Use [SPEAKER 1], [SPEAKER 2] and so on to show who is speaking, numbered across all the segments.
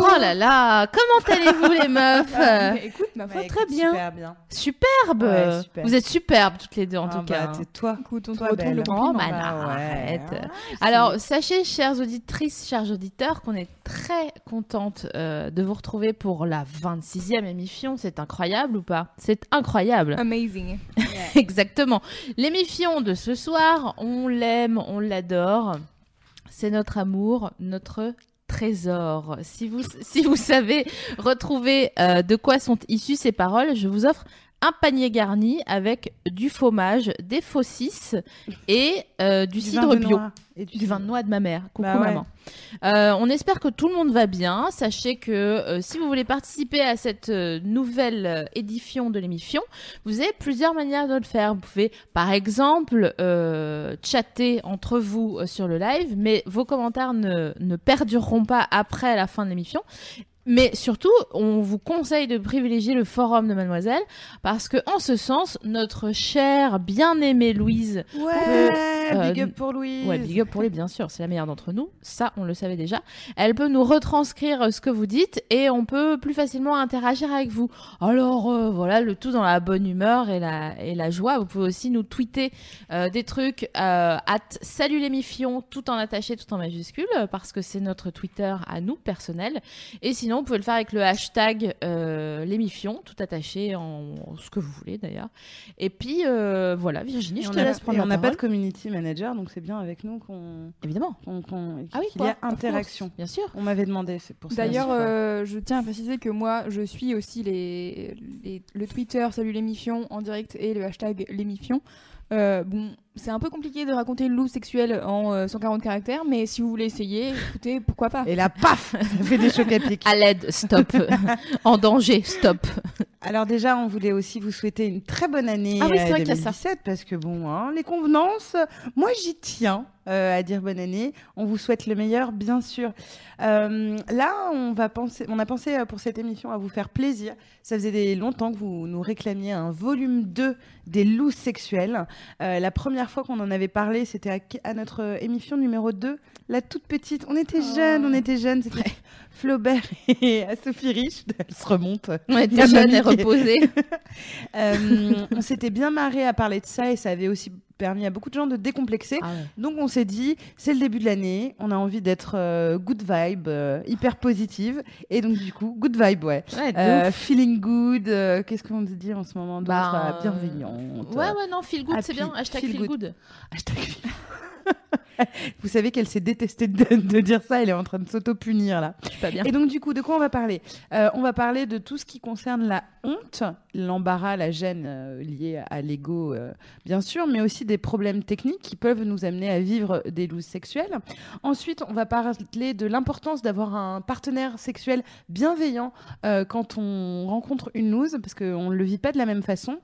[SPEAKER 1] Oh là là Comment allez-vous les meufs
[SPEAKER 2] Ah, mais Écoute, ma
[SPEAKER 3] Bah,
[SPEAKER 1] va très bien.
[SPEAKER 2] Super bien.
[SPEAKER 1] Superbe
[SPEAKER 2] Ouais, super.
[SPEAKER 1] Vous êtes superbes toutes les deux en
[SPEAKER 2] Ah
[SPEAKER 1] tout
[SPEAKER 2] bah,
[SPEAKER 1] cas.
[SPEAKER 2] t'es toi.
[SPEAKER 3] Écoute, on te
[SPEAKER 2] Toi,
[SPEAKER 3] retourne le
[SPEAKER 2] belle.
[SPEAKER 3] compliment.
[SPEAKER 1] Oh, bah,
[SPEAKER 2] bah, ouais.
[SPEAKER 1] arrête.
[SPEAKER 3] Ah,
[SPEAKER 1] Alors, sachez, chères auditrices, chers auditeurs, qu'on est très contente euh, de vous retrouver pour la 26e émission. C'est incroyable ou pas C'est incroyable.
[SPEAKER 3] Amazing.
[SPEAKER 1] Exactement. L'émission de ce soir, on l'aime, on l'adore. C'est notre amour, notre trésor. Si vous, si vous savez retrouver euh, de quoi sont issues ces paroles, je vous offre un panier garni avec du fromage, des saucisses et euh, du,
[SPEAKER 2] Du vin
[SPEAKER 1] cidre
[SPEAKER 2] de
[SPEAKER 1] bio.
[SPEAKER 2] noix. Et
[SPEAKER 1] Du vin de noix de ma mère. Coucou
[SPEAKER 2] Bah ouais.
[SPEAKER 1] maman. Euh, on espère que tout le monde va bien. Sachez que euh, si vous voulez participer à cette euh, nouvelle euh, édition de l'émission, vous avez plusieurs manières de le faire. Vous pouvez par exemple euh, chatter entre vous euh, sur le live, mais vos commentaires ne, ne perdureront pas après la fin de l'émission. Mais surtout, on vous conseille de privilégier le forum de mademoiselle parce que en ce sens, notre chère bien-aimée Louise
[SPEAKER 2] Ouais,
[SPEAKER 1] Euh,
[SPEAKER 2] big up pour Louise.
[SPEAKER 1] Ouais, big up pour lui, bien sûr, c'est la meilleure d'entre nous. Ça, on le savait déjà. Elle peut nous retranscrire euh, ce que vous dites et on peut plus facilement interagir avec vous. Alors, euh, voilà, le tout dans la bonne humeur et la, et la joie. Vous pouvez aussi nous tweeter euh, des trucs euh, at salut les mifions, tout en attaché, tout en majuscule, euh, parce que c'est notre Twitter à nous, personnel. Et sinon, vous pouvez le faire avec le hashtag euh, les mifions, tout attaché en, en ce que vous voulez d'ailleurs. Et puis, euh, voilà, Virginie,
[SPEAKER 2] Et
[SPEAKER 1] je
[SPEAKER 2] on
[SPEAKER 1] te
[SPEAKER 2] a-
[SPEAKER 1] laisse prendre
[SPEAKER 2] et
[SPEAKER 1] la
[SPEAKER 2] on n'a pas
[SPEAKER 1] parole.
[SPEAKER 2] de community manager, donc c'est bien avec nous qu'on
[SPEAKER 1] Évidemment.
[SPEAKER 2] qu'on- qu'on-
[SPEAKER 1] Ah oui,
[SPEAKER 2] qu'il y
[SPEAKER 1] quoi,
[SPEAKER 2] a
[SPEAKER 1] of course,
[SPEAKER 2] interaction.
[SPEAKER 1] Bien sûr.
[SPEAKER 2] On m'avait demandé, c'est pour ça.
[SPEAKER 3] D'ailleurs,
[SPEAKER 2] c'est pas-
[SPEAKER 3] euh, je tiens à préciser que moi, je suis aussi les, les- le Twitter Salut les Mifions en direct et le hashtag les Mifions. Euh, bon, c'est un peu compliqué de raconter le loup sexuel en euh, 140 caractères, mais si vous voulez essayer, écoutez, pourquoi pas.
[SPEAKER 2] Et là, paf Ça fait des chocs à pic.
[SPEAKER 1] À l'aide, stop. en danger, stop.
[SPEAKER 2] Alors déjà, on voulait aussi vous souhaiter une très bonne année
[SPEAKER 1] Ah oui,
[SPEAKER 2] euh,
[SPEAKER 1] c'est vrai qu'il y a ça.
[SPEAKER 2] 2017 parce que bon, hein, les convenances, moi j'y tiens euh, à dire bonne année. On vous souhaite le meilleur, bien sûr. Euh, là, on va penser, on a pensé euh, pour cette émission à vous faire plaisir. Ça faisait des- longtemps que vous nous réclamiez un volume 2 des loups sexuels. Euh, la première fois qu'on en avait parlé, c'était à, à notre euh, émission numéro 2, la toute petite. On était
[SPEAKER 3] Oh.
[SPEAKER 2] jeunes, on était jeunes. C'était Flaubert et Sophie Rich. Elle se remonte.
[SPEAKER 1] On était
[SPEAKER 2] La
[SPEAKER 1] jeunes
[SPEAKER 2] mamie
[SPEAKER 1] et
[SPEAKER 2] qui est-
[SPEAKER 1] reposés.
[SPEAKER 2] Euh, on s'était bien marré à parler de ça et ça avait aussi permis à beaucoup de gens de décomplexer.
[SPEAKER 1] Ah.
[SPEAKER 2] Donc on s'est dit, c'est le début de l'année, on a envie d'être euh, good vibe, euh, hyper positive. Et donc du coup, good vibe, ouais.
[SPEAKER 1] Ouais, de
[SPEAKER 2] Euh,
[SPEAKER 1] ouf.
[SPEAKER 2] feeling good, euh, qu'est-ce qu'on se dit en ce moment d'autre
[SPEAKER 1] Bah,
[SPEAKER 2] Euh, Bienveillante.
[SPEAKER 1] Ouais, ouais, non, Ah, feel good,
[SPEAKER 2] Happy,
[SPEAKER 1] c'est bien. Hashtag
[SPEAKER 2] feel
[SPEAKER 1] feel,
[SPEAKER 2] good.
[SPEAKER 1] good.
[SPEAKER 2] Hashtag feel- Vous savez qu'elle s'est détestée de, de dire ça, elle est en train de s'auto-punir là.
[SPEAKER 1] Je suis pas bien.
[SPEAKER 2] Et donc, du coup, de quoi on va parler Euh, On va parler de tout ce qui concerne la honte, l'embarras, la gêne euh, liée à l'ego, euh, bien sûr, mais aussi des problèmes techniques qui peuvent nous amener à vivre des looses sexuelles. Ensuite, on va parler de l'importance d'avoir un partenaire sexuel bienveillant euh, quand on rencontre une loose, parce qu'on ne le vit pas de la même façon.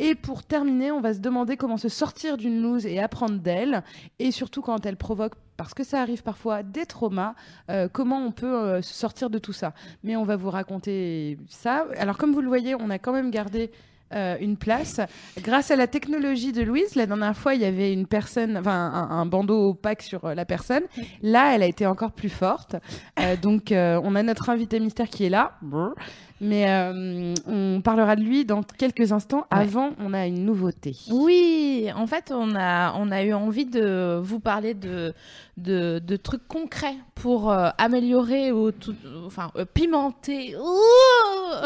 [SPEAKER 2] Et pour terminer, on va se demander comment se sortir d'une loose et apprendre d'elle, et surtout quand elle provoque, parce que ça arrive parfois, des traumas euh, comment on peut euh, se sortir de tout ça. Mais on va vous raconter ça. Alors, comme vous le voyez, on a quand même gardé euh, une place. Grâce à la technologie de Louise, la dernière fois, il y avait une personne, enfin, un, un bandeau opaque sur euh, la personne. Là, elle a été encore plus forte. Euh, donc, euh, on a notre invité mystère qui est là. Brr. Mais euh, on parlera de lui dans quelques instants.
[SPEAKER 1] Ouais.
[SPEAKER 2] Avant, on a une nouveauté.
[SPEAKER 1] Oui, en fait, on a, on a eu envie de vous parler de, de, de trucs concrets pour euh, améliorer ou tout, enfin, euh, pimenter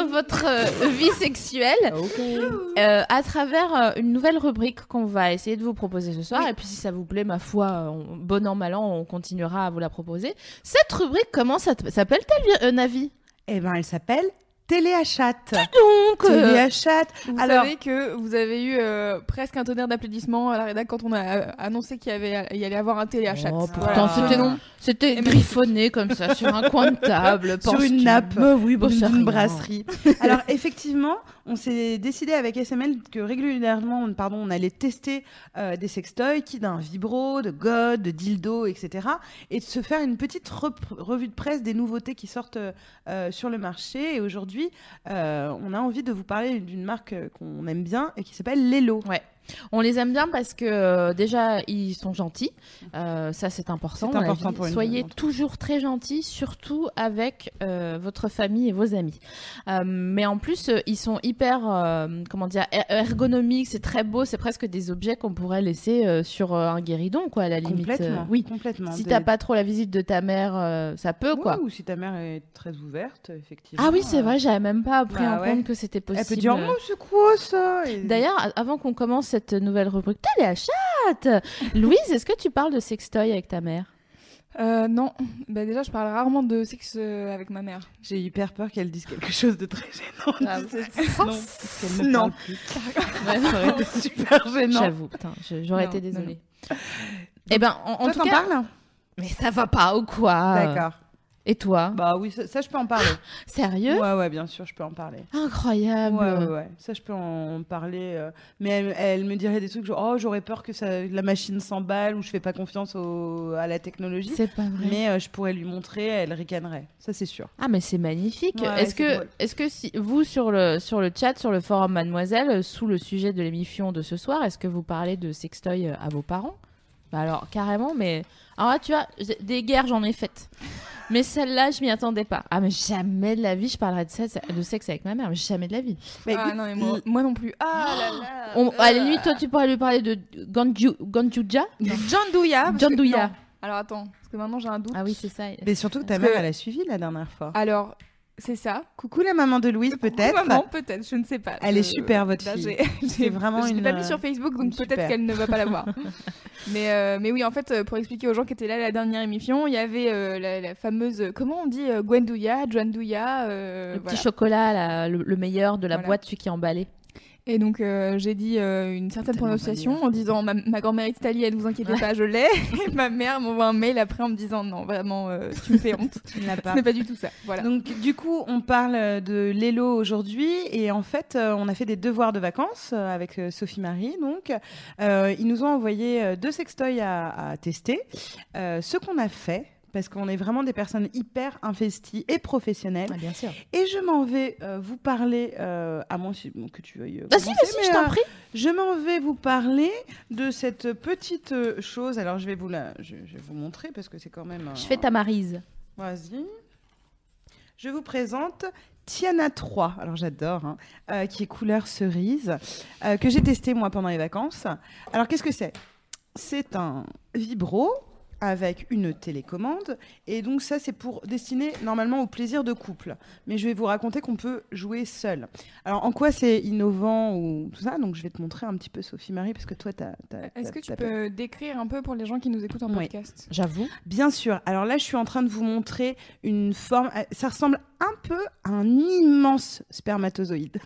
[SPEAKER 1] ouh, votre euh, vie sexuelle
[SPEAKER 2] Ah,
[SPEAKER 1] euh, à travers euh, une nouvelle rubrique qu'on va essayer de vous proposer ce soir. Et puis, si ça vous plaît, ma foi, euh, on- bon an, mal an, on continuera à vous la proposer. Cette rubrique, comment ça t- s'appelle-t-elle, Vi- euh, Navi
[SPEAKER 2] Eh ben, elle s'appelle Téléachate.
[SPEAKER 1] Donc, euh,
[SPEAKER 2] Téléachate.
[SPEAKER 3] Vous
[SPEAKER 2] Alors-
[SPEAKER 3] savez que vous avez eu euh, presque un tonnerre d'applaudissements à la rédac quand on a euh, annoncé qu'il y, avait, il y allait avoir un télé à chat.
[SPEAKER 1] Oh, pourtant,
[SPEAKER 3] Voilà.
[SPEAKER 1] c'était
[SPEAKER 3] non.
[SPEAKER 1] c'était
[SPEAKER 3] Et
[SPEAKER 1] griffonné comme ça sur un coin de table,
[SPEAKER 2] Sur
[SPEAKER 1] pense
[SPEAKER 2] une
[SPEAKER 1] qu'il-
[SPEAKER 2] nappe
[SPEAKER 1] Bah oui, bah,
[SPEAKER 2] d'une-
[SPEAKER 1] c'est
[SPEAKER 2] d'une
[SPEAKER 1] rien.
[SPEAKER 2] brasserie. Alors effectivement, on s'est décidé avec SML que régulièrement, on, pardon, on allait tester euh, des sextoys, qui d'un vibro, de god, de dildo, etc. Et de se faire une petite rep- revue de presse des nouveautés qui sortent euh, sur le marché. Et aujourd'hui, euh, on a envie de vous parler d'une marque euh, qu'on aime bien et qui s'appelle Lelo.
[SPEAKER 1] On les aime bien parce que euh, déjà ils sont gentils, Euh, ça c'est important.
[SPEAKER 2] C'est
[SPEAKER 1] on l'a
[SPEAKER 2] important
[SPEAKER 1] dit.
[SPEAKER 2] pour une
[SPEAKER 1] Soyez
[SPEAKER 2] entreprise.
[SPEAKER 1] toujours très gentils, surtout avec euh, votre famille et vos amis. Euh, mais en plus euh, ils sont hyper euh, comment dire er- ergonomiques, c'est très beau, c'est presque des objets qu'on pourrait laisser euh, sur euh, un guéridon quoi à la limite.
[SPEAKER 2] Complètement.
[SPEAKER 1] Euh, oui.
[SPEAKER 2] complètement.
[SPEAKER 1] Si
[SPEAKER 2] Des-
[SPEAKER 1] t'as pas trop la visite de ta mère, euh, ça peut
[SPEAKER 2] Oui,
[SPEAKER 1] quoi.
[SPEAKER 2] Ou si ta mère est très ouverte, effectivement.
[SPEAKER 1] Ah oui c'est
[SPEAKER 2] euh,
[SPEAKER 1] vrai, j'avais même pas pris
[SPEAKER 2] Bah
[SPEAKER 1] en
[SPEAKER 2] ouais.
[SPEAKER 1] compte que c'était possible. euh,
[SPEAKER 2] Elle peut dire, oh, c'est quoi ça Et-
[SPEAKER 1] D'ailleurs, a- avant qu'on commence cette nouvelle rubrique, t'as les chatte Louise, est-ce que tu parles de sextoy avec ta mère
[SPEAKER 3] Euh, non. Bah, déjà, je parle rarement de sexe euh, avec ma mère.
[SPEAKER 2] J'ai hyper peur qu'elle dise quelque chose de très gênant.
[SPEAKER 1] Ah
[SPEAKER 2] non,
[SPEAKER 1] ouais.
[SPEAKER 2] parce qu'elle ne
[SPEAKER 1] Non.
[SPEAKER 2] parle plus. Ça aurait été super gênant.
[SPEAKER 1] J'avoue, putain, je- j'aurais
[SPEAKER 3] Non,
[SPEAKER 1] été
[SPEAKER 3] non,
[SPEAKER 1] désolée. Eh ben, en, en
[SPEAKER 2] Toi,
[SPEAKER 1] tout
[SPEAKER 2] t'en
[SPEAKER 1] cas,
[SPEAKER 2] parles
[SPEAKER 1] mais ça va pas ou quoi
[SPEAKER 2] D'accord.
[SPEAKER 1] Et toi
[SPEAKER 2] Ah. Bah oui, ça, ça, je peux en parler.
[SPEAKER 1] Sérieux
[SPEAKER 2] ouais, ouais, bien sûr, je peux en parler.
[SPEAKER 1] Incroyable.
[SPEAKER 2] Ouais, ouais, ouais. Ça, je peux en parler. euh, Mais elle, elle me dirait des trucs genre, oh, j'aurais peur que ça, la machine s'emballe ou je fais pas confiance au- à la technologie.
[SPEAKER 1] C'est pas vrai.
[SPEAKER 2] Mais euh, je pourrais lui montrer, elle ricanerait. Ça, c'est sûr.
[SPEAKER 1] Ah mais c'est magnifique.
[SPEAKER 2] Ouais,
[SPEAKER 1] est-ce
[SPEAKER 2] c'est
[SPEAKER 1] que
[SPEAKER 2] drôle.
[SPEAKER 1] est-ce que si vous sur le sur le chat sur le forum Mademoiselle euh, sous le sujet de l'émission de ce soir, est-ce que vous parlez de sextoy euh, à vos parents Bah alors carrément mais alors là, tu vois, j'ai- des guerres j'en ai faites. Mais celle-là, je m'y attendais pas. Ah mais jamais de la vie je parlerai de sexe, de sexe avec ma mère, mais jamais de la vie.
[SPEAKER 2] Mais
[SPEAKER 3] ah
[SPEAKER 2] écoute,
[SPEAKER 3] non, mais moi,
[SPEAKER 2] l-
[SPEAKER 3] moi non plus. Ah là là.
[SPEAKER 1] Bah,
[SPEAKER 3] Euh,
[SPEAKER 1] On, à la limite toi tu pourrais lui parler de Ganju, Ganjuja
[SPEAKER 3] John Douya. parce
[SPEAKER 1] John
[SPEAKER 3] que-
[SPEAKER 1] Douya.
[SPEAKER 3] non. Alors attends, parce que maintenant j'ai un doute.
[SPEAKER 1] Ah oui, c'est ça.
[SPEAKER 2] Mais surtout que ta
[SPEAKER 3] Parce
[SPEAKER 2] mère,
[SPEAKER 3] que-
[SPEAKER 2] elle a suivi la dernière fois.
[SPEAKER 3] Alors, c'est ça.
[SPEAKER 2] Coucou la maman de Louise, peut-être.
[SPEAKER 3] Coucou, maman, peut-être, je ne sais pas.
[SPEAKER 2] Elle
[SPEAKER 3] Je-
[SPEAKER 2] est super, votre
[SPEAKER 3] Là,
[SPEAKER 2] fille.
[SPEAKER 3] j'ai- j'ai-
[SPEAKER 2] vraiment
[SPEAKER 3] je l'ai
[SPEAKER 2] une,
[SPEAKER 3] pas mis
[SPEAKER 2] euh,
[SPEAKER 3] sur Facebook,
[SPEAKER 2] une
[SPEAKER 3] donc
[SPEAKER 2] super.
[SPEAKER 3] peut-être qu'elle ne va pas la voir. mais, euh, mais oui, en fait, euh, pour expliquer aux gens qui étaient là à la dernière émission, il y avait euh, la, la fameuse, comment on dit, euh, Gwendouya, Joandouya, euh,
[SPEAKER 1] Le
[SPEAKER 3] voilà.
[SPEAKER 1] petit chocolat, là, le, le meilleur de la
[SPEAKER 3] Voilà.
[SPEAKER 1] boîte, celui qui est emballé.
[SPEAKER 3] Et donc euh, j'ai dit euh, une certaine
[SPEAKER 2] Tellement
[SPEAKER 3] prononciation en disant ma, ma grand-mère est italienne, vous inquiétez pas, je l'ai. Et ma mère m'envoie un mail après en me disant non, vraiment, euh, tu me fais honte.
[SPEAKER 2] Tu ne l'as
[SPEAKER 3] Ce
[SPEAKER 2] pas.
[SPEAKER 3] n'est pas du tout ça. Voilà.
[SPEAKER 2] Donc du coup, on parle euh, de l'élo aujourd'hui et en fait, euh, on a fait des devoirs de vacances euh, avec euh, Sophie Marie. Donc, Euh, ils nous ont envoyé euh, deux sextoys à, à tester. Euh, ce qu'on a fait, parce qu'on est vraiment des personnes hyper investies et professionnelles.
[SPEAKER 1] bien sûr.
[SPEAKER 2] Et je m'en vais euh, vous parler, euh, à moins si- bon, que tu veuilles. euh,
[SPEAKER 1] Vas-y,
[SPEAKER 2] commencer,
[SPEAKER 1] vas-y,
[SPEAKER 2] mais,
[SPEAKER 1] je t'en
[SPEAKER 2] euh,
[SPEAKER 1] prie.
[SPEAKER 2] Je m'en vais vous parler de cette petite euh, chose. Alors, je vais vous la, je, je vais vous montrer parce que c'est quand même. euh,
[SPEAKER 1] Je
[SPEAKER 2] un-
[SPEAKER 1] fais ta marise.
[SPEAKER 2] Vas-y. Je vous présente Tiana 3, alors j'adore, hein, euh, qui est couleur cerise, euh, que j'ai testé moi pendant les vacances. Alors qu'est-ce que c'est C'est un vibro avec une télécommande et donc ça c'est pour destiné normalement au plaisir de couple. Mais je vais vous raconter qu'on peut jouer seul. Alors en quoi c'est innovant ou tout ça Donc je vais te montrer un petit peu Sophie Marie parce que toi t'as... t'as-
[SPEAKER 3] Est-ce
[SPEAKER 2] t'as-
[SPEAKER 3] que tu
[SPEAKER 2] t'as-
[SPEAKER 3] peux décrire un peu pour les gens qui nous écoutent en
[SPEAKER 2] Oui.
[SPEAKER 3] podcast
[SPEAKER 1] J'avoue.
[SPEAKER 2] Bien sûr. Alors là, je suis en train de vous montrer une forme. euh, Ça ressemble un peu à un immense spermatozoïde.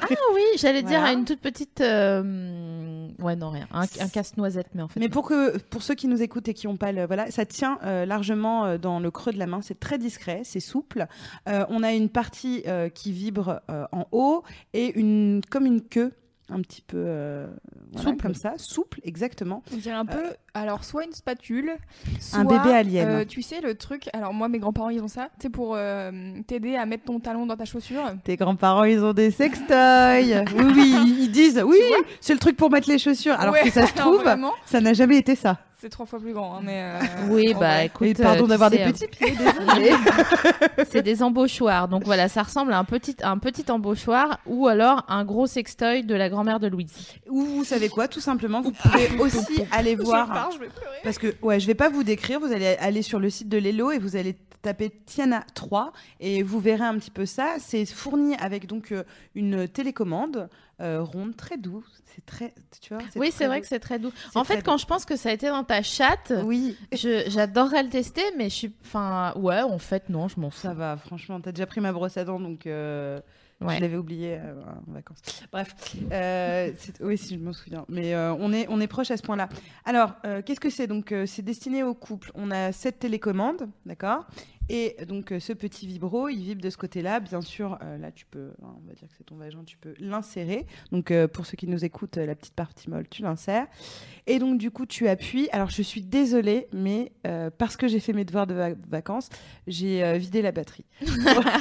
[SPEAKER 1] Ah oui, j'allais
[SPEAKER 2] Voilà.
[SPEAKER 1] dire à une toute petite. euh, Ouais, non, rien. Un, un casse-noisette, mais en fait.
[SPEAKER 2] Mais
[SPEAKER 1] non.
[SPEAKER 2] pour que pour ceux qui nous écoutent et qui n'ont pas le voilà, ça tient euh, largement euh, dans le creux de la main. C'est très discret, c'est souple. Euh, on a une partie euh, qui vibre euh, en haut et une comme une queue un petit peu euh, voilà,
[SPEAKER 1] Souple.
[SPEAKER 2] comme ça, souple exactement.
[SPEAKER 3] On dirait un peu, alors soit une spatule, soit
[SPEAKER 2] Un bébé alien.
[SPEAKER 3] euh, tu sais le truc. Alors moi mes grands-parents ils ont ça, tu sais pour euh, t'aider à mettre ton talon dans ta chaussure.
[SPEAKER 2] Tes grands-parents, ils ont des sextoys. oui, oui, ils disent oui, c'est le truc pour mettre les chaussures. Alors
[SPEAKER 3] Ouais,
[SPEAKER 2] que ça se
[SPEAKER 3] alors
[SPEAKER 2] trouve,
[SPEAKER 3] vraiment,
[SPEAKER 2] ça n'a jamais été ça.
[SPEAKER 3] c'est trois fois plus grand. hein, mais euh,
[SPEAKER 1] Oui,
[SPEAKER 3] en
[SPEAKER 1] bah
[SPEAKER 3] vrai.
[SPEAKER 1] écoute.
[SPEAKER 2] Oh, Et pardon
[SPEAKER 1] euh, tu
[SPEAKER 2] d'avoir des
[SPEAKER 1] sais, euh,
[SPEAKER 2] petits pieds.
[SPEAKER 1] C'est des embauchoirs. Donc voilà, ça ressemble à un petit, un petit embauchoir ou alors un gros sextoy de la grand-mère de Louise.
[SPEAKER 2] Ou vous savez quoi, tout simplement, vous pouvez aussi aller
[SPEAKER 3] Je
[SPEAKER 2] voir.
[SPEAKER 3] pars, je vais pleurer.
[SPEAKER 2] Parce que, ouais, je vais pas vous décrire, vous allez aller sur le site de l'Elo et vous allez tapez Tiana 3 et vous verrez un petit peu ça. C'est fourni avec donc euh, une télécommande euh, ronde, très douce. C'est très, tu vois.
[SPEAKER 1] Oui, c'est
[SPEAKER 2] très
[SPEAKER 1] vrai
[SPEAKER 2] doux.
[SPEAKER 1] que c'est très doux.
[SPEAKER 2] C'est
[SPEAKER 1] En fait,
[SPEAKER 2] très
[SPEAKER 1] quand je pense que ça a été dans ta chatte,
[SPEAKER 2] oui,
[SPEAKER 1] je- j'adorerais le tester, mais je suis. Enfin, ouais, en fait, non, je m'en fous.
[SPEAKER 2] ça va. Franchement, t'as déjà pris ma brosse à dents, donc. euh,
[SPEAKER 1] Ouais.
[SPEAKER 2] Je l'avais oublié euh, en vacances. Bref, euh, c'est- oui, si je m'en souviens. Mais euh, on est on est proche à ce point-là. Alors, euh, qu'est-ce que c'est Donc, euh, c'est destiné au couple. On a sept télécommandes, d'accord Et donc, euh, ce petit vibro, il vibre de ce côté-là. Bien sûr, euh, là, tu peux, hein, on va dire que c'est ton vagin, tu peux l'insérer. Donc, euh, pour ceux qui nous écoutent, euh, la petite partie molle, tu l'insères. Et donc, du coup, tu appuies. Alors, je suis désolée, mais euh, parce que j'ai fait mes devoirs de va- vacances, j'ai euh, vidé la batterie.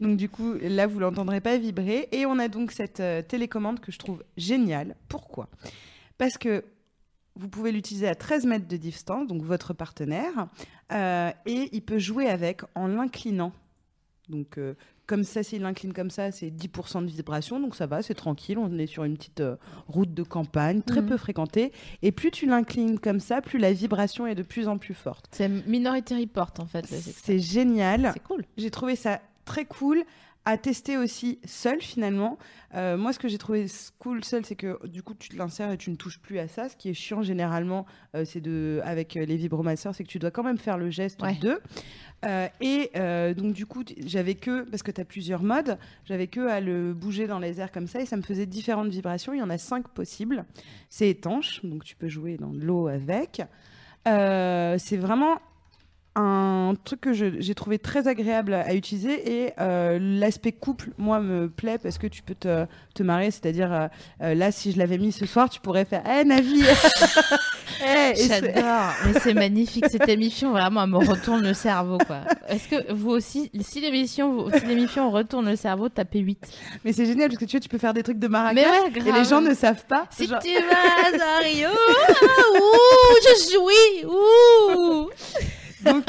[SPEAKER 2] donc, du coup, là, vous l'entendrez pas vibrer. Et on a donc cette euh, télécommande que je trouve géniale. Pourquoi Parce que vous pouvez l'utiliser à 13 mètres de distance, donc votre partenaire, euh, et il peut jouer avec en l'inclinant. Donc, euh, comme ça, s'il l'incline comme ça, c'est 10% de vibration, donc ça va, c'est tranquille. On est sur une petite euh, route de campagne, très
[SPEAKER 1] Mhm.
[SPEAKER 2] peu fréquentée. Et plus tu l'inclines comme ça, plus la vibration est de plus en plus forte.
[SPEAKER 1] C'est Minority Report, en fait. les extraits.
[SPEAKER 2] C'est génial.
[SPEAKER 1] C'est cool.
[SPEAKER 2] J'ai trouvé ça très cool à tester aussi seul finalement. Euh, moi, ce que j'ai trouvé s- cool seul, c'est que du coup, tu te l'insères et tu ne touches plus à ça. Ce qui est chiant généralement, euh, c'est de avec euh, les vibromasseurs, c'est que tu dois quand même faire le geste
[SPEAKER 1] Ouais.
[SPEAKER 2] de. Euh, et euh, donc du coup, t- j'avais que parce que tu as plusieurs modes, j'avais que à le bouger dans les airs comme ça et ça me faisait différentes vibrations. Il y en a cinq possibles. C'est étanche, donc tu peux jouer dans de l'eau avec. Euh, c'est vraiment un truc que je- j'ai trouvé très agréable à, à utiliser et euh, l'aspect couple, moi, me plaît parce que tu peux te, te marrer. C'est-à-dire, euh, euh, là, si je l'avais mis ce soir, tu pourrais faire Hé, Navi Eh, et c'est-
[SPEAKER 1] J'adore, mais c'est magnifique cette émission, vraiment, elle me retourne le cerveau, quoi. Est-ce que vous aussi, si l'émission, vous- si l'émission retourne le cerveau, tapez 8.
[SPEAKER 2] Mais c'est génial parce que tu vois, tu peux faire des trucs de maracas
[SPEAKER 1] Mais ouais,
[SPEAKER 2] Ah, et
[SPEAKER 1] grave.
[SPEAKER 2] les gens ne savent pas.
[SPEAKER 1] Si
[SPEAKER 2] Genre-
[SPEAKER 1] tu vas à Rio, ouh, je jouis, ouh.
[SPEAKER 2] Donc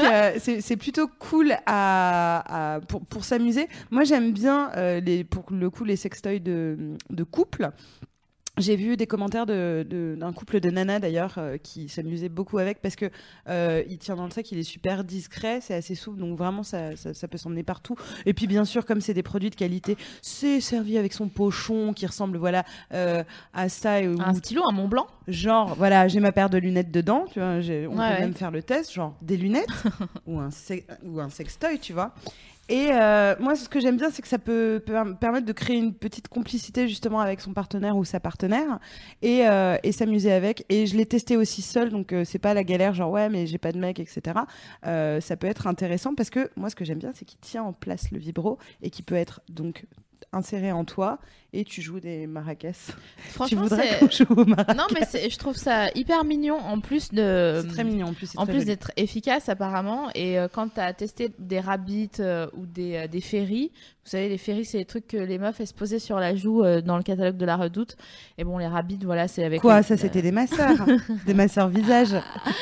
[SPEAKER 2] euh, c'est c'est plutôt cool à, à- pour, pour s'amuser. Moi j'aime bien euh, les, pour le coup les sextoys de, de couple. J'ai vu des commentaires d'un de, d'un couple de nanas d'ailleurs euh, qui s'amusait beaucoup avec parce que euh, il tient dans le sac, il est super discret, c'est assez souple, donc vraiment ça, ça, ça peut s'emmener partout. Et puis bien sûr, comme c'est des produits de qualité, c'est servi avec son pochon qui ressemble voilà euh, à ça et au
[SPEAKER 1] Un stylo, un Mont Blanc.
[SPEAKER 2] Genre, voilà, j'ai ma paire de lunettes dedans, tu vois, j'ai- on peut
[SPEAKER 1] Ouais, ouais.
[SPEAKER 2] même faire le test, genre des lunettes ou, un se- ou un sextoy, tu vois. Et euh, moi, ce que j'aime bien, c'est que ça peut per- permettre de créer une petite complicité justement avec son partenaire ou sa partenaire et, euh, et s'amuser avec. Et je l'ai testé aussi seul, donc euh, c'est pas la galère, genre ouais, mais j'ai pas de mec, etc. Euh, ça peut être intéressant parce que moi, ce que j'aime bien, c'est qu'il tient en place le vibro et qui peut être donc inséré en toi et tu joues des maracas. Tu
[SPEAKER 1] Franchement,
[SPEAKER 2] voudrais
[SPEAKER 1] c'est.
[SPEAKER 2] qu'on joue aux maracas
[SPEAKER 1] Non, mais c'est- je trouve ça hyper mignon en plus de.
[SPEAKER 2] C'est très mignon Euh, en plus. c'est
[SPEAKER 1] En
[SPEAKER 2] très
[SPEAKER 1] plus
[SPEAKER 2] joli.
[SPEAKER 1] d'être efficace apparemment, et euh, quand tu as testé des rabbits euh, ou des, euh, des ferries, vous savez les ferries c'est les trucs que les meufs elles se posaient sur la joue euh, dans le catalogue de la redoute, et bon les euh, rabbits voilà c'est avec...
[SPEAKER 2] Quoi,
[SPEAKER 1] une-
[SPEAKER 2] ça c'était des masseurs, des masseurs visage.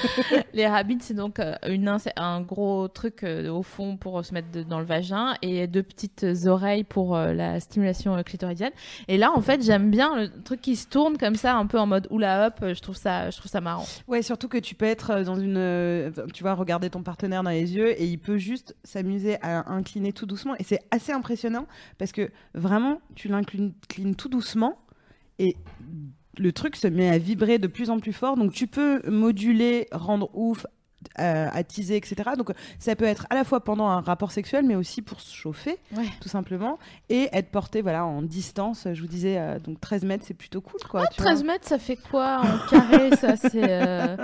[SPEAKER 1] Les rabbits c'est donc euh, une, ins- un gros truc euh, au fond pour se mettre de- dans le vagin, et deux petites oreilles pour euh, la stimulation euh, clitoridienne, et là en fait j'aime bien le truc qui se tourne comme ça un peu en mode oula hop, euh, je trouve ça, je trouve ça marrant.
[SPEAKER 2] Ouais, surtout que tu peux être euh, dans une, euh, tu vois, regarder ton partenaire dans les yeux et il peut juste s'amuser à incliner tout doucement et c'est assez impressionnant parce que vraiment tu l'inclines inclines tout doucement et le truc se met à vibrer de plus en plus fort donc tu peux moduler, rendre ouf, euh, attiser, etc. Donc ça peut être à la fois pendant un rapport sexuel mais aussi pour se chauffer
[SPEAKER 1] Ouais.
[SPEAKER 2] tout simplement et être porté voilà en distance. Je vous disais euh, donc 13 mètres c'est plutôt cool quoi. tu vois.
[SPEAKER 1] 13 mètres, ça fait quoi en carré Ça, c'est. euh,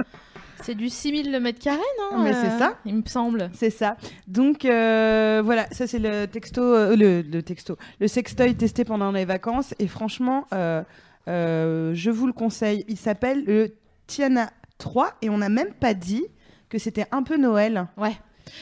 [SPEAKER 1] C'est du 6000 le mètre carré, non
[SPEAKER 2] Ah,
[SPEAKER 1] euh,
[SPEAKER 2] Mais c'est ça.
[SPEAKER 1] Il me semble.
[SPEAKER 2] C'est ça. Donc euh, voilà, ça c'est le texto, euh, le, le texto, le sextoy testé pendant les vacances. Et franchement, euh, euh, je vous le conseille. Il s'appelle le Tiana 3 et on n'a même pas dit que c'était un peu Noël.
[SPEAKER 1] Ouais.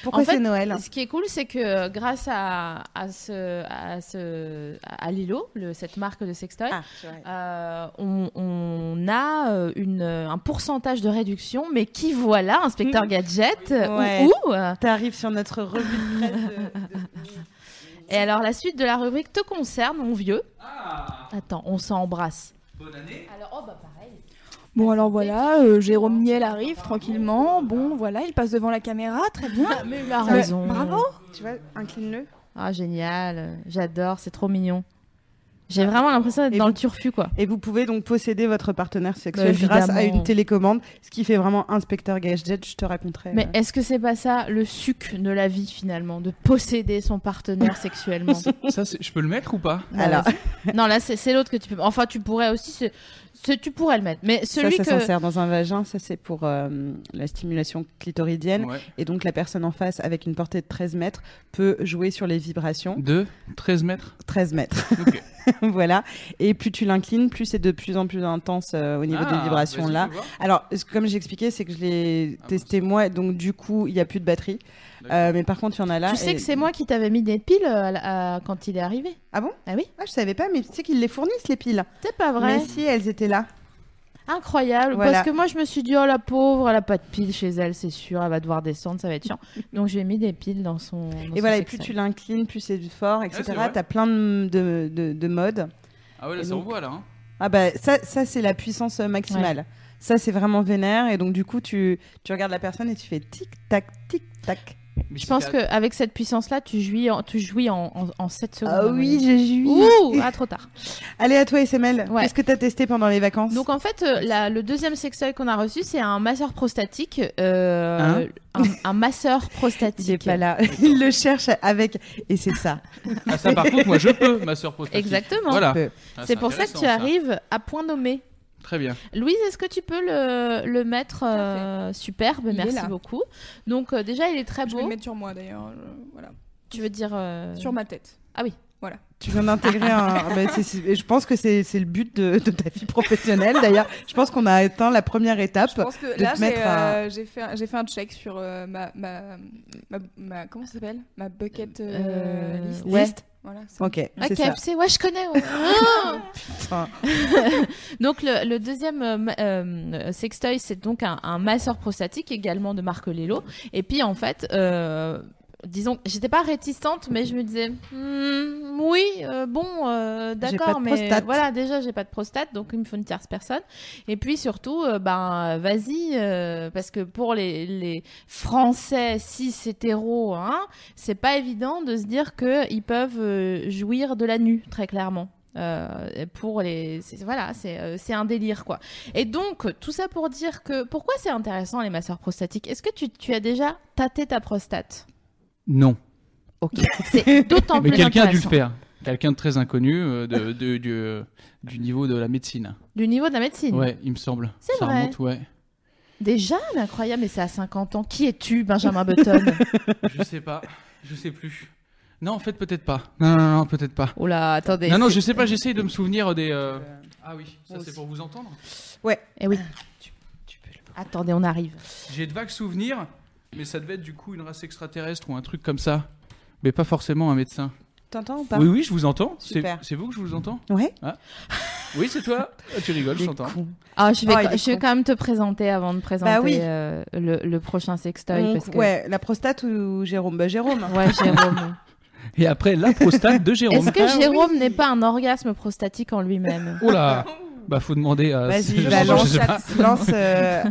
[SPEAKER 2] Pourquoi
[SPEAKER 1] En fait,
[SPEAKER 2] c'est Noël
[SPEAKER 1] Ce qui est cool, c'est que euh, grâce à, à, ce, à, ce, à Lilo, le- cette marque de sextoy,
[SPEAKER 2] Ah, c'est vrai.
[SPEAKER 1] euh, on, on a euh, une, un pourcentage de réduction, mais qui voilà, inspecteur gadget euh, ou-
[SPEAKER 2] Ouais.
[SPEAKER 1] ou, euh,
[SPEAKER 2] T'arrives sur notre revue de presse de- de-
[SPEAKER 1] Et alors la suite de la rubrique te
[SPEAKER 2] Ah.
[SPEAKER 1] concerne, mon vieux. Attends, on s'embrasse. Bonne année. Alors, oh bah pareil.
[SPEAKER 3] Bon, alors voilà, euh, Jérôme Niel arrive tranquillement. Bon, voilà, il passe devant la caméra, très bien.
[SPEAKER 1] Mais il a
[SPEAKER 3] Ouais,
[SPEAKER 1] raison.
[SPEAKER 3] bravo.
[SPEAKER 2] Tu vois, incline-le.
[SPEAKER 1] Ah, génial. J'adore, c'est trop mignon. J'ai vraiment l'impression d'être
[SPEAKER 2] Et
[SPEAKER 1] dans
[SPEAKER 2] vous-
[SPEAKER 1] le turfu, quoi.
[SPEAKER 2] Et vous pouvez donc posséder votre partenaire
[SPEAKER 1] Bah,
[SPEAKER 2] sexuel
[SPEAKER 1] évidemment.
[SPEAKER 2] grâce à une télécommande, ce qui fait vraiment inspecteur gadget, je te raconterai.
[SPEAKER 1] Mais
[SPEAKER 2] euh.
[SPEAKER 1] est-ce que c'est pas ça le suc de la vie, finalement, de posséder son partenaire sexuellement
[SPEAKER 4] Ça, c'est- je peux le mettre ou pas
[SPEAKER 2] alors,
[SPEAKER 1] Non, là, c'est c'est l'autre que tu peux. Enfin, tu pourrais aussi. c'est- c'est- tu pourrais le mettre. Mais celui
[SPEAKER 2] ça, ça
[SPEAKER 1] que.
[SPEAKER 2] s'insère dans un vagin, ça c'est pour euh, la stimulation clitoridienne.
[SPEAKER 4] Ouais.
[SPEAKER 2] Et donc la personne en face, avec une portée de 13 mètres, peut jouer sur les vibrations.
[SPEAKER 4] De 13 mètres.
[SPEAKER 2] 13 mètres,
[SPEAKER 4] Ok.
[SPEAKER 2] voilà. Et plus tu l'inclines, plus c'est de plus en plus intense euh, au niveau des
[SPEAKER 4] Ah,
[SPEAKER 2] vibrations
[SPEAKER 4] vas-y,
[SPEAKER 2] là.
[SPEAKER 4] fais voir.
[SPEAKER 2] Alors, ce- comme j'expliquais, c'est que je l'ai
[SPEAKER 4] Ah,
[SPEAKER 2] testé moi, et donc du coup, il n'y a plus de batterie.
[SPEAKER 4] D'accord.
[SPEAKER 2] Euh, mais par contre, il y en a là.
[SPEAKER 1] Tu sais
[SPEAKER 2] et-
[SPEAKER 1] que c'est moi qui t'avais mis des piles euh, à la- à- quand il est arrivé.
[SPEAKER 2] Ah bon
[SPEAKER 1] Ah oui
[SPEAKER 2] Ah, je savais pas, mais tu sais qu'ils les fournissent, les piles.
[SPEAKER 1] C'est pas vrai.
[SPEAKER 2] Mais si, elles étaient là.
[SPEAKER 1] Incroyable.
[SPEAKER 2] Voilà.
[SPEAKER 1] Parce que moi, je me suis dit, oh la pauvre, elle a pas de piles chez elle, c'est sûr, elle va devoir descendre, ça va être chiant. Donc, j'ai mis des piles dans son. dans
[SPEAKER 2] Et
[SPEAKER 1] son
[SPEAKER 2] voilà, et plus
[SPEAKER 1] sextoy.
[SPEAKER 2] tu l'inclines, plus c'est fort, etc.
[SPEAKER 4] c'est vrai.
[SPEAKER 2] T'as plein de, de, de- de modes.
[SPEAKER 4] Ah ouais, là,
[SPEAKER 2] Et
[SPEAKER 4] ça
[SPEAKER 2] donc-
[SPEAKER 4] envoie là. hein.
[SPEAKER 2] Ah bah ça, ça c'est la puissance euh, maximale. Ça c'est vraiment vénère. Et donc du coup, tu, tu regardes la personne et tu fais tic tac tic tac.
[SPEAKER 4] Mais
[SPEAKER 1] Je
[SPEAKER 4] si
[SPEAKER 1] pense
[SPEAKER 4] t'as-
[SPEAKER 1] qu'avec cette puissance-là, tu jouis en, tu jouis en, en, 7 secondes.
[SPEAKER 2] Ah
[SPEAKER 1] à mon
[SPEAKER 2] oui,
[SPEAKER 1] avis.
[SPEAKER 2] j'ai joui.
[SPEAKER 1] Ouh, ah, trop tard.
[SPEAKER 2] Allez à toi SML.
[SPEAKER 1] Ouais.
[SPEAKER 2] Qu'est-ce que t'as testé pendant les vacances
[SPEAKER 1] Donc en fait, euh, la- le deuxième sextoy qu'on a reçu, c'est un masseur prostatique. euh,
[SPEAKER 4] Hein
[SPEAKER 1] un, un masseur prostatique.
[SPEAKER 2] Il est pas là. Il le cherche avec. Et c'est ça.
[SPEAKER 4] Ah, ça, par contre, moi, je peux, ma sœur prostatique.
[SPEAKER 1] Exactement.
[SPEAKER 4] Voilà.
[SPEAKER 2] Peu.
[SPEAKER 4] Ah,
[SPEAKER 1] C'est pour ça que
[SPEAKER 4] intéressant,
[SPEAKER 1] tu arrives à point nommé.
[SPEAKER 4] Très bien.
[SPEAKER 1] Louise, est-ce que tu peux le, le mettre
[SPEAKER 3] à fait.
[SPEAKER 1] euh, superbe
[SPEAKER 3] Il est
[SPEAKER 1] Merci
[SPEAKER 3] là.
[SPEAKER 1] beaucoup. Donc euh, déjà, il est très
[SPEAKER 3] Je vais le
[SPEAKER 1] beau.
[SPEAKER 3] mettre sur moi d'ailleurs. je- Voilà.
[SPEAKER 1] Tu veux dire euh,
[SPEAKER 3] Sur ma tête.
[SPEAKER 2] Tu viens d'intégrer un. ah bah, c'est- c'est- je pense que c'est c'est le but de, de ta vie professionnelle d'ailleurs. Je pense qu'on a atteint la première étape.
[SPEAKER 3] Je pense que
[SPEAKER 2] de
[SPEAKER 3] là,
[SPEAKER 2] te
[SPEAKER 3] j'ai
[SPEAKER 2] mettre à-
[SPEAKER 3] euh, j'ai fait, un- j'ai fait un check sur euh, ma, ma, ma, ma- Comment ça s'appelle Ma bucket euh,
[SPEAKER 1] Euh,
[SPEAKER 3] list.
[SPEAKER 1] ouais.
[SPEAKER 2] Liste
[SPEAKER 3] Voilà, ça.
[SPEAKER 2] Ok.
[SPEAKER 1] Ah,
[SPEAKER 2] c'est ça.
[SPEAKER 1] KFC, ouais, je connais. ouais. Ah
[SPEAKER 2] Enfin,
[SPEAKER 1] donc le, le deuxième euh, ma- euh, sextoy, c'est donc un, un masseur prostatique également de Marco Lello. Et puis en fait, euh, disons, j'étais pas réticente, mais je me disais, Hmm, oui, euh, bon, euh,
[SPEAKER 2] pas
[SPEAKER 1] d'accord,
[SPEAKER 2] de
[SPEAKER 1] mais
[SPEAKER 2] prostate.
[SPEAKER 1] voilà, déjà j'ai pas de prostate, donc il me faut une tierce personne. Et puis surtout, euh, ben vas-y, euh, parce que pour les, les Français cis hétéros, hein, c'est pas évident de se dire que ils peuvent euh, jouir de la nue très clairement. Euh, pour les c'est- voilà c'est euh, c'est un délire quoi et donc tout ça pour dire que pourquoi c'est intéressant les masseurs prostatiques est-ce que tu, tu as déjà tâté ta prostate
[SPEAKER 4] Non.
[SPEAKER 1] c'est d'autant
[SPEAKER 4] Mais
[SPEAKER 1] plus
[SPEAKER 4] quelqu'un a dû le
[SPEAKER 1] intéressant.
[SPEAKER 4] faire. Quelqu'un de très inconnu euh, de, de- du, euh, du niveau de la médecine.
[SPEAKER 1] du niveau de la médecine
[SPEAKER 4] Ouais, il me semble.
[SPEAKER 1] C'est
[SPEAKER 4] Ça
[SPEAKER 1] vrai.
[SPEAKER 4] remonte, ouais.
[SPEAKER 1] déjà mais incroyable mais c'est à 50 ans qui es-tu Benjamin Button
[SPEAKER 4] Je sais pas. Je sais plus. Non, en fait, peut-être pas. Non, non, non, peut-être pas.
[SPEAKER 1] oh là attendez
[SPEAKER 4] non, non,
[SPEAKER 1] c'est-
[SPEAKER 4] je sais pas, j'essaye de me souvenir des. euh, Ah oui, ça
[SPEAKER 2] Moi
[SPEAKER 4] c'est
[SPEAKER 2] aussi.
[SPEAKER 4] pour vous entendre.
[SPEAKER 1] eh oui
[SPEAKER 4] Tu peux le-
[SPEAKER 1] attendez on arrive
[SPEAKER 4] J'ai de vagues souvenirs, mais ça devait être du coup une race extraterrestre ou un truc comme ça. Mais pas forcément un médecin.
[SPEAKER 2] T'entends ou pas
[SPEAKER 4] Oui, oui, je vous entends. C'est
[SPEAKER 2] Super.
[SPEAKER 4] c'est vous que je vous entends
[SPEAKER 2] Ouais.
[SPEAKER 4] Oui, c'est toi. Ah, tu rigoles, je
[SPEAKER 2] Les
[SPEAKER 4] t'entends.
[SPEAKER 2] cons.
[SPEAKER 1] ah je vais
[SPEAKER 2] Ah, il est
[SPEAKER 1] je vais
[SPEAKER 2] con. Bah
[SPEAKER 1] quand même te présenter avant de présenter
[SPEAKER 2] oui.
[SPEAKER 1] euh, le, le prochain sextoy
[SPEAKER 2] Donc,
[SPEAKER 1] parce que
[SPEAKER 2] Ouais, la prostate ou Jérôme Bah Jérôme.
[SPEAKER 1] Ouais, Jérôme.
[SPEAKER 4] Et après, la prostate de Jérôme.
[SPEAKER 1] Est-ce que Jérôme n'est pas un orgasme prostatique en lui-même
[SPEAKER 4] Oh là Bah, faut demander à.
[SPEAKER 2] Vas-y,
[SPEAKER 4] je-
[SPEAKER 2] bah,
[SPEAKER 4] je
[SPEAKER 2] lance,
[SPEAKER 4] sais pas.
[SPEAKER 2] lance, euh,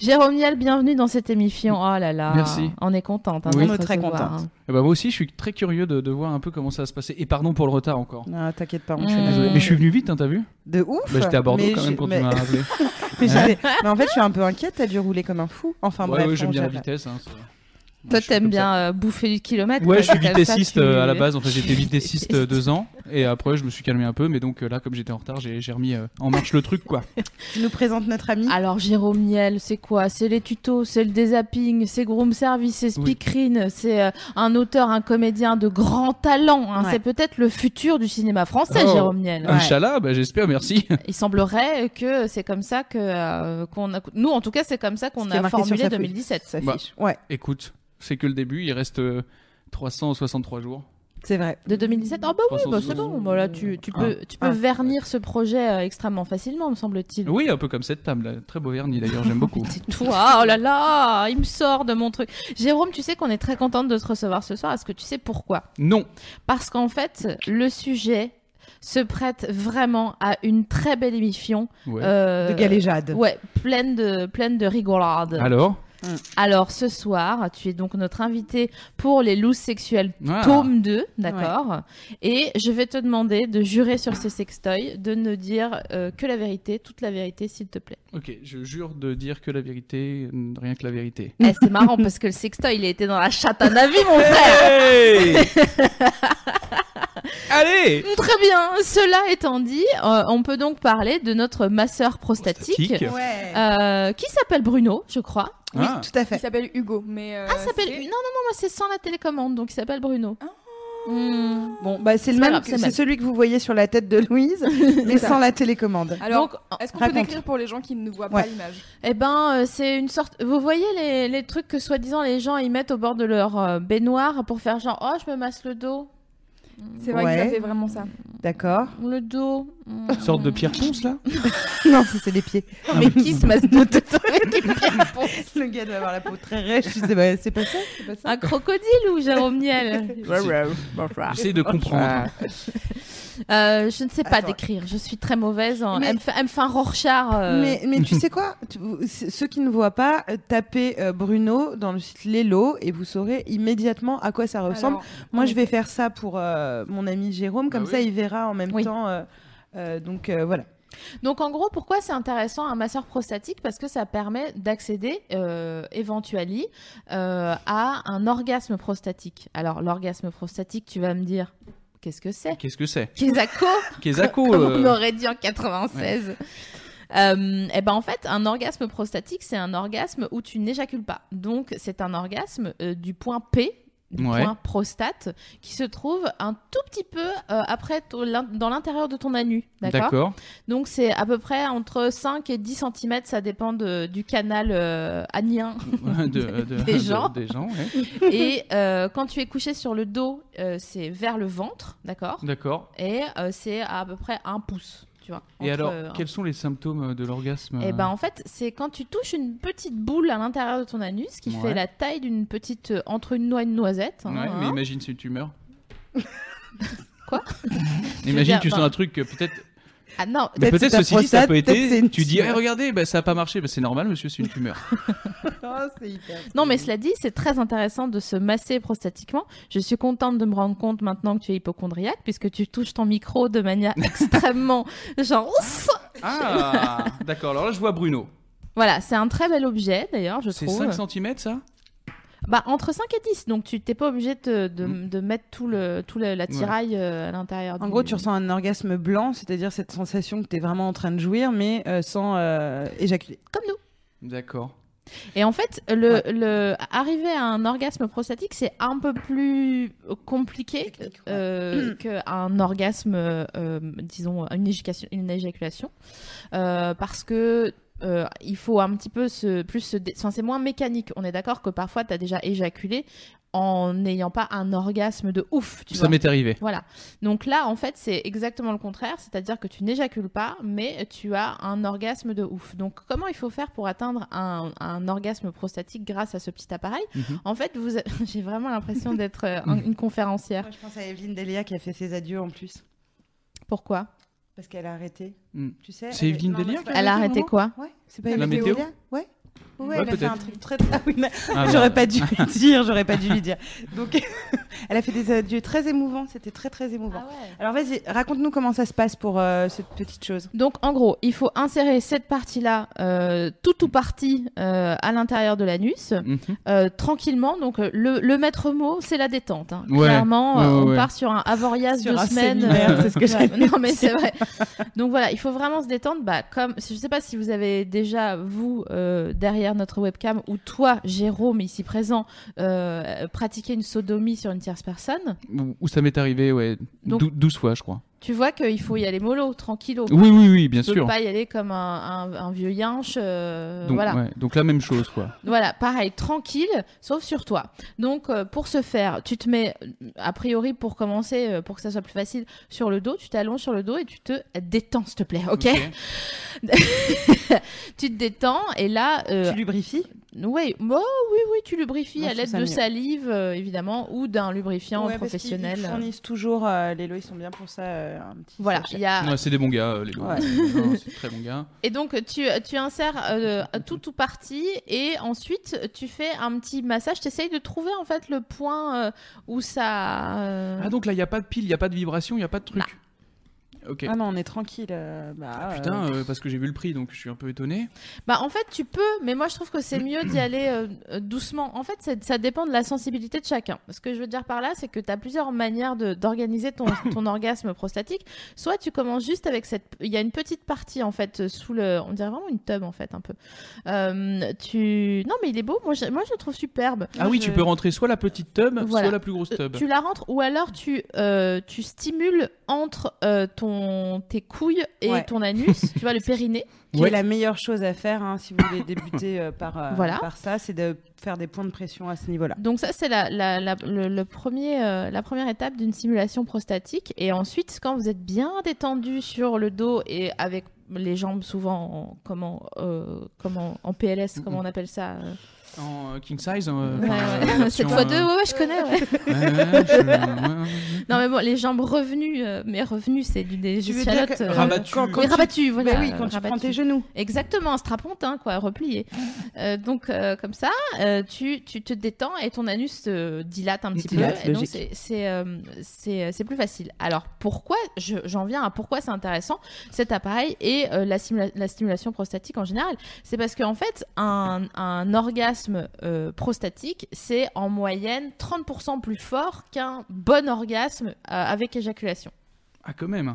[SPEAKER 1] Jérôme Niel, bienvenue dans cette émission. Oh là là.
[SPEAKER 4] Merci.
[SPEAKER 1] On est contente. Hein,
[SPEAKER 2] Oui.
[SPEAKER 1] de
[SPEAKER 2] On est
[SPEAKER 1] te
[SPEAKER 2] très
[SPEAKER 1] recevoir,
[SPEAKER 2] contente.
[SPEAKER 1] hein.
[SPEAKER 4] Eh ben, moi aussi, je suis très curieux de, de voir un peu comment ça va se passer. Et pardon pour le retard encore.
[SPEAKER 2] Non, t'inquiète pas, on fait
[SPEAKER 1] Mm.
[SPEAKER 2] la-
[SPEAKER 4] Désolé. Mais je suis venu vite, hein, t'as vu
[SPEAKER 2] de Mmh. ouf.
[SPEAKER 4] bah, J'étais à Bordeaux
[SPEAKER 2] mais
[SPEAKER 4] quand
[SPEAKER 2] je-
[SPEAKER 4] même quand
[SPEAKER 2] mais-
[SPEAKER 4] tu m'as rappelé.
[SPEAKER 2] mais j'étais- mais en fait, je suis un peu inquiète, t'as dû rouler comme un fou. Enfin
[SPEAKER 4] ouais,
[SPEAKER 2] bref,
[SPEAKER 4] ouais,
[SPEAKER 2] on
[SPEAKER 4] j'aime bien la
[SPEAKER 2] gère.
[SPEAKER 4] vitesse. hein, c'est- Moi,
[SPEAKER 1] Toi,
[SPEAKER 4] je suis
[SPEAKER 1] t'aimes
[SPEAKER 4] comme ça.
[SPEAKER 1] bien euh, bouffer du kilomètre.
[SPEAKER 4] Ouais,
[SPEAKER 1] quoi,
[SPEAKER 4] je suis
[SPEAKER 1] t'aimes ça,
[SPEAKER 4] vitessiste
[SPEAKER 1] tu-
[SPEAKER 4] euh, à la base. En fait, j'étais vitessiste euh, deux ans. Et après, je me suis calmé un peu. Mais donc euh, là, comme j'étais en retard, j'ai j'ai remis euh, en marche le truc, quoi.
[SPEAKER 2] Tu nous présentes notre ami.
[SPEAKER 1] Alors, Jérôme Niel, c'est quoi C'est les tutos, c'est le désapping, c'est Groom Service, c'est
[SPEAKER 4] Oui.
[SPEAKER 1] Speakerine, c'est euh, un auteur, un comédien de grand talent. hein.
[SPEAKER 2] Ouais.
[SPEAKER 1] C'est peut-être le futur du cinéma français,
[SPEAKER 4] Oh.
[SPEAKER 1] Jérôme Niel.
[SPEAKER 4] Inch'Allah, bah, j'espère, merci.
[SPEAKER 1] Il semblerait que c'est comme ça que euh, qu'on a... nous en tout cas c'est comme ça qu'on
[SPEAKER 2] Ce qui est
[SPEAKER 1] a
[SPEAKER 2] marqué sur
[SPEAKER 1] formulé
[SPEAKER 2] sa feuille.
[SPEAKER 1] 2017.
[SPEAKER 2] Ça fiche. Ouais,
[SPEAKER 4] Écoute, c'est que le début. Il reste euh, 363 jours.
[SPEAKER 2] c'est vrai.
[SPEAKER 1] De 2017. Oh bah oui, bah c'est bon. Bah là tu, tu peux tu peux
[SPEAKER 2] Ah.
[SPEAKER 1] vernir ce projet euh, extrêmement facilement me semble-t-il.
[SPEAKER 4] Oui, un peu comme cette table. là. Très beau vernis, d'ailleurs, j'aime beaucoup.
[SPEAKER 1] C'est toi, oh là là, il me sort de mon truc. Jérôme, tu sais qu'on est très contente de te recevoir ce soir. Est-ce que tu sais pourquoi
[SPEAKER 4] Non.
[SPEAKER 1] Parce qu'en fait, le sujet se prête vraiment à une très belle émission.
[SPEAKER 4] Ouais.
[SPEAKER 1] euh,
[SPEAKER 2] De galéjade.
[SPEAKER 1] Ouais, pleine de, pleine de rigolade. Alors...
[SPEAKER 4] Alors
[SPEAKER 1] ce soir, tu es donc notre invité pour les looses sexuelles
[SPEAKER 4] Ah.
[SPEAKER 1] tome 2, d'accord Et je vais te demander de jurer sur ce sextoy, de ne dire euh, que la vérité, toute la vérité, s'il te plaît.
[SPEAKER 4] Ok, je jure de dire que la vérité, euh, rien que la vérité.
[SPEAKER 1] Eh, c'est marrant parce que le sextoy, il a été dans la chatte à Navi, mon frère
[SPEAKER 4] Allez
[SPEAKER 1] Très bien, cela étant dit, euh, on peut donc parler de notre masseur prostatique,
[SPEAKER 4] Prostatique.
[SPEAKER 2] Ouais.
[SPEAKER 3] Ah,
[SPEAKER 1] euh, qui s'appelle Bruno, je crois.
[SPEAKER 2] Oui,
[SPEAKER 4] Ah.
[SPEAKER 2] tout à
[SPEAKER 3] Il
[SPEAKER 2] fait.
[SPEAKER 3] s'appelle Hugo, mais. euh,
[SPEAKER 1] Ah, s'appelle... Non,
[SPEAKER 3] c'est-
[SPEAKER 1] non, non, moi c'est sans la télécommande, donc il s'appelle Bruno. Hmm.
[SPEAKER 2] Bon, bah, c'est le
[SPEAKER 1] C'est pas
[SPEAKER 2] même,
[SPEAKER 1] grave,
[SPEAKER 2] que-
[SPEAKER 1] c'est le
[SPEAKER 2] c'est
[SPEAKER 1] même.
[SPEAKER 2] celui que vous voyez sur la tête de Louise, mais
[SPEAKER 3] ça.
[SPEAKER 2] sans la télécommande.
[SPEAKER 3] Alors,
[SPEAKER 1] donc,
[SPEAKER 3] est-ce qu'on peut
[SPEAKER 2] raconte.
[SPEAKER 3] décrire pour les gens qui ne voient
[SPEAKER 2] Ouais.
[SPEAKER 3] pas l'image
[SPEAKER 1] Eh ben, euh, c'est une sorte. Vous voyez les, les trucs que soi-disant les gens y mettent au bord de leur euh, baignoire pour faire genre oh je me masse le dos,
[SPEAKER 3] C'est vrai que
[SPEAKER 2] Ouais.
[SPEAKER 3] ça fait vraiment ça.
[SPEAKER 2] D'accord.
[SPEAKER 1] le dos. hmm.
[SPEAKER 4] Une sorte de pierre ponce là
[SPEAKER 2] non, ça, c'est les pieds.
[SPEAKER 1] Mais qui se masse le dos avec une pierre ponce
[SPEAKER 2] Le gars doit avoir la peau très rêche. Je sais pas, c'est pas ça, c'est pas ça.
[SPEAKER 1] Un crocodile ou Jérôme Niel
[SPEAKER 4] J'essaie de comprendre.
[SPEAKER 1] Euh, Je ne sais pas
[SPEAKER 2] Attends.
[SPEAKER 1] décrire. Je suis très mauvaise. En...
[SPEAKER 2] Mais-
[SPEAKER 1] Elle, me fait, elle me fait un Rorschach. euh,
[SPEAKER 2] Mais, mais tu sais quoi Tu- c- Ceux qui ne voient pas, euh, tapez euh, Bruno dans le site Lelo et vous saurez immédiatement à quoi ça ressemble.
[SPEAKER 3] Alors,
[SPEAKER 2] Moi, je vais faire ça pour euh, mon ami Jérôme, comme
[SPEAKER 4] Bah
[SPEAKER 2] ça,
[SPEAKER 4] oui.
[SPEAKER 2] il verra en même
[SPEAKER 1] Oui.
[SPEAKER 2] temps. euh, euh, donc euh, voilà.
[SPEAKER 1] Donc en gros, pourquoi c'est intéressant un masseur prostatique Parce que ça permet d'accéder euh, éventuellement euh, à un orgasme prostatique. Alors l'orgasme prostatique, tu vas me dire, qu'est-ce que c'est
[SPEAKER 4] Qu'est-ce que c'est
[SPEAKER 1] Kézako
[SPEAKER 4] Kézako
[SPEAKER 1] Comme on
[SPEAKER 4] euh,
[SPEAKER 1] aurait dit en 96. et ben en fait, un orgasme prostatique, c'est un orgasme où tu n'éjacules pas. Donc c'est un orgasme euh, du point P, du
[SPEAKER 4] Ouais.
[SPEAKER 1] point prostate, qui se trouve un tout petit peu euh, après ton- l'in- dans l'intérieur de ton anus. D'accord.
[SPEAKER 4] D'accord.
[SPEAKER 1] Donc c'est à peu près entre 5 et 10 cm, ça dépend de- du canal euh, anien.
[SPEAKER 4] Ouais, de- de-
[SPEAKER 1] Des
[SPEAKER 4] de-
[SPEAKER 1] gens.
[SPEAKER 4] Des gens, ouais.
[SPEAKER 1] Et euh, quand tu es couché sur le dos, euh, c'est vers le ventre, d'accord
[SPEAKER 4] D'accord.
[SPEAKER 1] Et euh, c'est à, peu près un pouce, tu vois.
[SPEAKER 4] Et
[SPEAKER 1] entre,
[SPEAKER 4] alors,
[SPEAKER 1] euh, un-
[SPEAKER 4] quels sont les symptômes de l'orgasme
[SPEAKER 1] Eh ben en fait, c'est quand tu touches une petite boule à l'intérieur de ton anus qui
[SPEAKER 4] Ouais.
[SPEAKER 1] fait la taille d'une petite euh, entre une noix et une noisette. hein,
[SPEAKER 4] Ouais,
[SPEAKER 1] hein.
[SPEAKER 4] mais imagine si tu meurs.
[SPEAKER 1] Quoi
[SPEAKER 4] Imagine
[SPEAKER 1] dire,
[SPEAKER 4] tu sens
[SPEAKER 1] enfin-
[SPEAKER 4] un truc que peut-être.
[SPEAKER 1] Ah non,
[SPEAKER 4] Mais
[SPEAKER 2] Peut-être c'est
[SPEAKER 4] peut-être
[SPEAKER 2] ta
[SPEAKER 4] ceci dit, ça
[SPEAKER 2] prostate,
[SPEAKER 4] peut
[SPEAKER 2] peut-être c'est
[SPEAKER 4] être.
[SPEAKER 2] une
[SPEAKER 4] Tu dis,
[SPEAKER 2] tumeur.
[SPEAKER 4] eh, regardez, bah, ça n'a pas marché. Bah, c'est normal, monsieur, c'est une tumeur.
[SPEAKER 2] Oh,
[SPEAKER 1] Non, mais cela dit, c'est très intéressant de se masser prostatiquement. Je suis contente de me rendre compte maintenant que tu es hypochondriaque, puisque tu touches ton micro de manière extrêmement genre. ouf
[SPEAKER 4] Ah D'accord, alors là, je vois Bruno.
[SPEAKER 1] Voilà, c'est un très bel objet d'ailleurs, je
[SPEAKER 4] C'est
[SPEAKER 1] trouve.
[SPEAKER 4] 5 cm ça
[SPEAKER 1] Bah entre 5 et 10, donc tu t'es pas obligé de, de,
[SPEAKER 4] Mm.
[SPEAKER 1] de mettre tout le tout le- l'attirail euh, à l'intérieur.
[SPEAKER 2] En
[SPEAKER 1] du-
[SPEAKER 2] gros, tu ressens un orgasme blanc, c'est-à-dire cette sensation que tu es vraiment en train de jouir, mais euh, sans euh, éjaculer.
[SPEAKER 1] comme nous.
[SPEAKER 4] D'accord.
[SPEAKER 1] Et en fait, le, le arriver à un orgasme prostatique, c'est un peu plus compliqué
[SPEAKER 2] Technique, ouais.
[SPEAKER 1] euh, qu'un orgasme, euh, disons, une éjaculation, une éjaculation, Euh, parce que euh, il faut un petit peu se, plus se, dé- enfin, c'est moins mécanique. On est d'accord que parfois tu as déjà éjaculé en n'ayant pas un orgasme de ouf. Tu
[SPEAKER 4] ça
[SPEAKER 1] vois.
[SPEAKER 4] m'est arrivé.
[SPEAKER 1] Voilà. Donc là, en fait, c'est exactement le contraire, c'est-à-dire que tu n'éjacules pas, mais tu as un orgasme de ouf. Donc comment il faut faire pour atteindre un, un orgasme prostatique grâce à ce petit appareil
[SPEAKER 4] Mhm.
[SPEAKER 1] En fait, vous, j'ai vraiment l'impression d'être euh, un- une conférencière.
[SPEAKER 2] je pense à Evelyne Delia qui a fait ses adieux en plus,
[SPEAKER 1] Pourquoi
[SPEAKER 2] parce qu'elle a arrêté.
[SPEAKER 4] Hmm.
[SPEAKER 2] Tu sais,
[SPEAKER 4] C'est
[SPEAKER 2] elle-
[SPEAKER 4] Evelyne
[SPEAKER 2] non, non,
[SPEAKER 4] Delia
[SPEAKER 2] c'est pas
[SPEAKER 1] Elle a
[SPEAKER 2] Evelyne
[SPEAKER 1] arrêté
[SPEAKER 2] Delia.
[SPEAKER 1] quoi
[SPEAKER 2] Ouais, c'est pas
[SPEAKER 4] La
[SPEAKER 2] Evelyne
[SPEAKER 4] météo
[SPEAKER 2] Delia Ouais. Ouais,
[SPEAKER 4] Ouais,
[SPEAKER 2] elle a fait
[SPEAKER 4] peut-être.
[SPEAKER 2] un truc très. Ah oui, mais-
[SPEAKER 4] Ah,
[SPEAKER 2] J'aurais
[SPEAKER 4] merde.
[SPEAKER 2] pas dû le dire, j'aurais pas dû lui dire. Donc, elle a fait des adieux très émouvants, c'était très très émouvant. Alors vas-y, raconte-nous comment ça se passe pour euh, cette petite chose.
[SPEAKER 1] Donc en gros, il faut insérer cette partie-là, euh, tout ou partie, euh, à l'intérieur de l'anus.
[SPEAKER 4] Mhm.
[SPEAKER 1] Euh, tranquillement. Donc euh, le, le maître mot, c'est la détente. hein.
[SPEAKER 4] Ouais.
[SPEAKER 1] Clairement,
[SPEAKER 4] Ouais,
[SPEAKER 1] euh,
[SPEAKER 4] ouais,
[SPEAKER 1] on
[SPEAKER 4] ouais.
[SPEAKER 1] part sur un avorias
[SPEAKER 2] Sur
[SPEAKER 1] de
[SPEAKER 2] un
[SPEAKER 1] semaine.
[SPEAKER 2] séminaire, c'est ce que j'allais
[SPEAKER 1] non mais c'est vrai. Donc voilà, il faut vraiment se détendre. Bah comme je sais pas si vous avez déjà vous euh, derrière notre webcam ou toi Jérôme ici présent euh, pratiqué une sodomie sur une tierce personne.
[SPEAKER 4] Ou ou ça m'est arrivé, ouais.
[SPEAKER 1] Donc-
[SPEAKER 4] Dou- 12 fois, je crois.
[SPEAKER 1] Tu vois qu'il faut y aller mollo, tranquillo.
[SPEAKER 4] Oui, oui, oui, bien
[SPEAKER 1] tu
[SPEAKER 4] sûr.
[SPEAKER 1] peux pas y aller comme un, un- un vieux yinche. euh,
[SPEAKER 4] Donc,
[SPEAKER 1] voilà.
[SPEAKER 4] ouais, donc la même chose, quoi.
[SPEAKER 1] Voilà, pareil, tranquille, sauf sur toi. Donc, euh, pour ce faire, tu te mets, euh, a priori, pour commencer, euh, pour que ça soit plus facile, sur le dos, tu t'allonges sur le dos et tu te détends, s'il te plaît, ok Tu te détends et là, euh,
[SPEAKER 2] Tu lubrifies
[SPEAKER 1] Oui, oh, oui, oui, tu lubrifies
[SPEAKER 2] Moi,
[SPEAKER 1] à
[SPEAKER 2] je
[SPEAKER 1] l'aide de
[SPEAKER 2] trouve ça mieux.
[SPEAKER 1] salive, euh, évidemment, ou d'un lubrifiant
[SPEAKER 2] Ouais, parce qu'ils-
[SPEAKER 1] professionnel.
[SPEAKER 2] Ils fournissent toujours, euh, les lots, ils sont bien pour ça. euh, un petit
[SPEAKER 1] Voilà,
[SPEAKER 2] sachet.
[SPEAKER 1] il y a...
[SPEAKER 4] Ouais, c'est des bons gars, euh, les loups.
[SPEAKER 2] Ouais.
[SPEAKER 4] Non, c'est des très bons gars.
[SPEAKER 1] Et donc tu, tu insères euh, tout ou partie et ensuite tu fais un petit massage. T'essayes de trouver en fait le point euh, où ça. euh,
[SPEAKER 4] Ah, donc là, il n'y a pas de pile, il n'y a pas de vibration, il n'y a pas de truc. Bah. Ok.
[SPEAKER 2] Ah non, on est tranquille. euh, bah, euh,
[SPEAKER 4] Putain, euh, parce que j'ai vu le prix, donc je suis un peu étonné.
[SPEAKER 1] Bah en fait tu peux, mais moi je trouve que c'est mieux d'y aller euh, euh, doucement. En fait c'est- ça dépend de la sensibilité de chacun. Ce que je veux dire par là, c'est que tu as plusieurs manières de- d'organiser ton, ton orgasme prostatique. Soit tu commences juste avec cette, il y a une petite partie en fait euh, sous le, on dirait vraiment une tub en fait un peu. Euh, tu, non mais il est beau. Moi je, moi je le trouve superbe.
[SPEAKER 4] Ah oui, tu
[SPEAKER 1] Je-
[SPEAKER 4] peux rentrer soit la petite tub,
[SPEAKER 1] Voilà.
[SPEAKER 4] soit la plus grosse
[SPEAKER 1] Euh,
[SPEAKER 4] tub.
[SPEAKER 1] Tu la rentres ou alors tu, euh, tu stimules entre euh, ton, tes couilles et
[SPEAKER 2] Ouais.
[SPEAKER 1] ton anus, tu vois, le périnée.
[SPEAKER 2] Qui
[SPEAKER 4] Ouais.
[SPEAKER 2] est la meilleure chose à faire hein, si vous voulez débuter euh, par, euh,
[SPEAKER 1] Voilà.
[SPEAKER 2] par ça, c'est de faire des points de pression à ce niveau-là.
[SPEAKER 1] Donc ça, c'est la, la, la- le, le premier, euh, la première étape d'une simulation prostatique. Et ensuite, quand vous êtes bien détendu sur le dos et avec les jambes souvent en, comment, euh, comment, en PLS, comment on appelle ça euh,
[SPEAKER 4] En euh, king size. euh,
[SPEAKER 1] ouais,
[SPEAKER 4] enfin,
[SPEAKER 1] ouais.
[SPEAKER 4] euh, version,
[SPEAKER 1] Cette fois deux,
[SPEAKER 4] euh,
[SPEAKER 1] ouais, ouais, je connais. ouais.
[SPEAKER 4] ouais, ouais, je- ouais, ouais.
[SPEAKER 1] non mais bon, les jambes revenues, euh, mais revenues, c'est du des
[SPEAKER 2] Tu veux dire
[SPEAKER 1] échalotes.
[SPEAKER 2] que-
[SPEAKER 1] euh,
[SPEAKER 4] Rabattu.
[SPEAKER 2] quand- quand
[SPEAKER 1] oui,
[SPEAKER 2] tu-
[SPEAKER 1] rabattues, voilà.
[SPEAKER 2] Bah oui, quand
[SPEAKER 1] euh,
[SPEAKER 2] tu prends
[SPEAKER 1] rabattues.
[SPEAKER 2] tes genoux.
[SPEAKER 1] Exactement, un strapontin, quoi, replié. Euh, donc, euh, comme ça, euh, tu, tu te détends et ton anus se dilate un petit
[SPEAKER 2] Dilate,
[SPEAKER 1] peu. Et donc,
[SPEAKER 2] logique.
[SPEAKER 1] c'est- c'est euh, c'est- c'est plus facile. Alors, pourquoi je- J'en viens à pourquoi c'est intéressant, cet appareil et euh, la, simula- la stimulation prostatique en général. C'est parce qu'en fait, un, un orgasme euh, prostatique, c'est en moyenne 30% plus fort qu'un bon orgasme euh, avec éjaculation.
[SPEAKER 4] Ah, quand même.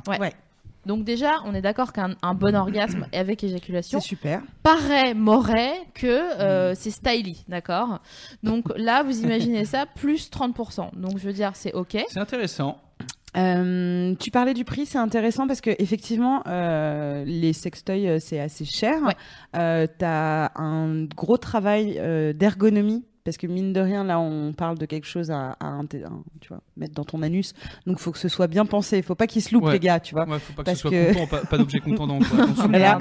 [SPEAKER 1] Donc, déjà, on est d'accord qu'un un bon orgasme avec éjaculation
[SPEAKER 2] C'est super.
[SPEAKER 1] paraît Moret que
[SPEAKER 2] Mm.
[SPEAKER 1] euh, c'est styly, d'accord Donc là, vous imaginez ça, plus 30%. Donc je veux dire, c'est ok.
[SPEAKER 4] C'est intéressant.
[SPEAKER 2] Euh, tu parlais du prix, c'est intéressant parce que effectivement, euh, les sextoys euh, c'est assez cher.
[SPEAKER 1] Ouais.
[SPEAKER 2] Euh, T'as un gros travail euh, d'ergonomie parce que mine de rien, là, on parle de quelque chose à, à inté- un- tu vois, mettre dans ton anus. Donc, faut que ce soit bien pensé. Faut pas qu'il se loupe,
[SPEAKER 4] Ouais.
[SPEAKER 2] les gars, tu vois.
[SPEAKER 4] Ouais, faut pas que
[SPEAKER 2] Parce
[SPEAKER 4] ce soit
[SPEAKER 2] que-
[SPEAKER 4] content, pas, pas d'objet contendant. Quoi. Attention.
[SPEAKER 2] Voilà.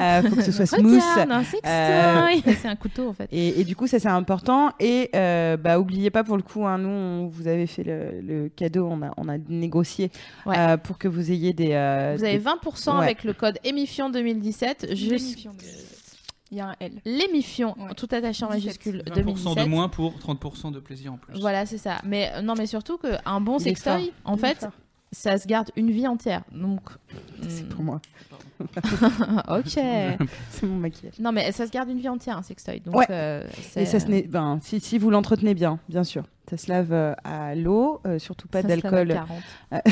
[SPEAKER 2] Euh, faut que ce soit smooth.
[SPEAKER 1] Oh, Regarde, un sextoy
[SPEAKER 2] Euh,
[SPEAKER 1] C'est un couteau, en fait.
[SPEAKER 2] Et, et du coup, ça c'est important. Et euh, bah, oubliez pas pour le coup, hein, nous, on vous avez fait le, le cadeau, on a, on a négocié
[SPEAKER 1] Ouais.
[SPEAKER 2] euh, pour que vous ayez des. euh,
[SPEAKER 1] Vous avez
[SPEAKER 2] des-
[SPEAKER 1] 20%
[SPEAKER 2] ouais.
[SPEAKER 1] avec le code émifion 2017 jusqu'à
[SPEAKER 3] L'émission de- Il y a un L.
[SPEAKER 1] l'émifion,
[SPEAKER 3] Ouais.
[SPEAKER 1] tout attaché en
[SPEAKER 3] 17.
[SPEAKER 1] majuscule
[SPEAKER 4] 20%
[SPEAKER 1] 2017.
[SPEAKER 4] de moins pour 30% de plaisir en plus.
[SPEAKER 1] Voilà, c'est ça. Mais euh, non, mais surtout qu'un bon
[SPEAKER 2] Il est
[SPEAKER 1] sextoy, en
[SPEAKER 2] Il est
[SPEAKER 1] fait,
[SPEAKER 2] fort.
[SPEAKER 1] ça se garde une vie entière. Donc, mm,
[SPEAKER 2] C'est pour moi.
[SPEAKER 1] ok.
[SPEAKER 2] C'est mon maquillage.
[SPEAKER 1] Non, mais ça se garde une vie entière, un sextoy. Donc,
[SPEAKER 2] Ouais.
[SPEAKER 1] euh,
[SPEAKER 2] Et ça
[SPEAKER 1] c'est-
[SPEAKER 2] se n'est- ben, si, si vous l'entretenez bien, bien sûr. Ça se lave euh, à l'eau, euh, surtout pas
[SPEAKER 1] ça se lave à
[SPEAKER 2] d'alcool,
[SPEAKER 1] 40.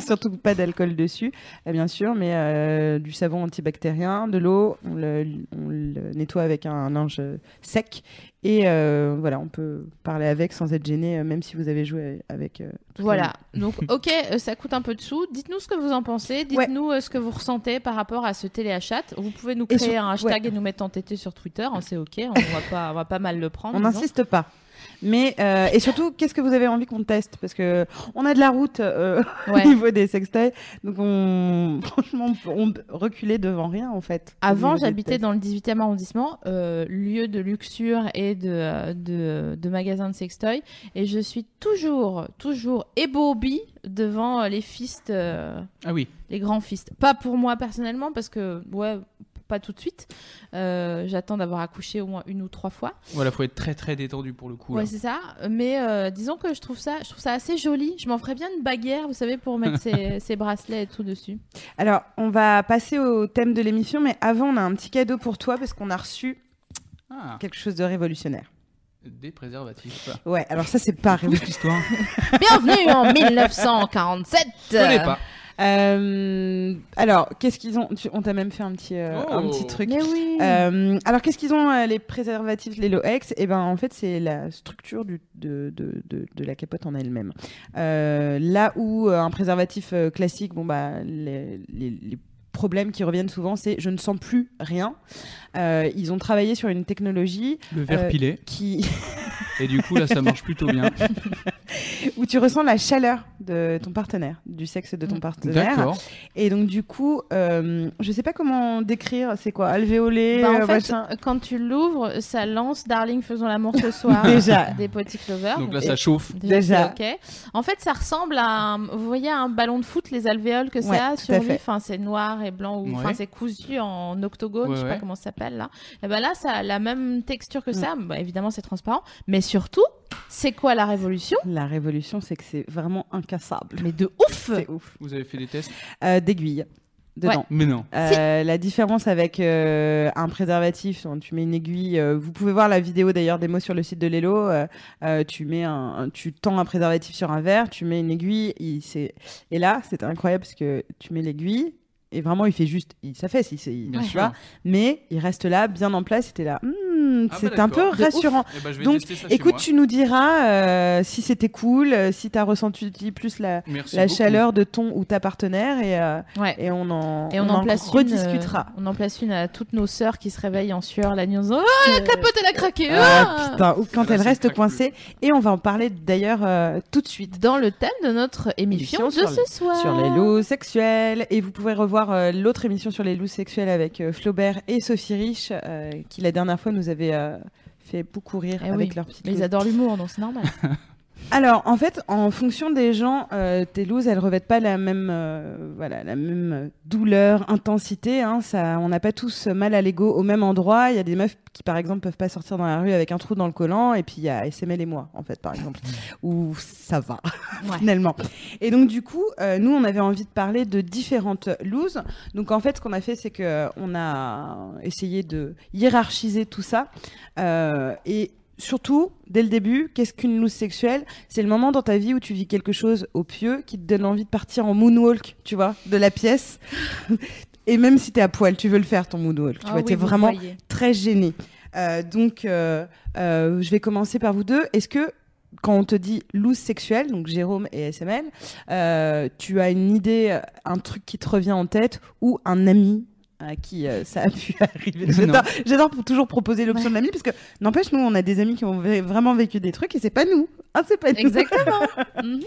[SPEAKER 2] surtout pas d'alcool dessus, euh, bien sûr, mais euh, du savon antibactérien, de l'eau, on le, on le nettoie avec un linge euh, sec et euh, voilà, on peut parler avec sans être gêné, euh, même si vous avez joué avec. euh, toute la
[SPEAKER 1] Voilà. Donc, ok, euh, ça coûte un peu de sous. Dites-nous ce que vous en pensez. Dites-nous euh, ce que vous ressentez par rapport à ce téléachat. Vous pouvez nous
[SPEAKER 2] Et
[SPEAKER 1] créer
[SPEAKER 2] sur-
[SPEAKER 1] un hashtag et nous mettre en tété sur Twitter. hein, C'est ok. On va pas, on va pas mal le prendre.
[SPEAKER 2] On
[SPEAKER 1] disons.
[SPEAKER 2] n'insiste pas. Mais euh, et surtout, qu'est-ce que vous avez envie qu'on teste Parce que on a de la route euh,
[SPEAKER 1] Ouais.
[SPEAKER 2] au niveau des sextoys, donc on franchement on on reculait devant rien en fait. au
[SPEAKER 1] Avant,
[SPEAKER 2] niveau des
[SPEAKER 1] j'habitais
[SPEAKER 2] tests.
[SPEAKER 1] dans le 18e arrondissement, euh, lieu de luxure et de, euh, de, de magasins de sextoy. Et je suis toujours, toujours ébobie devant euh, les fistes, euh,
[SPEAKER 4] Ah oui.
[SPEAKER 1] les grands fistes. Pas pour moi personnellement, parce que, ouais, pas tout de suite. Euh, J'attends d'avoir accouché au moins une ou trois fois.
[SPEAKER 4] Voilà, faut être très très détendu pour le coup. là.
[SPEAKER 1] Ouais, c'est ça. Mais euh, disons que je trouve ça, je trouve ça assez joli. Je m'en ferais bien une baguère, vous savez, pour mettre ces, ces bracelets et tout dessus.
[SPEAKER 2] Alors, on va passer au thème de l'émission, mais avant, on a un petit cadeau pour toi parce qu'on a reçu
[SPEAKER 4] Ah,
[SPEAKER 2] quelque chose de révolutionnaire.
[SPEAKER 4] des préservatifs.
[SPEAKER 2] Ouais. Alors ça, c'est pas révolutionnaire.
[SPEAKER 4] L'histoire.
[SPEAKER 1] Bienvenue en 1947.
[SPEAKER 4] Je connais pas.
[SPEAKER 2] Euh, alors, qu'est-ce qu'ils ont tu- On t'a même fait un petit euh, un
[SPEAKER 4] Oh.
[SPEAKER 2] petit truc.
[SPEAKER 1] Mais oui.
[SPEAKER 2] Euh, alors, qu'est-ce qu'ils ont, euh, les préservatifs, les Loex Eh ben, en fait, c'est la structure du- de, de- de- de la capote en elle-même. Euh, là où euh, un préservatif euh, classique, bon, bah, les, les- les problèmes qui reviennent souvent, c'est je ne sens plus rien. Euh, ils ont travaillé sur une technologie
[SPEAKER 4] Le verre
[SPEAKER 2] Euh,
[SPEAKER 4] pilé.
[SPEAKER 2] qui.
[SPEAKER 4] Et du coup, là, ça marche plutôt bien.
[SPEAKER 2] où tu ressens la chaleur de ton partenaire, du sexe de ton
[SPEAKER 1] Mm.
[SPEAKER 2] partenaire.
[SPEAKER 4] D'accord.
[SPEAKER 2] Et donc, du coup, euh, je sais pas comment décrire, c'est quoi Alvéolé,
[SPEAKER 1] Bah, en
[SPEAKER 2] euh,
[SPEAKER 1] fait,
[SPEAKER 2] machin.
[SPEAKER 1] quand tu l'ouvres, ça lance Darling faisons l'amour ce soir
[SPEAKER 2] Déjà.
[SPEAKER 1] des petits clovers.
[SPEAKER 4] Donc là, ça chauffe.
[SPEAKER 2] Déjà.
[SPEAKER 1] c'est ok. En fait, ça ressemble à un, vous voyez un ballon de foot, les alvéoles que
[SPEAKER 2] Ouais,
[SPEAKER 1] ça a
[SPEAKER 2] tout
[SPEAKER 1] sur
[SPEAKER 2] à
[SPEAKER 1] lui.
[SPEAKER 2] fait.
[SPEAKER 1] Enfin, c'est noir et blanc ou enfin
[SPEAKER 4] Ouais.
[SPEAKER 1] c'est cousu en octogone,
[SPEAKER 4] Ouais,
[SPEAKER 1] je sais pas
[SPEAKER 4] ouais.
[SPEAKER 1] comment ça s'appelle là. Et ben là, ça a la même texture
[SPEAKER 2] Mm.
[SPEAKER 1] que ça. Bah, évidemment, c'est transparent, mais surtout, c'est quoi la révolution
[SPEAKER 2] La révolution, c'est que c'est vraiment incassable.
[SPEAKER 1] Mais de ouf
[SPEAKER 2] C'est ouf.
[SPEAKER 4] Vous avez fait des tests
[SPEAKER 2] Euh, D'aiguille dedans.
[SPEAKER 4] Mais non.
[SPEAKER 2] Euh, la différence avec euh, un préservatif, hein, tu mets une aiguille. euh, vous pouvez voir la vidéo d'ailleurs des mots sur le site de Lelo. euh, euh, tu mets un, un- tu tends un préservatif sur un verre, tu mets une aiguille. Il, c'est- et là, c'est incroyable parce que tu mets l'aiguille et vraiment il fait juste, il s'affaisse, il, s'est- il-
[SPEAKER 4] Bien
[SPEAKER 2] tu
[SPEAKER 4] sûr.
[SPEAKER 2] vois, mais il reste là, bien en place. C'était là, Hmm,
[SPEAKER 4] Ah bah
[SPEAKER 2] c'est un
[SPEAKER 4] d'accord.
[SPEAKER 2] peu
[SPEAKER 4] De ouf.
[SPEAKER 2] rassurant.
[SPEAKER 4] Eh ben, je vais
[SPEAKER 2] Donc,
[SPEAKER 4] tester ça chez
[SPEAKER 2] Écoute,
[SPEAKER 4] moi.
[SPEAKER 2] tu nous diras euh, si c'était cool, euh, si t'as ressenti plus la,
[SPEAKER 4] Merci
[SPEAKER 2] la
[SPEAKER 4] beaucoup.
[SPEAKER 2] chaleur de ton ou ta partenaire et, euh,
[SPEAKER 1] Ouais.
[SPEAKER 2] et on en,
[SPEAKER 1] Et on, en place une,
[SPEAKER 2] rediscutera.
[SPEAKER 1] euh, on en place une à toutes nos sœurs qui se réveillent en sueur la nuit en disant Ah,
[SPEAKER 3] Euh,
[SPEAKER 1] la capote, elle a craqué
[SPEAKER 2] Ah,
[SPEAKER 1] ah
[SPEAKER 2] putain, ou quand
[SPEAKER 4] Là,
[SPEAKER 2] elle
[SPEAKER 4] ça
[SPEAKER 2] reste
[SPEAKER 4] craque
[SPEAKER 2] coincée. Et on va en parler d'ailleurs euh, tout de suite.
[SPEAKER 1] Dans le thème de notre émission,
[SPEAKER 2] Émission sur
[SPEAKER 1] de
[SPEAKER 2] le-
[SPEAKER 1] ce soir.
[SPEAKER 2] Sur les loups sexuels. Et vous pouvez revoir euh, l'autre émission sur les loups sexuels avec euh, Flaubert et Sophie Rich, euh, qui la dernière fois nous avait fait beaucoup rire
[SPEAKER 1] Eh
[SPEAKER 2] avec
[SPEAKER 1] oui,
[SPEAKER 2] leur petite
[SPEAKER 1] Mais
[SPEAKER 2] loose.
[SPEAKER 1] ils adorent l'humour, donc c'est normal.
[SPEAKER 2] Alors, en fait, en fonction des gens, euh, tes looses, elles revêtent pas la même, euh, voilà, la même euh, douleur, intensité. Hein, ça, on n'a pas tous mal à l'ego au même endroit. Il y a des meufs qui, par exemple, peuvent pas sortir dans la rue avec un trou dans le collant, et puis il y a SML et moi, en fait, par exemple, où ça va
[SPEAKER 1] Ouais.
[SPEAKER 2] finalement. Et donc, du coup, euh, nous, on avait envie de parler de différentes looses. Donc, en fait, ce qu'on a fait, c'est que euh, on a essayé de hiérarchiser tout ça. Euh, et surtout, dès le début, qu'est-ce qu'une loose sexuelle C'est le moment dans ta vie où tu vis quelque chose au pieu qui te donne envie de partir en moonwalk, tu vois, de la pièce. et même si t'es à poil, tu veux le faire, ton moonwalk. Tu
[SPEAKER 1] Ah
[SPEAKER 2] vois,
[SPEAKER 1] oui,
[SPEAKER 2] t'es
[SPEAKER 1] vous
[SPEAKER 2] vraiment
[SPEAKER 1] voyez.
[SPEAKER 2] très gêné. Euh, donc, euh, euh, je vais commencer par vous deux. Est-ce que quand on te dit loose sexuelle, donc Jérôme et SML, euh, tu as une idée, euh, un truc qui te revient en tête ou un ami à qui euh, ça a pu arriver J'adore- J'adore pour- toujours proposer l'option de l'ami parce que n'empêche, nous, on a des amis qui ont vé- vraiment vécu des trucs et c'est pas nous. Ah, c'est pas nous.
[SPEAKER 1] Exactement. Mhm.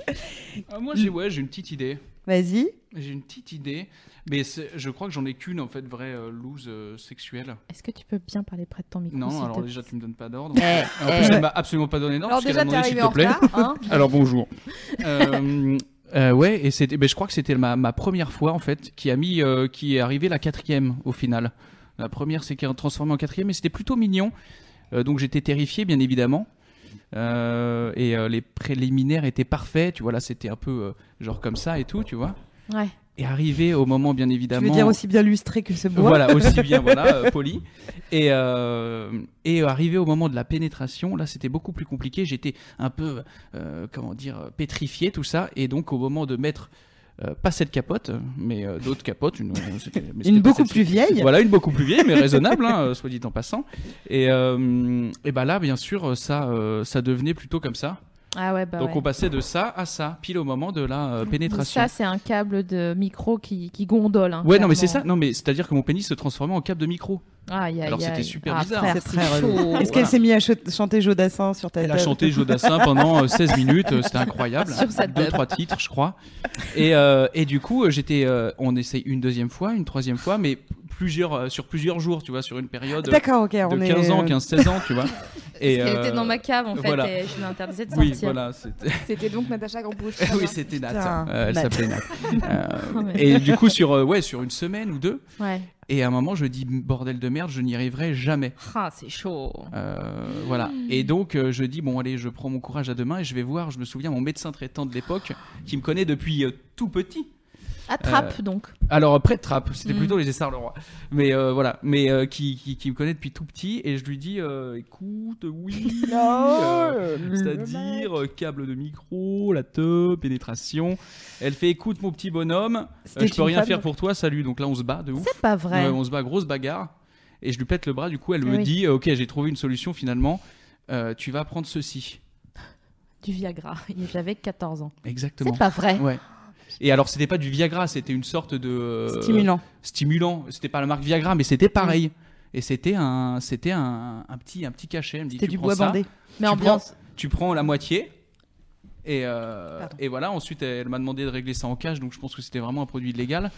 [SPEAKER 4] Ah, moi, j'ai ouais, j'ai une petite idée.
[SPEAKER 2] Vas-y.
[SPEAKER 4] J'ai une petite idée, mais c'est- je crois que j'en ai qu'une en fait vraie euh, loose euh, sexuelle.
[SPEAKER 1] Est-ce que tu peux bien parler près de ton micro
[SPEAKER 4] Non,
[SPEAKER 1] s'il
[SPEAKER 4] alors
[SPEAKER 1] te
[SPEAKER 4] déjà
[SPEAKER 1] plaît
[SPEAKER 4] tu me donnes pas d'ordre.
[SPEAKER 1] Eh,
[SPEAKER 4] En plus,
[SPEAKER 1] eh.
[SPEAKER 4] elle m'a absolument pas donné d'ordre.
[SPEAKER 3] Alors
[SPEAKER 4] parce qu'elle
[SPEAKER 3] déjà,
[SPEAKER 4] a
[SPEAKER 3] t'es
[SPEAKER 4] demandé, s'il
[SPEAKER 3] arrivé
[SPEAKER 4] te
[SPEAKER 3] en
[SPEAKER 4] plaît.
[SPEAKER 3] retard. hein.
[SPEAKER 4] Alors bonjour. Euh, euh, ouais, et c'était, ben, je crois que c'était ma, ma première fois en fait qui a mis, euh, qui est arrivée la quatrième au final. La première s'est transformée en quatrième, et c'était plutôt mignon. Euh, donc j'étais terrifié, bien évidemment. Euh, et euh, les préliminaires étaient parfaits, tu vois. Là, c'était un peu euh, genre comme ça et tout, tu vois.
[SPEAKER 1] Ouais.
[SPEAKER 4] Et arrivé au moment, bien
[SPEAKER 2] Tu
[SPEAKER 4] évidemment.
[SPEAKER 2] veux dire aussi bien lustré que ce bois
[SPEAKER 4] Voilà, aussi bien, voilà, euh, poli. Et, euh, et arrivé au moment de la pénétration, là, c'était beaucoup plus compliqué. J'étais un peu, euh, comment dire, euh, pétrifié, tout ça. Et donc, au moment de mettre, euh, pas cette capote, mais euh, d'autres capotes. Une, euh, c'était- mais c'était
[SPEAKER 2] Une
[SPEAKER 4] pas
[SPEAKER 2] beaucoup
[SPEAKER 4] celle-ci.
[SPEAKER 2] plus vieille.
[SPEAKER 4] Voilà, une beaucoup plus vieille, mais raisonnable, hein, euh, soit dit en passant. Et, euh, et bah là, bien sûr, ça, euh, ça devenait plutôt comme ça.
[SPEAKER 1] Ah ouais, bah
[SPEAKER 4] donc,
[SPEAKER 1] ouais.
[SPEAKER 4] on passait de ça à ça, pile au moment de la euh, pénétration.
[SPEAKER 1] Ça, c'est un câble de micro qui, qui gondole. hein,
[SPEAKER 4] Ouais, non, mais c'est ça.
[SPEAKER 1] clairement.
[SPEAKER 4] Non, mais c'est-à-dire que mon pénis se transformait en câble de micro.
[SPEAKER 1] Ah, y a-
[SPEAKER 4] Alors,
[SPEAKER 1] y a-
[SPEAKER 4] c'était super
[SPEAKER 1] ah,
[SPEAKER 4] bizarre.
[SPEAKER 1] frère,
[SPEAKER 2] C'est très
[SPEAKER 1] chaud.
[SPEAKER 2] relou. Est-ce qu'elle
[SPEAKER 4] Voilà.
[SPEAKER 2] s'est mise à cho- chanter Jodassin sur ta
[SPEAKER 4] Elle a
[SPEAKER 2] table
[SPEAKER 4] chanté Jodassin pendant euh, 16 minutes, euh, c'était incroyable.
[SPEAKER 1] Sur sa
[SPEAKER 4] Deux,
[SPEAKER 1] tête.
[SPEAKER 4] trois titres, je crois. Et, euh, et du coup, euh, j'étais, euh, on essaye une deuxième fois, une troisième fois, mais plusieurs, euh, sur plusieurs jours, tu vois, sur une période euh,
[SPEAKER 2] D'accord, ok. on
[SPEAKER 4] de
[SPEAKER 2] est...
[SPEAKER 4] 15 ans, 15, 16 ans, tu vois. Et,
[SPEAKER 1] Parce qu'elle
[SPEAKER 4] euh,
[SPEAKER 1] était dans ma cave, en fait,
[SPEAKER 4] voilà.
[SPEAKER 1] et je lui interdisais de
[SPEAKER 4] Oui,
[SPEAKER 1] sortir.
[SPEAKER 4] voilà, c'était.
[SPEAKER 3] C'était donc Natacha Grandbouche.
[SPEAKER 4] Ah oui, c'était Nat.
[SPEAKER 2] Putain,
[SPEAKER 4] Euh, elle
[SPEAKER 2] Nat.
[SPEAKER 4] s'appelait Nat. Euh,
[SPEAKER 1] Ah, mais-
[SPEAKER 4] et du coup, sur, euh, ouais, sur une semaine ou deux,
[SPEAKER 1] Ouais.
[SPEAKER 4] et à un moment, je dis bordel de merde, je n'y arriverai jamais.
[SPEAKER 1] Ah, c'est chaud.
[SPEAKER 4] Euh, voilà. Et donc, euh, je dis, bon, allez, je prends mon courage à deux mains et je vais voir, je me souviens, mon médecin traitant de l'époque, qui me connaît depuis euh, tout petit.
[SPEAKER 1] Attrape,
[SPEAKER 4] Euh,
[SPEAKER 1] donc.
[SPEAKER 4] Alors, après Trappe, c'était
[SPEAKER 1] Mm.
[SPEAKER 4] plutôt les essarts le roi. Mais euh, voilà, mais euh, qui, qui, qui me connaît depuis tout petit et je lui dis, euh, écoute, oui. euh, C'est-à-dire euh, câble de micro, la teub, pénétration. Elle fait écoute mon petit bonhomme, euh,
[SPEAKER 2] C'était
[SPEAKER 4] je peux
[SPEAKER 2] une
[SPEAKER 4] rien
[SPEAKER 2] femme.
[SPEAKER 4] faire pour toi, salut. Donc là on se bat de ouf.
[SPEAKER 1] C'est pas vrai.
[SPEAKER 4] Ouais, Euh, on se bat, grosse bagarre. Et je lui pète le bras, du coup, elle
[SPEAKER 1] Ah
[SPEAKER 4] me
[SPEAKER 1] oui.
[SPEAKER 4] dit euh, Ok, j'ai trouvé une solution finalement, Euh, tu vas prendre ceci.
[SPEAKER 1] Du Viagra. Et J'avais 14 ans.
[SPEAKER 4] Exactement.
[SPEAKER 1] C'est pas vrai.
[SPEAKER 4] Ouais. Et alors, c'était pas du Viagra, c'était une sorte de. euh,
[SPEAKER 2] Stimulant.
[SPEAKER 4] Stimulant. C'était pas la marque Viagra, mais c'était pareil. Et c'était un, c'était un, un petit, un petit cachet. Elle me dit,
[SPEAKER 2] C'était
[SPEAKER 4] tu
[SPEAKER 2] du
[SPEAKER 4] prends
[SPEAKER 2] bois
[SPEAKER 4] ça,
[SPEAKER 2] bandé.
[SPEAKER 1] Mais
[SPEAKER 4] tu
[SPEAKER 1] ambiance.
[SPEAKER 4] Tu prends la moitié. Et, euh,
[SPEAKER 2] Pardon.
[SPEAKER 4] et voilà, ensuite elle m'a demandé de régler ça en cash, donc je pense que c'était vraiment un produit illégal.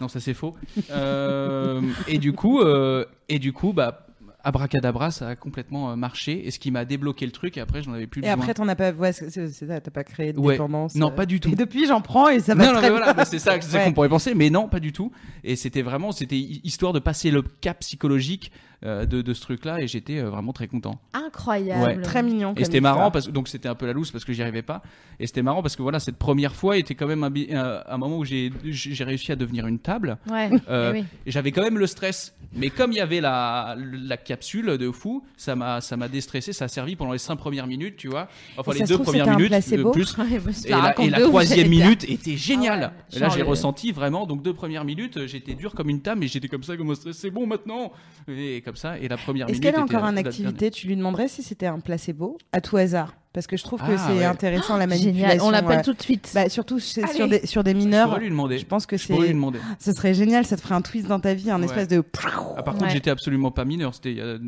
[SPEAKER 4] Non, ça c'est faux. Euh, et du coup, euh, et du coup bah, abracadabra, ça a complètement euh, marché. Et ce qui m'a débloqué le truc, et après j'en avais plus
[SPEAKER 2] Et
[SPEAKER 4] besoin.
[SPEAKER 2] après, t'en as pas, ouais, c'est c'est ça, t'as pas créé de
[SPEAKER 4] Ouais.
[SPEAKER 2] dépendance.
[SPEAKER 4] non,
[SPEAKER 2] euh.
[SPEAKER 4] pas du tout.
[SPEAKER 2] Et depuis, j'en prends et ça va
[SPEAKER 4] Non, non,
[SPEAKER 2] très
[SPEAKER 4] mais voilà,
[SPEAKER 2] bien.
[SPEAKER 4] mais c'est ça, c'est ça
[SPEAKER 2] Ouais.
[SPEAKER 4] qu'on pourrait penser, mais non, pas du tout. Et c'était vraiment, c'était hi- histoire de passer le cap psychologique euh, de, de ce truc-là, et j'étais euh, vraiment très content.
[SPEAKER 1] Incroyable.
[SPEAKER 4] Ouais.
[SPEAKER 2] Très mignon.
[SPEAKER 4] Et
[SPEAKER 2] comme
[SPEAKER 4] c'était
[SPEAKER 2] histoire.
[SPEAKER 4] marrant parce que donc c'était un peu la loose parce que j'y arrivais pas. Et c'était marrant parce que voilà cette première fois était quand même un, bi- un- un moment où j'ai j'ai réussi à devenir une table.
[SPEAKER 1] Ouais.
[SPEAKER 4] Euh,
[SPEAKER 1] Eh oui.
[SPEAKER 4] Et J'avais quand même le stress, mais comme il y avait la, la capsule de fou, ça m'a ça m'a déstressé, ça a servi pendant les cinq premières minutes, tu vois. Enfin
[SPEAKER 5] Et
[SPEAKER 4] les
[SPEAKER 5] ça se
[SPEAKER 4] deux
[SPEAKER 5] trouve,
[SPEAKER 4] premières
[SPEAKER 5] c'était un
[SPEAKER 4] minutes
[SPEAKER 5] placebo.
[SPEAKER 4] euh, plus.
[SPEAKER 1] Ouais, bah, je te
[SPEAKER 4] Et la,
[SPEAKER 1] raconte
[SPEAKER 4] et la
[SPEAKER 1] de ouf,
[SPEAKER 4] troisième
[SPEAKER 1] j'étais
[SPEAKER 4] minute était géniale.
[SPEAKER 1] Ah ouais,
[SPEAKER 4] là,
[SPEAKER 1] genre
[SPEAKER 4] j'ai
[SPEAKER 1] le-
[SPEAKER 4] ressenti vraiment, donc deux premières minutes, euh, j'étais dur comme une table, mais j'étais comme ça, comme au stress, c'est bon maintenant. Et comme ça, et la première
[SPEAKER 2] Est-ce
[SPEAKER 4] minute.
[SPEAKER 2] qu'elle a
[SPEAKER 4] était
[SPEAKER 2] encore
[SPEAKER 4] la-
[SPEAKER 2] en
[SPEAKER 4] la dernière.
[SPEAKER 2] activité Tu lui demanderais si c'était un placebo à tout hasard Parce que je trouve que
[SPEAKER 4] Ah,
[SPEAKER 2] c'est
[SPEAKER 4] ouais.
[SPEAKER 2] intéressant la manipulation.
[SPEAKER 1] Génial, on l'appelle
[SPEAKER 2] euh,
[SPEAKER 1] tout de suite.
[SPEAKER 2] bah, surtout chez- sur
[SPEAKER 3] Allez.
[SPEAKER 2] des, sur des
[SPEAKER 4] Je
[SPEAKER 2] mineurs.
[SPEAKER 4] pourrais lui demander.
[SPEAKER 2] Je pense que
[SPEAKER 4] Je pourrais lui
[SPEAKER 2] c'est,
[SPEAKER 4] demander.
[SPEAKER 2] ce serait génial, ça te ferait un twist dans ta vie, un
[SPEAKER 4] Ouais.
[SPEAKER 2] espèce de.
[SPEAKER 4] Ah, par contre,
[SPEAKER 1] Ouais.
[SPEAKER 4] j'étais absolument pas mineur. C'était. euh,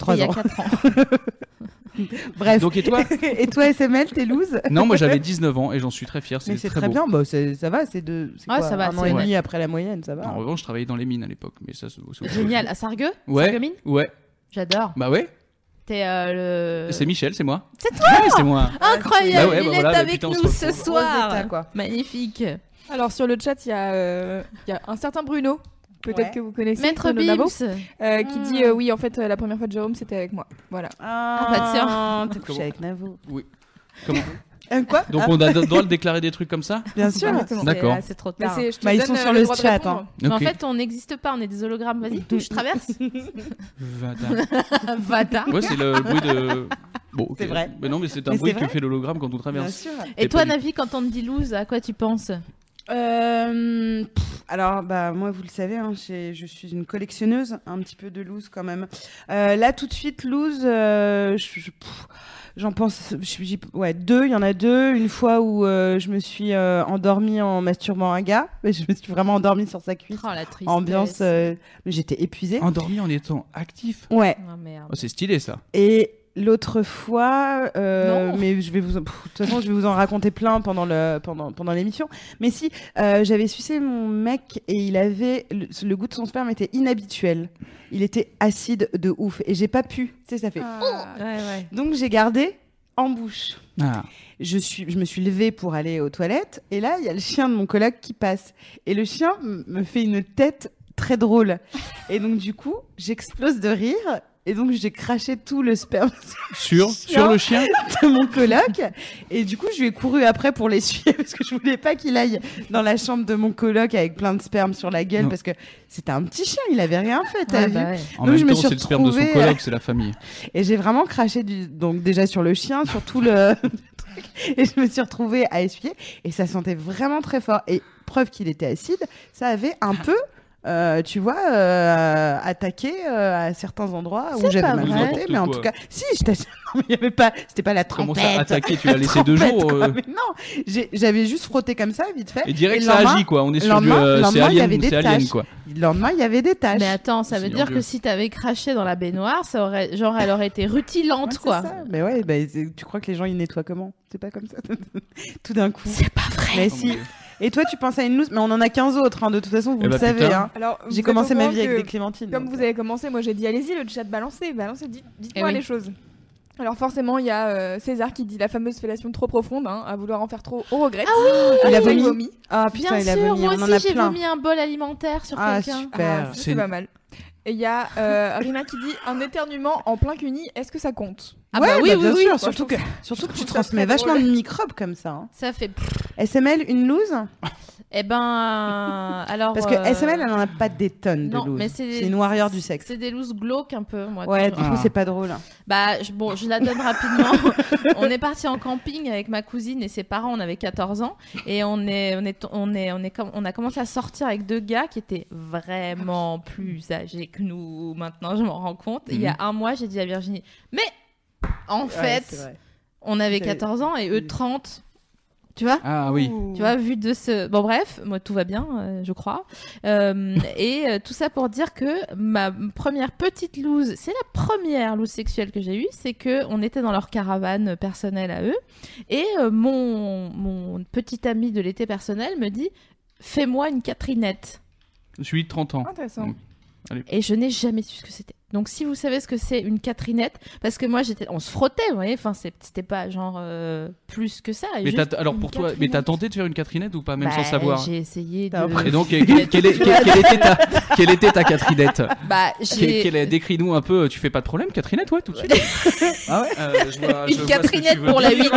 [SPEAKER 2] trois
[SPEAKER 1] C'était il y
[SPEAKER 2] ans.
[SPEAKER 1] a 4 ans.
[SPEAKER 2] Bref.
[SPEAKER 4] Donc et toi
[SPEAKER 2] et toi, SML, t'es loose
[SPEAKER 4] Non, moi j'avais 19 ans et j'en suis très fier.
[SPEAKER 2] Mais
[SPEAKER 4] C'était
[SPEAKER 2] c'est
[SPEAKER 4] très,
[SPEAKER 2] très,
[SPEAKER 4] beau.
[SPEAKER 2] bien, bah, c'est- ça va, c'est de c'est
[SPEAKER 1] Ouais,
[SPEAKER 2] quoi,
[SPEAKER 1] ça va,
[SPEAKER 2] un an
[SPEAKER 1] c'est
[SPEAKER 2] et
[SPEAKER 1] vrai.
[SPEAKER 2] demi après la moyenne, ça va.
[SPEAKER 4] En revanche, je travaillais dans les mines à l'époque, mais ça, c'est c'est autre chose.
[SPEAKER 1] Génial. À Sargueux
[SPEAKER 4] Ouais.
[SPEAKER 1] Sarreguemines
[SPEAKER 4] Ouais.
[SPEAKER 1] J'adore.
[SPEAKER 4] Bah ouais.
[SPEAKER 1] T'es euh, le.
[SPEAKER 4] C'est Michel, c'est moi.
[SPEAKER 1] C'est
[SPEAKER 4] toi. Ouais, c'est moi.
[SPEAKER 1] Ah, Incroyable,
[SPEAKER 4] Bah ouais, bah
[SPEAKER 1] il
[SPEAKER 4] voilà,
[SPEAKER 1] est
[SPEAKER 4] mais
[SPEAKER 1] avec
[SPEAKER 4] putain, on se
[SPEAKER 1] nous ce
[SPEAKER 4] retrouve.
[SPEAKER 2] Gros état,
[SPEAKER 1] soir.
[SPEAKER 2] quoi.
[SPEAKER 1] Magnifique.
[SPEAKER 3] Alors sur le chat, il y, a, euh, il y a un certain Bruno, peut-être
[SPEAKER 2] Ouais.
[SPEAKER 3] que vous connaissez,
[SPEAKER 1] Maître
[SPEAKER 3] Bruno Dabo,
[SPEAKER 1] Bims.
[SPEAKER 3] euh, qui dit euh, oui, en fait, euh, la première fois de Jérôme, c'était avec moi. Voilà.
[SPEAKER 1] Ah,
[SPEAKER 2] Ah, t'es couché
[SPEAKER 4] Comment
[SPEAKER 2] avec Navo.
[SPEAKER 4] Comment
[SPEAKER 2] Euh, quoi
[SPEAKER 4] Donc on a le droit de déclarer des trucs comme ça
[SPEAKER 2] Bien sûr.
[SPEAKER 3] Exactement.
[SPEAKER 1] C'est-
[SPEAKER 4] D'accord.
[SPEAKER 1] ah, C'est trop
[SPEAKER 3] Mais
[SPEAKER 1] tard.
[SPEAKER 3] c'est- je te
[SPEAKER 2] Bah, ils
[SPEAKER 3] donne,
[SPEAKER 2] sont
[SPEAKER 3] euh,
[SPEAKER 2] sur
[SPEAKER 3] le
[SPEAKER 2] le
[SPEAKER 3] droit de
[SPEAKER 2] chat,
[SPEAKER 3] répondre.
[SPEAKER 2] hein.
[SPEAKER 1] Mais en
[SPEAKER 4] Ok.
[SPEAKER 1] fait, on n'existe pas, on est des hologrammes. Vas-y, touche, traverse.
[SPEAKER 4] Vada.
[SPEAKER 1] Vata.
[SPEAKER 4] Ouais, c'est le bruit de. Bon, ok.
[SPEAKER 2] C'est vrai.
[SPEAKER 4] Mais non, mais c'est un
[SPEAKER 2] Mais
[SPEAKER 4] bruit
[SPEAKER 2] c'est
[SPEAKER 4] que
[SPEAKER 2] vrai.
[SPEAKER 4] fait l'hologramme quand on
[SPEAKER 2] Bien
[SPEAKER 4] traverse.
[SPEAKER 2] sûr.
[SPEAKER 1] Et
[SPEAKER 4] T'es
[SPEAKER 1] toi,
[SPEAKER 4] pas du-
[SPEAKER 1] Navi, quand on te dit loose, à quoi tu penses
[SPEAKER 2] Euh, pff, alors, bah, moi, vous le savez, hein, j'ai- je suis une collectionneuse, un petit peu de loose quand même. Euh, là, tout de suite, loose, euh, je- je- pff, j'en pense, je suis- j'y- ouais, deux, il y en a deux. Une fois où euh, je me suis euh, endormie en masturbant un gars, mais je me suis vraiment endormie sur sa cuisse.
[SPEAKER 1] Oh, la tristesse.
[SPEAKER 2] Ambiance, euh, mais j'étais épuisée.
[SPEAKER 4] Endormi en étant actif.
[SPEAKER 2] Ouais,
[SPEAKER 1] Oh, merde.
[SPEAKER 4] Oh, c'est stylé ça.
[SPEAKER 2] et l'autre fois, euh,
[SPEAKER 1] Non.
[SPEAKER 2] mais je vais vous, en- pff, de toute façon, je vais vous en raconter plein pendant le pendant pendant l'émission. Mais si, euh, j'avais sucé mon mec et il avait le, le goût de son sperme était inhabituel. Il était acide de ouf et j'ai pas pu. Tu sais, ça fait.
[SPEAKER 3] Ah.
[SPEAKER 1] Ouais, ouais.
[SPEAKER 2] Donc j'ai gardé en bouche.
[SPEAKER 4] Ah.
[SPEAKER 2] Je suis, je me suis levée pour aller aux toilettes et là il y a le chien de mon coloc qui passe et le chien m- me fait une tête très drôle et donc du coup j'explose de rire. Et donc j'ai craché tout le sperme
[SPEAKER 4] Sur, sur le chien
[SPEAKER 2] de mon coloc. Et du coup, je lui ai couru après pour l'essuyer parce que je voulais pas qu'il aille dans la chambre de mon coloc avec plein de sperme sur la gueule
[SPEAKER 4] Non.
[SPEAKER 2] parce que c'était un petit chien, il avait rien fait, t'as
[SPEAKER 1] Ouais,
[SPEAKER 2] vu
[SPEAKER 1] bah ouais.
[SPEAKER 4] En
[SPEAKER 2] Donc,
[SPEAKER 4] même
[SPEAKER 2] je me
[SPEAKER 4] temps,
[SPEAKER 2] suis
[SPEAKER 4] c'est le sperme de son
[SPEAKER 2] retrouvée, euh,
[SPEAKER 4] coloc, c'est la famille.
[SPEAKER 2] Et j'ai vraiment craché du... donc déjà sur le chien, sur tout le truc. Et je me suis retrouvée à essuyer et ça sentait vraiment très fort. Et preuve qu'il était acide, ça avait
[SPEAKER 1] Ah.
[SPEAKER 2] un peu. euh, tu vois, euh, attaqué euh, à certains endroits où
[SPEAKER 1] C'est
[SPEAKER 2] j'avais
[SPEAKER 1] pas
[SPEAKER 2] mal
[SPEAKER 1] vrai.
[SPEAKER 2] frotté, mais en
[SPEAKER 4] N'importe
[SPEAKER 2] tout
[SPEAKER 4] quoi.
[SPEAKER 2] cas, si, je t'assure, non, mais il y avait pas, c'était pas la trompette.
[SPEAKER 4] Comment ça attaquer Tu l'as laissé deux
[SPEAKER 2] Trompette,
[SPEAKER 4] jours.
[SPEAKER 2] quoi.
[SPEAKER 4] euh,
[SPEAKER 2] Mais non, j'ai- j'avais juste frotté comme ça, vite fait.
[SPEAKER 4] Et direct,
[SPEAKER 2] le
[SPEAKER 4] ça
[SPEAKER 2] lendemain-
[SPEAKER 4] agit quoi. On est
[SPEAKER 2] le
[SPEAKER 4] sur du.
[SPEAKER 2] lendemain- le
[SPEAKER 4] euh, c'est
[SPEAKER 2] lendemain, il y
[SPEAKER 4] alien,
[SPEAKER 2] avait des
[SPEAKER 4] c'est alien
[SPEAKER 2] taches.
[SPEAKER 4] quoi.
[SPEAKER 2] Le lendemain, il y avait des taches.
[SPEAKER 1] Mais attends, ça
[SPEAKER 4] C'est
[SPEAKER 1] veut dire
[SPEAKER 4] l'engueu.
[SPEAKER 1] que si t'avais craché dans la baignoire, ça aurait, genre, elle aurait été
[SPEAKER 2] Ouais,
[SPEAKER 1] rutilante,
[SPEAKER 2] c'est
[SPEAKER 1] quoi.
[SPEAKER 2] ça. Mais ouais, bah, c'est- tu crois que les gens ils nettoient comment C'est pas comme ça. Tout d'un coup.
[SPEAKER 1] C'est pas vrai.
[SPEAKER 2] Mais
[SPEAKER 4] Oh mon
[SPEAKER 2] si.
[SPEAKER 4] Dieu.
[SPEAKER 2] Et toi, tu penses à une loose, mais on en a 15 autres, hein, de toute façon, vous
[SPEAKER 4] Eh
[SPEAKER 2] le
[SPEAKER 4] bah,
[SPEAKER 2] savez.
[SPEAKER 4] putain.
[SPEAKER 2] hein.
[SPEAKER 3] Alors, vous
[SPEAKER 2] J'ai
[SPEAKER 3] êtes
[SPEAKER 2] commencé
[SPEAKER 3] au
[SPEAKER 2] ma
[SPEAKER 3] courant
[SPEAKER 2] vie avec
[SPEAKER 3] que-
[SPEAKER 2] des clémentines.
[SPEAKER 3] Comme
[SPEAKER 2] donc,
[SPEAKER 3] vous avez commencé, moi j'ai dit allez-y le chat balancez, balancez, dites- dites-moi
[SPEAKER 1] euh, Eh oui.
[SPEAKER 3] les choses. Alors forcément il y a euh, César qui dit la fameuse fellation trop profonde, hein, à vouloir en faire trop, on regrette.
[SPEAKER 2] Il a
[SPEAKER 3] oui.
[SPEAKER 2] vomi. Ah
[SPEAKER 1] Bien
[SPEAKER 2] putain, il a
[SPEAKER 1] sûr,
[SPEAKER 2] vomi,
[SPEAKER 1] moi
[SPEAKER 2] on en a
[SPEAKER 1] aussi j'ai
[SPEAKER 2] plein.
[SPEAKER 1] vomi un bol alimentaire sur
[SPEAKER 2] Ah
[SPEAKER 1] quelqu'un.
[SPEAKER 2] super.
[SPEAKER 3] Ah, ça,
[SPEAKER 4] C'est-
[SPEAKER 3] c'est pas mal. Et il y a euh, Rina qui dit un éternuement en plein cuni, est-ce que ça compte
[SPEAKER 1] Ah
[SPEAKER 2] ouais,
[SPEAKER 1] bah oui,
[SPEAKER 2] bah,
[SPEAKER 1] oui,
[SPEAKER 2] bien
[SPEAKER 1] oui.
[SPEAKER 2] sûr,
[SPEAKER 3] Moi, je
[SPEAKER 2] surtout
[SPEAKER 3] trouve
[SPEAKER 2] que,
[SPEAKER 3] ça-
[SPEAKER 2] surtout que
[SPEAKER 3] trouve
[SPEAKER 2] tu
[SPEAKER 3] ça
[SPEAKER 2] transmets
[SPEAKER 3] très
[SPEAKER 2] vachement de
[SPEAKER 3] drôle.
[SPEAKER 2] microbes comme ça. hein.
[SPEAKER 1] Ça fait.
[SPEAKER 2] SML, une loose
[SPEAKER 1] Eh ben. Alors.
[SPEAKER 2] Parce que
[SPEAKER 1] euh,
[SPEAKER 2] SML, elle en a pas des tonnes de
[SPEAKER 1] non,
[SPEAKER 2] loose.
[SPEAKER 1] mais c'est-
[SPEAKER 2] C'est une warrior du sexe.
[SPEAKER 1] C'est des loose glauques un peu, moi.
[SPEAKER 2] Ouais,
[SPEAKER 1] toujours.
[SPEAKER 2] du coup,
[SPEAKER 4] Ah.
[SPEAKER 2] c'est pas drôle.
[SPEAKER 1] Bah, je, bon, je la donne rapidement. on est parti en camping avec ma cousine et ses parents. On avait 14 ans et on est, on est, on est, on est, com- on a commencé à sortir avec deux gars qui étaient vraiment plus âgés que nous. Maintenant, je m'en rends compte. Il y a un mois, j'ai dit à Virginie, mais en
[SPEAKER 2] Mhm. Ouais,
[SPEAKER 1] fait,
[SPEAKER 2] c'est vrai.
[SPEAKER 1] on avait
[SPEAKER 2] C'est-
[SPEAKER 1] 14 ans et eux
[SPEAKER 2] Mm.
[SPEAKER 1] 30. Tu vois
[SPEAKER 4] Ah oui.
[SPEAKER 1] tu vois, vu de ce. Bon, bref, moi tout va bien, euh, je crois. Euh, et euh, tout ça pour dire que ma première petite loose, c'est la première loose sexuelle que j'ai eue, c'est que on était dans leur caravane personnelle à eux, et euh, mon, mon petit ami de l'été personnel me dit Fais-moi une Catherinette.
[SPEAKER 4] Je suis 30
[SPEAKER 1] Ah,
[SPEAKER 4] ans.
[SPEAKER 3] Intéressant.
[SPEAKER 4] Mm.
[SPEAKER 1] Et je n'ai jamais su ce que c'était. Donc si vous savez ce que c'est une Catherinette, parce que moi j'étais, on se frottait, vous voyez, enfin c'est- c'était pas genre euh, plus que ça. et
[SPEAKER 4] Mais
[SPEAKER 1] juste
[SPEAKER 4] t'as- alors
[SPEAKER 1] une
[SPEAKER 4] pour toi, mais t'as
[SPEAKER 1] Catherinette.
[SPEAKER 4] tenté de faire une Catrinette ou pas, même sans
[SPEAKER 1] Bah,
[SPEAKER 4] savoir hein.
[SPEAKER 1] J'ai essayé
[SPEAKER 2] T'as
[SPEAKER 1] de.
[SPEAKER 4] Et donc, quelle, quelle- quelle est- quelle- quelle était ta, quelle était ta Catrinette
[SPEAKER 1] Bah,
[SPEAKER 4] Quelle-
[SPEAKER 1] j'ai.
[SPEAKER 4] quelle est- Décris-nous un peu. Tu fais pas de problème, Catrinette, ouais, tout de suite. ah ouais.
[SPEAKER 1] Une Catrinette pour la huit.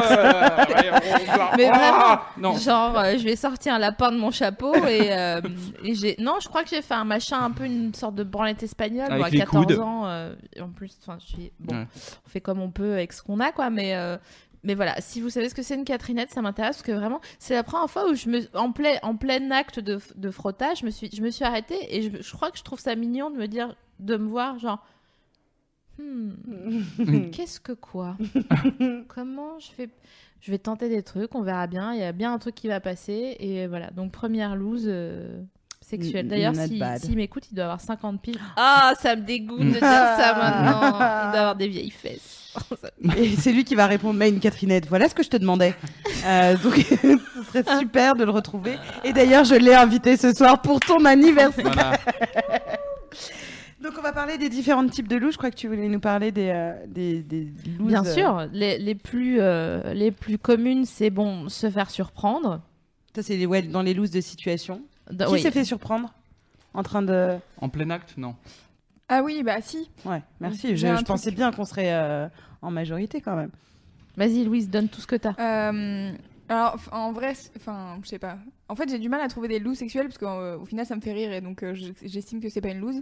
[SPEAKER 1] Mais vraiment,
[SPEAKER 4] Ah, non.
[SPEAKER 1] genre, euh, je vais sortir un lapin de mon chapeau et, euh, et j'ai. Non, je crois que j'ai fait un machin un peu une sorte de branlette espagnole.
[SPEAKER 4] Avec
[SPEAKER 1] Bon, à
[SPEAKER 4] les
[SPEAKER 1] 14
[SPEAKER 4] coudes.
[SPEAKER 1] ans, euh, et en plus, enfin, je suis. Bon,
[SPEAKER 4] Ouais.
[SPEAKER 1] on fait comme on peut avec ce qu'on a, quoi, mais. euh, Mais voilà, si vous savez ce que c'est une Catrinette, ça m'intéresse parce que vraiment, c'est la première fois où je me, en, plein, en plein acte de, de frottage, je me suis, je me suis arrêtée et je, je crois que je trouve ça mignon de me dire, de me voir genre, Hmm, qu'est-ce que quoi Comment je fais Je vais tenter des trucs, on verra bien. Il y a bien un truc qui va passer et voilà. Donc première loose euh, sexuelle.
[SPEAKER 2] Mm,
[SPEAKER 1] D'ailleurs,
[SPEAKER 2] not
[SPEAKER 1] si-
[SPEAKER 2] bad.
[SPEAKER 1] s'il m'écoute, il doit avoir 50 piles. Ah, ça me dégoûte de dire ça maintenant. Il doit avoir des vieilles fesses.
[SPEAKER 2] Et c'est lui qui va répondre, mais une Catherinette, voilà ce que je te demandais. Euh, donc, ce serait super de le retrouver. Et d'ailleurs, je l'ai invité ce soir pour ton anniversaire.
[SPEAKER 4] Voilà.
[SPEAKER 2] Donc, on va parler des différents types de loups. Je crois que tu voulais nous parler des, euh, des, des loups,
[SPEAKER 1] Bien
[SPEAKER 2] euh,
[SPEAKER 1] sûr, les, les plus, euh, les plus communes, c'est bon, se faire surprendre.
[SPEAKER 2] Ça, c'est les- ouais, dans les loups de situation.
[SPEAKER 1] D-
[SPEAKER 2] qui
[SPEAKER 1] oui.
[SPEAKER 2] s'est fait surprendre En train de.
[SPEAKER 4] En plein acte, non.
[SPEAKER 3] Ah oui, bah si.
[SPEAKER 2] Ouais,
[SPEAKER 3] Il
[SPEAKER 2] merci.
[SPEAKER 3] y
[SPEAKER 2] Je,
[SPEAKER 3] a un
[SPEAKER 2] je
[SPEAKER 3] truc.
[SPEAKER 2] pensais bien qu'on serait euh, en majorité quand même.
[SPEAKER 1] Vas-y, Louise, donne tout ce que t'as.
[SPEAKER 3] Euh, alors, f- en vrai, c- enfin, je sais pas. En fait, j'ai du mal à trouver des looses sexuelles parce qu'au final, ça me fait rire et donc euh, je- j'estime que c'est pas une loose.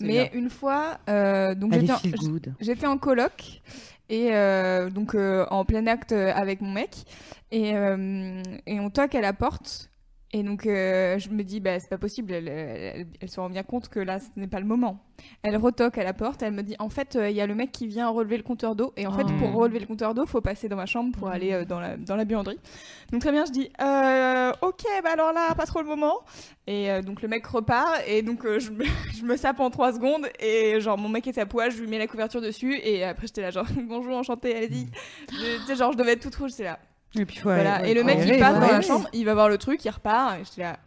[SPEAKER 3] Mais une fois, euh, donc
[SPEAKER 2] Elle
[SPEAKER 3] j'étais
[SPEAKER 2] est
[SPEAKER 3] en-
[SPEAKER 2] feel good.
[SPEAKER 3] J'étais en coloc et euh, donc euh, en plein acte euh, avec mon mec et, euh, et on toque à la porte et donc euh, je me dis bah c'est pas possible elle, elle- elle- elle se rend bien compte que là ce n'est pas le moment elle retoque à la porte elle me dit en fait euh, il y a le mec qui vient relever le compteur d'eau et en fait
[SPEAKER 1] Oh.
[SPEAKER 3] pour relever le compteur d'eau faut passer dans ma chambre
[SPEAKER 1] Mhm.
[SPEAKER 3] pour aller euh, dans la dans la buanderie donc très bien je dis Euh, ok bah alors là pas trop le moment et euh, donc le mec repart et donc euh, je, me, je me sape en 3 secondes et genre mon mec est à poil, je lui mets la couverture dessus et après j'étais là genre bonjour enchanté, allez-y. Je- Tu sais genre je devais être toute rouge, c'est là.
[SPEAKER 2] Et puis, faut
[SPEAKER 3] voilà.
[SPEAKER 2] aller-
[SPEAKER 3] et le mec
[SPEAKER 2] faut
[SPEAKER 3] il
[SPEAKER 2] aller,
[SPEAKER 3] passe
[SPEAKER 2] faut
[SPEAKER 3] dans la
[SPEAKER 2] aller.
[SPEAKER 3] chambre, il va voir le truc, il repart et j'étais là.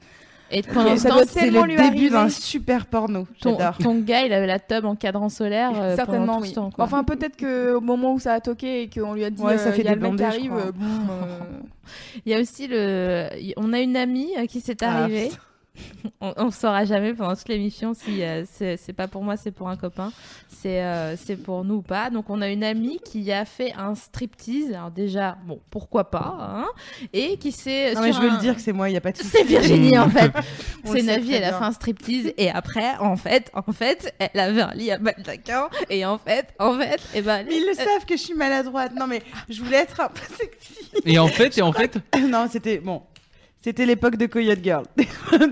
[SPEAKER 1] Et pendant
[SPEAKER 3] Ok,
[SPEAKER 1] ce
[SPEAKER 3] ça
[SPEAKER 1] temps,
[SPEAKER 3] doit
[SPEAKER 2] C'est
[SPEAKER 3] tellement lui
[SPEAKER 2] le début d'un
[SPEAKER 3] arriver.
[SPEAKER 2] super porno.
[SPEAKER 1] ton,
[SPEAKER 2] J'adore.
[SPEAKER 1] ton gars, il avait la tub en cadran solaire. euh, pendant
[SPEAKER 3] Certainement
[SPEAKER 1] tout ce
[SPEAKER 3] oui.
[SPEAKER 1] temps, quoi.
[SPEAKER 3] enfin peut-être que au moment où ça a toqué et qu'on lui a dit
[SPEAKER 2] Ouais, ça
[SPEAKER 3] euh,
[SPEAKER 2] fait
[SPEAKER 3] il y a
[SPEAKER 2] des
[SPEAKER 3] le mec qui
[SPEAKER 2] blindés, je
[SPEAKER 3] arrive,
[SPEAKER 2] crois.
[SPEAKER 3] euh, boum, euh,
[SPEAKER 1] Il y a aussi le. y- On a une amie euh, qui s'est
[SPEAKER 2] Ah,
[SPEAKER 1] arrivée. on, on saura jamais pendant toute l'émission si euh, c'est c'est pas pour moi, c'est pour un copain, c'est euh, c'est pour nous ou pas. Donc on a une amie qui a fait un striptease. Alors déjà, bon, pourquoi pas, hein, et qui s'est.
[SPEAKER 2] Non, mais
[SPEAKER 1] sur
[SPEAKER 2] je veux
[SPEAKER 1] un-
[SPEAKER 2] le dire que c'est moi, il n'y a pas de
[SPEAKER 1] C'est Virginie en fait.
[SPEAKER 2] On
[SPEAKER 1] C'est
[SPEAKER 2] le sait
[SPEAKER 1] Navi,
[SPEAKER 2] très
[SPEAKER 1] elle a
[SPEAKER 2] bien.
[SPEAKER 1] fait un striptease et après, en fait, en fait, elle avait un lit à baldaquin et en fait, en fait, et ben.
[SPEAKER 2] Mais ils le savent que je suis maladroite. Non, mais je voulais être un peu sexy.
[SPEAKER 4] Et en fait, et en fait,
[SPEAKER 2] non, c'était bon. C'était l'époque de Coyote Girl.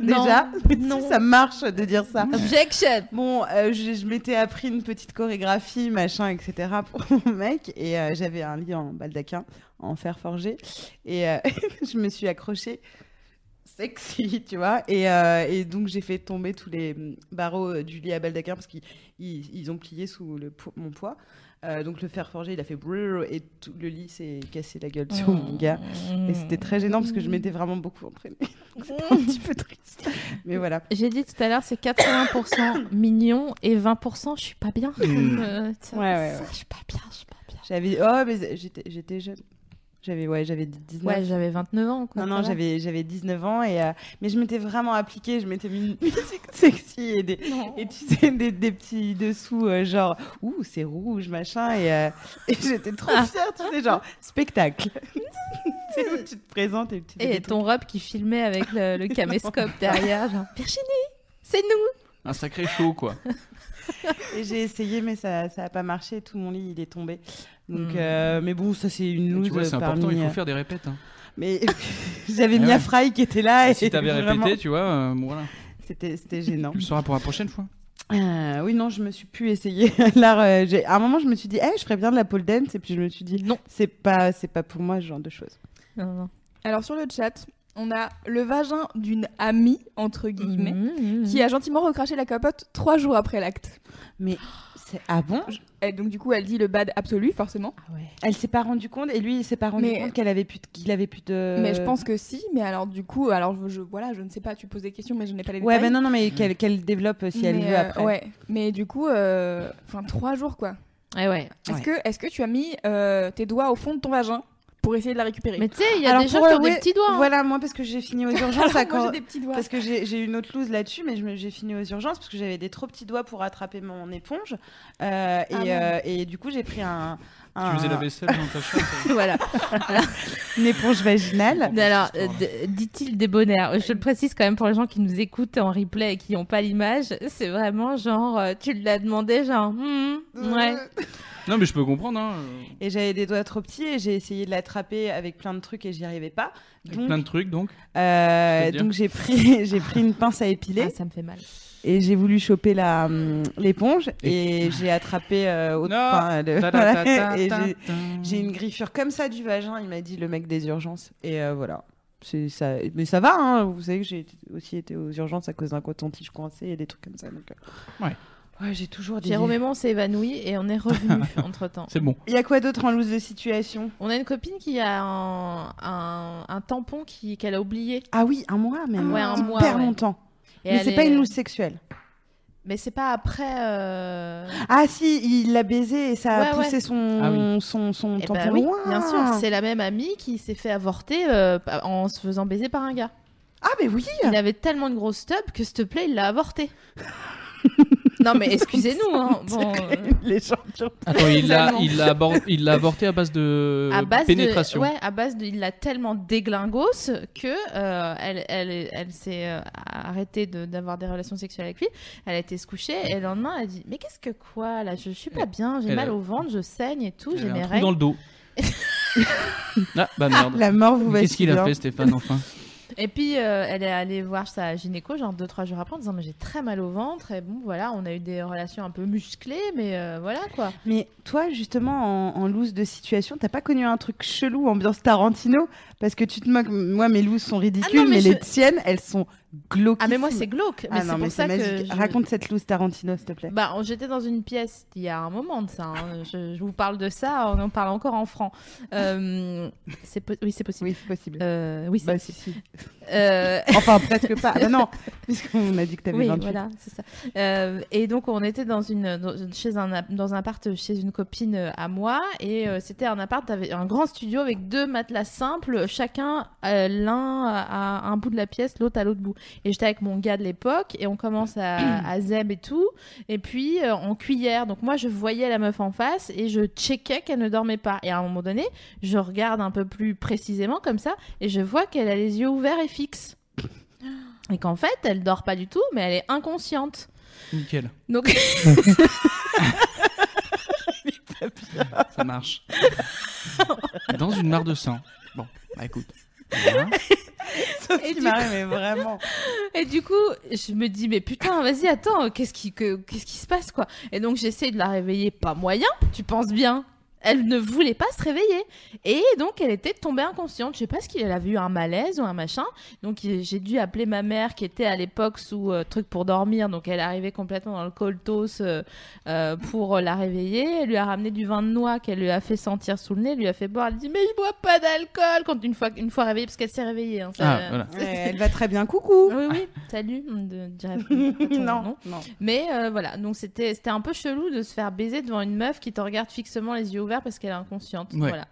[SPEAKER 2] Déjà,
[SPEAKER 1] non.
[SPEAKER 2] Si ça marche de dire ça.
[SPEAKER 1] Objection.
[SPEAKER 2] Bon, euh, je, je m'étais appris une petite chorégraphie, machin, etc. pour mon mec. Et euh, j'avais un lit en baldaquin, en fer forgé. Et euh, je me suis accrochée sexy, tu vois. Et, euh, et donc, j'ai fait tomber tous les mm, barreaux euh, du lit à baldaquin parce qu'ils ils- ils ont plié sous le po- mon poids. Euh, donc, le fer forgé, il a fait brrr et tout le lit s'est cassé la gueule sur mon gars. Et c'était très gênant parce que je m'étais vraiment beaucoup entraînée.
[SPEAKER 1] Mm.
[SPEAKER 2] Donc, c'était un petit peu triste. Mais voilà.
[SPEAKER 1] J'ai dit tout à l'heure, c'est 80% mignon et 20% je suis pas bien.
[SPEAKER 4] Mm.
[SPEAKER 1] Euh, ça-
[SPEAKER 2] Ouais, ouais,
[SPEAKER 1] ça,
[SPEAKER 2] ouais.
[SPEAKER 1] Je suis pas bien, je suis pas bien.
[SPEAKER 2] J'avais oh mais j'étais j'étais jeune. J'avais ouais, j'avais 19.
[SPEAKER 1] Ouais, j'avais 29 ans. Quoi,
[SPEAKER 2] non
[SPEAKER 1] ça
[SPEAKER 2] non,
[SPEAKER 1] va.
[SPEAKER 2] j'avais j'avais 19 ans et euh, mais je m'étais vraiment appliquée, je m'étais mis une musique sexy et des et tu sais des, des petits dessous euh, genre ouh, c'est rouge machin et, euh, et j'étais trop
[SPEAKER 1] Ah.
[SPEAKER 2] fière, tu sais genre spectacle. c'est où tu te présentes et tu fais des
[SPEAKER 1] Et ton robe qui filmait avec le, le caméscope derrière. genre, Virginie, c'est nous.
[SPEAKER 4] un sacré show, quoi.
[SPEAKER 2] trucs. Et j'ai essayé mais ça ça a pas marché, tout mon lit il est tombé. Donc
[SPEAKER 1] Hmm.
[SPEAKER 2] euh, mais bon, ça c'est une
[SPEAKER 4] Tu
[SPEAKER 2] loose
[SPEAKER 4] vois, c'est
[SPEAKER 2] parmi
[SPEAKER 4] important. Il
[SPEAKER 2] euh,
[SPEAKER 4] faut faire des répètes. hein.
[SPEAKER 2] mais j'avais
[SPEAKER 4] Eh
[SPEAKER 2] Mia
[SPEAKER 4] ouais.
[SPEAKER 2] Fry qui était
[SPEAKER 1] Ah,
[SPEAKER 2] là et
[SPEAKER 4] Si t'avais
[SPEAKER 2] vraiment,
[SPEAKER 4] répété, tu vois, euh, bon, voilà.
[SPEAKER 2] c'était c'était gênant.
[SPEAKER 4] Tu le sauras pour la prochaine fois.
[SPEAKER 2] Euh, oui, non, je me suis plus essayée. Là, euh, j'ai- à un moment, je me suis dit, Eh, je ferais bien de la pole dance, et puis je me suis dit,
[SPEAKER 1] Non.
[SPEAKER 2] c'est pas, c'est pas pour moi ce genre de choses.
[SPEAKER 1] Non, non.
[SPEAKER 3] Alors sur le chat, on a le vagin d'une amie, entre
[SPEAKER 1] Mm,
[SPEAKER 3] guillemets,
[SPEAKER 1] Mhm.
[SPEAKER 3] qui a gentiment recraché la capote trois jours après l'acte.
[SPEAKER 2] C'est- Ah bon
[SPEAKER 3] Et donc du coup, elle dit le bad absolu, forcément.
[SPEAKER 1] Ah
[SPEAKER 2] Elle s'est pas rendue compte et lui il s'est pas rendu
[SPEAKER 3] Mais-
[SPEAKER 2] compte qu'elle avait plus de- qu'il avait plus de.
[SPEAKER 3] Mais je pense que si, mais alors du coup, alors je, je- voilà, je ne sais pas, tu poses des questions, mais je n'ai pas les
[SPEAKER 2] Ouais,
[SPEAKER 3] détails.
[SPEAKER 2] ben non, non, mais qu'elle qu'elle développe euh, si elle
[SPEAKER 3] Mais,
[SPEAKER 2] veut
[SPEAKER 3] euh,
[SPEAKER 2] après.
[SPEAKER 3] ouais, mais du coup, euh, enfin trois jours quoi.
[SPEAKER 1] Eh ouais.
[SPEAKER 3] Est-ce
[SPEAKER 2] Ouais.
[SPEAKER 3] que, est-ce que tu as mis euh, tes doigts au fond de ton vagin pour essayer de la récupérer
[SPEAKER 1] Mais tu sais, il y a
[SPEAKER 2] Alors,
[SPEAKER 1] des gens
[SPEAKER 2] pour-
[SPEAKER 1] qui ont des
[SPEAKER 2] ouais,
[SPEAKER 1] petits doigts. hein.
[SPEAKER 2] Voilà, moi parce que j'ai fini aux urgences à
[SPEAKER 3] Moi,
[SPEAKER 2] quand-
[SPEAKER 3] j'ai des petits doigts.
[SPEAKER 2] Parce que j'ai j'ai eu une autre loose là-dessus, mais je me- j'ai fini aux urgences parce que j'avais des trop petits doigts pour attraper mon éponge. Euh, et,
[SPEAKER 3] merde.
[SPEAKER 2] euh, et du coup, j'ai pris un, un-
[SPEAKER 4] Tu faisais la vaisselle dans ta chambre.
[SPEAKER 1] Voilà.
[SPEAKER 2] Oh, une éponge vaginale.
[SPEAKER 1] Mais Alors,
[SPEAKER 4] cette histoire-là.
[SPEAKER 1] euh, d- dit-il débonnaire, je le précise quand même pour les gens qui nous écoutent en replay et qui n'ont pas l'image, c'est vraiment genre, euh, tu l'as demandé, genre, hmm, ouais.
[SPEAKER 4] Non, mais je peux comprendre. Hein. euh,
[SPEAKER 2] Et j'avais des doigts trop petits et j'ai essayé de l'attraper avec plein de trucs et j'y arrivais pas. Donc,
[SPEAKER 4] Plein de trucs, donc.
[SPEAKER 2] euh,
[SPEAKER 4] je peux te dire.
[SPEAKER 2] donc j'ai pris, j'ai pris une pince à épiler
[SPEAKER 1] Ah, ça me fait mal.
[SPEAKER 2] et j'ai voulu choper la hum, l'éponge et j'ai attrapé euh, au-
[SPEAKER 4] Non.
[SPEAKER 2] enfin, le-
[SPEAKER 4] Ta, ta, ta, ta,
[SPEAKER 2] et
[SPEAKER 4] ta,
[SPEAKER 2] j'ai-
[SPEAKER 4] ta.
[SPEAKER 2] J'ai une griffure comme ça du vagin, il m'a dit le mec des urgences. Et euh, voilà. C'est ça. Mais ça va, hein. vous savez que j'ai été- aussi été aux urgences à cause d'un coton-tige coincé et des trucs comme ça. donc, euh.
[SPEAKER 4] Ouais.
[SPEAKER 2] Ouais, j'ai toujours des.
[SPEAKER 1] Jérôme et moi, on s'est évanoui et on est revenu entre temps.
[SPEAKER 4] C'est bon.
[SPEAKER 2] Il y a quoi d'autre en loose de situation
[SPEAKER 1] On a une copine qui a un, un- un tampon qui- qu'elle a oublié.
[SPEAKER 2] Ah oui, un mois, mais
[SPEAKER 1] Ouais, un mois,
[SPEAKER 2] hyper
[SPEAKER 1] ouais.
[SPEAKER 2] longtemps.
[SPEAKER 1] Et
[SPEAKER 2] mais
[SPEAKER 1] elle
[SPEAKER 2] c'est pas
[SPEAKER 1] est-
[SPEAKER 2] une loose sexuelle.
[SPEAKER 1] Mais c'est pas après. euh,
[SPEAKER 2] Ah si, il l'a baisé et ça a
[SPEAKER 1] Ouais,
[SPEAKER 2] poussé son,
[SPEAKER 4] Ah
[SPEAKER 2] son, son
[SPEAKER 1] Eh
[SPEAKER 2] tampon
[SPEAKER 1] ben oui,
[SPEAKER 2] loin.
[SPEAKER 1] bien sûr, c'est la même amie qui s'est fait avorter euh, en se faisant baiser par un gars.
[SPEAKER 2] Ah, mais oui
[SPEAKER 1] Il avait tellement une grosse tub que, s'il te plaît, il l'a avorté. non, mais excusez-nous. hein. Bon, euh,
[SPEAKER 2] Les gens qui ont-
[SPEAKER 4] Attends, il l'a,
[SPEAKER 1] Vraiment.
[SPEAKER 4] il l'a abor- il l'a avorté à base de
[SPEAKER 1] à base
[SPEAKER 4] pénétration.
[SPEAKER 1] De, ouais, à base de, il l'a tellement déglingos que euh, elle, elle, elle s'est euh, arrêtée de- d'avoir des relations sexuelles avec lui. Elle a été se coucher et le lendemain, elle a dit Mais qu'est-ce que quoi là Je suis pas bien, j'ai
[SPEAKER 4] Elle
[SPEAKER 1] mal
[SPEAKER 4] a-
[SPEAKER 1] au ventre, je saigne et tout,
[SPEAKER 4] Il
[SPEAKER 1] j'ai
[SPEAKER 4] a
[SPEAKER 1] mes
[SPEAKER 4] un trou dans
[SPEAKER 1] règles.
[SPEAKER 4] le dos. ah, bah merde.
[SPEAKER 2] La mort vous va
[SPEAKER 4] Qu'est-ce qu'il a fait, Stéphane, enfin
[SPEAKER 1] Et puis euh, elle est allée voir sa gynéco, genre 2-3 jours après, en disant Mais j'ai très mal au ventre. Et bon, voilà, on a eu des relations un peu musclées, mais euh, voilà quoi.
[SPEAKER 2] Mais toi, justement, en, en loose de situation, t'as pas connu un truc chelou ambiance Tarantino Parce que tu te moques. Moi, mes looses sont ridicules,
[SPEAKER 1] Ah non,
[SPEAKER 2] mais,
[SPEAKER 1] mais
[SPEAKER 2] les
[SPEAKER 1] je-
[SPEAKER 2] tiennes, elles sont glauques.
[SPEAKER 1] Ah mais moi c'est glauque, mais
[SPEAKER 2] Ah
[SPEAKER 1] c'est
[SPEAKER 2] non,
[SPEAKER 1] pour
[SPEAKER 2] mais
[SPEAKER 1] ça
[SPEAKER 2] c'est
[SPEAKER 1] que
[SPEAKER 2] magique.
[SPEAKER 1] je-
[SPEAKER 2] Raconte cette loose Tarantino, s'il te plaît.
[SPEAKER 1] Bah, on- j'étais dans une pièce il y a un moment de ça. hein. Je, je vous parle de ça, on en parle encore en franc. Euh, c'est po- oui, c'est possible.
[SPEAKER 2] Oui, c'est possible.
[SPEAKER 1] Euh, oui, c'est
[SPEAKER 2] Bah,
[SPEAKER 1] possible.
[SPEAKER 2] si, si.
[SPEAKER 1] Euh,
[SPEAKER 2] Enfin, presque pas. Bah non, puisqu'on a dit que t'avais
[SPEAKER 1] oui,
[SPEAKER 2] 28.
[SPEAKER 1] voilà, c'est ça. Euh, et donc on était dans une, dans une- chez un app- dans un appart chez une copine euh, à moi et euh, c'était un appart avec un grand studio avec deux matelas simples, chacun euh, l'un à, à un bout de la pièce, l'autre à l'autre bout. Et j'étais avec mon gars de l'époque et on commence à, à zeb et tout et puis euh, en cuillère. Donc moi je voyais la meuf en face et je checkais qu'elle ne dormait pas. Et à un moment donné, je regarde un peu plus précisément comme ça et je vois qu'elle a les yeux ouverts et fixes. Et qu'en fait, elle dort pas du tout, mais elle est inconsciente.
[SPEAKER 4] Nickel.
[SPEAKER 1] Donc,
[SPEAKER 4] Ça marche. Dans une mare de sang. Bon, bah écoute. Voilà.
[SPEAKER 2] Sophie
[SPEAKER 1] Et du
[SPEAKER 2] Marais, mais vraiment.
[SPEAKER 1] et du coup, je me dis, mais putain, vas-y, attends, qu'est-ce qui, que- qu'est-ce qui se passe, quoi Et donc, j'essaie de la réveiller, pas moyen, tu penses bien. Elle ne voulait pas se réveiller. Et donc, elle était tombée inconsciente. Je sais pas ce qu'il elle avait eu un malaise ou un machin. Donc, il- j'ai dû appeler ma mère qui était à l'époque sous euh, truc pour dormir. Donc, elle arrivait complètement dans le coltos euh, euh, pour la réveiller. Elle lui a ramené du vin de noix qu'elle lui a fait sentir sous le nez. Elle lui a fait boire. Elle dit, mais je bois pas d'alcool quand une fois, une fois réveillée, parce qu'elle s'est réveillée. hein, ça-
[SPEAKER 4] Ah, voilà.
[SPEAKER 2] Ouais, elle va très bien, coucou.
[SPEAKER 3] Ah
[SPEAKER 1] oui, oui, salut, on ne dirait plus ton
[SPEAKER 2] non,
[SPEAKER 1] nom.
[SPEAKER 2] non.
[SPEAKER 1] Mais euh, voilà, donc c'était c'était un peu chelou de se faire baiser devant une meuf qui te regarde fixement les yeux ouverts parce qu'elle est inconsciente.
[SPEAKER 4] Ouais.
[SPEAKER 1] Voilà.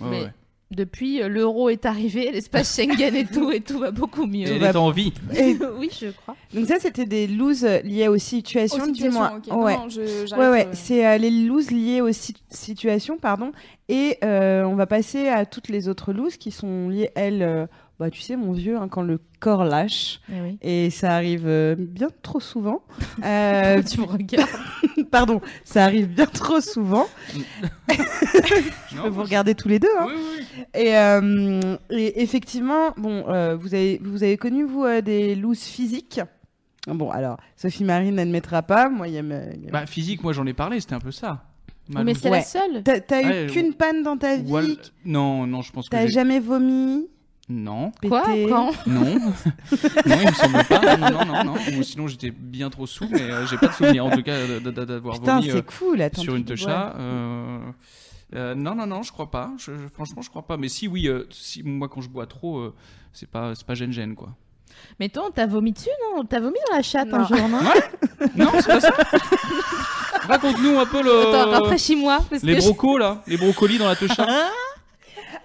[SPEAKER 4] Ouais,
[SPEAKER 1] Mais
[SPEAKER 4] ouais.
[SPEAKER 1] Depuis, euh, l'euro est arrivé, l'espace Schengen et tout, et tout va beaucoup
[SPEAKER 4] Et
[SPEAKER 1] mieux.
[SPEAKER 4] Elle est en vie.
[SPEAKER 1] oui, je crois.
[SPEAKER 2] Donc, ça, c'était des looses liées aux situations,
[SPEAKER 3] Aux
[SPEAKER 2] du
[SPEAKER 3] situations,
[SPEAKER 2] moins.
[SPEAKER 3] ok.
[SPEAKER 2] Ouais.
[SPEAKER 3] Non, non, je-
[SPEAKER 2] Ouais,
[SPEAKER 3] j'arrête,
[SPEAKER 2] ouais,
[SPEAKER 3] euh.
[SPEAKER 2] c'est euh, les looses liées aux si- situations, pardon. Et euh, on va passer à toutes les autres looses qui sont liées, elles, euh, bah, tu sais, mon vieux, hein, quand le corps lâche. Et ça arrive euh, bien trop souvent. Euh,
[SPEAKER 1] tu me regardes.
[SPEAKER 2] pardon, ça arrive bien trop souvent.
[SPEAKER 3] Oh,
[SPEAKER 4] Non,
[SPEAKER 2] Vous regardez tous les deux. Hein.
[SPEAKER 4] Oui, oui.
[SPEAKER 2] Et, euh, et effectivement, bon, euh, vous, avez, vous avez connu, vous, euh, des looses physiques Bon, alors, Sophie Marie n'admettra pas. Moi, il y a. ma- il y a-
[SPEAKER 4] Bah, physique, moi j'en ai parlé, c'était un peu ça. Ma
[SPEAKER 1] Mais
[SPEAKER 4] loose.
[SPEAKER 1] c'est
[SPEAKER 2] Ouais.
[SPEAKER 1] la seule.
[SPEAKER 2] T'as- T'as eu
[SPEAKER 4] Ouais,
[SPEAKER 2] qu'une panne dans ta vie
[SPEAKER 4] Ou al- Non, non, je pense que
[SPEAKER 2] T'as
[SPEAKER 4] j'ai-
[SPEAKER 2] jamais vomi
[SPEAKER 4] Non.
[SPEAKER 1] Quoi
[SPEAKER 2] Pété.
[SPEAKER 1] Quand
[SPEAKER 4] Non. non, il me semble pas. Non, non, non. non. Ou sinon, j'étais bien trop sous, mais euh, j'ai pas de souvenir, en tout cas, d- d- d- d'avoir
[SPEAKER 2] Putain,
[SPEAKER 4] vomi euh,
[SPEAKER 2] c'est cool. Attends,
[SPEAKER 4] sur une
[SPEAKER 2] tu-
[SPEAKER 4] techa. euh, euh, non, non, non, je crois pas. Je, je- franchement, je crois pas. Mais si, oui, euh, si, moi, quand je bois trop, euh, c'est pas, c'est pas gêne-gêne, quoi.
[SPEAKER 1] Mais toi, on t'a vomi dessus, non On t'a vomi dans la chatte un
[SPEAKER 5] Non.
[SPEAKER 1] jour, non
[SPEAKER 4] Non, c'est pas ça. Raconte-nous un peu le.
[SPEAKER 1] Attends, rafraîchis-moi. parce
[SPEAKER 4] Euh, les
[SPEAKER 1] que je-
[SPEAKER 4] brocos, là. Les brocolis dans la techa.
[SPEAKER 2] Hein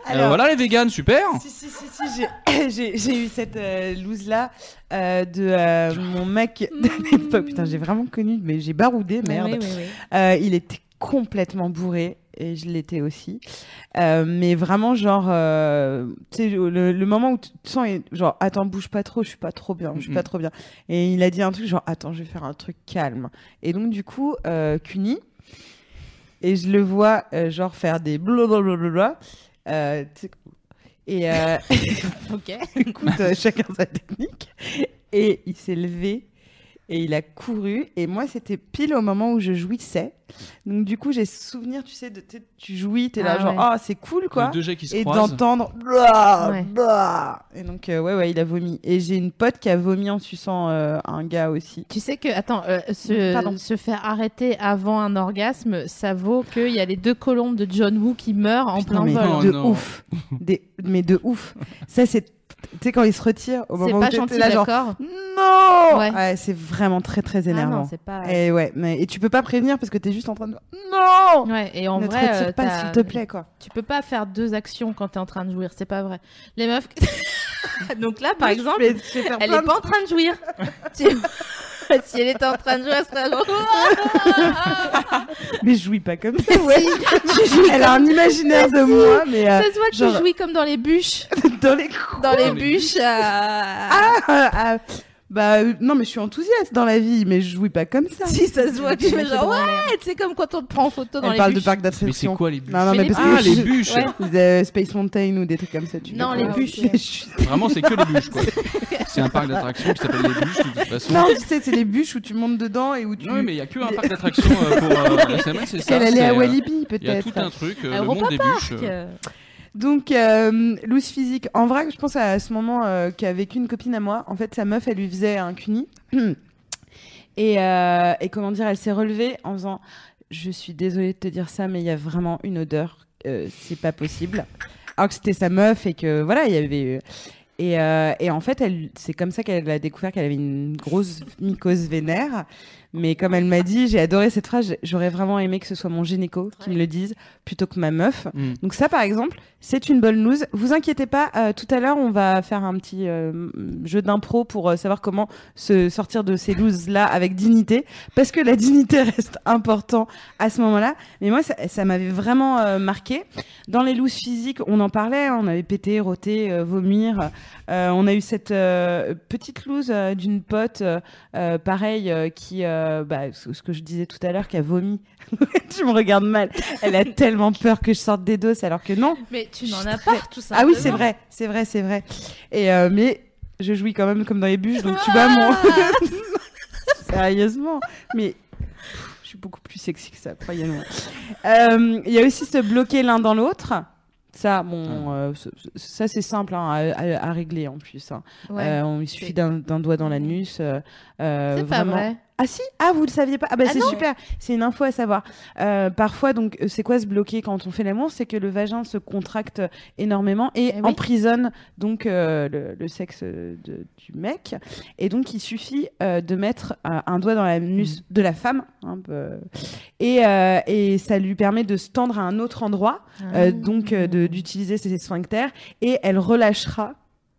[SPEAKER 4] Euh,
[SPEAKER 2] Alors,
[SPEAKER 4] voilà, les véganes, super.
[SPEAKER 2] Si, si, si, si, j'ai- j'ai- j'ai eu cette euh, loose-là de euh, mon mec de l'époque. Putain, j'ai vraiment connu, mais j'ai baroudé,
[SPEAKER 1] Ouais,
[SPEAKER 2] merde.
[SPEAKER 1] ouais, ouais, ouais.
[SPEAKER 2] Euh, il était complètement bourré et je l'étais aussi. Euh, mais vraiment, genre, euh, tu sais, le, le moment où tu te sens, et- genre, attends, bouge pas trop, je suis pas trop bien, je suis
[SPEAKER 4] Mhm.
[SPEAKER 2] pas trop bien. Et il a dit un truc, genre, attends, je vais faire un truc calme. Et donc, du coup, euh, Cuny, et je le vois, euh, genre, faire des blablabla. Euh, tu sais, et euh,
[SPEAKER 1] Ok.
[SPEAKER 2] écoute, euh, chacun sa technique. Et il s'est levé et il a couru. Et moi, c'était pile au moment où je jouissais. Donc, du coup, j'ai ce souvenir, tu sais, de tu sais, tu jouis, t'es là,
[SPEAKER 1] Ah
[SPEAKER 2] genre,
[SPEAKER 1] ouais.
[SPEAKER 2] ah, c'est cool, quoi.
[SPEAKER 4] Les deux jets qui se
[SPEAKER 2] Et
[SPEAKER 4] croisent.
[SPEAKER 2] d'entendre. Blah,
[SPEAKER 1] Ouais.
[SPEAKER 2] blah. Et donc, euh, ouais, ouais, il a vomi. Et j'ai une pote qui a vomi en suçant euh, un gars aussi.
[SPEAKER 1] Tu sais que, attends, euh, se,
[SPEAKER 2] Pardon.
[SPEAKER 1] se faire arrêter avant un orgasme, ça vaut qu'il y a les deux colombes de John Woo qui meurent en
[SPEAKER 2] Putain,
[SPEAKER 1] plein
[SPEAKER 2] mais
[SPEAKER 1] vol.
[SPEAKER 4] Oh
[SPEAKER 2] de
[SPEAKER 4] non.
[SPEAKER 2] ouf. Des- Mais de ouf. Ça, c'est. Tu sais, quand il se retire au
[SPEAKER 1] C'est
[SPEAKER 2] moment
[SPEAKER 1] pas
[SPEAKER 2] où t'es
[SPEAKER 1] gentil,
[SPEAKER 2] là, genre.
[SPEAKER 1] d'accord
[SPEAKER 2] Non
[SPEAKER 1] Ouais.
[SPEAKER 2] Ouais, C'est vraiment très, très
[SPEAKER 1] Ah
[SPEAKER 2] énervant. Eh,
[SPEAKER 1] non, c'est pas.
[SPEAKER 2] Et ouais, mais et tu peux pas prévenir parce que t'es juste en train de non.
[SPEAKER 1] Ouais, et en
[SPEAKER 2] ne
[SPEAKER 1] vrai,
[SPEAKER 2] te retire
[SPEAKER 1] euh,
[SPEAKER 2] pas
[SPEAKER 1] t'as-
[SPEAKER 2] s'il te plaît quoi.
[SPEAKER 1] tu peux pas faire deux actions quand t'es en train de jouir, c'est pas vrai. Les meufs. Donc là, par exemple,
[SPEAKER 2] Je vais- je vais faire
[SPEAKER 1] elle
[SPEAKER 2] plein
[SPEAKER 1] est
[SPEAKER 2] de-
[SPEAKER 1] pas en train de jouir. Tu- si elle était en train de jouer, elle serait genre.
[SPEAKER 2] mais je jouis pas comme ça. Elle a un imaginaire de moi mais euh,
[SPEAKER 1] Ça se voit que
[SPEAKER 2] genre-
[SPEAKER 1] tu jouis comme dans les bûches.
[SPEAKER 2] dans les cours.
[SPEAKER 1] Dans les
[SPEAKER 4] les
[SPEAKER 1] bûches. euh,
[SPEAKER 2] Ah, ah, bah euh, non mais je suis enthousiaste dans la vie mais je jouis pas comme ça.
[SPEAKER 1] Si ça se voit que tu fais genre
[SPEAKER 2] Dans les-
[SPEAKER 1] ouais, c'est comme quand on te prend en photo dans
[SPEAKER 2] Elle
[SPEAKER 1] les
[SPEAKER 2] parle de
[SPEAKER 1] bûches.
[SPEAKER 2] parc
[SPEAKER 4] Mais c'est
[SPEAKER 2] d'attractions.
[SPEAKER 4] quoi les bûches
[SPEAKER 2] Non non
[SPEAKER 1] Mais
[SPEAKER 2] mais
[SPEAKER 1] les
[SPEAKER 2] parce que
[SPEAKER 4] Ah,
[SPEAKER 2] je-
[SPEAKER 4] les bûches.
[SPEAKER 1] Ouais.
[SPEAKER 2] euh, Space Mountain ou des trucs comme ça tu
[SPEAKER 1] Non,
[SPEAKER 2] veux
[SPEAKER 1] les
[SPEAKER 2] pas.
[SPEAKER 1] bûches.
[SPEAKER 2] Je suis-
[SPEAKER 4] Vraiment, c'est que les bûches, quoi. C'est un parc d'attractions qui s'appelle les bûches, de toute façon.
[SPEAKER 2] Non, tu sais, c'est les bûches où tu montes dedans et où tu.
[SPEAKER 4] Oui, mais il n'y a que un parc d'attractions euh, pour euh, la semaine, c'est ça.
[SPEAKER 2] Elle allait
[SPEAKER 4] c'est,
[SPEAKER 2] à
[SPEAKER 4] euh,
[SPEAKER 2] Walibi
[SPEAKER 4] Il y a tout
[SPEAKER 2] peut-être.
[SPEAKER 4] un truc, euh,
[SPEAKER 1] Un
[SPEAKER 4] le monde des bûches. euh,
[SPEAKER 1] Euh,
[SPEAKER 2] Donc, euh, loose physique. En vrac, je pense à ce moment euh, qu'a vécu une copine à moi. En fait, sa meuf, elle lui faisait un cuni. Et, euh, et comment dire, elle s'est relevée en faisant Je suis désolée de te dire ça, mais il y a vraiment une odeur. euh, c'est pas possible. Alors que c'était sa meuf et que voilà, il y avait. euh, Et, euh, et en fait, elle- c'est comme ça qu'elle a découvert qu'elle avait une grosse mycose vénère. Mais comme elle m'a dit, j'ai adoré cette phrase, j'aurais vraiment aimé que ce soit mon gynéco qui me le dise plutôt que ma meuf.
[SPEAKER 4] Mm.
[SPEAKER 2] Donc ça, par exemple, c'est une bonne news. Vous inquiétez pas, euh, tout à l'heure, on va faire un petit euh, jeu d'impro pour euh, savoir comment se sortir de ces loses-là avec dignité, parce que la dignité reste important à ce moment-là. Mais moi, ça, ça m'avait vraiment euh, marqué. Dans les looses physiques, on en parlait, hein, on avait pété, roté, euh, vomir. Euh, on a eu cette euh, petite loose euh, d'une pote, euh, euh, pareil, euh, qui, euh, bah, ce ce que je disais tout à l'heure, qui a vomi. tu me regardes mal. Elle a tellement peur que je sorte des doses, alors que non.
[SPEAKER 1] Mais tu n'en as pas, tout ça. Euh,
[SPEAKER 2] Ah oui, c'est vrai, c'est vrai, c'est vrai. Et euh, mais je jouis quand même comme dans les bûches, donc tu vas mon. Sérieusement, mais pff, je suis beaucoup plus sexy que ça, croyez-moi. Euh, Il y a aussi se bloquer l'un dans l'autre. Ça, bon, euh, ce- ce- ça c'est simple hein, à, à- à régler en plus. hein. Euh, on- il suffit
[SPEAKER 1] c'est-
[SPEAKER 2] d'un d'un doigt dans l'anus. euh, euh,
[SPEAKER 1] c'est pas
[SPEAKER 2] vraiment-
[SPEAKER 1] vrai.
[SPEAKER 2] ah si Ah vous le saviez pas Ah bah
[SPEAKER 1] Ah
[SPEAKER 2] c'est
[SPEAKER 1] non
[SPEAKER 2] super, c'est une info à savoir. Euh, parfois donc euh, c'est quoi se bloquer quand on fait l'amour C'est que le vagin se contracte énormément et
[SPEAKER 1] Eh oui.
[SPEAKER 2] emprisonne donc euh, le, le sexe euh, de- du mec. Et donc il suffit euh, de mettre euh, un doigt dans
[SPEAKER 1] Mm.
[SPEAKER 2] l'anus de la femme hein, euh, et, euh, et ça lui permet de se tendre à un autre endroit,
[SPEAKER 1] Ah.
[SPEAKER 2] euh, donc euh, de- d'utiliser ses sphincters et elle relâchera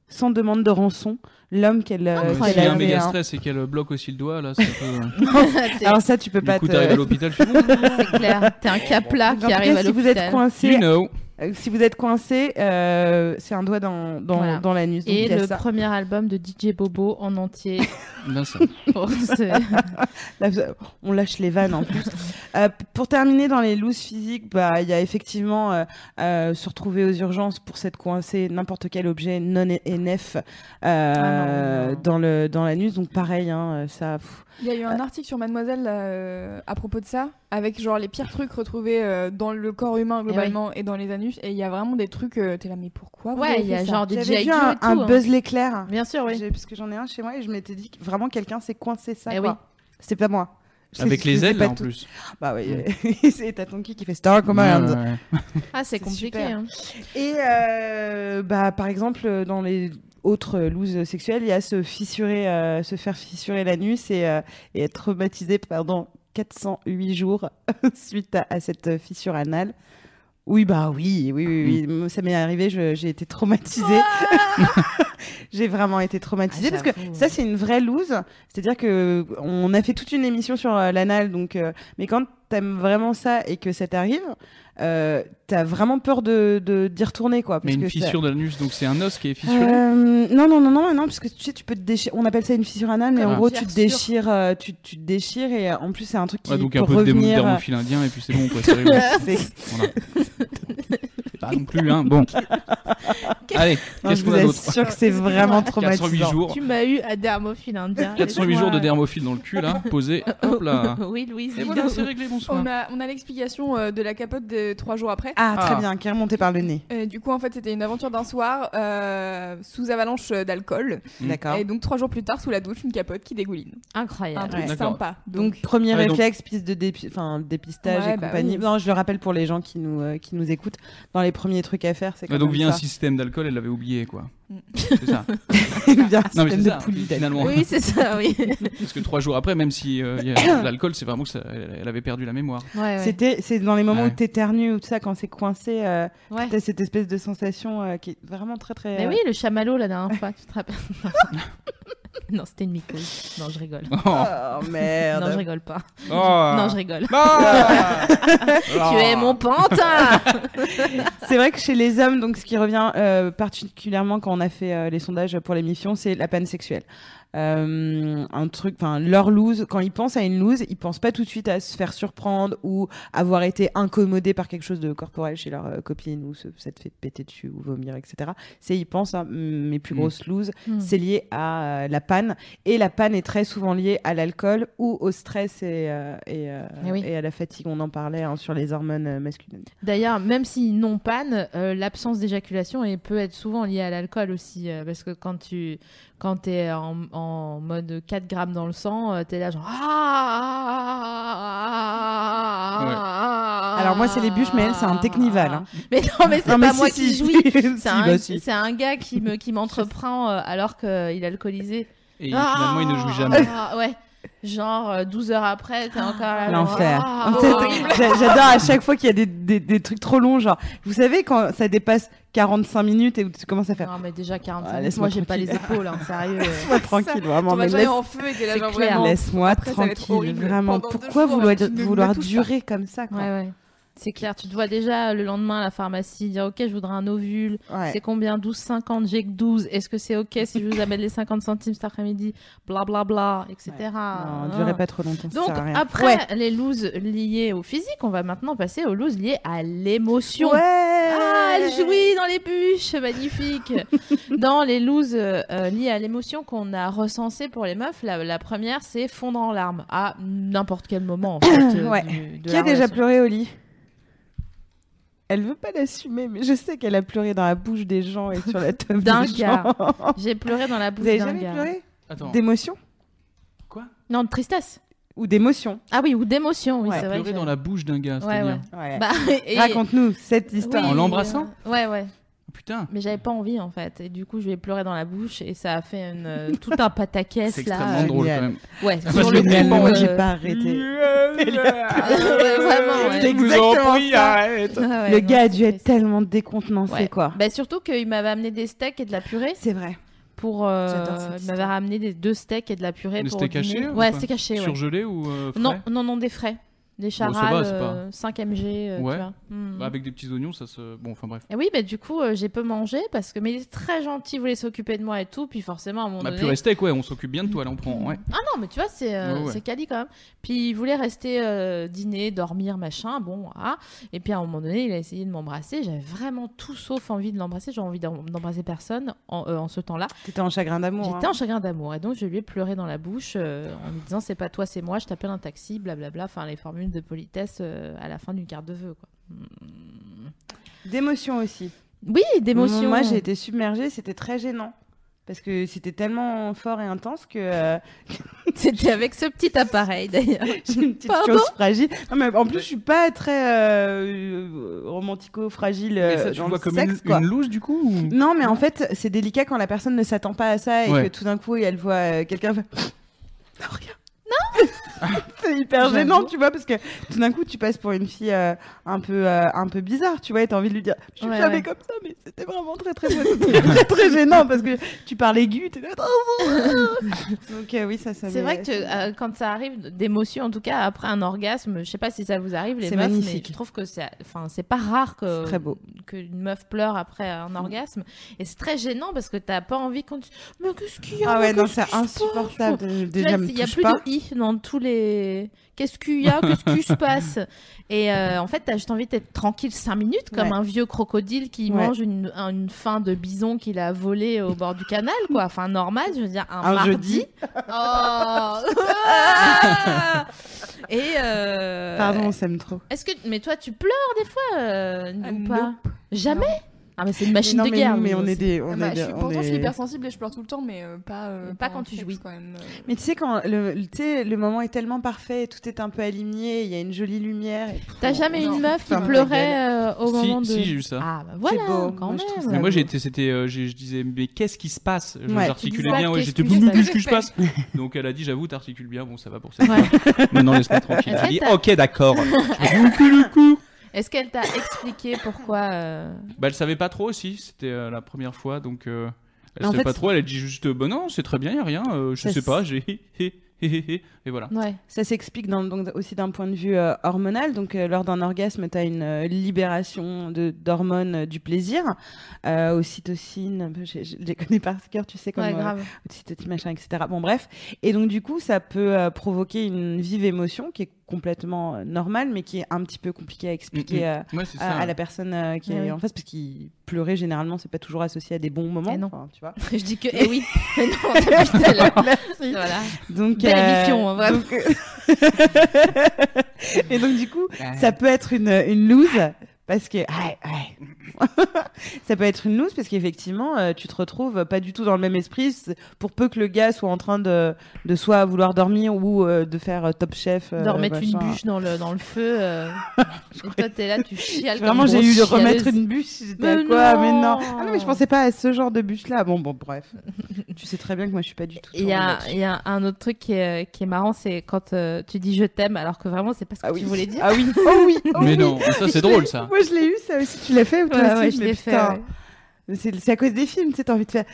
[SPEAKER 2] sans demande de rançon l'homme qu'elle euh,
[SPEAKER 1] Incroyable.
[SPEAKER 2] qu'elle
[SPEAKER 4] S'il y a un
[SPEAKER 2] avait,
[SPEAKER 4] méga
[SPEAKER 2] hein.
[SPEAKER 4] stress et qu'elle bloque aussi le doigt, là, ça peut... euh,
[SPEAKER 1] T'es-
[SPEAKER 2] Alors ça, tu peux
[SPEAKER 4] Du
[SPEAKER 2] pas
[SPEAKER 4] coup,
[SPEAKER 2] te-
[SPEAKER 4] t'arrives à l'hôpital, tu fais, oh,
[SPEAKER 1] c'est clair, t'es un capla
[SPEAKER 2] En tout
[SPEAKER 1] Ah, qui
[SPEAKER 2] cas,
[SPEAKER 1] arrive à
[SPEAKER 2] si vous êtes
[SPEAKER 1] l'hôpital.
[SPEAKER 2] coincé,
[SPEAKER 4] you know.
[SPEAKER 2] euh, si vous êtes coincé, euh, c'est un doigt dans dans,
[SPEAKER 1] Voilà.
[SPEAKER 2] dans l'anus. donc
[SPEAKER 1] Et
[SPEAKER 2] il y a
[SPEAKER 1] le
[SPEAKER 2] ça.
[SPEAKER 1] premier album de DJ Bobo en entier.
[SPEAKER 4] Vincent.
[SPEAKER 1] Oh, c'est-
[SPEAKER 2] Là, vous- on lâche les vannes en plus. Euh, p- pour terminer dans les looses physiques, bah il y a effectivement euh, euh, se retrouver aux urgences pour s'être coincé n'importe quel objet non NF euh,
[SPEAKER 1] Ah non, non.
[SPEAKER 2] dans le dans l'anus. Donc pareil, hein, ça. pff.
[SPEAKER 1] Euh.
[SPEAKER 3] Il y a eu un article sur Mademoiselle là, euh, à propos de ça. avec genre les pires trucs retrouvés euh, dans le corps
[SPEAKER 1] Eh
[SPEAKER 3] humain globalement et dans les anus. Et il y a vraiment des trucs, euh, t'es là, mais pourquoi vous
[SPEAKER 1] Ouais,
[SPEAKER 3] avez
[SPEAKER 1] il y a
[SPEAKER 3] fait ça
[SPEAKER 1] genre des
[SPEAKER 2] J'avais
[SPEAKER 1] GI
[SPEAKER 2] vu
[SPEAKER 1] Joe
[SPEAKER 2] un,
[SPEAKER 1] et tout.
[SPEAKER 2] un
[SPEAKER 1] hein.
[SPEAKER 2] Buzz l'éclair.
[SPEAKER 1] Bien sûr, oui.
[SPEAKER 2] J'ai- Parce que j'en ai un chez moi et je m'étais dit que vraiment quelqu'un s'est coincé ça.
[SPEAKER 1] Eh oui.
[SPEAKER 2] quoi. C'était pas moi. Je
[SPEAKER 4] Avec
[SPEAKER 2] sais- je
[SPEAKER 4] les
[SPEAKER 2] sais
[SPEAKER 4] ailes,
[SPEAKER 2] pas
[SPEAKER 4] là, en
[SPEAKER 2] tout.
[SPEAKER 4] plus.
[SPEAKER 2] Bah oui. c'est t'as ton cul qui fait Star Command.
[SPEAKER 4] Ouais, ouais, ouais.
[SPEAKER 1] Ah, c'est
[SPEAKER 2] C'est
[SPEAKER 1] compliqué.
[SPEAKER 2] super.
[SPEAKER 1] hein.
[SPEAKER 2] Et euh, bah, par exemple, euh, dans les autres euh, looses sexuelles, il y a se, fissurer, euh, se faire fissurer l'anus et, euh, et être traumatisé pendant 408 jours suite à, à cette euh, fissure anale. Oui, bah oui, oui, oui, oui. Moi, ça m'est arrivé, je- j'ai été traumatisée. j'ai vraiment été traumatisée
[SPEAKER 1] Ah,
[SPEAKER 2] parce que
[SPEAKER 1] j'avoue,
[SPEAKER 2] ça,
[SPEAKER 1] ouais.
[SPEAKER 2] c'est une vraie loose. C'est-à-dire que on a fait toute une émission sur euh, l'anal, donc, euh, mais quand t'aimes vraiment ça et que ça t'arrive, euh, t'as vraiment peur de de- d'y retourner quoi.
[SPEAKER 4] Mais
[SPEAKER 2] Parce
[SPEAKER 4] une
[SPEAKER 2] que ça-
[SPEAKER 4] fissure de l'anus, donc c'est un os qui est fissuré.
[SPEAKER 2] Euh, non non non non non parce que tu sais tu peux te déchirer. On appelle ça une fissure anale, mais
[SPEAKER 4] Comme
[SPEAKER 2] en
[SPEAKER 4] une
[SPEAKER 2] gros tu te
[SPEAKER 1] fissure.
[SPEAKER 2] déchires, euh, tu, tu te déchires et euh, en plus c'est un truc qui
[SPEAKER 4] Ouais, donc
[SPEAKER 2] peut
[SPEAKER 4] un peu
[SPEAKER 2] revenir.
[SPEAKER 4] de
[SPEAKER 2] euh,
[SPEAKER 4] dermophile indien, et puis c'est bon, quoi. c'est réglé.
[SPEAKER 2] c'est-
[SPEAKER 4] Voilà. C'est pas non plus, hein. Bon. Allez,
[SPEAKER 2] non,
[SPEAKER 4] qu'est-ce
[SPEAKER 2] je vous
[SPEAKER 4] qu'on a d'autre
[SPEAKER 2] assure que c'est vraiment
[SPEAKER 4] 408
[SPEAKER 2] traumatisant.
[SPEAKER 4] jours.
[SPEAKER 1] Tu m'as eu à dermophile indien.
[SPEAKER 4] 408 jours de dermophile dans le cul, là, posé. Hop là.
[SPEAKER 1] Oui, Louise.
[SPEAKER 4] Et
[SPEAKER 1] dis
[SPEAKER 4] voilà,
[SPEAKER 1] donc.
[SPEAKER 4] c'est réglé, bonsoir.
[SPEAKER 3] On a, on a l'explication euh, de la capote de trois jours après.
[SPEAKER 2] Ah très
[SPEAKER 4] Ah.
[SPEAKER 2] bien, qui est remonté par le nez.
[SPEAKER 3] Et du coup, en fait, c'était une aventure d'un soir euh, sous avalanche euh, d'alcool.
[SPEAKER 4] Mm.
[SPEAKER 2] D'accord.
[SPEAKER 3] Et donc, trois jours plus tard, sous la douche, une capote qui dégouline. Un
[SPEAKER 1] Incroyable.
[SPEAKER 3] truc
[SPEAKER 4] D'accord.
[SPEAKER 3] sympa. Donc,
[SPEAKER 2] Donc premier
[SPEAKER 4] Ah Ouais, donc-
[SPEAKER 2] réflexe, piste de dépi- enfin, dépistage
[SPEAKER 3] Ouais,
[SPEAKER 2] et
[SPEAKER 3] bah
[SPEAKER 2] compagnie.
[SPEAKER 3] oui.
[SPEAKER 2] Non, je le rappelle pour les gens qui nous euh, qui nous écoutent. Dans les premiers trucs à faire, c'est quand
[SPEAKER 4] Ouais, donc
[SPEAKER 2] même
[SPEAKER 4] via un
[SPEAKER 2] ça.
[SPEAKER 4] système d'alcool, elle l'avait oublié, quoi.
[SPEAKER 3] Mm.
[SPEAKER 4] C'est ça.
[SPEAKER 2] Via un
[SPEAKER 4] Non, mais c'est
[SPEAKER 2] système de
[SPEAKER 4] ça,
[SPEAKER 2] poulie d'alcool.
[SPEAKER 4] finalement.
[SPEAKER 1] Oui, c'est ça, oui.
[SPEAKER 4] Parce que trois jours après, même si euh, y a- l'alcool, c'est vraiment que ça, elle elle avait perdu la mémoire.
[SPEAKER 1] Ouais, ouais.
[SPEAKER 2] C'était, c'est dans les moments
[SPEAKER 4] Ouais.
[SPEAKER 2] où t'éternues ou tout ça, quand c'est coincé, euh,
[SPEAKER 1] Ouais.
[SPEAKER 2] t'as cette espèce de sensation euh, qui est vraiment très très.
[SPEAKER 1] Mais
[SPEAKER 2] euh,
[SPEAKER 1] oui, le chamallow la dernière fois, tu te rappelles Non, c'était une mycose. Non, je rigole.
[SPEAKER 4] Oh,
[SPEAKER 2] Oh
[SPEAKER 1] Non, je
[SPEAKER 2] merde.
[SPEAKER 1] rigole pas.
[SPEAKER 4] oh.
[SPEAKER 1] Non, je rigole.
[SPEAKER 4] Ah.
[SPEAKER 1] Tu es mon pantin
[SPEAKER 2] c'est vrai que chez les hommes, donc ce qui revient euh, particulièrement quand on a fait euh, les sondages pour l'émission, c'est la panne sexuelle. Euh, un truc, enfin leur loose. Quand ils pensent à une loose, ils pensent pas tout de suite à se faire surprendre ou avoir été incommodé par quelque chose de corporel chez leur euh, copine ou se, ça te fait péter dessus ou vomir, etc. C'est ils pensent à mm, mes plus
[SPEAKER 4] Mm.
[SPEAKER 2] grosses looses.
[SPEAKER 1] Hmm.
[SPEAKER 2] c'est lié à euh, la panne. Et la panne est très souvent liée à l'alcool ou au stress et, euh, et, euh,
[SPEAKER 1] Eh oui.
[SPEAKER 2] et à la fatigue. On en parlait hein, sur les hormones euh, masculines.
[SPEAKER 1] D'ailleurs, même si non panne, euh, l'absence d'éjaculation est- peut être souvent liée à l'alcool aussi. euh, parce que quand tu quand es en, en mode 4 grammes dans le sang, euh, t'es là genre. ah,
[SPEAKER 2] Alors moi, c'est les bûches, mais elle, c'est un technival, hein.
[SPEAKER 1] Mais non, mais c'est
[SPEAKER 2] Non, mais
[SPEAKER 1] pas
[SPEAKER 2] si,
[SPEAKER 1] moi
[SPEAKER 2] si,
[SPEAKER 1] qui
[SPEAKER 2] si,
[SPEAKER 1] jouis.
[SPEAKER 2] si,
[SPEAKER 1] C'est
[SPEAKER 2] si,
[SPEAKER 1] un,
[SPEAKER 2] bah, si.
[SPEAKER 1] c'est un gars qui me qui m'entreprend euh, alors qu'il est alcoolisé.
[SPEAKER 4] Et finalement, il ne joue jamais.
[SPEAKER 1] Ah, ouais. Genre euh, 12 heures après, t'es encore là. genre,
[SPEAKER 2] L'enfer.
[SPEAKER 1] ah,
[SPEAKER 2] T'sais,
[SPEAKER 1] horrible.
[SPEAKER 2] t'sais, j'a- J'adore à chaque fois qu'il y a des, des- des trucs trop longs, genre, vous savez, quand ça dépasse 45 minutes et où tu commences à faire.
[SPEAKER 1] Non, mais déjà 45
[SPEAKER 2] Ah,
[SPEAKER 1] minutes,
[SPEAKER 2] laisse-moi
[SPEAKER 1] moi j'ai pas les
[SPEAKER 2] tranquille.
[SPEAKER 1] épaules, hein, sérieux.
[SPEAKER 2] Laisse-moi tranquille, vraiment,
[SPEAKER 3] ton
[SPEAKER 2] mais
[SPEAKER 3] vagin est
[SPEAKER 2] laisse-
[SPEAKER 3] en feu et t'es là,
[SPEAKER 1] c'est
[SPEAKER 3] genre
[SPEAKER 1] clair.
[SPEAKER 3] vraiment.
[SPEAKER 2] laisse-moi
[SPEAKER 3] Après, ça va être
[SPEAKER 2] tranquille,
[SPEAKER 3] horrible.
[SPEAKER 2] vraiment.
[SPEAKER 3] Pendant deux
[SPEAKER 2] Pourquoi
[SPEAKER 3] jours,
[SPEAKER 2] vouloir,
[SPEAKER 3] tu ne me
[SPEAKER 2] vouloir
[SPEAKER 3] touches pas.
[SPEAKER 2] durer comme ça
[SPEAKER 1] Ouais,
[SPEAKER 2] quoi
[SPEAKER 1] ouais. C'est clair, tu te vois déjà euh, le lendemain à la pharmacie dire Ok, je voudrais un ovule.
[SPEAKER 2] Ouais.
[SPEAKER 1] C'est combien 12, 50, j'ai que 12. Est-ce que c'est ok si je vous amène les 50 centimes cet après-midi Bla bla bla, etc.
[SPEAKER 2] Non,
[SPEAKER 1] Ah.
[SPEAKER 2] durez pas trop longtemps. ça
[SPEAKER 1] Donc
[SPEAKER 2] sert à rien.
[SPEAKER 1] après les looses liées au physique, on va maintenant passer aux looses liées à l'émotion.
[SPEAKER 2] Ouais.
[SPEAKER 1] Ah, elle jouit dans les bûches, magnifique. dans les looses euh, euh, liées à l'émotion qu'on a recensées pour les meufs, la, la première c'est fondre en larmes à n'importe quel moment. En fait, euh,
[SPEAKER 2] Ouais.
[SPEAKER 1] du- de
[SPEAKER 2] Qui a
[SPEAKER 1] la
[SPEAKER 2] déjà
[SPEAKER 1] relation.
[SPEAKER 2] pleuré au lit Elle veut pas l'assumer, mais je sais qu'elle a pleuré dans la bouche des gens et sur la table
[SPEAKER 1] D'un
[SPEAKER 2] des
[SPEAKER 1] gars.
[SPEAKER 2] gens.
[SPEAKER 1] J'ai pleuré dans la
[SPEAKER 2] Vous
[SPEAKER 1] bouche
[SPEAKER 2] avez
[SPEAKER 1] d'un
[SPEAKER 2] jamais
[SPEAKER 1] gars.
[SPEAKER 2] pleuré
[SPEAKER 4] Attends,
[SPEAKER 2] D'émotion
[SPEAKER 1] Non, de tristesse.
[SPEAKER 2] Ou d'émotion
[SPEAKER 1] Ah oui, ou d'émotion, oui,
[SPEAKER 2] Ouais.
[SPEAKER 1] c'est vrai.
[SPEAKER 4] pleurer
[SPEAKER 1] que-
[SPEAKER 4] dans la bouche d'un gars,
[SPEAKER 1] Ouais,
[SPEAKER 4] c'est-à-dire.
[SPEAKER 1] ouais.
[SPEAKER 2] Ouais.
[SPEAKER 1] Bah, et-
[SPEAKER 2] Raconte-nous cette
[SPEAKER 1] oui,
[SPEAKER 2] histoire.
[SPEAKER 4] En l'embrassant
[SPEAKER 1] euh, Ouais, ouais.
[SPEAKER 4] Putain,
[SPEAKER 1] Mais j'avais pas envie en fait. Et du coup, je lui ai pleuré dans la bouche et ça a fait une, euh, tout un pataquès
[SPEAKER 4] c'est
[SPEAKER 1] là.
[SPEAKER 4] extrêmement
[SPEAKER 2] euh,
[SPEAKER 4] drôle quand
[SPEAKER 2] génial.
[SPEAKER 4] même.
[SPEAKER 1] Ouais,
[SPEAKER 4] Parce
[SPEAKER 1] sur
[SPEAKER 4] que
[SPEAKER 1] le
[SPEAKER 4] finalement,
[SPEAKER 1] coup,
[SPEAKER 2] moi
[SPEAKER 1] euh,
[SPEAKER 2] j'ai pas arrêté.
[SPEAKER 1] ouais, vraiment, ouais.
[SPEAKER 2] C'est
[SPEAKER 4] vous en
[SPEAKER 2] exactement
[SPEAKER 4] prie,
[SPEAKER 2] ça.
[SPEAKER 4] arrête.
[SPEAKER 1] Ah ouais,
[SPEAKER 2] Le
[SPEAKER 1] non,
[SPEAKER 2] gars a
[SPEAKER 1] c'est
[SPEAKER 2] dû être
[SPEAKER 1] triste.
[SPEAKER 2] tellement décontenancé,
[SPEAKER 1] Ouais.
[SPEAKER 2] quoi.
[SPEAKER 1] Bah, surtout qu'il m'avait amené des steaks et de la purée
[SPEAKER 2] C'est vrai.
[SPEAKER 1] pour. euh,
[SPEAKER 2] J'adore cette
[SPEAKER 1] il m'avait
[SPEAKER 2] histoire.
[SPEAKER 1] ramené des deux steaks et de la purée
[SPEAKER 4] Des
[SPEAKER 1] pour.
[SPEAKER 4] steaks
[SPEAKER 1] dîner.
[SPEAKER 4] hachés ou
[SPEAKER 1] Ouais,
[SPEAKER 4] pas
[SPEAKER 1] steaks hachés. ouais.
[SPEAKER 4] Surgelé ou euh, frais
[SPEAKER 1] Non, non, non, des frais. Des
[SPEAKER 4] ça va,
[SPEAKER 1] charales,
[SPEAKER 4] c'est pas-
[SPEAKER 1] euh, 5 mg. euh, tu
[SPEAKER 4] Ouais.
[SPEAKER 1] vois. Hmm.
[SPEAKER 4] Bah, Avec des petits oignons, ça se. Bon, enfin bref.
[SPEAKER 1] Et oui, bah, du coup, euh, j'ai peu mangé parce que mais il est très gentil, il voulait s'occuper de moi et tout. Puis forcément, à un moment
[SPEAKER 4] Bah,
[SPEAKER 1] donné.
[SPEAKER 4] purée steak, ouais, on s'occupe bien de toi, là, on prend. Ouais.
[SPEAKER 1] Ah non, mais tu vois, c'est euh,
[SPEAKER 4] Ouais, ouais.
[SPEAKER 1] c'est quali quand même. Puis il voulait rester euh, dîner, dormir, machin. Bon, ah. Et puis à un moment donné, il a essayé de m'embrasser. J'avais vraiment tout sauf envie de l'embrasser. J'ai envie d'em- d'embrasser personne en, euh, en ce temps-là.
[SPEAKER 2] T'étais en chagrin d'amour.
[SPEAKER 1] J'étais
[SPEAKER 2] hein.
[SPEAKER 1] en chagrin d'amour. Et donc je lui ai pleuré dans la bouche euh, en lui disant c'est pas toi, c'est moi. Je t'appelle un taxi, blablabla. Enfin les formules minutes de politesse euh, à la fin d'une carte de vœux. Quoi. Mm.
[SPEAKER 2] D'émotion aussi.
[SPEAKER 1] Oui, d'émotion.
[SPEAKER 2] Moi, j'ai été submergée, c'était très gênant. Parce que c'était tellement fort et intense que euh,
[SPEAKER 1] C'était avec ce petit appareil d'ailleurs.
[SPEAKER 2] j'ai une petite
[SPEAKER 1] Pardon
[SPEAKER 2] chose fragile. Non, mais en plus, je suis pas très euh, euh, romantico-fragile
[SPEAKER 4] Mais
[SPEAKER 2] euh,
[SPEAKER 4] ça, tu
[SPEAKER 2] dans
[SPEAKER 4] le
[SPEAKER 2] le
[SPEAKER 4] vois comme
[SPEAKER 2] sexe,
[SPEAKER 4] une,
[SPEAKER 2] quoi.
[SPEAKER 4] une loose du coup ou-
[SPEAKER 2] Non, mais en fait, c'est délicat quand la personne ne s'attend pas à ça et
[SPEAKER 4] Ouais.
[SPEAKER 2] que tout d'un coup, elle voit euh, quelqu'un faire. Non, regarde. c'est hyper gênant,
[SPEAKER 1] J'avoue.
[SPEAKER 2] tu vois, parce que tout d'un coup, tu passes pour une fille euh, un peu euh, un peu bizarre, tu vois, et t'as envie de lui dire, je suis
[SPEAKER 1] Ouais,
[SPEAKER 2] jamais
[SPEAKER 1] ouais.
[SPEAKER 2] comme ça, mais c'était vraiment très très beau. C'était très très gênant parce que tu parles aigu, t'es là. Oh, Donc euh, oui, ça, ça.
[SPEAKER 1] C'est
[SPEAKER 2] m'est-
[SPEAKER 1] vrai que euh, quand ça arrive d'émotion, en tout cas après un orgasme, je sais pas si ça vous arrive les
[SPEAKER 2] C'est
[SPEAKER 1] meufs,
[SPEAKER 2] magnifique.
[SPEAKER 1] mais je trouve que c'est, enfin, c'est pas rare que
[SPEAKER 2] C'est très beau. Mm.
[SPEAKER 1] qu'une meuf pleure après un orgasme, et c'est très gênant parce que t'as pas envie qu'on te dise, mais qu'est-ce qu'il y a
[SPEAKER 2] Ah ouais,
[SPEAKER 1] Mais
[SPEAKER 2] non,
[SPEAKER 1] qu'est-ce
[SPEAKER 2] c'est
[SPEAKER 1] qui se passe
[SPEAKER 2] insupportable. de-
[SPEAKER 1] Tu
[SPEAKER 2] Déjà,
[SPEAKER 1] vois,
[SPEAKER 2] me
[SPEAKER 1] il y a
[SPEAKER 2] touche
[SPEAKER 1] plus
[SPEAKER 2] pas.
[SPEAKER 1] de i dans tous les. Qu'est-ce qu'il y a Qu'est-ce qui se passe Et euh, en fait, t'as juste envie d'être tranquille cinq minutes, comme
[SPEAKER 2] Ouais.
[SPEAKER 1] un vieux crocodile qui
[SPEAKER 2] Ouais.
[SPEAKER 1] mange une, un- une fin de bison qu'il a volée au bord du canal, quoi. Enfin, normal, je veux dire, un,
[SPEAKER 2] Un
[SPEAKER 1] mardi.
[SPEAKER 2] jeudi.
[SPEAKER 1] Oh Et. euh,
[SPEAKER 2] Pardon, on s'aime trop.
[SPEAKER 1] Est-ce que. Mais toi, tu pleures des fois euh,
[SPEAKER 3] Ah,
[SPEAKER 1] ou
[SPEAKER 3] non.
[SPEAKER 1] pas Jamais Ah, mais c'est une machine
[SPEAKER 2] non,
[SPEAKER 1] de
[SPEAKER 2] mais,
[SPEAKER 1] guerre.
[SPEAKER 2] nous, mais
[SPEAKER 1] nous
[SPEAKER 2] on est
[SPEAKER 1] aussi.
[SPEAKER 2] des. On
[SPEAKER 3] Ah bah,
[SPEAKER 2] est
[SPEAKER 3] je
[SPEAKER 2] des-
[SPEAKER 3] suis-
[SPEAKER 2] on
[SPEAKER 3] pourtant, je suis
[SPEAKER 2] est-
[SPEAKER 3] hypersensible et je pleure tout le temps, mais euh, pas, euh,
[SPEAKER 1] Pas
[SPEAKER 3] pendant
[SPEAKER 1] quand
[SPEAKER 3] le
[SPEAKER 1] tu
[SPEAKER 3] sexe,
[SPEAKER 1] jouis.
[SPEAKER 3] Quand même. euh.
[SPEAKER 2] Mais tu sais, quand le, le- tu sais, le moment est tellement parfait, tout est un peu aligné, il y a une jolie lumière. et-
[SPEAKER 1] T'as jamais
[SPEAKER 3] Non,
[SPEAKER 1] une meuf qui
[SPEAKER 2] ferme ta
[SPEAKER 1] pleurait euh, au
[SPEAKER 4] Si,
[SPEAKER 1] moment de.
[SPEAKER 4] si, j'ai eu ça.
[SPEAKER 1] Ah, bah voilà,
[SPEAKER 2] beau,
[SPEAKER 1] quand
[SPEAKER 2] moi, je trouve
[SPEAKER 1] même.
[SPEAKER 2] ça
[SPEAKER 4] Mais moi j'étais, c'était, euh, j'ai- je disais, mais qu'est-ce qui se passe Je
[SPEAKER 2] Ouais,
[SPEAKER 1] tu
[SPEAKER 4] J'articulais
[SPEAKER 1] disais
[SPEAKER 4] bien,
[SPEAKER 1] pas
[SPEAKER 4] ouais,
[SPEAKER 1] qu'est-ce
[SPEAKER 4] j'étais,
[SPEAKER 1] qui se
[SPEAKER 4] mais
[SPEAKER 1] passe.
[SPEAKER 4] qu'est-ce qui se passe Donc elle a dit, j'avoue, t'articules bien, bon, ça va pour ça.
[SPEAKER 1] Ouais.
[SPEAKER 4] Maintenant laisse-moi tranquille.
[SPEAKER 1] Est-ce
[SPEAKER 4] Elle a
[SPEAKER 1] que
[SPEAKER 4] dit,
[SPEAKER 1] t'as-
[SPEAKER 4] ok, d'accord. Je me suis dit, ok, le coup.
[SPEAKER 1] Est-ce qu'elle t'a expliqué pourquoi euh,
[SPEAKER 4] Bah, elle savait pas trop aussi, c'était euh, la première fois, donc euh, elle
[SPEAKER 2] En
[SPEAKER 4] savait
[SPEAKER 2] fait,
[SPEAKER 4] pas trop, elle a dit juste euh, Bah non, c'est très bien, y a rien, euh, je
[SPEAKER 2] Ça
[SPEAKER 4] sais
[SPEAKER 2] s-
[SPEAKER 4] pas, j'ai. hé, hé, hé, hé, hé Et voilà.
[SPEAKER 1] Ouais.
[SPEAKER 2] Ça s'explique dans- donc aussi d'un point de vue euh, hormonal. Donc, euh, lors d'un orgasme, tu as une euh, libération de- d'hormones euh, du plaisir, euh, ocytocine, je, je les connais par cœur, tu sais, comme
[SPEAKER 1] ouais,
[SPEAKER 2] euh,
[SPEAKER 1] grave.
[SPEAKER 2] ocytocine, machin, etc. Bon, bref. Et donc, du coup, ça peut euh, provoquer une vive émotion qui est complètement euh, normale, mais qui est un petit peu compliquée à expliquer. euh,
[SPEAKER 4] Mm, Ouais, c'est ça.
[SPEAKER 2] à, à la personne euh, qui
[SPEAKER 1] Ouais,
[SPEAKER 2] est
[SPEAKER 1] ouais.
[SPEAKER 2] en face parce qu'il pleurait généralement c'est pas toujours associé à des bons moments
[SPEAKER 1] Eh non.
[SPEAKER 2] enfin, tu vois
[SPEAKER 1] Je dis que, eh oui, mais non, c'est putain, là.
[SPEAKER 2] Merci.
[SPEAKER 1] Voilà.
[SPEAKER 2] donc
[SPEAKER 1] Belle émission, hein, vraiment.
[SPEAKER 2] donc, euh, et donc du coup ça peut être une une loose parce que ouais, ouais. ça peut être une loose parce qu'effectivement euh, tu te retrouves pas du tout dans le même esprit C'est- pour peu que le gars soit en train de de soit vouloir dormir ou euh, de faire euh, top chef euh,
[SPEAKER 1] de remettre une
[SPEAKER 2] machin.
[SPEAKER 1] bûche dans le, dans le feu. euh, et toi, t'es là, tu chiales. comme
[SPEAKER 2] Vraiment,
[SPEAKER 1] une
[SPEAKER 2] j'ai eu de
[SPEAKER 1] grosse
[SPEAKER 2] remettre
[SPEAKER 1] chialeuse.
[SPEAKER 2] une bûche. J'étais
[SPEAKER 1] Mais
[SPEAKER 2] à quoi Mais non.
[SPEAKER 1] non.
[SPEAKER 2] Ah non, mais je pensais pas à ce genre de bûche-là. Bon, bon, bref. tu sais très bien que moi, je suis pas du tout.
[SPEAKER 1] Il y,
[SPEAKER 2] tournée
[SPEAKER 1] a,
[SPEAKER 2] là-dessus.
[SPEAKER 1] il y a un autre truc qui est, qui est marrant, c'est quand euh, tu dis je t'aime alors que vraiment c'est pas ce que
[SPEAKER 2] Ah oui.
[SPEAKER 1] tu voulais dire.
[SPEAKER 2] Ah oui. Oh oui. oh
[SPEAKER 4] Mais
[SPEAKER 2] oui.
[SPEAKER 4] non, mais ça c'est drôle ça.
[SPEAKER 2] Moi, je l'ai eu, ça aussi. Tu l'as fait ou toi
[SPEAKER 1] Ah Ouais,
[SPEAKER 2] aussi
[SPEAKER 1] ouais, je
[SPEAKER 2] Mais
[SPEAKER 1] l'ai fait.
[SPEAKER 2] putain.
[SPEAKER 1] ouais.
[SPEAKER 2] C'est c'est à cause des films, tu sais, t'as envie de faire.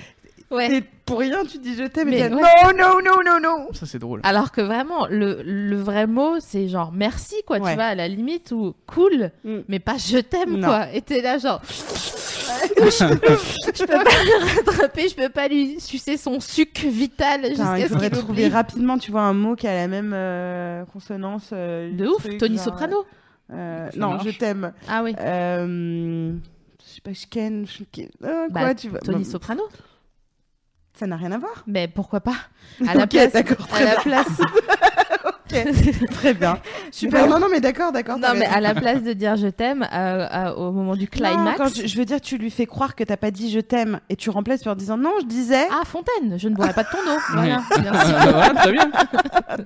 [SPEAKER 1] Ouais.
[SPEAKER 2] t'es- Pour rien, tu dis je t'aime.
[SPEAKER 1] Mais
[SPEAKER 2] et t'es là, Non, non, non, non, non.
[SPEAKER 4] Ça c'est drôle.
[SPEAKER 1] Alors que vraiment, le, le vrai mot, c'est genre merci, quoi,
[SPEAKER 2] Ouais.
[SPEAKER 1] tu vois, à la limite, ou cool,
[SPEAKER 2] Mm.
[SPEAKER 1] mais pas je t'aime,
[SPEAKER 2] Non.
[SPEAKER 1] quoi. Et t'es là, genre. je, peux, je peux pas le rattraper, je peux pas lui sucer son suc vital
[SPEAKER 2] Putain,
[SPEAKER 1] jusqu'à
[SPEAKER 2] il
[SPEAKER 1] ce
[SPEAKER 2] faudrait
[SPEAKER 1] qu'il
[SPEAKER 2] trouver
[SPEAKER 1] oublie.
[SPEAKER 2] rapidement, tu vois, un mot qui a la même euh, consonance. euh,
[SPEAKER 1] De
[SPEAKER 2] le
[SPEAKER 1] ouf,
[SPEAKER 2] truc,
[SPEAKER 1] Tony
[SPEAKER 2] genre,
[SPEAKER 1] Soprano.
[SPEAKER 2] euh,
[SPEAKER 4] Ça
[SPEAKER 2] Non,
[SPEAKER 4] marche.
[SPEAKER 2] je t'aime.
[SPEAKER 1] Ah oui,
[SPEAKER 2] Euh, Je sais pas, je ken, je ken- euh,
[SPEAKER 1] Bah,
[SPEAKER 2] quoi, tu vois.
[SPEAKER 1] Tony
[SPEAKER 2] Bah,
[SPEAKER 1] Soprano.
[SPEAKER 2] Ça n'a rien à voir.
[SPEAKER 1] Mais pourquoi pas À la
[SPEAKER 2] Ok,
[SPEAKER 1] place.
[SPEAKER 2] d'accord,
[SPEAKER 1] À
[SPEAKER 2] très
[SPEAKER 1] la place.
[SPEAKER 2] Très bien. Super. Non, non, mais d'accord, d'accord.
[SPEAKER 1] non,
[SPEAKER 2] t'as
[SPEAKER 1] mais
[SPEAKER 2] raison.
[SPEAKER 1] à la place de dire je t'aime euh, euh, au moment du
[SPEAKER 2] Non,
[SPEAKER 1] climax.
[SPEAKER 2] quand je, je veux dire, tu lui fais croire que t'as pas dit je t'aime et tu remplaces par disant non, je disais.
[SPEAKER 1] Ah, Fontaine, je ne boirai pas de ton eau. Voilà,
[SPEAKER 4] Ah,
[SPEAKER 1] merci.
[SPEAKER 4] bah, voilà, très bien.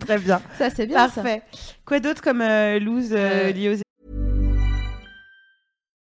[SPEAKER 2] Très bien.
[SPEAKER 1] Ça, c'est bien ça.
[SPEAKER 2] Parfait. Quoi d'autre comme euh, loose euh,
[SPEAKER 1] Euh,
[SPEAKER 2] liée aux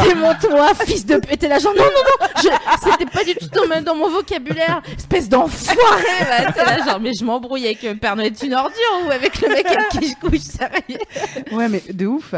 [SPEAKER 1] démonte-moi, fils de pute. Et t'es là, genre, non, non, non, je- c'était pas du tout dans, ma- dans mon vocabulaire, espèce d'enfoiré. Bah, t'es là, genre, mais je m'embrouille avec euh, Père Noël est une ordure ou avec le mec avec qui je couche, sérieux.
[SPEAKER 2] Ouais, mais de ouf.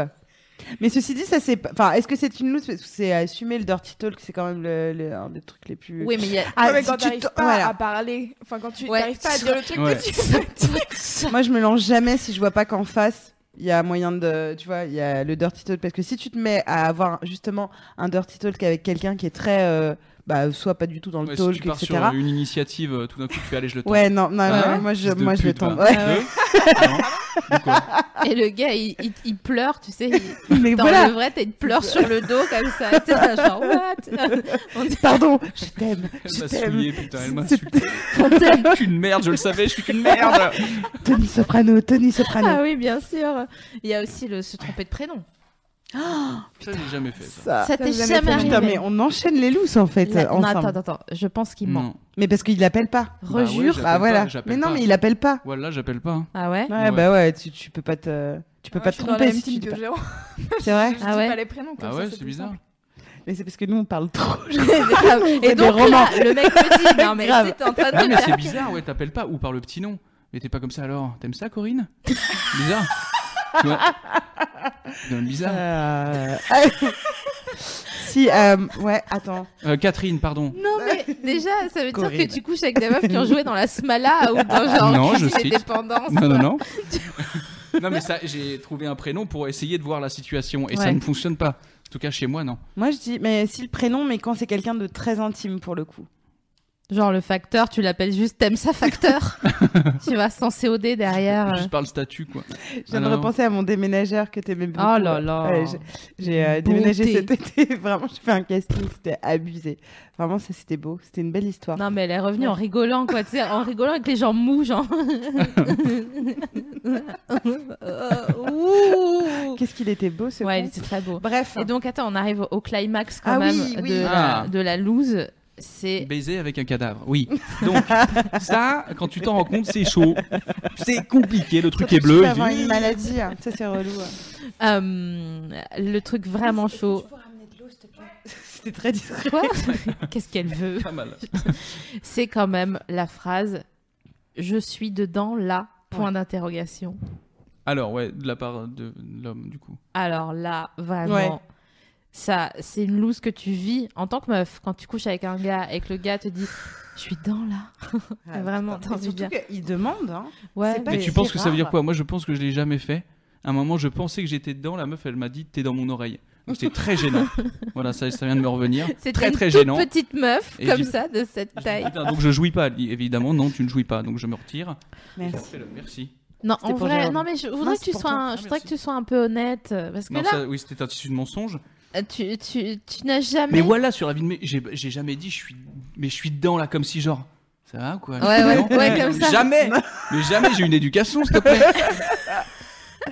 [SPEAKER 2] Mais ceci dit, ça c'est. pas- Enfin, est-ce que c'est une loose Parce que c'est euh, assumer le dirty talk, c'est quand même le, le- un des trucs les plus.
[SPEAKER 1] Oui, mais il y a.
[SPEAKER 2] Ah,
[SPEAKER 3] Ouais, mais
[SPEAKER 2] si
[SPEAKER 3] quand
[SPEAKER 2] tu
[SPEAKER 3] t'arrives
[SPEAKER 2] te-
[SPEAKER 3] pas
[SPEAKER 2] voilà.
[SPEAKER 3] à parler, enfin quand tu
[SPEAKER 1] Ouais.
[SPEAKER 3] t'arrives pas à dire le truc
[SPEAKER 4] Ouais.
[SPEAKER 3] que tu veux dire.
[SPEAKER 2] Moi, je me lance jamais si je vois pas qu'en face, il y a moyen de. Tu vois, il y a le dirty talk. Parce que si tu te mets à avoir justement un dirty talk avec quelqu'un qui est très. euh, bah, soit pas du tout dans le
[SPEAKER 4] Ouais, si
[SPEAKER 2] talk,
[SPEAKER 4] tu pars
[SPEAKER 2] etc.
[SPEAKER 4] sur euh, une initiative, euh, tout d'un coup tu allèges le temps.
[SPEAKER 2] Ouais, non, non,
[SPEAKER 4] Ah
[SPEAKER 2] non,
[SPEAKER 4] ouais
[SPEAKER 2] moi je,
[SPEAKER 4] Fils de Ah
[SPEAKER 2] moi, je le
[SPEAKER 4] pute, va.
[SPEAKER 2] tombe. Ouais.
[SPEAKER 4] Deux Non De quoi
[SPEAKER 1] Et le gars, il, il- il pleure, tu sais. il-
[SPEAKER 2] Mais
[SPEAKER 1] Dans
[SPEAKER 2] voilà,
[SPEAKER 1] le vrai, t'as une pleure sur le dos comme ça. T'es là, genre, what On dit,
[SPEAKER 2] pardon, je t'aime,
[SPEAKER 4] Elle
[SPEAKER 2] je
[SPEAKER 4] m'a
[SPEAKER 2] t'aime.
[SPEAKER 4] souillé, putain, elle m'a
[SPEAKER 2] C'est-
[SPEAKER 4] souillé. Je suis une merde, je le savais, je suis qu'une merde.
[SPEAKER 2] Tony Soprano, Tony Soprano.
[SPEAKER 1] Ah oui, bien sûr. Il y a aussi le se tromper de prénom.
[SPEAKER 4] Ça, j'ai jamais fait ça.
[SPEAKER 2] Ça.
[SPEAKER 1] ça
[SPEAKER 3] ça
[SPEAKER 1] t'est
[SPEAKER 3] vous a
[SPEAKER 1] jamais
[SPEAKER 3] jamais fait.
[SPEAKER 2] Putain,
[SPEAKER 1] arrivé.
[SPEAKER 2] mais on enchaîne les looses en fait,
[SPEAKER 1] La-
[SPEAKER 2] euh,
[SPEAKER 1] Non,
[SPEAKER 2] ensemble.
[SPEAKER 1] attends, attends, attends. Je pense qu'il ment.
[SPEAKER 4] Non.
[SPEAKER 2] Mais parce qu'il appelle pas.
[SPEAKER 4] Bah ouais,
[SPEAKER 1] Rejure.
[SPEAKER 4] j'appelle
[SPEAKER 2] Bah
[SPEAKER 4] pas,
[SPEAKER 2] voilà.
[SPEAKER 4] j'appelle
[SPEAKER 2] Mais non,
[SPEAKER 4] pas.
[SPEAKER 2] mais il appelle pas.
[SPEAKER 4] Voilà, j'appelle pas. hein.
[SPEAKER 1] ah ouais
[SPEAKER 2] Ouais,
[SPEAKER 4] Ouais.
[SPEAKER 2] bah ouais, tu, tu peux pas te, tu peux
[SPEAKER 3] Moi,
[SPEAKER 2] pas
[SPEAKER 3] Ah, je
[SPEAKER 2] te
[SPEAKER 3] suis dans la
[SPEAKER 2] tromper
[SPEAKER 3] même
[SPEAKER 2] si tu
[SPEAKER 3] team
[SPEAKER 2] dis
[SPEAKER 3] que
[SPEAKER 2] pas.
[SPEAKER 3] Jérôme.
[SPEAKER 2] C'est vrai.
[SPEAKER 3] Je
[SPEAKER 1] Ah
[SPEAKER 3] dis
[SPEAKER 1] ouais.
[SPEAKER 3] pas les prénoms. comme
[SPEAKER 4] Ah
[SPEAKER 3] ça,
[SPEAKER 4] ouais,
[SPEAKER 3] plus
[SPEAKER 4] c'est bizarre.
[SPEAKER 3] simple.
[SPEAKER 2] Mais c'est parce que nous on parle trop.
[SPEAKER 1] Ah, Et
[SPEAKER 2] des
[SPEAKER 1] donc
[SPEAKER 2] romans.
[SPEAKER 1] là, le mec me dit non mais
[SPEAKER 2] Grave.
[SPEAKER 1] t'es en train de
[SPEAKER 4] Non,
[SPEAKER 1] me
[SPEAKER 4] Ah, mais
[SPEAKER 1] faire-
[SPEAKER 4] c'est bizarre, ouais, t'appelles pas ou par le petit nom. Mais t'es pas comme ça alors. T'aimes ça, Corinne Bizarre. Tu vois Non, bizarre.
[SPEAKER 2] Euh, si, euh, ouais, attends.
[SPEAKER 4] Euh, Catherine, pardon.
[SPEAKER 1] Non mais déjà ça veut dire
[SPEAKER 2] Corinne.
[SPEAKER 1] que tu couches avec des meufs qui ont joué dans la Smala ou dans genre
[SPEAKER 4] Ah, Non,
[SPEAKER 1] Crise
[SPEAKER 4] je
[SPEAKER 1] et
[SPEAKER 4] cite.
[SPEAKER 1] dépendance.
[SPEAKER 4] Non, non, non. non, mais ça, j'ai trouvé un prénom pour essayer de voir la situation et ça
[SPEAKER 1] Ouais.
[SPEAKER 4] ne fonctionne pas. En tout cas, chez moi, non.
[SPEAKER 2] Moi je dis, mais si le prénom, mais quand c'est quelqu'un de très intime pour le coup.
[SPEAKER 1] Genre le facteur, tu l'appelles juste t'aimes ça facteur. tu vas sans COD derrière. euh.
[SPEAKER 4] Juste par le statut, quoi.
[SPEAKER 2] Ah, Je viens
[SPEAKER 4] Ah
[SPEAKER 2] de
[SPEAKER 4] non.
[SPEAKER 2] repenser à mon déménageur que t'aimais beaucoup.
[SPEAKER 1] Oh là là.
[SPEAKER 2] Ouais, j'ai- J'ai
[SPEAKER 1] Beauté.
[SPEAKER 2] euh, déménagé cet été. Vraiment, j'ai fait un casting, c'était abusé. Vraiment, ça c'était beau. C'était une belle histoire.
[SPEAKER 1] Non mais elle est revenue en rigolant quoi, tu sais, en rigolant avec les gens mous genre. Euh, ouh.
[SPEAKER 2] Qu'est-ce qu'il était beau ce
[SPEAKER 1] Ouais,
[SPEAKER 2] con.
[SPEAKER 1] il était très beau.
[SPEAKER 2] Bref.
[SPEAKER 1] Et donc, attends, on arrive au climax quand
[SPEAKER 2] Ah
[SPEAKER 1] même
[SPEAKER 2] oui, oui.
[SPEAKER 1] De,
[SPEAKER 4] Ah.
[SPEAKER 1] La, de la loose. C'est
[SPEAKER 4] Baiser avec un cadavre, oui. Donc, ça, quand tu t'en rends compte, c'est chaud. C'est compliqué, le truc
[SPEAKER 2] Surtout
[SPEAKER 4] est
[SPEAKER 2] si
[SPEAKER 4] bleu.
[SPEAKER 2] tu peux avoir une maladie, hein. ça c'est relou. hein.
[SPEAKER 1] euh, le truc vraiment chaud.
[SPEAKER 2] C'était très discret.
[SPEAKER 1] Quoi Qu'est-ce qu'elle veut
[SPEAKER 4] Pas mal.
[SPEAKER 1] C'est quand même la phrase Je suis dedans là, point d'interrogation.
[SPEAKER 4] Alors, ouais, de la part de l'homme, du coup.
[SPEAKER 1] Alors là, vraiment.
[SPEAKER 2] Ouais.
[SPEAKER 1] Ça, c'est une loose que tu vis en tant que meuf. Quand tu couches avec un gars et que le gars te dit Je suis dedans là. Vraiment, t'as
[SPEAKER 2] Mais
[SPEAKER 1] envie de
[SPEAKER 2] surtout qu'il demande. Hein.
[SPEAKER 1] Ouais,
[SPEAKER 2] C'est pas
[SPEAKER 4] Mais
[SPEAKER 2] Ouais,
[SPEAKER 4] tu
[SPEAKER 2] c'est
[SPEAKER 4] penses que ça veut dire
[SPEAKER 2] rare.
[SPEAKER 4] quoi Moi, je pense que je l'ai jamais fait. À un moment, je pensais que j'étais dedans. La meuf, elle m'a dit T'es dans mon oreille. Donc, c'était très gênant. voilà, ça, ça vient de me revenir.
[SPEAKER 1] C'était
[SPEAKER 4] Très,
[SPEAKER 1] une
[SPEAKER 4] très
[SPEAKER 1] toute
[SPEAKER 4] gênant.
[SPEAKER 1] petite meuf,
[SPEAKER 4] Et Ah,
[SPEAKER 1] comme
[SPEAKER 4] j'ai-
[SPEAKER 1] ça, de cette taille.
[SPEAKER 4] Putain, donc, je jouis pas. Elle dit, Évidemment, non, tu ne jouis pas. Donc, je me retire.
[SPEAKER 2] Merci.
[SPEAKER 4] Fais-le, merci.
[SPEAKER 1] Non,
[SPEAKER 2] C'était
[SPEAKER 1] en
[SPEAKER 2] pour
[SPEAKER 1] vrai,
[SPEAKER 2] Jérôme.
[SPEAKER 1] non, mais je voudrais,
[SPEAKER 2] Non,
[SPEAKER 1] que tu,
[SPEAKER 2] c'est pour
[SPEAKER 1] sois
[SPEAKER 2] toi.
[SPEAKER 1] un,
[SPEAKER 4] Ah,
[SPEAKER 1] je voudrais
[SPEAKER 4] merci.
[SPEAKER 1] que tu sois un peu honnête. euh, Parce que
[SPEAKER 4] Non,
[SPEAKER 1] là,
[SPEAKER 4] ça, oui, c'était un tissu de mensonge.
[SPEAKER 1] euh, tu, tu, tu n'as jamais.
[SPEAKER 4] Mais voilà, sur la vie de mes. J'ai j'ai jamais dit, je suis... mais je suis dedans, là, comme si genre. Ça va ou quoi
[SPEAKER 1] Ouais, ouais,
[SPEAKER 4] Non.
[SPEAKER 1] ouais, comme ça.
[SPEAKER 4] Jamais Mais jamais j'ai une éducation, s'il te plaît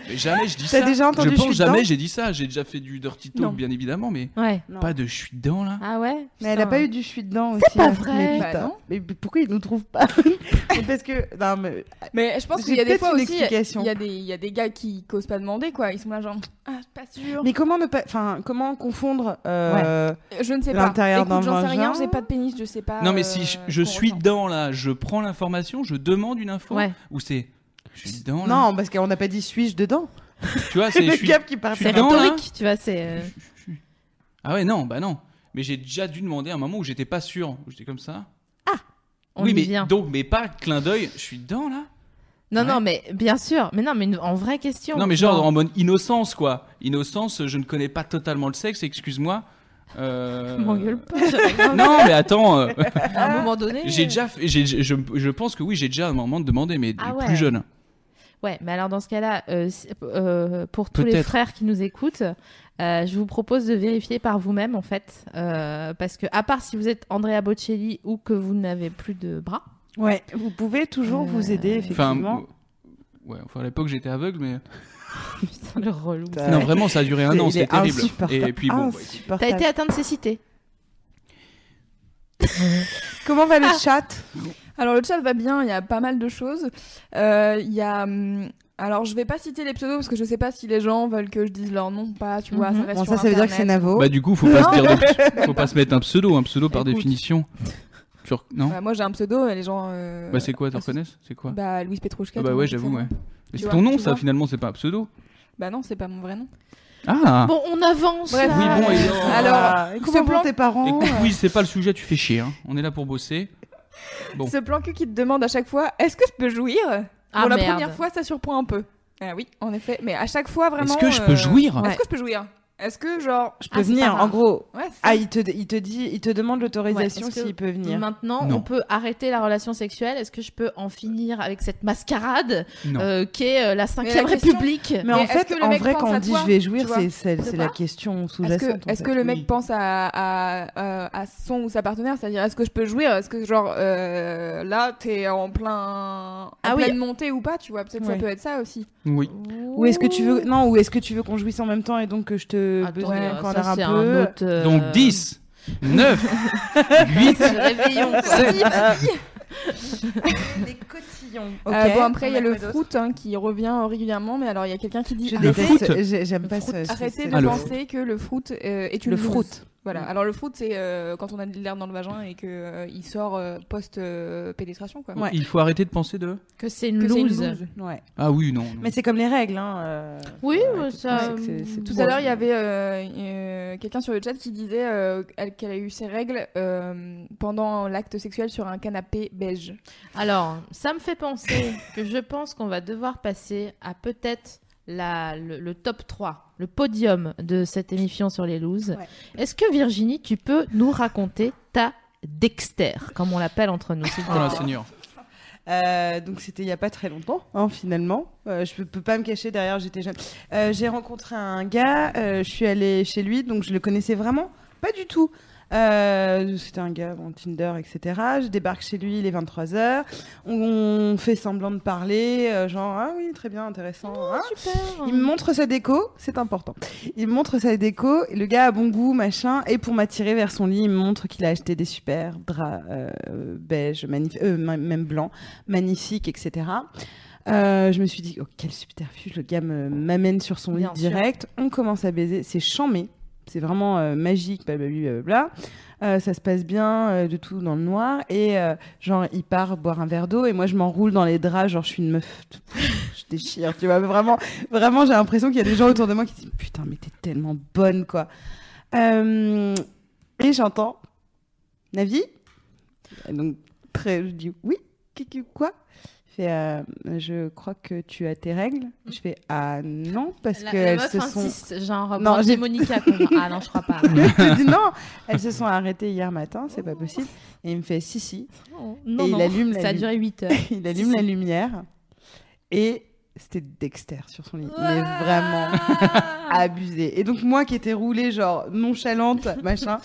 [SPEAKER 4] Mais jamais je dis ça.
[SPEAKER 2] T'as déjà entendu
[SPEAKER 4] Je
[SPEAKER 2] je
[SPEAKER 4] pense
[SPEAKER 2] suis
[SPEAKER 4] jamais
[SPEAKER 2] dedans
[SPEAKER 4] j'ai dit ça. J'ai déjà fait du dirty talk,
[SPEAKER 3] Non.
[SPEAKER 4] bien évidemment, mais
[SPEAKER 1] Ouais.
[SPEAKER 2] Non.
[SPEAKER 4] pas de je suis dedans, là.
[SPEAKER 1] Ah ouais
[SPEAKER 2] Mais elle a
[SPEAKER 1] Putain.
[SPEAKER 2] pas eu du je suis dedans aussi.
[SPEAKER 1] pas
[SPEAKER 2] hein.
[SPEAKER 1] vrai.
[SPEAKER 2] Mais,
[SPEAKER 3] Bah
[SPEAKER 2] putain.
[SPEAKER 3] non.
[SPEAKER 2] mais pourquoi ils nous trouvent pas Mais Parce que non mais
[SPEAKER 3] Mais je pense
[SPEAKER 2] J'ai
[SPEAKER 3] qu'il y a des
[SPEAKER 2] peut-être
[SPEAKER 3] fois
[SPEAKER 2] une
[SPEAKER 3] aussi,
[SPEAKER 2] explication.
[SPEAKER 3] il y a des, il y a des gars qui n'osent pas demander quoi. Ils sont là genre, ah, pas sûr.
[SPEAKER 2] mais comment ne pas enfin comment confondre euh,
[SPEAKER 3] Je ne sais pas.
[SPEAKER 2] L'intérieur
[SPEAKER 3] Écoute,
[SPEAKER 2] d'un
[SPEAKER 3] j'en sais rien.
[SPEAKER 2] vagin.
[SPEAKER 3] J'ai pas de pénis, je sais pas.
[SPEAKER 1] Ah,
[SPEAKER 4] Non, mais
[SPEAKER 3] euh,
[SPEAKER 4] si je, je
[SPEAKER 3] qu'on
[SPEAKER 4] suis
[SPEAKER 3] ressent.
[SPEAKER 4] dedans, là, je prends l'information, je demande une info,
[SPEAKER 1] Ouais.
[SPEAKER 4] ou c'est je suis dedans, là.
[SPEAKER 2] non parce qu'on n'a pas dit suis-je dedans.
[SPEAKER 4] Tu vois,
[SPEAKER 2] C'est
[SPEAKER 4] c'est je
[SPEAKER 2] le
[SPEAKER 4] suis.
[SPEAKER 2] gap qui part.
[SPEAKER 4] je
[SPEAKER 1] C'est
[SPEAKER 4] suis dedans, là.
[SPEAKER 1] rhétorique, tu vois, c'est. euh,
[SPEAKER 4] Ah ouais, non, bah non. Mais j'ai déjà dû demander à un moment où j'étais pas sûr, où j'étais comme ça.
[SPEAKER 1] On
[SPEAKER 4] oui,
[SPEAKER 1] y
[SPEAKER 4] mais
[SPEAKER 1] vient.
[SPEAKER 4] donc, mais pas clin d'œil, je suis dedans, là.
[SPEAKER 1] Non,
[SPEAKER 4] Ouais.
[SPEAKER 1] non, mais bien sûr. Mais non, mais une- en vraie question.
[SPEAKER 4] Non, mais genre en mode innocence, quoi. Innocence, je ne connais pas totalement le sexe, excuse-moi. Euh...
[SPEAKER 1] M'engueule pas. j'aurais grave-
[SPEAKER 4] Non, mais attends, euh,
[SPEAKER 1] à un moment donné.
[SPEAKER 4] j'ai
[SPEAKER 1] euh,
[SPEAKER 4] déjà, fait- j'ai- j'ai- je, je pense que oui, j'ai déjà un moment de demander, mais
[SPEAKER 1] Ah
[SPEAKER 4] du
[SPEAKER 1] ouais.
[SPEAKER 4] plus jeune.
[SPEAKER 1] Ouais, mais alors dans ce cas-là, euh, c'est- euh, pour tous les
[SPEAKER 4] Peut-être.
[SPEAKER 1] frères qui nous écoutent, euh, je vous propose de vérifier par vous-même en fait, euh, parce que à part si vous êtes Andrea Bocelli ou que vous n'avez plus de bras,
[SPEAKER 2] Ouais, vous pouvez toujours vous aider
[SPEAKER 4] Enfin,
[SPEAKER 2] effectivement.
[SPEAKER 4] euh, ouais, enfin à l'époque j'étais aveugle, mais
[SPEAKER 1] putain le relou.
[SPEAKER 2] Putain. Ouais.
[SPEAKER 4] euh, non vraiment ça a duré un
[SPEAKER 2] Il
[SPEAKER 4] an,
[SPEAKER 2] est
[SPEAKER 4] c'était terrible.
[SPEAKER 2] insupportable. Ah,
[SPEAKER 4] Et puis bon, bah, écoute,
[SPEAKER 2] Insupportable.
[SPEAKER 1] T'as été atteint de cécité.
[SPEAKER 2] Comment
[SPEAKER 3] Ah
[SPEAKER 2] va le chat
[SPEAKER 3] Alors le chat va bien, il y a pas mal de choses. Euh, Il y a hum, Alors, je vais pas citer les pseudos parce que je sais pas si les gens veulent que je dise leur nom ou pas, tu vois. Ça,
[SPEAKER 5] Mhm.
[SPEAKER 3] reste
[SPEAKER 2] Bon,
[SPEAKER 3] sur
[SPEAKER 2] ça, ça veut dire que c'est
[SPEAKER 3] Internet.
[SPEAKER 2] Navo.
[SPEAKER 4] Bah du coup, faut pas se dire de- faut pas se mettre un pseudo, un pseudo par
[SPEAKER 3] Écoute.
[SPEAKER 4] définition. Tu rec- Non
[SPEAKER 3] Bah, moi, j'ai un pseudo et les gens. euh,
[SPEAKER 4] Bah c'est quoi, tu
[SPEAKER 3] associent-
[SPEAKER 4] reconnais C'est quoi
[SPEAKER 3] Bah, Louise Petrouchka.
[SPEAKER 4] Ah
[SPEAKER 3] tout
[SPEAKER 4] Bah
[SPEAKER 3] le
[SPEAKER 4] ouais,
[SPEAKER 3] monde
[SPEAKER 4] j'avoue,
[SPEAKER 3] sait.
[SPEAKER 4] ouais. Mais
[SPEAKER 3] Tu
[SPEAKER 4] c'est
[SPEAKER 3] vois,
[SPEAKER 4] ton nom,
[SPEAKER 3] tu
[SPEAKER 4] ça
[SPEAKER 3] vois.
[SPEAKER 4] finalement, c'est pas un pseudo.
[SPEAKER 3] Bah non, c'est pas mon vrai nom.
[SPEAKER 4] Ah
[SPEAKER 1] Bon, on avance.
[SPEAKER 3] Bref.
[SPEAKER 1] là.
[SPEAKER 4] Oui, bon, et non.
[SPEAKER 3] Alors,
[SPEAKER 2] Alors,
[SPEAKER 3] ce
[SPEAKER 2] comment Ah, vont
[SPEAKER 3] plan-
[SPEAKER 2] tes parents
[SPEAKER 4] Écoute, oui, c'est pas le sujet, tu fais chier. hein. On est là pour bosser. Bon.
[SPEAKER 3] Ce plan cul qui te demande à chaque fois est-ce que je peux jouir
[SPEAKER 1] Ah,
[SPEAKER 3] Pour la
[SPEAKER 1] merde.
[SPEAKER 3] première fois, ça surprend un peu. Ah oui, en effet. Mais à chaque fois, vraiment.
[SPEAKER 4] Est-ce que je peux
[SPEAKER 3] euh,
[SPEAKER 4] jouir
[SPEAKER 3] Est-ce que je peux jouir Est-ce que, genre.
[SPEAKER 2] Je
[SPEAKER 1] Ah,
[SPEAKER 2] peux
[SPEAKER 1] c'est pas
[SPEAKER 2] venir, en
[SPEAKER 1] grave.
[SPEAKER 2] gros.
[SPEAKER 3] Ouais, c'est ça.
[SPEAKER 2] Ah, il te, il te dit, il te demande l'autorisation
[SPEAKER 1] Ouais, est-ce que-
[SPEAKER 2] s'il peut venir.
[SPEAKER 1] Maintenant,
[SPEAKER 4] Non.
[SPEAKER 1] on peut arrêter la relation sexuelle. Est-ce que je peux en finir avec cette mascarade
[SPEAKER 4] Non.
[SPEAKER 1] euh, qu'est euh, la cinquième
[SPEAKER 3] question-
[SPEAKER 1] République
[SPEAKER 2] Mais,
[SPEAKER 3] Mais
[SPEAKER 2] en
[SPEAKER 3] est-ce
[SPEAKER 2] fait,
[SPEAKER 3] que le
[SPEAKER 2] en
[SPEAKER 3] mec
[SPEAKER 2] vrai,
[SPEAKER 3] pense
[SPEAKER 2] quand
[SPEAKER 3] à
[SPEAKER 2] on dit
[SPEAKER 3] toi,
[SPEAKER 2] je vais jouir,
[SPEAKER 3] tu vois
[SPEAKER 2] c'est c'est-
[SPEAKER 1] Je sais
[SPEAKER 2] c'est la
[SPEAKER 1] pas.
[SPEAKER 2] question
[SPEAKER 3] Est-ce
[SPEAKER 2] sous-jacente.
[SPEAKER 3] que,
[SPEAKER 2] en
[SPEAKER 3] est-ce
[SPEAKER 2] fait.
[SPEAKER 3] que le mec
[SPEAKER 2] Oui.
[SPEAKER 3] pense à, à, à, à son ou sa partenaire C'est-à-dire, est-ce que je peux jouir Est-ce que, genre, euh, là, t'es en plein. En
[SPEAKER 1] Ah oui.
[SPEAKER 3] pleine montée ou pas, tu vois Peut-être
[SPEAKER 2] Ouais.
[SPEAKER 3] ça peut être ça aussi.
[SPEAKER 4] Oui.
[SPEAKER 2] Ou est-ce que tu veux non ou est-ce que tu veux qu'on jouisse en même temps et donc que je te
[SPEAKER 1] Attends,
[SPEAKER 2] besogne
[SPEAKER 1] euh,
[SPEAKER 2] qu'on
[SPEAKER 1] ça,
[SPEAKER 2] un
[SPEAKER 1] c'est
[SPEAKER 2] peu
[SPEAKER 1] un autre, euh,
[SPEAKER 4] Donc 10, 9,
[SPEAKER 1] Réveillons.
[SPEAKER 4] Sept.
[SPEAKER 2] des cotillons.
[SPEAKER 3] Euh, bon, après, il y a le fruit hein, qui revient euh, régulièrement, mais alors, il y a quelqu'un qui dit
[SPEAKER 2] Je
[SPEAKER 3] Ah,
[SPEAKER 4] Le
[SPEAKER 2] déteste,
[SPEAKER 4] fruit.
[SPEAKER 2] j'ai- j'aime pas ce.
[SPEAKER 3] Arrêtez
[SPEAKER 2] ce-
[SPEAKER 3] de
[SPEAKER 4] Ah, le
[SPEAKER 3] penser que le fruit euh, est une
[SPEAKER 2] Le
[SPEAKER 3] loose.
[SPEAKER 2] fruit.
[SPEAKER 3] Voilà.
[SPEAKER 2] Mm.
[SPEAKER 3] Alors le fruit c'est euh, quand on a de l'air dans le vagin et que euh, il sort euh, post euh, pénétration quoi.
[SPEAKER 4] il faut arrêter de penser de.
[SPEAKER 1] Que c'est une
[SPEAKER 3] Que c'est une
[SPEAKER 1] loose.
[SPEAKER 3] loose.
[SPEAKER 2] Ouais.
[SPEAKER 4] Ah oui, non. non.
[SPEAKER 2] Mais c'est comme les règles hein. euh,
[SPEAKER 1] Oui,
[SPEAKER 2] voilà,
[SPEAKER 1] ouais,
[SPEAKER 2] écoute,
[SPEAKER 1] ça,
[SPEAKER 2] c'est- c'est- c'est
[SPEAKER 3] Tout
[SPEAKER 2] bon.
[SPEAKER 3] à l'heure, il y avait euh, euh, quelqu'un sur le chat qui disait euh, elle- qu'elle a eu ses règles euh, pendant l'acte sexuel sur un canapé beige.
[SPEAKER 1] Alors, ça me fait penser que je pense qu'on va devoir passer à peut-être la, le, le top 3, le podium de cette émission sur les looses.
[SPEAKER 2] Ouais.
[SPEAKER 1] Est-ce que Virginie, tu peux nous raconter ta Dexter, comme on l'appelle entre nous s'il te
[SPEAKER 4] Oh là,
[SPEAKER 1] plaît.
[SPEAKER 4] Seigneur.
[SPEAKER 2] Euh, donc c'était il y a pas très longtemps, hein, finalement. Euh, je peux, peux pas me cacher derrière, j'étais jeune. Euh, j'ai rencontré un gars, euh, je suis allée chez lui, donc je le connaissais vraiment pas du tout. Euh, c'était un gars en Tinder, etc. Je débarque chez lui, il est 23h. On, on fait semblant de parler, euh, genre ah oui, très bien, intéressant. hein.
[SPEAKER 1] Super.
[SPEAKER 2] Il me montre sa déco, c'est important. Il me montre sa déco, et le gars a bon goût, machin, et pour m'attirer vers son lit, il me montre qu'il a acheté des super draps euh, beige, magnif- euh, ma- même blanc, magnifiques, etc. Euh, je me suis dit, oh, quel subterfuge, le gars me- m'amène sur son lit
[SPEAKER 1] Bien sûr.
[SPEAKER 2] direct, on commence à baiser, c'est chamé, c'est vraiment euh, magique, blablabla. bla. Euh, ça se passe bien, euh, de tout dans le noir, et euh, genre, il part boire un verre d'eau, et moi, je m'enroule dans les draps, genre, je suis une meuf, je déchire, tu vois, mais vraiment, Vraiment, j'ai l'impression qu'il y a des gens autour de moi qui disent Putain, mais t'es tellement bonne, quoi. Euh, et j'entends Navi Et Donc, très, je dis Oui, qui- qui- quoi Il fait euh, Je crois que tu as tes règles. Je fais Ah non, parce
[SPEAKER 1] La,
[SPEAKER 2] que
[SPEAKER 1] la
[SPEAKER 2] elles
[SPEAKER 1] meuf
[SPEAKER 2] se sont.
[SPEAKER 1] insiste, genre
[SPEAKER 2] Non,
[SPEAKER 1] Brandy
[SPEAKER 2] j'ai-
[SPEAKER 1] Monica. qu'on- Ah non, je crois pas.
[SPEAKER 2] Je dis non, elles se sont arrêtées hier matin, c'est pas possible. Et il me fait Si, si.
[SPEAKER 1] Non, non,
[SPEAKER 2] Et il
[SPEAKER 1] non.
[SPEAKER 2] allume la
[SPEAKER 1] ça a
[SPEAKER 2] lumière.
[SPEAKER 1] duré 8 heures.
[SPEAKER 2] Il
[SPEAKER 1] Si,
[SPEAKER 2] allume
[SPEAKER 1] si.
[SPEAKER 2] la lumière et c'était Dexter sur son lit. Mais vraiment.
[SPEAKER 1] Ah.
[SPEAKER 2] abusé. Et donc moi qui étais roulée genre nonchalante, machin,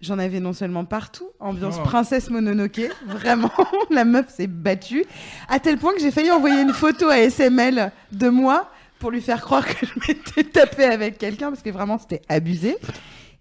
[SPEAKER 2] j'en avais non seulement partout, ambiance
[SPEAKER 4] Oh.
[SPEAKER 2] princesse Mononoke, vraiment, la meuf s'est battue, à tel point que j'ai failli envoyer une photo à SML de moi pour lui faire croire que je m'étais tapée avec quelqu'un, parce que vraiment c'était abusé.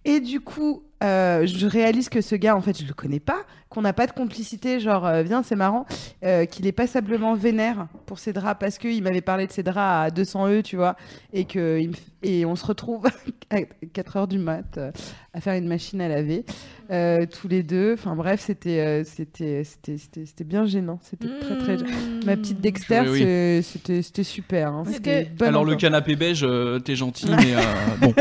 [SPEAKER 2] Et du coup, euh, je réalise que ce gars, en fait, je le connais pas, qu'on n'a pas de complicité, genre, euh, viens, c'est marrant, euh, qu'il est passablement vénère pour ses draps, parce qu'il m'avait parlé de ses draps à 200 E, tu vois, et, que il me f- et on se retrouve à 4 heures du mat euh, à faire une machine à laver, euh, tous les deux. Enfin bref, c'était euh, c'était- c'était c'était- c'était bien gênant, c'était très très
[SPEAKER 1] Mmh.
[SPEAKER 2] gênant. Ma petite Dexter,
[SPEAKER 4] Oui, oui.
[SPEAKER 2] c'est- c'était c'était super. hein,
[SPEAKER 1] Parce
[SPEAKER 2] c'était
[SPEAKER 1] que-
[SPEAKER 2] une bonne
[SPEAKER 4] Alors le
[SPEAKER 2] ambiance.
[SPEAKER 4] canapé beige, euh, t'es gentil, mais euh, bon.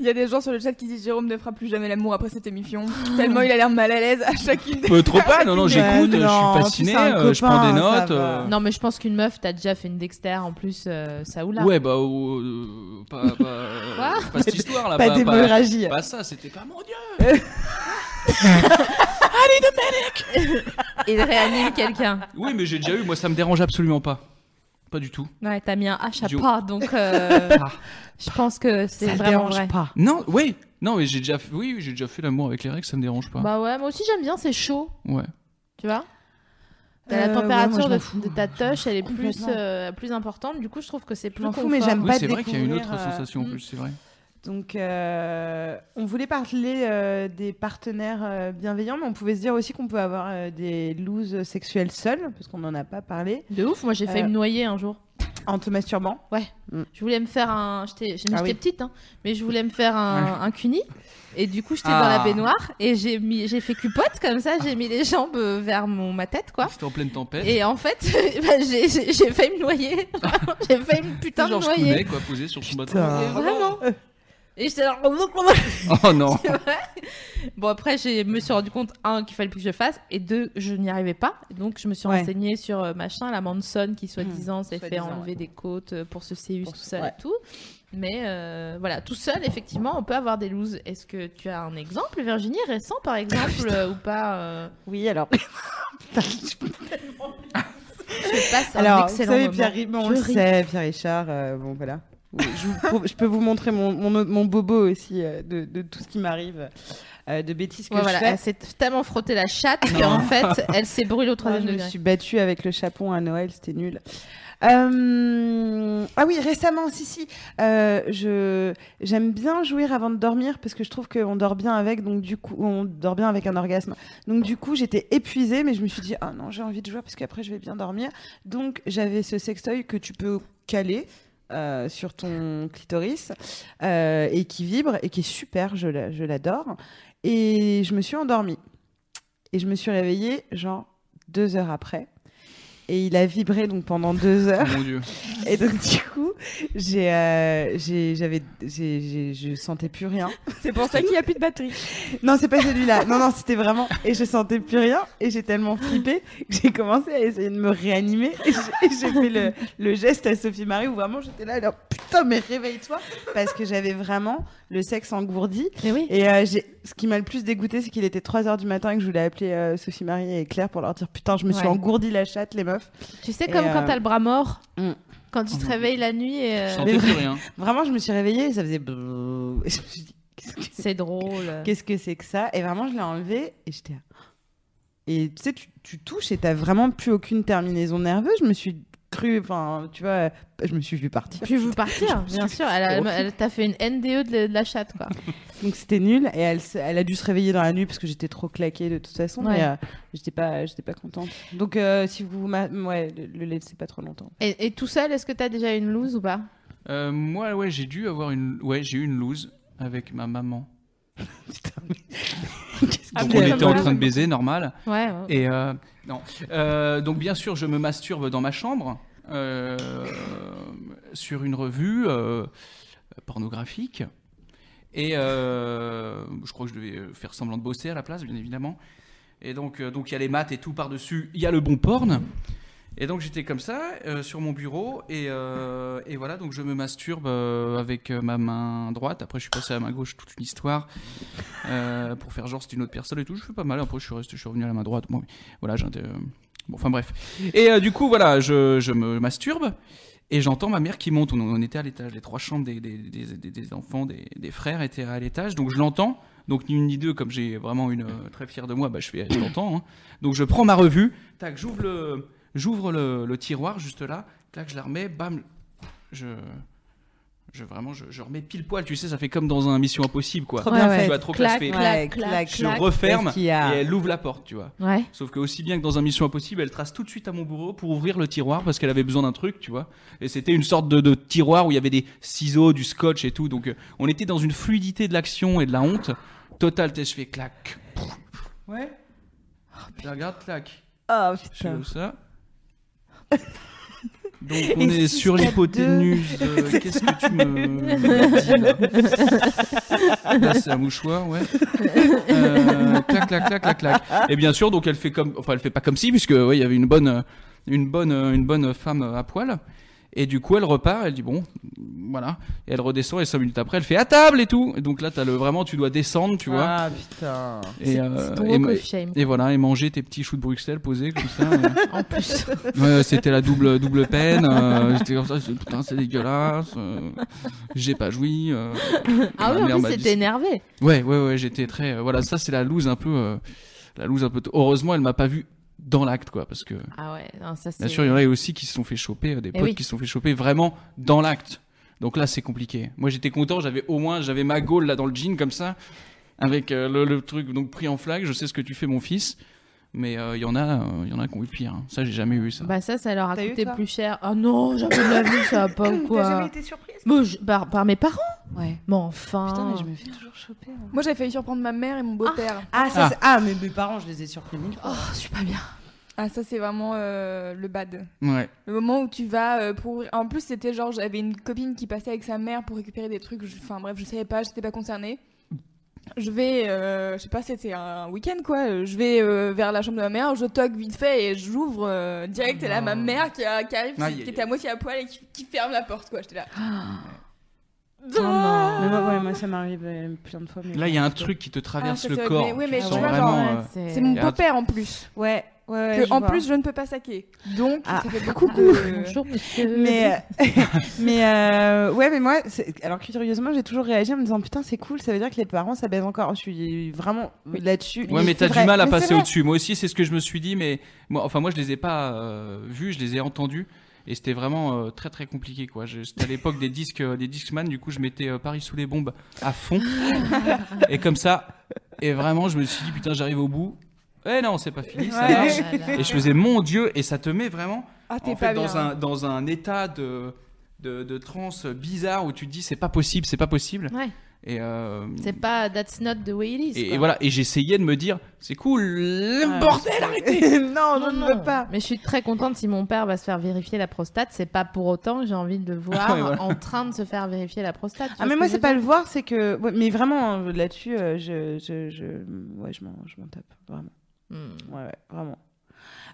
[SPEAKER 3] Il y a des gens sur le chat qui disent Jérôme ne fera plus jamais l'amour après cette émission tellement il a l'air mal à l'aise à chacune. des-
[SPEAKER 4] Euh, trop pas, non, non, j'écoute,
[SPEAKER 2] Ouais,
[SPEAKER 4] je
[SPEAKER 2] non,
[SPEAKER 4] suis
[SPEAKER 2] puis
[SPEAKER 4] fasciné,
[SPEAKER 2] c'est un
[SPEAKER 4] euh, je prends des
[SPEAKER 2] copain, ça
[SPEAKER 4] notes.
[SPEAKER 2] va.
[SPEAKER 4] euh,
[SPEAKER 1] Non, mais je pense qu'une meuf, t'as déjà fait une Dexter en plus, euh, ça ou là.
[SPEAKER 4] Ouais, bah, euh, pas, pas, pas cette histoire là,
[SPEAKER 2] Pas d'hémorragie.
[SPEAKER 4] pas ça, c'était pas mon dieu.
[SPEAKER 1] Il réanime quelqu'un.
[SPEAKER 4] Oui, mais j'ai déjà eu, moi ça me dérange absolument pas. Pas du tout.
[SPEAKER 1] Ouais, t'as mis un H à
[SPEAKER 4] Du-
[SPEAKER 1] pas, donc euh,
[SPEAKER 4] Ah.
[SPEAKER 1] je pense que c'est
[SPEAKER 2] Ça le
[SPEAKER 1] vraiment
[SPEAKER 2] dérange
[SPEAKER 1] vrai.
[SPEAKER 2] pas.
[SPEAKER 4] Non, oui, non, mais j'ai déjà, fait- oui, oui, j'ai déjà fait l'amour avec les règles, ça me dérange pas.
[SPEAKER 1] Bah ouais, moi aussi j'aime bien, c'est chaud,
[SPEAKER 4] Ouais.
[SPEAKER 1] tu vois. T'as
[SPEAKER 2] Euh,
[SPEAKER 1] la
[SPEAKER 2] ouais, moi,
[SPEAKER 1] température
[SPEAKER 2] je m'en
[SPEAKER 1] de-
[SPEAKER 2] fous.
[SPEAKER 1] de, ta touche, elle est plus,
[SPEAKER 2] complètement.
[SPEAKER 1] euh, plus importante, du coup je trouve que c'est plus
[SPEAKER 2] m'en fous,
[SPEAKER 1] confort.
[SPEAKER 2] mais j'aime
[SPEAKER 4] Oui,
[SPEAKER 2] pas
[SPEAKER 4] c'est vrai qu'il y a une autre
[SPEAKER 2] découvrir, euh,
[SPEAKER 4] sensation en
[SPEAKER 1] hmm.
[SPEAKER 4] plus, c'est vrai.
[SPEAKER 2] Donc, euh, on voulait parler euh, des partenaires euh, bienveillants, mais on pouvait se dire aussi qu'on peut avoir euh, des looses sexuelles seules, parce qu'on n'en a pas parlé.
[SPEAKER 1] De ouf, moi j'ai failli
[SPEAKER 2] Euh,
[SPEAKER 1] me noyer un jour.
[SPEAKER 2] En te masturbant
[SPEAKER 1] Je voulais me faire un. J'étais j'étais-
[SPEAKER 2] Ah oui.
[SPEAKER 1] j'étais petite, hein, mais je voulais me faire un, un cuni. Et du coup, j'étais dans
[SPEAKER 4] Ah.
[SPEAKER 1] la baignoire et j'ai mis, j'ai fait cupote comme ça. J'ai mis les jambes euh, vers mon ma tête, quoi.
[SPEAKER 4] C'était en pleine tempête.
[SPEAKER 1] Et en fait, bah, j'ai- j'ai j'ai failli me noyer. Vraiment, j'ai failli me putain me
[SPEAKER 4] Georges
[SPEAKER 1] noyer.
[SPEAKER 4] Clooney, quoi, posé sur son bateau.
[SPEAKER 2] Putain.
[SPEAKER 1] Mais Vraiment. Et j'étais là.
[SPEAKER 4] Oh non.
[SPEAKER 1] C'est vrai. Bon, après, je me suis rendu compte, un, qu'il fallait plus que je fasse, et deux, je n'y arrivais pas. Donc, je me suis
[SPEAKER 2] Ouais. Hmm.
[SPEAKER 1] renseignée sur euh, machin, la Manson qui, soi-disant, s'est fait
[SPEAKER 2] Soi-disant,
[SPEAKER 1] enlever des côtes euh, pour se CU tout
[SPEAKER 2] se-
[SPEAKER 1] seul
[SPEAKER 2] ouais.
[SPEAKER 1] et tout. Mais euh, voilà, tout seul, effectivement, on peut avoir des looses. Est-ce que tu as un exemple, Virginie, récent par
[SPEAKER 2] Ah,
[SPEAKER 1] exemple, euh, ou pas euh,
[SPEAKER 2] Oui, alors.
[SPEAKER 1] Je passe un
[SPEAKER 2] alors, vous
[SPEAKER 1] excellent
[SPEAKER 2] savez,
[SPEAKER 1] moment.
[SPEAKER 2] Pierre, bon, on
[SPEAKER 1] Je
[SPEAKER 2] le
[SPEAKER 1] ris.
[SPEAKER 2] sait, Pierre Richard, euh, bon, voilà. Oui, Je, vous prouve- je peux vous montrer mon, mon, mon bobo aussi, euh, de, de tout ce qui m'arrive, euh, de bêtises que
[SPEAKER 1] Ouais,
[SPEAKER 2] je
[SPEAKER 1] voilà,
[SPEAKER 2] fais.
[SPEAKER 1] elle s'est tellement frottée la chatte qu'en fait, elle s'est brûlée au
[SPEAKER 2] Ah,
[SPEAKER 1] troisième
[SPEAKER 2] je me
[SPEAKER 1] degré.
[SPEAKER 2] suis battue avec le chapon à Noël, c'était nul. Euh, Ah oui, récemment, si, si. euh, je... J'aime bien jouir avant de dormir parce que je trouve qu'on dort bien avec, donc du coup, on dort bien avec un orgasme. Donc du coup, j'étais épuisée, mais je me suis dit, ah non, j'ai envie de jouer parce qu'après, je vais bien dormir. Donc j'avais ce sextoy que tu peux caler. euh, sur ton clitoris euh, et qui vibre et qui est super, je la- je l'adore. Et je me suis endormie. Et je me suis réveillée, genre, deux heures après. Et il a vibré donc pendant deux heures.
[SPEAKER 4] Mon dieu.
[SPEAKER 2] Et donc, du coup, j'ai, euh, j'ai- j'avais, j'ai, j'ai- je sentais plus rien.
[SPEAKER 3] C'est pour ça qu'il n'y a plus de batterie.
[SPEAKER 2] Non, c'est pas celui-là. Non, non, c'était vraiment. Et je sentais plus rien. Et j'ai tellement flippé que j'ai commencé à essayer de me réanimer. Et j'ai, et j'ai fait le, le geste à Sophie Marie où vraiment j'étais là, alors putain, mais réveille-toi. Parce que j'avais vraiment le sexe engourdi.
[SPEAKER 1] Mais oui.
[SPEAKER 2] Et euh, j'ai- ce qui m'a le plus dégoûté, c'est qu'il était 3h du matin et que je voulais appeler euh, Sophie Marie et Claire pour leur dire Putain, je me suis
[SPEAKER 1] Ouais.
[SPEAKER 2] engourdi la chatte, les meufs.
[SPEAKER 1] Tu sais,
[SPEAKER 2] Et,
[SPEAKER 1] comme quand
[SPEAKER 2] euh,
[SPEAKER 1] t'as le bras mort,
[SPEAKER 2] Mm.
[SPEAKER 1] quand tu te réveilles la nuit et. euh,
[SPEAKER 4] Je sentais
[SPEAKER 2] mais
[SPEAKER 4] plus
[SPEAKER 2] vrai-
[SPEAKER 4] rien.
[SPEAKER 2] Vraiment, je me suis réveillée et ça faisait. brrr. Et je me suis dit Qu'est-ce que c'est
[SPEAKER 1] C'est drôle.
[SPEAKER 2] Qu'est-ce que, c'est que ça Et vraiment, je l'ai enlevé et j'étais. là. Et tu sais, tu, tu touches et t'as vraiment plus aucune terminaison nerveuse. Je me suis cru. Enfin, tu vois, je me suis vu partir.
[SPEAKER 1] Puis vous partir,
[SPEAKER 2] Je-
[SPEAKER 1] bien sûr. Elle, a-
[SPEAKER 2] C'est horrible.
[SPEAKER 1] elle t'a fait une NDE de, la- de la chatte, quoi.
[SPEAKER 2] Donc c'était nul et elle, se- elle a dû se réveiller dans la nuit parce que j'étais trop claquée de toute façon.
[SPEAKER 1] Ouais.
[SPEAKER 2] Mais euh, j'étais pas, j'étais pas contente. Donc euh, si vous, ma- ouais, le, le laissez pas trop longtemps.
[SPEAKER 1] Et, et tout seul, est-ce que t'as déjà une loose ou pas
[SPEAKER 4] Euh, moi, ouais, j'ai dû avoir une. Ouais, j'ai eu une loose avec ma maman.
[SPEAKER 2] Ah,
[SPEAKER 4] Donc
[SPEAKER 2] mais
[SPEAKER 4] on était en
[SPEAKER 2] maman.
[SPEAKER 4] train de baiser, normal.
[SPEAKER 1] Ouais.
[SPEAKER 4] Et euh, non. Euh, donc bien sûr, je me masturbe dans ma chambre euh, sur une revue euh, pornographique. Et euh, je crois que je devais faire semblant de bosser à la place, bien évidemment. Et donc, euh, donc il y a les maths et tout par-dessus. Il y a le bon porn. Et donc j'étais comme ça euh, sur mon bureau et, euh, et voilà donc je me masturbe euh, avec euh, ma main droite. Après je suis passé à la main gauche toute une histoire euh, pour faire genre c'est une autre personne et tout. Je fais pas mal. Après je suis resté, je suis revenu à la main droite. Bon, voilà, j'ai un des- euh, bon, enfin bref. Et euh, du coup, voilà, je, je me masturbe et j'entends ma mère qui monte. On, on était à l'étage, les trois chambres des, des, des- des- des enfants, des, des frères étaient à l'étage, donc je l'entends. Donc ni une ni deux, comme j'ai vraiment une euh, très fière de moi, bah, je fais, je l'entends. hein. Donc je prends ma revue, tac, j'ouvre le, j'ouvre le, le tiroir juste là, tac, je la remets, bam, je, je vraiment, je, je remets pile poil. Tu sais, ça fait comme dans un Mission Impossible, quoi.
[SPEAKER 2] Trop
[SPEAKER 1] Ouais,
[SPEAKER 2] bien
[SPEAKER 1] ouais.
[SPEAKER 2] fait.
[SPEAKER 4] Tu vois, trop
[SPEAKER 1] Clac,
[SPEAKER 4] classe,
[SPEAKER 1] clac,
[SPEAKER 4] fait.
[SPEAKER 2] Ouais,
[SPEAKER 1] clac,
[SPEAKER 2] clac,
[SPEAKER 4] Je
[SPEAKER 1] clac.
[SPEAKER 4] referme
[SPEAKER 2] Parce qu'il y a-
[SPEAKER 4] et elle ouvre la porte, tu vois.
[SPEAKER 1] Ouais.
[SPEAKER 4] Sauf que aussi bien que dans un Mission Impossible, elle trace tout de suite à mon bureau pour ouvrir le tiroir parce qu'elle avait besoin d'un truc, tu vois. Et c'était une sorte de, de tiroir où il y avait des ciseaux, du scotch et tout. Donc euh, on était dans une fluidité de l'action et de la honte totale. t'es- Je fais clac.
[SPEAKER 2] Ouais.
[SPEAKER 4] Je regarde clac.
[SPEAKER 2] Oh
[SPEAKER 4] Je
[SPEAKER 2] putain.
[SPEAKER 4] fais ça. Donc on
[SPEAKER 2] Et
[SPEAKER 4] est
[SPEAKER 2] six
[SPEAKER 4] sur
[SPEAKER 2] à
[SPEAKER 4] l'hypoténuse. euh,
[SPEAKER 2] C'est
[SPEAKER 4] Qu'est-ce que tu me dis là Là, c'est un mouchoir, ouais. Euh, clac, clac, clac, clac, clac. Et bien sûr, donc elle fait comme, enfin elle fait pas comme si, puisque ouais, il y avait une bonne, euh, une bonne, euh, une bonne femme euh, à poil. Et du coup, elle repart, elle dit bon, voilà. Et elle redescend et cinq minutes après, elle fait à table et tout. Et donc là, t'as le vraiment, tu dois descendre, tu vois.
[SPEAKER 2] Ah putain.
[SPEAKER 4] Et,
[SPEAKER 1] C'est
[SPEAKER 4] euh,
[SPEAKER 1] c'est
[SPEAKER 4] et
[SPEAKER 1] ton
[SPEAKER 4] ma-
[SPEAKER 1] walk of shame.
[SPEAKER 4] et voilà, et manger tes petits choux de Bruxelles posés comme ça. en plus. c'était la double, double peine. euh, J'étais comme ça, c'est- putain, c'est dégueulasse. euh, J'ai pas joui. euh,
[SPEAKER 1] Ah
[SPEAKER 4] ma
[SPEAKER 1] oui,
[SPEAKER 4] mère
[SPEAKER 1] en
[SPEAKER 4] m'a
[SPEAKER 1] plus,
[SPEAKER 4] dit-
[SPEAKER 1] c'était énervé.
[SPEAKER 4] Ouais, ouais, ouais, j'étais très. euh, voilà, ça, c'est la loose un peu. euh, la loose un peu. tôt. Heureusement, elle m'a pas vu dans l'acte, quoi, parce que.
[SPEAKER 1] Ah ouais, non, ça c'est.
[SPEAKER 4] Bien sûr, il y en a aussi qui se sont fait choper, euh, des
[SPEAKER 1] Eh
[SPEAKER 4] potes
[SPEAKER 1] oui.
[SPEAKER 4] qui se sont fait choper vraiment dans l'acte. Donc là, c'est compliqué. Moi, j'étais content, j'avais au moins, j'avais ma gaule là dans le jean comme ça, avec euh, le, le truc donc pris en flag. Je sais ce que tu fais, mon fils. Mais euh, il y en a, euh, il y en a qui ont eu pire. hein. Ça, j'ai jamais eu ça.
[SPEAKER 1] Bah ça, ça leur a
[SPEAKER 2] T'as eu,
[SPEAKER 1] coûté
[SPEAKER 2] toi
[SPEAKER 1] plus cher. Ah non, jamais de la vie, ça va pas ou
[SPEAKER 2] T'as jamais
[SPEAKER 1] quoi.
[SPEAKER 2] été surprise
[SPEAKER 1] Bon, je- par, par mes parents
[SPEAKER 2] Ouais.
[SPEAKER 1] Mais enfin.
[SPEAKER 2] Putain, mais je me fais toujours choper. hein.
[SPEAKER 3] Moi, j'avais failli surprendre ma mère et mon beau-père.
[SPEAKER 2] Ah, ça,
[SPEAKER 4] Ah.
[SPEAKER 2] c'est- ah, mais mes parents, je les ai surpris mille fois.
[SPEAKER 1] Oh, je suis pas bien.
[SPEAKER 3] Ah, ça, c'est vraiment euh, le bad.
[SPEAKER 4] Ouais.
[SPEAKER 3] Le moment où tu vas euh, pour. En plus, c'était genre, j'avais une copine qui passait avec sa mère pour récupérer des trucs. je- Enfin, bref, je savais pas, j'étais pas concernée. Je vais, euh, je sais pas, c'était un week-end quoi. euh, Je vais euh, vers la chambre de ma mère, je toque vite fait et j'ouvre euh, direct. Et là, ma mère qui, a- qui arrive,
[SPEAKER 4] Aïe,
[SPEAKER 3] qui
[SPEAKER 4] aïe,
[SPEAKER 3] était à
[SPEAKER 4] aïe.
[SPEAKER 3] moitié à poil et qui, qui ferme la porte quoi. J'étais là.
[SPEAKER 2] Mais moi, ouais, moi, ça m'arrive euh, plein de fois. mais-
[SPEAKER 4] Là, il y a un truc qui te traverse
[SPEAKER 3] Ah, ça,
[SPEAKER 4] le
[SPEAKER 3] c'est vrai,
[SPEAKER 4] corps.
[SPEAKER 3] mais- oui,
[SPEAKER 4] Tu
[SPEAKER 3] mais
[SPEAKER 4] le
[SPEAKER 3] tu
[SPEAKER 4] sens
[SPEAKER 3] vois,
[SPEAKER 4] vraiment.
[SPEAKER 1] Ah Ouais,
[SPEAKER 4] euh,
[SPEAKER 1] c'est-
[SPEAKER 3] C'est mon
[SPEAKER 4] y a un
[SPEAKER 3] beau-père en plus.
[SPEAKER 2] Ouais, ouais, ouais.
[SPEAKER 3] que
[SPEAKER 2] je
[SPEAKER 3] en
[SPEAKER 2] vois.
[SPEAKER 3] plus, je ne peux pas saquer. Donc,
[SPEAKER 2] Ah,
[SPEAKER 3] ça fait beaucoup
[SPEAKER 2] coucou.
[SPEAKER 3] de-
[SPEAKER 1] Bonjour, monsieur.
[SPEAKER 2] Mais, euh, mais euh, ouais, mais moi, c'est- alors curieusement, j'ai toujours réagi en me disant putain, c'est cool, ça veut dire que les parents ça baise encore. Je suis vraiment là-dessus.
[SPEAKER 4] Ouais, mais
[SPEAKER 2] c'est
[SPEAKER 4] t'as du
[SPEAKER 2] vrai.
[SPEAKER 4] mal à
[SPEAKER 2] Mais c'est
[SPEAKER 4] passer
[SPEAKER 2] vrai.
[SPEAKER 4] au-dessus. Moi aussi, c'est ce que je me suis dit, mais moi, enfin, moi, je les ai pas euh, vus, je les ai entendus, et c'était vraiment euh, très très compliqué, quoi. Je- C'était à l'époque des disques, euh, des Discman, du coup, je mettais euh, Paris sous les bombes à fond, et comme ça, et vraiment, je me suis dit, putain, j'arrive au bout. Eh non, c'est pas fini, ça
[SPEAKER 2] Ouais.
[SPEAKER 4] marche.
[SPEAKER 1] Oh là là.
[SPEAKER 4] Et je faisais mon Dieu, et ça te met vraiment
[SPEAKER 3] Ah, t'es
[SPEAKER 4] en
[SPEAKER 3] pas
[SPEAKER 4] fait,
[SPEAKER 3] bien.
[SPEAKER 4] dans, un, dans un état de, de, de transe bizarre où tu te dis, c'est pas possible, c'est pas possible.
[SPEAKER 1] Ouais.
[SPEAKER 4] Et, euh,
[SPEAKER 1] C'est pas That's not the way it is.
[SPEAKER 4] et,
[SPEAKER 1] quoi.
[SPEAKER 4] et voilà, et j'essayais de me dire, c'est cool,
[SPEAKER 2] Ah,
[SPEAKER 4] le bordel, arrêtez
[SPEAKER 2] non, je
[SPEAKER 1] Euh, Non,
[SPEAKER 2] ne
[SPEAKER 1] non.
[SPEAKER 2] veux pas.
[SPEAKER 1] Mais je suis très contente si mon père va se faire vérifier la prostate. C'est pas pour autant que j'ai envie de le voir
[SPEAKER 4] Ouais, voilà.
[SPEAKER 1] en train de se faire vérifier la prostate. tu
[SPEAKER 2] Ah
[SPEAKER 1] vois
[SPEAKER 2] mais
[SPEAKER 1] ce
[SPEAKER 2] moi
[SPEAKER 1] que je
[SPEAKER 2] c'est
[SPEAKER 1] veux
[SPEAKER 2] pas
[SPEAKER 1] dire
[SPEAKER 2] le voir, c'est que ouais, mais vraiment hein, là-dessus euh, je je je ouais je m'en je m'en tape vraiment
[SPEAKER 1] Hmm.
[SPEAKER 2] ouais, ouais, vraiment.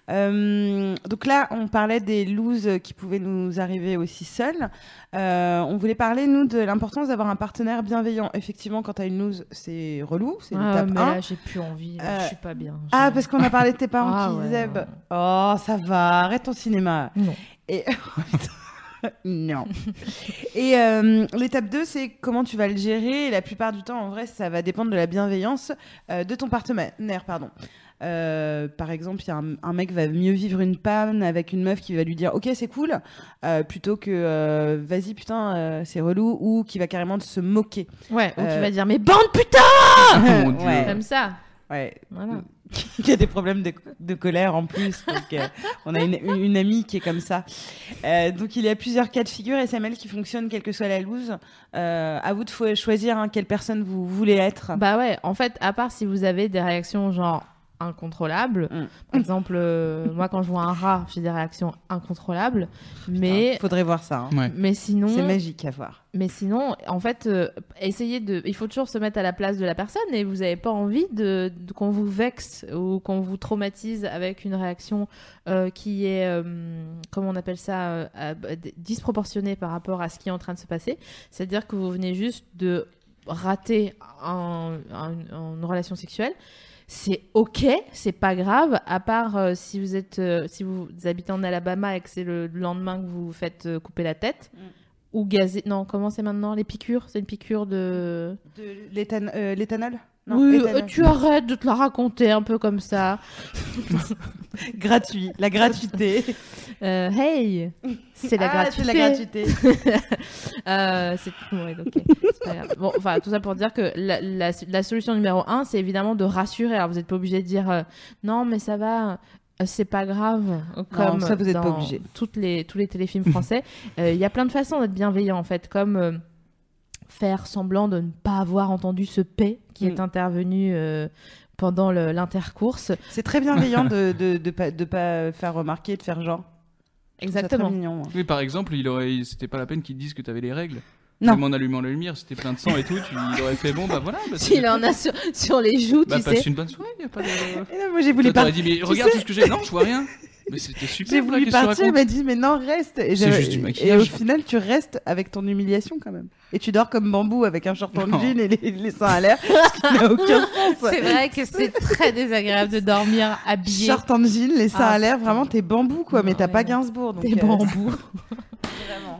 [SPEAKER 2] Euh, donc là, on parlait des looses qui pouvaient nous arriver aussi seuls. on voulait parler, nous, de l'importance d'avoir un partenaire bienveillant. Effectivement, quand t'as une loose, c'est relou, c'est
[SPEAKER 1] Ah,
[SPEAKER 2] l'étape
[SPEAKER 1] mais
[SPEAKER 2] 1.
[SPEAKER 1] là, j'ai plus envie. là,
[SPEAKER 2] Euh,
[SPEAKER 1] Je suis pas bien.
[SPEAKER 2] Ah,
[SPEAKER 1] Je-
[SPEAKER 2] parce qu'on a parlé de tes parents
[SPEAKER 1] Ah,
[SPEAKER 2] qui
[SPEAKER 1] ouais,
[SPEAKER 2] zèbent.
[SPEAKER 1] ouais.
[SPEAKER 2] Oh, ça va, arrête ton cinéma.
[SPEAKER 1] Non.
[SPEAKER 2] Et... non. Et euh, l'étape 2, c'est comment tu vas le gérer. Et la plupart du temps, en vrai, ça va dépendre de la bienveillance euh, de ton partenaire. Pardon. Euh, par exemple, il y a un, un mec va mieux vivre une panne avec une meuf qui va lui dire ok c'est cool euh, plutôt que euh, vas-y putain euh, c'est relou ou qui va carrément se moquer.
[SPEAKER 1] Ouais, ou qui
[SPEAKER 2] Euh,
[SPEAKER 1] va dire Mais bande putain
[SPEAKER 4] Oh mon dieu.
[SPEAKER 2] Ouais.
[SPEAKER 1] Comme ça.
[SPEAKER 2] Ouais,
[SPEAKER 1] Voilà.
[SPEAKER 2] qui a des problèmes de, de colère en plus. Donc, euh, on a une, une- une amie qui est comme ça. Euh, donc, il y a plusieurs cas de figure SML qui fonctionnent, quelle que soit la loose. Euh, à vous de fo- choisir hein, quelle personne vous voulez être.
[SPEAKER 1] Bah ouais, en fait, à part si vous avez des réactions genre incontrôlables.
[SPEAKER 2] Mm.
[SPEAKER 1] Par exemple, euh, moi quand je vois un rat, j'ai des réactions incontrôlables.
[SPEAKER 2] Il
[SPEAKER 1] Mais,
[SPEAKER 2] faudrait voir ça. hein.
[SPEAKER 4] Ouais.
[SPEAKER 1] mais sinon.
[SPEAKER 2] C'est magique à voir.
[SPEAKER 1] Mais sinon, en fait, euh, essayez de. Il faut toujours se mettre à la place de la personne et vous n'avez pas envie de, de- qu'on vous vexe ou qu'on vous traumatise avec une réaction euh, qui est, euh, comment on appelle ça, euh, euh, bah, d- disproportionnée par rapport à ce qui est en train de se passer. C'est-à-dire que vous venez juste de rater un- un- une relation sexuelle. C'est ok, c'est pas grave, à part euh, si vous êtes, euh, si vous habitez en Alabama et que c'est le lendemain que vous vous faites euh, couper la tête ou gazé. Non, comment c'est maintenant Les piqûres C'est une piqûre de.
[SPEAKER 2] De l'éthan- euh, L'éthanol Non,
[SPEAKER 1] oui,
[SPEAKER 2] éthanol.
[SPEAKER 1] euh, tu arrêtes de te la raconter un peu comme ça.
[SPEAKER 2] Gratuit, la gratuité.
[SPEAKER 1] Euh, hey C'est la
[SPEAKER 2] Ah,
[SPEAKER 1] gratuité.
[SPEAKER 2] c'est la gratuité.
[SPEAKER 1] Euh, c'est ouais, ok. C'est pas grave. Bon, enfin, tout ça pour dire que la, la- la solution numéro un, c'est évidemment de rassurer. Alors, vous n'êtes pas obligé de dire euh, non, mais ça va. euh, C'est pas grave, comme
[SPEAKER 2] ça, vous êtes
[SPEAKER 1] dans
[SPEAKER 2] pas obligé.
[SPEAKER 1] Toutes les, tous les téléfilms français, Euh, il y a plein de façons d'être bienveillant en fait, comme euh, faire semblant de ne pas avoir entendu ce P qui est
[SPEAKER 2] Mm.
[SPEAKER 1] intervenu euh, pendant le- l'intercourse.
[SPEAKER 2] C'est très bienveillant de de, de pas, de pas faire remarquer, de faire genre. Je trouve ça très
[SPEAKER 1] Exactement.
[SPEAKER 2] mignon, moi.
[SPEAKER 4] Oui, par exemple, il aurait, il- c'était pas la peine qu'ils disent que t'avais les règles.
[SPEAKER 2] Non.
[SPEAKER 4] Même en allumant la lumière, c'était plein de sang et tout. Tu, il aurait fait bon, bah voilà. Bah, c'est-
[SPEAKER 1] S'il en a sur, sur les joues,
[SPEAKER 4] bah,
[SPEAKER 1] tu
[SPEAKER 4] passe
[SPEAKER 1] sais.
[SPEAKER 4] une bonne soirée. y a pas de-
[SPEAKER 2] Et non, moi, j'ai voulu
[SPEAKER 4] Toi, t'aurais
[SPEAKER 2] partir.
[SPEAKER 4] dit, mais regarde tout ce que j'ai. Non, je vois rien. Mais c'était super.
[SPEAKER 2] J'ai
[SPEAKER 4] quoi,
[SPEAKER 2] voulu
[SPEAKER 4] qu'est-ce que tu
[SPEAKER 2] partir, il
[SPEAKER 4] racontes
[SPEAKER 2] m'a dit mais non reste. Et,
[SPEAKER 4] C'est
[SPEAKER 2] j'avais-
[SPEAKER 4] juste du
[SPEAKER 2] et
[SPEAKER 4] maquillage.
[SPEAKER 2] au final tu restes avec ton humiliation quand même. Et tu dors comme bambou avec un short en
[SPEAKER 4] Non.
[SPEAKER 2] jean et les, les seins à l'air, ce qui n'a aucun sens.
[SPEAKER 1] C'est vrai que c'est très désagréable de dormir habillé.
[SPEAKER 2] Short en jean, les seins
[SPEAKER 1] Ah,
[SPEAKER 2] à l'air,
[SPEAKER 1] putain.
[SPEAKER 2] vraiment t'es bambou quoi, mais
[SPEAKER 1] Non,
[SPEAKER 2] t'as
[SPEAKER 1] mais
[SPEAKER 2] pas
[SPEAKER 1] non.
[SPEAKER 2] Gainsbourg. Donc,
[SPEAKER 1] Des
[SPEAKER 2] euh,
[SPEAKER 1] bambous.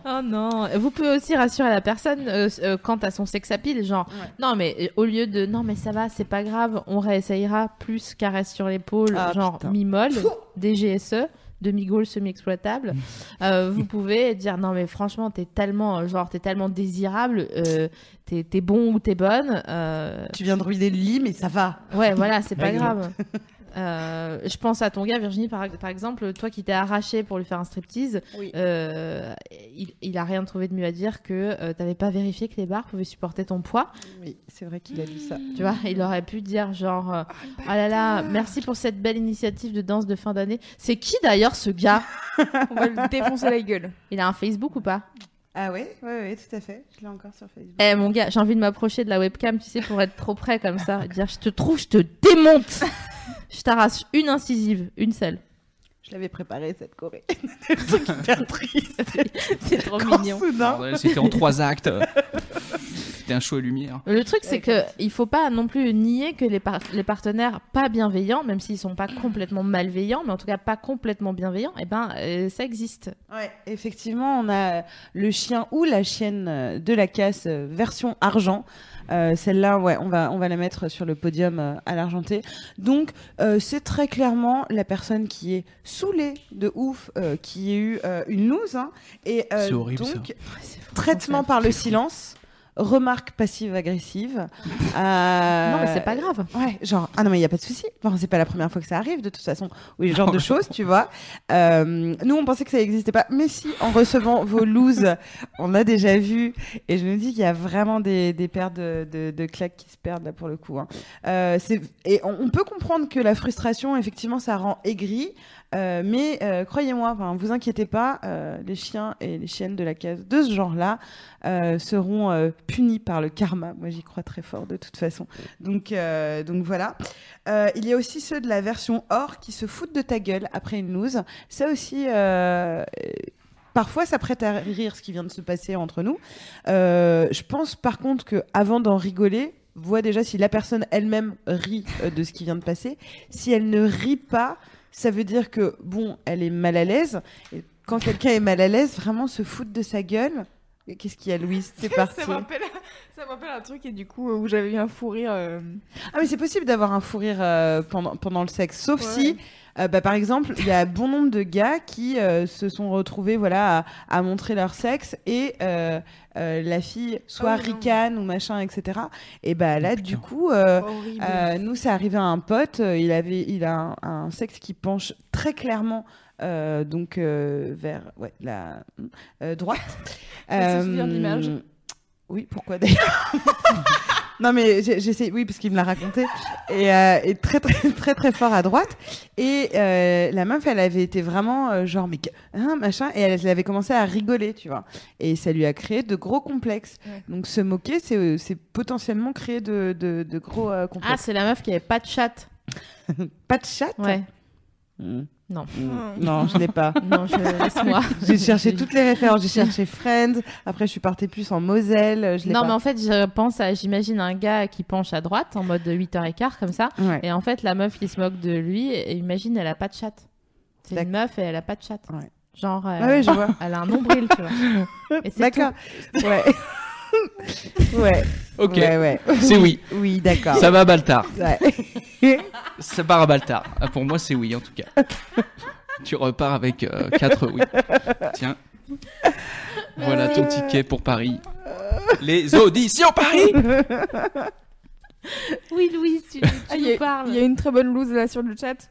[SPEAKER 1] Oh non, vous pouvez aussi rassurer la personne euh, euh, quant à son sex appeal, genre non mais euh, au lieu de non mais ça va, c'est pas grave, on réessayera plus caresse sur l'épaule,
[SPEAKER 2] Ah,
[SPEAKER 1] genre
[SPEAKER 2] putain.
[SPEAKER 1] mi-molle, DGSE, demi-gaule E, semi-exploitable.
[SPEAKER 2] Mm.
[SPEAKER 1] Euh, vous pouvez dire non mais franchement t'es tellement euh, genre t'es tellement désirable, euh, t'es t'es bon ou t'es bonne, euh,
[SPEAKER 2] Tu viens de ruiner le lit, mais ça va.
[SPEAKER 1] ouais voilà c'est pas
[SPEAKER 4] Règle.
[SPEAKER 1] grave. Euh, je pense à ton gars, Virginie, par, par exemple, toi qui t'es arraché pour lui faire un striptease,
[SPEAKER 3] Oui.
[SPEAKER 1] euh, il, il a rien trouvé de mieux à dire que euh, t'avais pas vérifié que les barres pouvaient supporter ton poids.
[SPEAKER 2] Oui, c'est vrai qu'il a dit ça.
[SPEAKER 1] Tu vois, il aurait pu dire genre, euh, ah là là, merci pour cette belle initiative de danse de fin d'année. C'est qui d'ailleurs ce gars
[SPEAKER 3] On va le défoncer la gueule.
[SPEAKER 1] Il a un Facebook ou pas
[SPEAKER 2] Ah ouais, ouais, ouais, tout à fait. Je l'ai encore sur Facebook.
[SPEAKER 1] Eh mon gars, j'ai envie de m'approcher de la webcam, tu sais, pour être trop près comme ça. et Dire, je te trouve, je te démonte. Je t'arrache une incisive, une seule.
[SPEAKER 2] Je l'avais préparé cette Corée. C'est un truc hyper triste.
[SPEAKER 1] C'est
[SPEAKER 4] Oh,
[SPEAKER 1] trop
[SPEAKER 2] Quand
[SPEAKER 1] mignon.
[SPEAKER 2] soudain,
[SPEAKER 4] Bordel, C'était en trois actes. C'était un show et lumière.
[SPEAKER 1] Le truc, c'est que il faut pas non plus nier que les, par- les partenaires pas bienveillants, même s'ils sont
[SPEAKER 3] Mm.
[SPEAKER 1] pas complètement malveillants, mais en tout cas pas complètement bienveillants, eh ben euh, ça existe.
[SPEAKER 2] Ouais, effectivement, on a le chien ou la chienne euh, de la casse euh, version argent. Euh, Celle-là, ouais, on va, on va la mettre sur le podium euh, à l'argenté. Donc, euh, c'est très clairement la personne qui est saoulée de ouf, euh, qui a eu euh, une loose. hein, et euh,
[SPEAKER 4] C'est horrible,
[SPEAKER 2] donc, traitement par le silence, remarque passive-agressive. euh,
[SPEAKER 1] Non, mais c'est pas grave.
[SPEAKER 2] Ouais, genre, ah non, mais il n'y a pas de souci. Enfin, c'est pas la première fois que ça arrive, de toute façon. Oui, ce genre de choses, tu vois. Euh, nous, on pensait que ça n'existait pas. Mais si, en recevant vos looses, on a déjà vu. Et je me dis qu'il y a vraiment des, des paires de, de, de claques qui se perdent, là, pour le coup. hein. Euh, c'est- et on, on peut comprendre que la frustration, effectivement, ça rend aigri. Euh, mais euh, croyez-moi, enfin, vous inquiétez pas, euh, les chiens et les chiennes de la case de ce genre-là euh, seront euh, punis par le karma. Moi, j'y crois très fort de toute façon. Donc, euh, donc voilà. Euh, il y a aussi ceux de la version or qui se foutent de ta gueule après une loose. Ça aussi. euh, euh, Parfois, ça prête à rire ce qui vient de se passer entre nous. Euh, je pense par contre que avant d'en rigoler, vois déjà si la personne elle-même rit euh, de ce qui vient de passer. Si elle ne rit pas, ça veut dire que bon, elle est mal à l'aise. Et quand quelqu'un est mal à l'aise, vraiment se foutre de sa gueule. Mais Qu'est-ce qu'il y a, Louise C'est parti.
[SPEAKER 3] Ça me rappelle, ça me rappelle un truc et du coup euh, où j'avais eu un fou rire. euh,
[SPEAKER 2] Ah mais c'est possible d'avoir un fou rire euh, pendant, pendant le sexe, sauf
[SPEAKER 3] Ouais,
[SPEAKER 2] si, euh, bah, par exemple, il y a bon nombre de gars qui euh, se sont retrouvés voilà à, à montrer leur sexe et euh, euh, la fille soit
[SPEAKER 3] Ah oui, non.
[SPEAKER 2] ricane ou machin, etc. Et bah là, du
[SPEAKER 4] putain.
[SPEAKER 2] coup, euh,
[SPEAKER 3] Oh, horrible.
[SPEAKER 2] euh, nous, ça arrivait à un pote. euh, Il avait, il a un, un sexe qui penche très clairement. euh, donc euh, vers ouais, la euh, droite. Euh,
[SPEAKER 3] Merci, Sophie, de l'image.
[SPEAKER 2] Oui, pourquoi d'ailleurs Non mais j'ai- j'essaie, oui, parce qu'il me l'a raconté, et, euh, et très très très très fort à droite. Et euh, la meuf, elle avait été vraiment euh, genre mais que- hein, machin, et elle, elle avait commencé à rigoler, tu vois. Et ça lui a créé de gros complexes.
[SPEAKER 3] Ouais.
[SPEAKER 2] Donc se moquer, c'est euh, c'est potentiellement créer de, de, de gros euh, complexes.
[SPEAKER 1] Ah, c'est la meuf qui avait pas de chatte.
[SPEAKER 3] Ah,
[SPEAKER 2] Pas de chat Hmm.
[SPEAKER 1] Ouais. Non.
[SPEAKER 3] Oh.
[SPEAKER 2] Non, je n'ai pas.
[SPEAKER 1] Non, je laisse-moi.
[SPEAKER 2] J'ai cherché toutes les références. J'ai cherché Friends. Après, je suis partie plus en Moselle. euh, Je l'ai
[SPEAKER 1] Non, mais
[SPEAKER 2] pas.
[SPEAKER 1] en fait, je pense à, j'imagine un gars qui penche à droite en mode 8h15 comme ça.
[SPEAKER 2] Ouais.
[SPEAKER 1] Et en fait, la meuf qui se moque de lui, et imagine, elle a pas de chatte. C'est
[SPEAKER 2] D'ac-
[SPEAKER 1] une meuf et elle a pas de chatte.
[SPEAKER 2] Ouais.
[SPEAKER 1] Genre, elle,
[SPEAKER 2] Ah ouais, je vois.
[SPEAKER 1] elle a un nombril, tu vois. Et c'est
[SPEAKER 2] D'accord. Ouais. ouais.
[SPEAKER 4] Ok,
[SPEAKER 2] Ouais, ouais.
[SPEAKER 4] c'est oui.
[SPEAKER 2] Oui, d'accord.
[SPEAKER 4] Ça va à Baltar.
[SPEAKER 2] Ouais.
[SPEAKER 4] Ça part à Baltar. Ah, Pour moi, c'est oui, en tout cas. tu repars avec 4 oui. Tiens. Voilà
[SPEAKER 3] Euh.
[SPEAKER 4] ton ticket pour Paris. Les auditions Paris
[SPEAKER 1] tout. Oui, Louise, tu, tu
[SPEAKER 3] Ah, il y
[SPEAKER 1] nous
[SPEAKER 3] a-
[SPEAKER 1] parles.
[SPEAKER 3] Il y a une très bonne loose là sur le chat.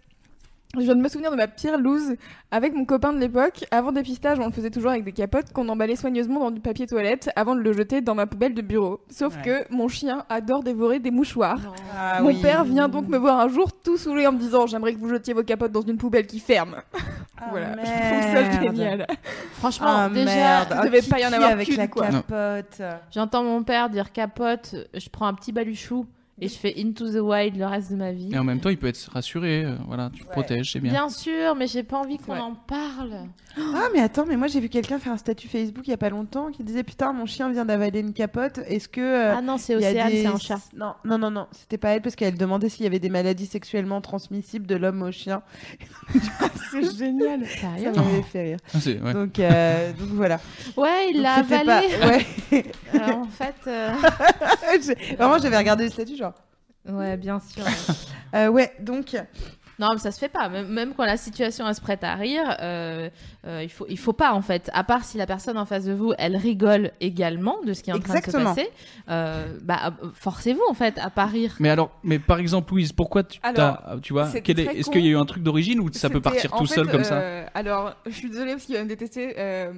[SPEAKER 3] Je viens de me souvenir de ma pire loose avec mon copain de l'époque. Avant dépistage, on le faisait toujours avec des capotes qu'on emballait soigneusement dans du papier toilette avant de le jeter dans ma poubelle de bureau. Sauf que mon chien adore dévorer des mouchoirs.
[SPEAKER 2] Ah
[SPEAKER 3] mon
[SPEAKER 2] oui.
[SPEAKER 3] père vient donc me voir un jour tout saoulé en me disant J'aimerais que vous jetiez vos capotes dans une poubelle qui ferme.
[SPEAKER 2] Ah,
[SPEAKER 3] voilà, je
[SPEAKER 2] merde.
[SPEAKER 3] trouve ça génial.
[SPEAKER 1] Franchement,
[SPEAKER 2] Ah,
[SPEAKER 1] déjà,
[SPEAKER 2] merde.
[SPEAKER 3] oh, il
[SPEAKER 2] Ah,
[SPEAKER 3] devait pas y en
[SPEAKER 2] kiki
[SPEAKER 3] avoir
[SPEAKER 2] avec
[SPEAKER 3] qu'une,
[SPEAKER 2] la
[SPEAKER 3] quoi.
[SPEAKER 4] Non.
[SPEAKER 2] capote.
[SPEAKER 1] j'entends mon père dire capote, je prends un petit baluchou et je fais into the wild le reste de ma vie.
[SPEAKER 4] Et en même temps, il peut être rassuré. euh, Voilà, tu le protèges, c'est
[SPEAKER 1] Bien.
[SPEAKER 4] bien.
[SPEAKER 1] sûr, mais j'ai pas envie qu'on
[SPEAKER 3] Ouais.
[SPEAKER 1] en parle.
[SPEAKER 2] Ah mais attends, mais moi j'ai vu quelqu'un faire un statut Facebook il y a pas longtemps qui disait putain mon chien vient d'avaler une capote. Est-ce que euh,
[SPEAKER 1] Ah non, c'est
[SPEAKER 2] il y a
[SPEAKER 1] Océane,
[SPEAKER 2] des-
[SPEAKER 1] c'est un chat.
[SPEAKER 2] Non, non, non, non, c'était pas elle parce qu'elle demandait s'il y avait des maladies sexuellement transmissibles de l'homme au chien.
[SPEAKER 3] C'est génial.
[SPEAKER 2] Ça
[SPEAKER 1] Sérieux
[SPEAKER 2] m'avait
[SPEAKER 3] Oh.
[SPEAKER 2] fait rire.
[SPEAKER 4] Ah, c'est- ouais.
[SPEAKER 2] Donc, euh, donc voilà.
[SPEAKER 1] Ouais, il
[SPEAKER 2] Donc,
[SPEAKER 1] l'a
[SPEAKER 2] c'était
[SPEAKER 1] avalé.
[SPEAKER 2] pas- ouais.
[SPEAKER 1] Euh, en fait, euh,
[SPEAKER 2] J'ai- Vraiment, j'avais regardé le statut genre.
[SPEAKER 1] ouais, bien sûr.
[SPEAKER 2] Euh, ouais, donc
[SPEAKER 1] Non, mais ça se fait pas. Même, même quand la situation elle se prête à rire, euh, euh, il faut il faut pas en fait. À part si la personne en face de vous, elle rigole également de ce qui est en
[SPEAKER 2] Exactement.
[SPEAKER 1] train de se passer. euh, bah euh, forcez-vous en fait à pas rire.
[SPEAKER 4] Mais alors, mais par exemple, Louise, pourquoi tu
[SPEAKER 3] Alors,
[SPEAKER 4] t'as- euh, tu vois,
[SPEAKER 3] c'est
[SPEAKER 4] quel est-
[SPEAKER 3] très
[SPEAKER 4] est-ce
[SPEAKER 3] con.
[SPEAKER 4] qu'il y a eu un truc d'origine ou ça peut
[SPEAKER 3] C'était-
[SPEAKER 4] partir
[SPEAKER 3] en
[SPEAKER 4] tout
[SPEAKER 3] fait,
[SPEAKER 4] seul comme ça
[SPEAKER 3] euh, Alors, je suis désolée parce qu'il va me détester. euh,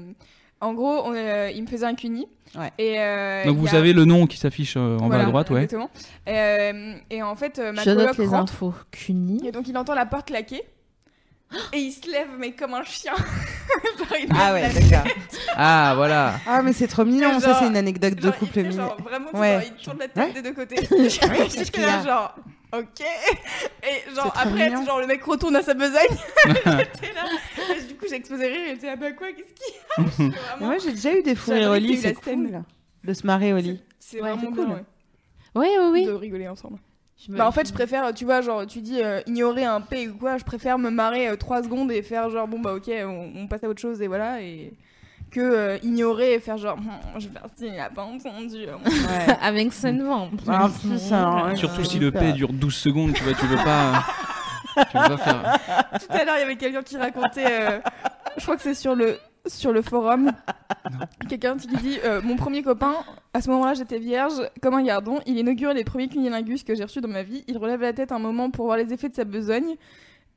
[SPEAKER 3] en gros, on, euh, il me faisait un cuni.
[SPEAKER 2] Ouais.
[SPEAKER 3] Et, euh,
[SPEAKER 4] Donc
[SPEAKER 3] il
[SPEAKER 4] vous
[SPEAKER 3] y a-
[SPEAKER 4] avez le nom qui s'affiche euh, en bas
[SPEAKER 3] Voilà,
[SPEAKER 4] à droite, ouais.
[SPEAKER 3] exactement. Euh, et en fait, euh, ma
[SPEAKER 1] Je note
[SPEAKER 3] coloc
[SPEAKER 1] les
[SPEAKER 3] rentre.
[SPEAKER 1] infos. Cuny.
[SPEAKER 3] Et donc, il entend la porte claquer. Et il se lève, mais comme un chien. Genre, il
[SPEAKER 2] Ah
[SPEAKER 3] lève la
[SPEAKER 2] ouais, d'accord.
[SPEAKER 4] Ah voilà.
[SPEAKER 2] Ah, mais c'est trop mignon.
[SPEAKER 3] Genre-
[SPEAKER 2] ça, c'est une anecdote de
[SPEAKER 3] Genre, il
[SPEAKER 2] couple
[SPEAKER 3] fait
[SPEAKER 2] mignon.
[SPEAKER 3] genre, vraiment, tu
[SPEAKER 2] Ouais.
[SPEAKER 3] vois, il tourne la tête
[SPEAKER 2] Ouais.
[SPEAKER 3] des deux côtés. Je suis
[SPEAKER 2] qu'il y
[SPEAKER 3] là,
[SPEAKER 2] a
[SPEAKER 3] genre, ok. Et
[SPEAKER 2] C'est
[SPEAKER 3] genre,
[SPEAKER 2] trop
[SPEAKER 3] après,
[SPEAKER 2] mignon.
[SPEAKER 3] genre, le mec retourne à sa besogne. J'étais là. Et du coup, j'ai explosé rire. Et j'étais, ah bah quoi, qu'est-ce qu'il y a J'étais
[SPEAKER 2] Mais
[SPEAKER 3] vraiment-
[SPEAKER 2] Moi, j'ai déjà eu des fous rires au
[SPEAKER 3] J'adorais qu'il y
[SPEAKER 2] lit.
[SPEAKER 3] ait eu
[SPEAKER 2] C'est
[SPEAKER 3] la scène.
[SPEAKER 2] cool. De se marrer au lit.
[SPEAKER 3] C'est
[SPEAKER 1] Ouais,
[SPEAKER 3] vraiment
[SPEAKER 1] c'est
[SPEAKER 3] cool
[SPEAKER 1] cool. Oui, oui, oui.
[SPEAKER 3] de rigoler ensemble.
[SPEAKER 1] Je me-
[SPEAKER 3] Bah, en fait, je préfère, tu vois, genre, tu dis euh, ignorer un P ou quoi, je préfère me marrer 3 secondes et faire genre, bon bah ok, on, on passe à autre chose et voilà. et que euh, ignorer et faire genre, Hum, je vais faire s'il a pas entendu. euh,
[SPEAKER 1] avec Senvan.
[SPEAKER 2] Ah, en plus, alors, ouais,
[SPEAKER 4] Surtout
[SPEAKER 2] je
[SPEAKER 4] si
[SPEAKER 2] sais
[SPEAKER 4] le
[SPEAKER 2] pas.
[SPEAKER 4] P dure 12 secondes, tu vois, tu veux pas. euh, tu veux pas faire.
[SPEAKER 3] Tout à l'heure, il y avait quelqu'un qui racontait, euh, je crois que c'est sur le, sur le forum, quelqu'un qui dit euh, Mon premier copain, à ce moment-là, j'étais vierge, comme un gardon, il inaugure les premiers cunilingus que j'ai reçus dans ma vie, il relève la tête un moment pour voir les effets de sa besogne.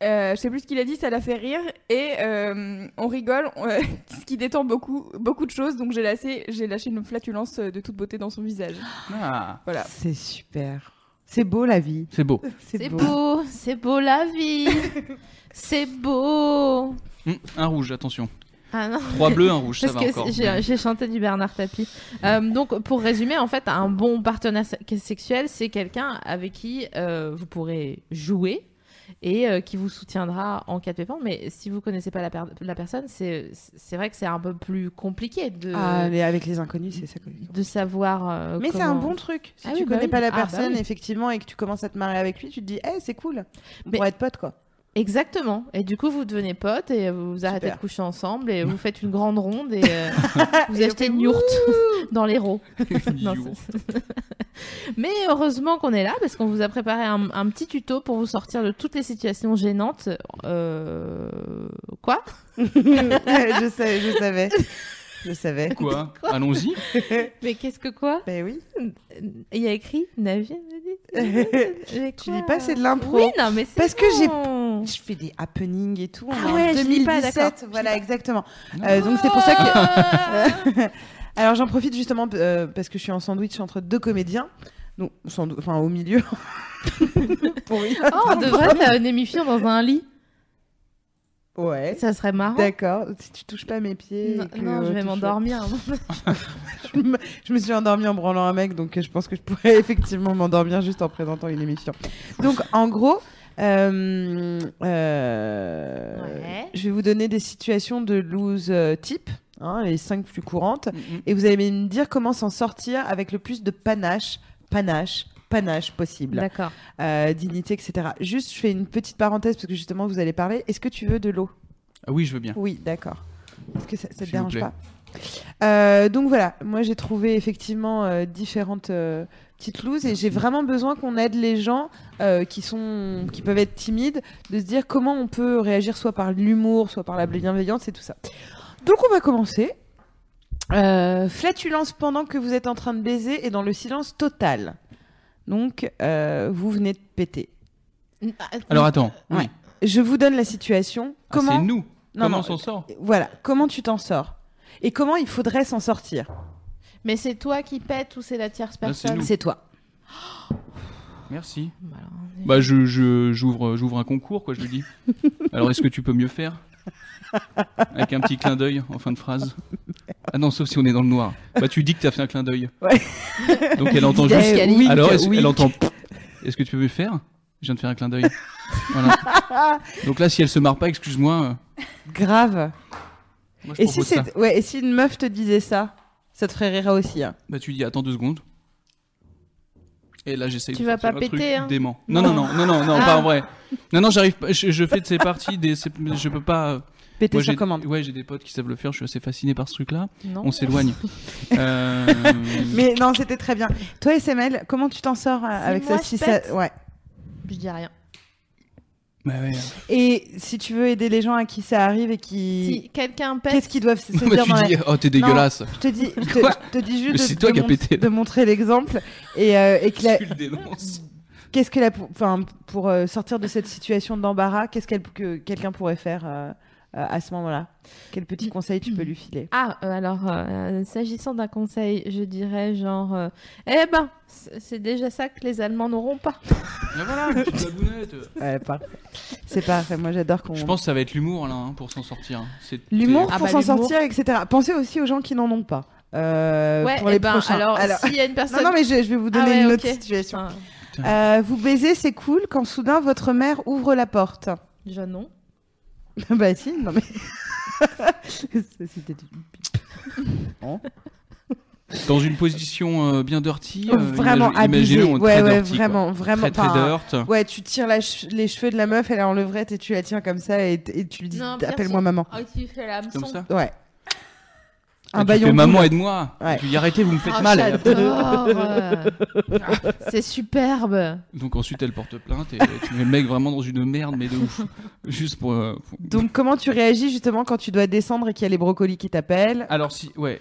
[SPEAKER 3] Euh, je sais plus ce qu'il a dit, ça l'a fait rire et euh, on rigole, on- ce qui détend beaucoup, beaucoup de choses. Donc j'ai lâché, j'ai lâché une flatulence euh, de toute beauté dans son visage.
[SPEAKER 4] Ah,
[SPEAKER 3] Voilà.
[SPEAKER 2] C'est super. C'est beau la vie.
[SPEAKER 4] c'est beau.
[SPEAKER 1] C'est beau, c'est beau la vie. c'est beau.
[SPEAKER 4] Hum, un rouge, attention.
[SPEAKER 1] Ah non.
[SPEAKER 4] Trois bleus, un rouge, ça
[SPEAKER 1] Parce
[SPEAKER 4] va
[SPEAKER 1] que
[SPEAKER 4] encore.
[SPEAKER 1] c'est- j'ai j'ai chanté du Bernard Tapie. Euh, donc, pour résumer, en fait, un bon partenaire se- sexuel, c'est quelqu'un avec qui euh, vous pourrez jouer et euh, qui vous soutiendra en cas de pépin. Mais si vous connaissez pas la, per- la personne, c'est c'est vrai que c'est un peu plus compliqué de,
[SPEAKER 2] Ah, mais avec les inconnus, c'est ça. quoi.
[SPEAKER 1] de savoir. euh,
[SPEAKER 2] Mais c'est
[SPEAKER 1] comment-
[SPEAKER 2] un bon truc. Si
[SPEAKER 1] Ah
[SPEAKER 2] tu
[SPEAKER 1] oui, bah
[SPEAKER 2] connais
[SPEAKER 1] oui.
[SPEAKER 2] pas la
[SPEAKER 1] Ah, bah
[SPEAKER 2] personne,
[SPEAKER 1] oui.
[SPEAKER 2] effectivement, et que tu commences à te marrer avec lui, tu te dis, eh, c'est cool. On
[SPEAKER 1] Mais-
[SPEAKER 2] pourrait être potes, quoi.
[SPEAKER 1] Exactement. Et du coup, vous devenez potes et vous vous arrêtez
[SPEAKER 2] Super.
[SPEAKER 1] de coucher ensemble et vous faites une grande ronde et euh, vous achetez une yourte dans l'héros. Non,
[SPEAKER 4] Yourte.
[SPEAKER 1] c'est- Mais heureusement qu'on est là parce qu'on vous a préparé un, un petit tuto pour vous sortir de toutes les situations gênantes. Euh... Quoi
[SPEAKER 2] je sais, je savais. Je savais.
[SPEAKER 4] Quoi Allons-y.
[SPEAKER 1] Mais qu'est-ce que quoi
[SPEAKER 2] Ben oui.
[SPEAKER 1] Il y a écrit Navi. Tu
[SPEAKER 2] Tu dis pas, c'est de l'impro.
[SPEAKER 1] Oui, non, mais c'est
[SPEAKER 2] Parce que j'ai-
[SPEAKER 1] bon.
[SPEAKER 2] Je fais des happenings et tout. On
[SPEAKER 1] Ah
[SPEAKER 2] est en
[SPEAKER 1] ouais, je lis pas,
[SPEAKER 2] 2017,
[SPEAKER 1] d'accord.
[SPEAKER 2] voilà, exactement.
[SPEAKER 4] Non.
[SPEAKER 2] Euh, donc c'est pour ça que.
[SPEAKER 1] Ah
[SPEAKER 2] Alors j'en profite justement euh, parce que je suis en sandwich entre deux comédiens. Donc, sans doute- enfin au milieu. Pour rien.
[SPEAKER 1] Oh, on devrait faire une émission dans un lit.
[SPEAKER 2] Ouais.
[SPEAKER 1] Ça serait marrant.
[SPEAKER 2] D'accord. Si tu touches pas mes pieds.
[SPEAKER 1] Non,
[SPEAKER 2] et que,
[SPEAKER 1] non, je
[SPEAKER 2] euh,
[SPEAKER 1] vais
[SPEAKER 2] touche-
[SPEAKER 1] m'endormir.
[SPEAKER 2] je, me... je me suis endormie en branlant un mec, donc euh, je pense que je pourrais effectivement m'endormir juste en présentant une émission. Donc en gros, euh, euh,
[SPEAKER 1] Ouais.
[SPEAKER 2] je vais vous donner des situations de lose euh, type, hein, les cinq plus courantes.
[SPEAKER 4] Mhm.
[SPEAKER 2] Et vous allez me dire comment s'en sortir avec le plus de panache, panache, panache possible.
[SPEAKER 1] D'accord.
[SPEAKER 2] Euh, dignité, etc. Juste, je fais une petite parenthèse parce que justement, vous allez parler. Est-ce que tu veux de l'eau
[SPEAKER 4] Ah oui, je veux bien.
[SPEAKER 2] Oui, d'accord. Est-ce que ça, ça te
[SPEAKER 4] S'il vous
[SPEAKER 2] dérange
[SPEAKER 4] plaît.
[SPEAKER 2] pas Euh, donc voilà, moi j'ai trouvé effectivement euh, différentes euh, petites looses et j'ai vraiment besoin qu'on aide les gens euh, qui sont qui peuvent être timides de se dire comment on peut réagir soit par l'humour, soit par la bienveillance et tout ça. Donc on va commencer. Euh, flatulence pendant que vous êtes en train de baiser et dans le silence total. Donc euh, vous venez de péter.
[SPEAKER 1] ah,
[SPEAKER 4] Alors attends. Oui.
[SPEAKER 2] Ouais. Je vous donne la situation.
[SPEAKER 4] Ah, c'est
[SPEAKER 2] Comment
[SPEAKER 4] nous.
[SPEAKER 2] Non,
[SPEAKER 4] Comment
[SPEAKER 2] non,
[SPEAKER 4] on s'en sort
[SPEAKER 2] voilà, comment tu t'en sors et comment il faudrait s'en sortir.
[SPEAKER 1] Mais c'est toi qui pète ou c'est la tierce
[SPEAKER 4] Là, c'est
[SPEAKER 1] personne
[SPEAKER 4] nous.
[SPEAKER 2] C'est toi.
[SPEAKER 4] Merci.
[SPEAKER 1] Bah, alors, on est-
[SPEAKER 4] Bah je je- j'ouvre j'ouvre un concours quoi je lui dis. Alors est-ce que tu peux mieux faire Avec un petit clin d'œil en fin de phrase. Ah non sauf si on est dans le noir. Bah tu dis que t'as fait un clin d'œil.
[SPEAKER 2] Ouais.
[SPEAKER 4] Donc elle entend
[SPEAKER 2] Eh,
[SPEAKER 4] juste.
[SPEAKER 2] wink,
[SPEAKER 4] Alors est-ce-
[SPEAKER 2] wink.
[SPEAKER 4] elle entend. Est-ce que tu peux mieux faire Je viens de faire un clin d'œil. Voilà. Donc là si elle se marre pas excuse-moi. euh,
[SPEAKER 2] Grave.
[SPEAKER 4] Moi je
[SPEAKER 2] Et si,
[SPEAKER 4] propose ça.
[SPEAKER 2] c'est- ouais, et si une meuf te disait ça, ça te ferait rire aussi. hein.
[SPEAKER 4] Bah tu dis attends deux secondes. Et là j'essaye de
[SPEAKER 1] Tu vas
[SPEAKER 4] sortir
[SPEAKER 1] pas
[SPEAKER 4] un
[SPEAKER 1] péter,
[SPEAKER 4] truc
[SPEAKER 1] hein
[SPEAKER 4] dément. Non non non non non, non,
[SPEAKER 1] Ah.
[SPEAKER 4] pas en vrai. Non non j'arrive pas. Je, je fais de ces parties des ces- je peux pas. euh,
[SPEAKER 2] Péter
[SPEAKER 4] Moi,
[SPEAKER 2] sur
[SPEAKER 4] j'ai-
[SPEAKER 2] commande.
[SPEAKER 4] Ouais, j'ai des potes qui savent le faire, je suis assez fasciné par ce truc-là.
[SPEAKER 1] Non.
[SPEAKER 4] On s'éloigne. Euh,
[SPEAKER 2] Mais non, c'était très bien. Toi, SML, comment tu t'en sors euh,
[SPEAKER 1] Si
[SPEAKER 2] avec
[SPEAKER 1] moi,
[SPEAKER 2] ça, si
[SPEAKER 1] je
[SPEAKER 2] ça
[SPEAKER 1] pète
[SPEAKER 2] Ouais.
[SPEAKER 1] Je dis rien.
[SPEAKER 4] Bah ouais.
[SPEAKER 2] Et si tu veux aider les gens à qui ça arrive et
[SPEAKER 1] Si
[SPEAKER 2] qui.
[SPEAKER 1] quelqu'un pète,
[SPEAKER 2] Qu'est-ce qu'ils doivent se
[SPEAKER 4] Bah,
[SPEAKER 2] dire dans la-
[SPEAKER 4] tu dis, oh, t'es dégueulasse.
[SPEAKER 2] Je te dis, je te,
[SPEAKER 4] Quoi
[SPEAKER 2] je te dis juste de,
[SPEAKER 4] Mais c'est toi
[SPEAKER 2] de
[SPEAKER 4] qui as
[SPEAKER 2] mon-
[SPEAKER 4] pété.
[SPEAKER 2] de montrer l'exemple et, euh, et que la-
[SPEAKER 4] Tu le dénonces.
[SPEAKER 2] qu'est-ce que la, enfin pour euh, sortir de cette situation d'embarras, qu'est-ce qu'elle- que quelqu'un pourrait faire euh, euh, à ce moment-là Quel petit conseil tu peux lui filer
[SPEAKER 1] Ah, euh, alors, euh, s'agissant d'un conseil, je dirais genre, euh, eh ben, c'est c'est déjà ça que les Allemands n'auront pas.
[SPEAKER 4] Ah, voilà, une petite babounette.
[SPEAKER 2] Ouais, parfait. C'est parfait. Moi, j'adore qu'on.
[SPEAKER 4] Je pense que ça va être l'humour là hein, pour s'en sortir. C'est-
[SPEAKER 2] L'humour
[SPEAKER 1] Ah
[SPEAKER 2] pour
[SPEAKER 1] bah,
[SPEAKER 2] s'en
[SPEAKER 1] l'humour.
[SPEAKER 2] sortir, etc. Pensez aussi aux gens qui n'en ont pas. euh,
[SPEAKER 1] ouais,
[SPEAKER 2] pour
[SPEAKER 1] eh
[SPEAKER 2] les
[SPEAKER 1] ben,
[SPEAKER 2] prochains.
[SPEAKER 1] alors,
[SPEAKER 2] Alors-
[SPEAKER 1] s'il y a une
[SPEAKER 2] Non,
[SPEAKER 1] personne.
[SPEAKER 2] non, mais je, je vais vous donner
[SPEAKER 1] Ah ouais,
[SPEAKER 2] une
[SPEAKER 1] ok.
[SPEAKER 2] autre situation.
[SPEAKER 1] Enfin,
[SPEAKER 2] Euh, vous baisez, c'est cool quand soudain votre mère ouvre la porte.
[SPEAKER 1] déjà non.
[SPEAKER 2] bah si, non mais. Ça, C'était une pipe.
[SPEAKER 4] t'es Dans une position euh, bien dirty. euh,
[SPEAKER 2] vraiment
[SPEAKER 4] imagine-
[SPEAKER 2] abusé.
[SPEAKER 4] imaginons, on est
[SPEAKER 2] Ouais,
[SPEAKER 4] très
[SPEAKER 2] ouais,
[SPEAKER 4] dirty, quoi.
[SPEAKER 2] vraiment, vraiment.
[SPEAKER 4] Très très
[SPEAKER 2] enfin,
[SPEAKER 4] dirt.
[SPEAKER 2] Ouais, tu tires la che- les cheveux de la meuf, elle est en levrette et tu la tiens comme ça et, et tu lui dis
[SPEAKER 1] Non, pire,
[SPEAKER 2] appelle-moi maman.
[SPEAKER 1] Ah, tu fais l'hameçon.
[SPEAKER 4] Comme ça.
[SPEAKER 2] Ouais. Un
[SPEAKER 4] Ah, tu
[SPEAKER 2] baillon.
[SPEAKER 4] fais,
[SPEAKER 2] de
[SPEAKER 4] maman
[SPEAKER 2] boule.
[SPEAKER 4] aide-moi.
[SPEAKER 2] Ouais.
[SPEAKER 4] Tu dis arrêtez, vous me faites
[SPEAKER 1] Ah,
[SPEAKER 4] mal. Et après-
[SPEAKER 1] j'adore. Ah, C'est superbe.
[SPEAKER 4] Donc ensuite elle porte plainte et tu mets le mec vraiment dans une merde mais de ouf. Juste pour. euh, pour-
[SPEAKER 2] Donc comment tu réagis justement quand tu dois descendre et qu'il y a les brocolis qui t'appellent
[SPEAKER 4] Alors si ouais.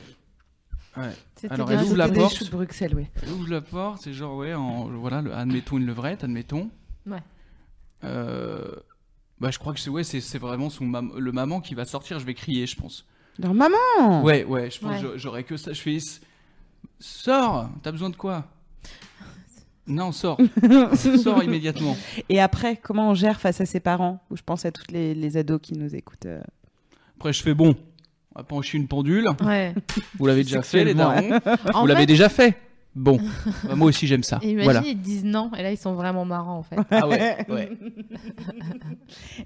[SPEAKER 4] Ouais.
[SPEAKER 2] C'était
[SPEAKER 4] Alors,
[SPEAKER 2] des-
[SPEAKER 4] elle ouvre la
[SPEAKER 2] c'était des
[SPEAKER 4] porte.
[SPEAKER 2] choux de Bruxelles, oui.
[SPEAKER 4] Elle ouvre la porte, c'est genre ouais, en- voilà, le- admettons une levrette, admettons.
[SPEAKER 1] Ouais.
[SPEAKER 4] Euh, Bah je crois que c'est ouais, c'est c'est vraiment son mam- le maman qui va sortir. Je vais crier, je pense.
[SPEAKER 2] Leur maman.
[SPEAKER 4] Ouais, ouais, je pense
[SPEAKER 1] Ouais.
[SPEAKER 4] que j'a- j'aurais que ça. Je fais s- sors, t'as besoin de quoi Non, sors, sors immédiatement.
[SPEAKER 2] Et après, comment on gère face à ses parents Ou je pense à toutes les, les ados qui nous écoutent. euh.
[SPEAKER 4] Après je fais bon, on va pencher une pendule.
[SPEAKER 1] Ouais.
[SPEAKER 4] Vous l'avez déjà fait les
[SPEAKER 2] Sexuellement,
[SPEAKER 4] darons.
[SPEAKER 1] En
[SPEAKER 4] Vous l'avez
[SPEAKER 1] fait,
[SPEAKER 4] déjà fait. Bon, Bah, moi aussi j'aime ça.
[SPEAKER 1] Imagine,
[SPEAKER 4] Voilà.
[SPEAKER 1] ils disent non, et là, ils sont vraiment marrants, en fait.
[SPEAKER 4] Ah ouais, ouais.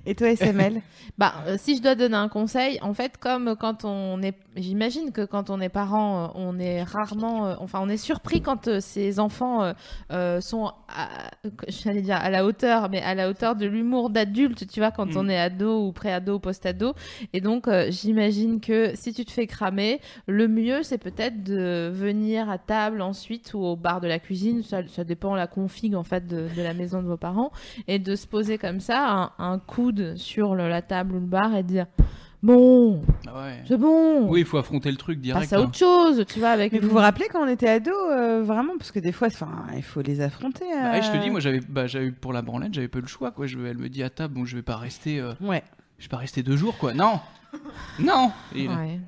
[SPEAKER 2] Et toi, SML
[SPEAKER 1] Bah, euh, si je dois donner un conseil, en fait, comme quand on est, j'imagine que quand on est parent, euh, on est rarement, euh, enfin, on est surpris quand euh, ses enfants euh, euh, sont, à- j'allais dire à la hauteur, mais à la hauteur de l'humour d'adulte, tu vois, quand
[SPEAKER 4] Mm.
[SPEAKER 1] on est ado ou pré-ado ou post-ado. Et donc, euh, j'imagine que si tu te fais cramer, le mieux, c'est peut-être de venir à table ensuite ou au bar de la cuisine. Ça, ça dépend la config en fait de- de la maison de vos parents et de se poser comme ça, un, un coude sur le- la table ou le bar et de dire Bon,
[SPEAKER 4] Ah ouais.
[SPEAKER 1] c'est bon,
[SPEAKER 4] Oui, il faut affronter le truc direct.
[SPEAKER 1] passe à
[SPEAKER 4] hein.
[SPEAKER 1] autre chose, tu vois, avec.
[SPEAKER 2] Mais
[SPEAKER 1] une-
[SPEAKER 2] vous vous rappelez quand on était ado, euh, vraiment Parce que des fois, enfin, il faut les affronter.
[SPEAKER 4] Bah, ouais, je te
[SPEAKER 2] euh.
[SPEAKER 4] dis, moi j'avais, bah, j'avais pour la branlette, j'avais pas le choix quoi. Je, elle me dit à table, bon, je vais pas rester, euh,
[SPEAKER 2] Ouais.
[SPEAKER 4] je vais pas rester deux jours quoi. Non, non. Et,
[SPEAKER 1] Ouais.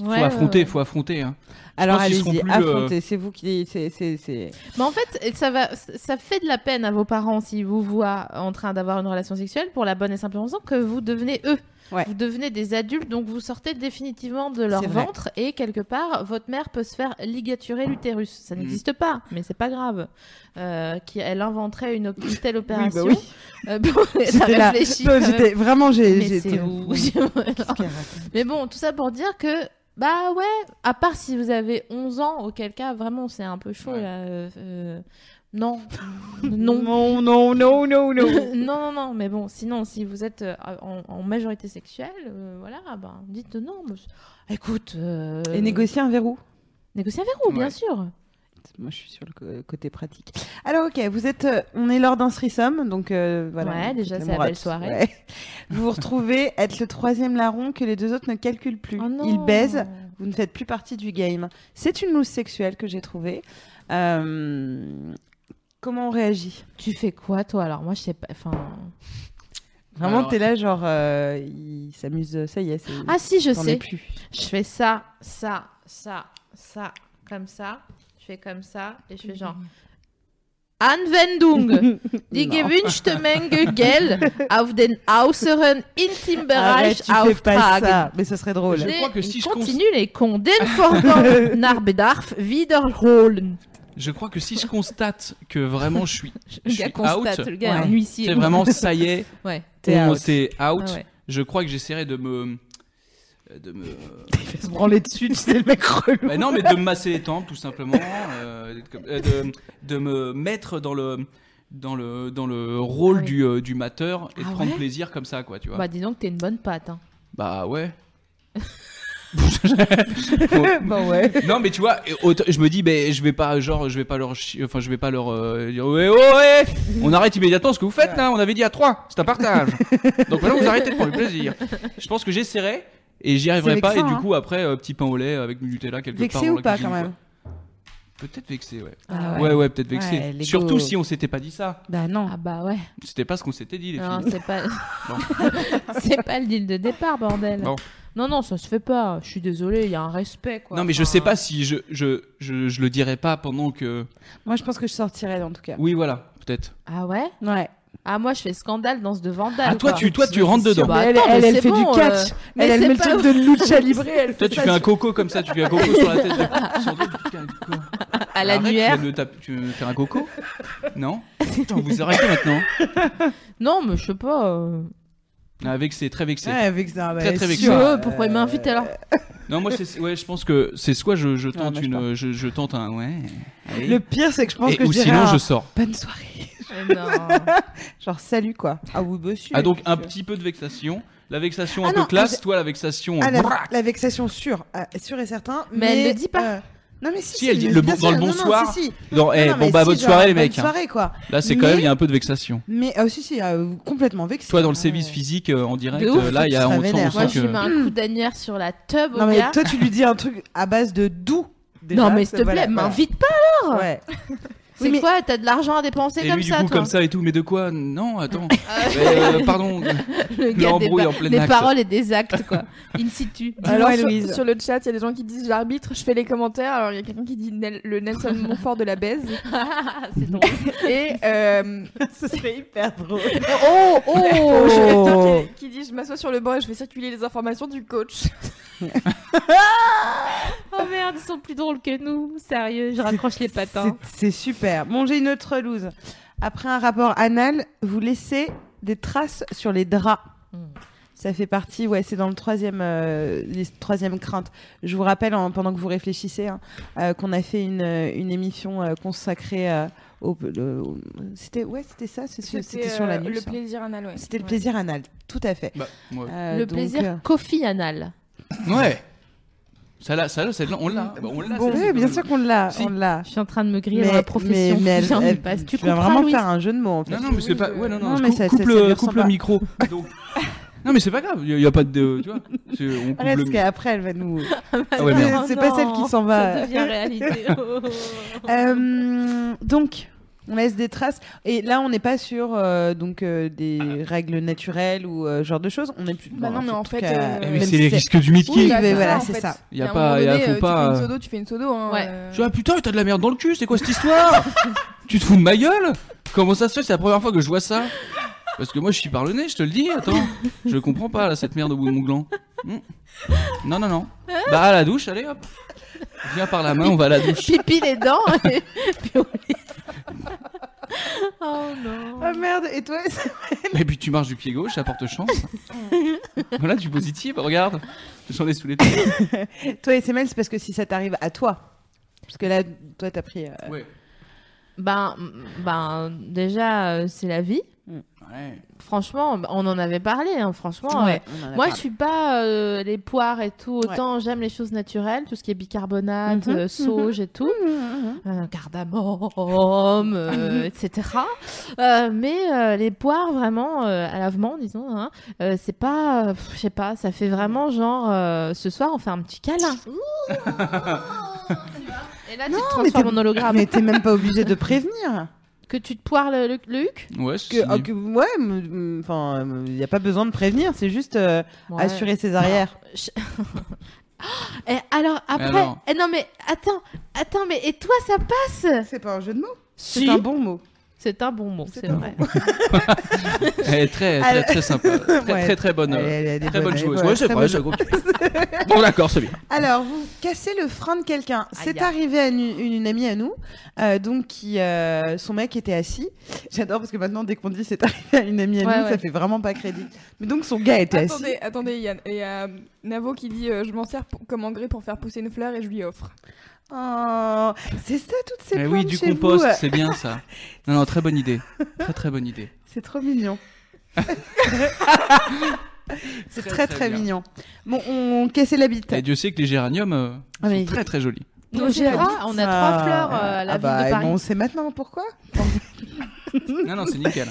[SPEAKER 4] Faut
[SPEAKER 1] Ouais, ouais,
[SPEAKER 4] affronter,
[SPEAKER 1] ouais.
[SPEAKER 4] faut affronter. hein.
[SPEAKER 2] Alors
[SPEAKER 4] pense qu'ils seront
[SPEAKER 2] allez-y,
[SPEAKER 4] plus, euh,
[SPEAKER 2] affrontez. C'est vous qui. c'est- c'est- c'est-
[SPEAKER 1] Mais Bah, en fait, et ça, va, ça fait de la peine à vos parents s'ils vous voient en train d'avoir une relation sexuelle pour la bonne et simple raison que vous devenez eux.
[SPEAKER 2] Ouais.
[SPEAKER 1] Vous devenez des adultes, donc vous sortez définitivement de leur
[SPEAKER 2] C'est vrai.
[SPEAKER 1] ventre et quelque part, votre mère peut se faire ligaturer l'utérus. Ça
[SPEAKER 4] Mm.
[SPEAKER 1] n'existe pas, mais c'est pas grave. Euh, qui- elle inventerait une, op- une telle
[SPEAKER 2] Oui,
[SPEAKER 1] opération.
[SPEAKER 2] bah oui.
[SPEAKER 1] Euh, bon, t'as
[SPEAKER 2] J'étais là.
[SPEAKER 1] réfléchi
[SPEAKER 2] Non,
[SPEAKER 1] quand même.
[SPEAKER 2] j'étais- Vraiment, j'ai.
[SPEAKER 1] Mais
[SPEAKER 2] j'ai
[SPEAKER 1] c'est
[SPEAKER 2] été-
[SPEAKER 1] où
[SPEAKER 2] Qu'est-ce
[SPEAKER 1] Alors,
[SPEAKER 2] qu'elle raconte
[SPEAKER 1] Mais bon, tout ça pour dire que, bah ouais, à part si vous avez 11 ans, auquel cas, vraiment, c'est un peu chaud,
[SPEAKER 4] Ouais.
[SPEAKER 1] là. euh, euh, non. non.
[SPEAKER 2] Non, non, non, non, non.
[SPEAKER 1] non, non, non, mais bon, sinon, si vous êtes euh, en, en majorité sexuelle, euh, voilà, ben, dites non. mais c'est- Écoute. euh,
[SPEAKER 2] Et négocier un verrou.
[SPEAKER 1] Négocier un verrou, bien
[SPEAKER 4] Ouais.
[SPEAKER 1] sûr.
[SPEAKER 2] Moi, je suis sur le co- côté pratique. Alors, ok, vous êtes, euh, on est lors d'un threesome, donc euh, voilà.
[SPEAKER 1] Ouais,
[SPEAKER 2] faites
[SPEAKER 1] déjà,
[SPEAKER 2] l'amour
[SPEAKER 1] c'est la
[SPEAKER 2] à
[SPEAKER 1] belle
[SPEAKER 2] tous.
[SPEAKER 1] soirée.
[SPEAKER 2] Ouais. Vous vous retrouvez être le troisième larron que les deux autres ne calculent plus.
[SPEAKER 1] Oh non.
[SPEAKER 2] Ils baisent, vous ne faites plus partie du game. C'est une loose sexuelle que j'ai trouvée. Euh, Comment on réagit
[SPEAKER 1] Tu fais quoi, toi Alors, moi, je sais pas. Enfin.
[SPEAKER 2] Vraiment,
[SPEAKER 4] Alors-
[SPEAKER 2] t'es là, genre, euh, il s'amuse, ça y est, c'est.
[SPEAKER 1] Ah, si, je
[SPEAKER 2] t'en
[SPEAKER 1] sais.
[SPEAKER 2] es plus.
[SPEAKER 1] Je fais ça, ça, ça, ça, comme ça. Je fais comme ça et je fais genre. Anwendung. Die gewünschte Menge Geld auf den äußeren
[SPEAKER 2] Arrête,
[SPEAKER 1] Intimbereich
[SPEAKER 2] Ah, tu fais pas
[SPEAKER 1] auftragen.
[SPEAKER 2] ça, mais ce serait drôle.
[SPEAKER 4] Je crois que si je cons-
[SPEAKER 1] continue les cons den Vorgang nach Bedarf wiederholen.
[SPEAKER 4] Je crois que si je constate que vraiment je suis,
[SPEAKER 1] Le
[SPEAKER 4] Je
[SPEAKER 1] gars
[SPEAKER 4] suis
[SPEAKER 1] constate,
[SPEAKER 4] out.
[SPEAKER 1] le gars est
[SPEAKER 2] Ouais.
[SPEAKER 1] un huissier.
[SPEAKER 4] c'est vraiment ça y est,
[SPEAKER 1] Ouais.
[SPEAKER 2] T'es
[SPEAKER 4] on-
[SPEAKER 2] out.
[SPEAKER 4] c'est out.
[SPEAKER 1] Ah ouais.
[SPEAKER 4] Je crois que j'essaierai de me, de me,
[SPEAKER 2] Il fait se branler dessus, tu sais, le mec relou.
[SPEAKER 4] Bah non, mais de me masser les tempes, tout simplement. euh, d'être comme- euh, de, de me mettre dans le, dans le, dans le rôle
[SPEAKER 1] Ah oui.
[SPEAKER 4] du, euh, du mateur
[SPEAKER 1] Ah
[SPEAKER 4] et de prendre
[SPEAKER 1] ouais
[SPEAKER 2] Bah
[SPEAKER 4] plaisir comme ça, quoi, tu vois.
[SPEAKER 1] Bah dis donc, t'es une bonne patte. hein.
[SPEAKER 4] Bah ouais.
[SPEAKER 2] Bah ouais.
[SPEAKER 4] Non, mais tu vois, autant- je me dis, ben, je vais pas, genre, je vais pas leur, chi- enfin, je vais pas leur euh, dire, ouais, ouais, on arrête immédiatement ce que vous faites là. On avait dit à trois, c'est un partage. Donc maintenant, vous arrêtez de prendre le plaisir. Je pense que j'essaierai et j'y arriverai
[SPEAKER 2] C'est
[SPEAKER 4] pas.
[SPEAKER 2] vexant,
[SPEAKER 4] et du
[SPEAKER 2] hein.
[SPEAKER 4] coup, après, euh, petit pain au lait avec du Nutella quelque part.
[SPEAKER 2] Vexé
[SPEAKER 4] dans
[SPEAKER 2] ou
[SPEAKER 4] la
[SPEAKER 2] pas
[SPEAKER 4] cuisine,
[SPEAKER 2] quand
[SPEAKER 4] quoi.
[SPEAKER 2] même
[SPEAKER 4] Peut-être vexé, ouais.
[SPEAKER 2] Ah
[SPEAKER 4] Ouais, ouais, peut-être vexé.
[SPEAKER 2] Ouais, l'ego.
[SPEAKER 4] Surtout si on s'était pas dit ça.
[SPEAKER 2] Bah non.
[SPEAKER 1] Ah bah ouais.
[SPEAKER 4] C'était pas ce qu'on s'était dit, les
[SPEAKER 1] Non,
[SPEAKER 4] filles.
[SPEAKER 1] c'est pas... c'est pas le deal de départ, bordel.
[SPEAKER 4] Non.
[SPEAKER 1] non, non, ça se fait pas. Je suis désolée, il y a un respect, quoi.
[SPEAKER 4] Non, mais je
[SPEAKER 1] Enfin,
[SPEAKER 4] sais pas si je, je, je, je le dirais pas pendant que.
[SPEAKER 2] Moi, je pense que je sortirais en tout cas.
[SPEAKER 4] Oui, voilà, peut-être.
[SPEAKER 1] Ah ouais
[SPEAKER 2] Ouais.
[SPEAKER 1] Ah, moi, je fais scandale dans ce de Vandal.
[SPEAKER 4] Ah, toi,
[SPEAKER 1] quoi.
[SPEAKER 4] tu, toi, tu rentres dedans.
[SPEAKER 1] Bah,
[SPEAKER 2] elle,
[SPEAKER 1] attends, mais
[SPEAKER 2] elle, elle
[SPEAKER 1] c'est
[SPEAKER 2] fait
[SPEAKER 1] bon,
[SPEAKER 2] du catch.
[SPEAKER 1] euh, mais
[SPEAKER 2] Elle, elle
[SPEAKER 1] c'est
[SPEAKER 2] met le
[SPEAKER 1] pas
[SPEAKER 2] truc
[SPEAKER 1] ouf.
[SPEAKER 2] de lucha libre. Elle
[SPEAKER 4] Toi,
[SPEAKER 2] fait
[SPEAKER 4] tu
[SPEAKER 2] ça
[SPEAKER 4] fais un
[SPEAKER 2] sur-
[SPEAKER 4] coco comme ça, tu fais un coco sur la tête. De... sur l'autre, putain, quoi.
[SPEAKER 1] À
[SPEAKER 4] Arrête,
[SPEAKER 1] l'annuaire.
[SPEAKER 4] Tu, viens de taper- tu veux faire un coco Non Putain, vous arrêtez maintenant.
[SPEAKER 1] Non, mais je sais pas. euh,
[SPEAKER 4] Ah, vexé, très vexé.
[SPEAKER 2] Ouais, vexé. ah, bah,
[SPEAKER 4] Très, très
[SPEAKER 2] sûr.
[SPEAKER 4] vexé.
[SPEAKER 1] Tu
[SPEAKER 4] Euh,
[SPEAKER 1] veux, pourquoi il m'invite alors
[SPEAKER 4] Non, moi, c'est, ouais, je pense que c'est soit je, je tente
[SPEAKER 2] moi, je
[SPEAKER 4] une, je, je tente un, ouais. allez.
[SPEAKER 2] Le pire, c'est que je pense
[SPEAKER 4] Euh, Et-
[SPEAKER 2] que je
[SPEAKER 4] ou
[SPEAKER 2] dirais
[SPEAKER 4] sinon,
[SPEAKER 2] un
[SPEAKER 4] je sors.
[SPEAKER 2] bonne soirée.
[SPEAKER 1] Eh Non.
[SPEAKER 2] Genre salut quoi. Ah oui, monsieur.
[SPEAKER 4] Ah, donc un petit peu de vexation. La vexation un
[SPEAKER 2] Ah
[SPEAKER 4] peu
[SPEAKER 2] non,
[SPEAKER 4] classe,
[SPEAKER 2] j'ai-
[SPEAKER 4] toi, la vexation. euh,
[SPEAKER 2] Ah, la,
[SPEAKER 4] braque.
[SPEAKER 2] la vexation sûre, ah, sûre et certain.
[SPEAKER 1] Mais elle le dit pas.
[SPEAKER 2] euh, non mais si,
[SPEAKER 4] Si, elle dit le bon- dans le bonsoir.
[SPEAKER 2] Non, si, si.
[SPEAKER 4] Non,
[SPEAKER 2] Non,
[SPEAKER 4] eh,
[SPEAKER 2] non,
[SPEAKER 4] bon,
[SPEAKER 2] mais
[SPEAKER 4] bah,
[SPEAKER 2] si,
[SPEAKER 4] bonne
[SPEAKER 2] genre,
[SPEAKER 4] soirée, les mecs.
[SPEAKER 2] Bonne
[SPEAKER 4] hein.
[SPEAKER 2] soirée quoi.
[SPEAKER 4] Là, c'est quand
[SPEAKER 2] Mais-
[SPEAKER 4] même, il y a un peu de vexation.
[SPEAKER 2] Mais ah, aussi, si, euh, complètement vexé.
[SPEAKER 4] Toi, dans le
[SPEAKER 2] Ah,
[SPEAKER 4] service
[SPEAKER 2] ouais.
[SPEAKER 4] physique, euh, en direct,
[SPEAKER 1] ouf,
[SPEAKER 4] euh, là, il y a,
[SPEAKER 2] tu te
[SPEAKER 4] on sent, on
[SPEAKER 2] révénères.
[SPEAKER 4] sent
[SPEAKER 1] Moi,
[SPEAKER 4] que.
[SPEAKER 1] je lui mets un coup d'annuaire sur la tub,
[SPEAKER 2] Non
[SPEAKER 1] au
[SPEAKER 2] mais
[SPEAKER 1] gars.
[SPEAKER 2] toi, tu lui dis un truc à base de doux. déjà,
[SPEAKER 1] non, mais
[SPEAKER 2] ça,
[SPEAKER 1] s'il te
[SPEAKER 2] voilà,
[SPEAKER 1] plaît, hein.
[SPEAKER 2] voilà.
[SPEAKER 1] m'invite pas.
[SPEAKER 2] Ouais.
[SPEAKER 1] C'est
[SPEAKER 2] mais-
[SPEAKER 1] quoi T'as de l'argent à dépenser
[SPEAKER 4] Et
[SPEAKER 1] comme
[SPEAKER 4] lui, Eh du
[SPEAKER 1] ça,
[SPEAKER 4] coup,
[SPEAKER 1] toi
[SPEAKER 4] comme ça et tout. Mais de quoi Non, attends. Mais, euh, pardon.
[SPEAKER 1] Le gars des,
[SPEAKER 4] l'embrouille
[SPEAKER 1] pa-
[SPEAKER 4] en plein
[SPEAKER 1] des
[SPEAKER 4] acte.
[SPEAKER 1] paroles et des actes, quoi. In situ.
[SPEAKER 3] Alors, sur,
[SPEAKER 2] Louise.
[SPEAKER 3] sur le chat, il y a des gens qui disent j'arbitre, je fais les commentaires. Alors, il y a quelqu'un qui dit Nel- le Nelson Montfort de la baise.
[SPEAKER 1] C'est drôle.
[SPEAKER 3] Et euh,
[SPEAKER 2] Ce serait hyper drôle.
[SPEAKER 3] Oh, oh,
[SPEAKER 2] Oh.
[SPEAKER 3] j'ai quelqu'un qui, qui dit je m'assois sur le banc et je fais circuler les informations du coach.
[SPEAKER 1] Oh merde, ils sont plus drôles que nous. Sérieux, je raccroche les patins.
[SPEAKER 2] C'est- C'est super. Bon, j'ai une autre loose. Après un rapport anal, vous laissez des traces sur les draps.
[SPEAKER 1] Hmm.
[SPEAKER 2] Ça fait partie, ouais, c'est dans le troisième, euh, les troisième crainte. Je vous rappelle, en- pendant que vous réfléchissez, hein, euh, qu'on a fait une, euh, une émission euh, consacrée euh, au, le- au- c'était, ouais, c'était ça, c'est- c'était sur la
[SPEAKER 3] euh,
[SPEAKER 2] nuit.
[SPEAKER 3] Le plaisir anal, ouais.
[SPEAKER 2] hein. C'était le
[SPEAKER 3] Ouais.
[SPEAKER 2] plaisir anal, tout à fait.
[SPEAKER 4] Bah, ouais.
[SPEAKER 2] Euh,
[SPEAKER 1] le
[SPEAKER 2] donc, euh,
[SPEAKER 1] plaisir coffee anal.
[SPEAKER 4] Ouais. Ça là, ça là, c'est on l'a. Bah, on l'a.
[SPEAKER 2] bon,
[SPEAKER 4] ça,
[SPEAKER 2] oui,
[SPEAKER 4] c'est-
[SPEAKER 2] bien sûr qu'on l'a,
[SPEAKER 4] Si.
[SPEAKER 2] on l'a.
[SPEAKER 1] Je suis en train de me griller dans la profession.
[SPEAKER 2] mais elle-
[SPEAKER 1] J'en ai
[SPEAKER 2] elle-
[SPEAKER 1] pas. Tu
[SPEAKER 2] tu vas
[SPEAKER 1] comprends,
[SPEAKER 2] vraiment
[SPEAKER 1] Louise
[SPEAKER 2] faire un jeu de mots. En fait.
[SPEAKER 4] Non, non, mais c'est pas. Ouais, non, non.
[SPEAKER 2] Non,
[SPEAKER 4] je
[SPEAKER 2] mais
[SPEAKER 4] cou-
[SPEAKER 2] ça- ça-
[SPEAKER 4] coupe
[SPEAKER 2] ça lui
[SPEAKER 4] le,
[SPEAKER 2] ressemble
[SPEAKER 4] coupe le
[SPEAKER 2] pas.
[SPEAKER 4] micro. Donc- Non, mais c'est pas grave. Il y a pas de. Tu vois. c'est- On coupe
[SPEAKER 2] Arrête,
[SPEAKER 4] le.
[SPEAKER 2] parce qu'après, elle va nous.
[SPEAKER 4] Ah ouais, merde.
[SPEAKER 2] C'est- c'est pas celle qui s'en va.
[SPEAKER 1] Ça devient réalité. Oh.
[SPEAKER 2] Euh, donc, on laisse des traces. Et là, on n'est pas sur euh, donc euh, des règles naturelles ou euh, ce genre de choses. On est plus.
[SPEAKER 3] Bah non, mais en fait.
[SPEAKER 2] tout cas,
[SPEAKER 3] euh,
[SPEAKER 4] Eh,
[SPEAKER 2] même
[SPEAKER 4] mais
[SPEAKER 2] si
[SPEAKER 4] c'est les risques du
[SPEAKER 3] Oui,
[SPEAKER 4] Mitki.
[SPEAKER 2] Oui,
[SPEAKER 3] bah,
[SPEAKER 2] mais
[SPEAKER 3] c'est
[SPEAKER 2] voilà,
[SPEAKER 3] en
[SPEAKER 2] c'est
[SPEAKER 3] fait.
[SPEAKER 2] ça.
[SPEAKER 4] Il y a
[SPEAKER 3] À un moment
[SPEAKER 4] pas. il y a-
[SPEAKER 3] donné, euh,
[SPEAKER 4] Faut pas.
[SPEAKER 3] Tu fais
[SPEAKER 4] euh,
[SPEAKER 3] une sodo, tu fais une sodo. Hein,
[SPEAKER 1] Ouais.
[SPEAKER 3] euh.
[SPEAKER 4] Tu vois, putain, t'as de la merde dans le cul. C'est quoi cette histoire Tu te fous de ma gueule Comment ça se fait C'est la première fois que je vois ça. Parce que moi, je suis par le nez. Je te le dis. Attends. Je comprends pas là cette merde au bout de mon gland. Hmm. Non, non, non. Bah à la douche, allez hop. Viens par la main, on va à la douche.
[SPEAKER 1] Pipi les dents. et- puis on les- oh non.
[SPEAKER 2] Ah merde, et toi
[SPEAKER 4] Et puis tu marches du pied gauche, ça porte chance. voilà, du positif, regarde. J'en ai sous les pieds.
[SPEAKER 2] Toi, SML, c'est parce que si ça t'arrive à toi. Parce que là, toi, t'as pris. euh,
[SPEAKER 4] Ouais.
[SPEAKER 1] Ben, ben, déjà, euh, c'est la vie. Franchement, on en avait parlé. hein, franchement, euh,
[SPEAKER 2] on en
[SPEAKER 1] Moi,
[SPEAKER 2] a parlé.
[SPEAKER 1] je suis pas euh, les poires et tout. Autant j'aime les choses naturelles, tout ce qui est bicarbonate,
[SPEAKER 2] Mhm,
[SPEAKER 1] euh, sauge et tout, Euh, cardamome, euh, etc. Euh, mais euh, les poires, vraiment, euh, à l'avement, disons, hein, euh, c'est pas, euh, pff, je sais pas, ça fait vraiment genre, euh, ce soir, on fait un petit câlin. Ouh et là, tu te
[SPEAKER 2] mais
[SPEAKER 1] transformes
[SPEAKER 2] t'es-
[SPEAKER 1] en hologramme.
[SPEAKER 2] Mais t'es même pas obligé de prévenir.
[SPEAKER 1] Que tu te poires le, le, le huc
[SPEAKER 4] Ouais, c'est
[SPEAKER 2] Que,
[SPEAKER 4] signé.
[SPEAKER 2] ah, que- ouais, m- m- enfin, il n'y a pas besoin de prévenir, c'est juste euh,
[SPEAKER 1] Ouais.
[SPEAKER 2] assurer ses arrières.
[SPEAKER 1] Et alors, après,
[SPEAKER 4] alors
[SPEAKER 1] eh non, mais attends, attends, mais et toi, ça passe
[SPEAKER 2] Ah, C'est pas un jeu de mots,
[SPEAKER 1] Si.
[SPEAKER 2] c'est un bon mot.
[SPEAKER 1] C'est un bon mot, c'est
[SPEAKER 2] un
[SPEAKER 1] vrai.
[SPEAKER 4] Elle est très, très,
[SPEAKER 2] Elle-
[SPEAKER 4] très sympa. Très,
[SPEAKER 2] Ouais.
[SPEAKER 4] très, très bonne.
[SPEAKER 2] Elle-
[SPEAKER 4] euh,
[SPEAKER 2] elle a des
[SPEAKER 4] Très bonne
[SPEAKER 2] bonnes-
[SPEAKER 4] joueuse.
[SPEAKER 2] elle est
[SPEAKER 4] Ouais, c'est
[SPEAKER 2] très
[SPEAKER 4] vrai,
[SPEAKER 2] bonne-
[SPEAKER 4] c'est- Bon, d'accord, c'est bien.
[SPEAKER 2] Alors, vous cassez le frein de quelqu'un. C'est
[SPEAKER 1] Aïe.
[SPEAKER 2] arrivé à une, une- une amie à nous, euh, donc qui, euh, son mec était assis. J'adore parce que maintenant, dès qu'on dit c'est arrivé à une amie à
[SPEAKER 1] Ouais,
[SPEAKER 2] nous,
[SPEAKER 1] ouais.
[SPEAKER 2] ça fait vraiment pas crédit. Mais donc, son gars était assis.
[SPEAKER 3] Attendez, attendez, il y a, il y a, euh, Navo qui dit euh, je m'en sers pour- comme engrais pour faire pousser une fleur et je lui offre.
[SPEAKER 2] Oh, c'est ça, toutes ces
[SPEAKER 4] Eh
[SPEAKER 2] plantes
[SPEAKER 4] oui, du
[SPEAKER 2] chez vous. euh.
[SPEAKER 4] compost, c'est bien ça. Non, non, très bonne idée. Très, très bonne idée.
[SPEAKER 2] C'est trop mignon. C'est très, très,
[SPEAKER 4] bien.
[SPEAKER 2] mignon. Bon, on cassait la bite.
[SPEAKER 4] Et Dieu sait que les géraniums euh,
[SPEAKER 2] Ah, mais-
[SPEAKER 4] sont très très jolis.
[SPEAKER 1] Nos Gérards, on a
[SPEAKER 2] Ah,
[SPEAKER 1] trois fleurs euh, à la
[SPEAKER 2] ah
[SPEAKER 1] ville
[SPEAKER 2] bah,
[SPEAKER 1] de Paris.
[SPEAKER 2] Bon, c'est maintenant pourquoi
[SPEAKER 4] Non, non, c'est nickel.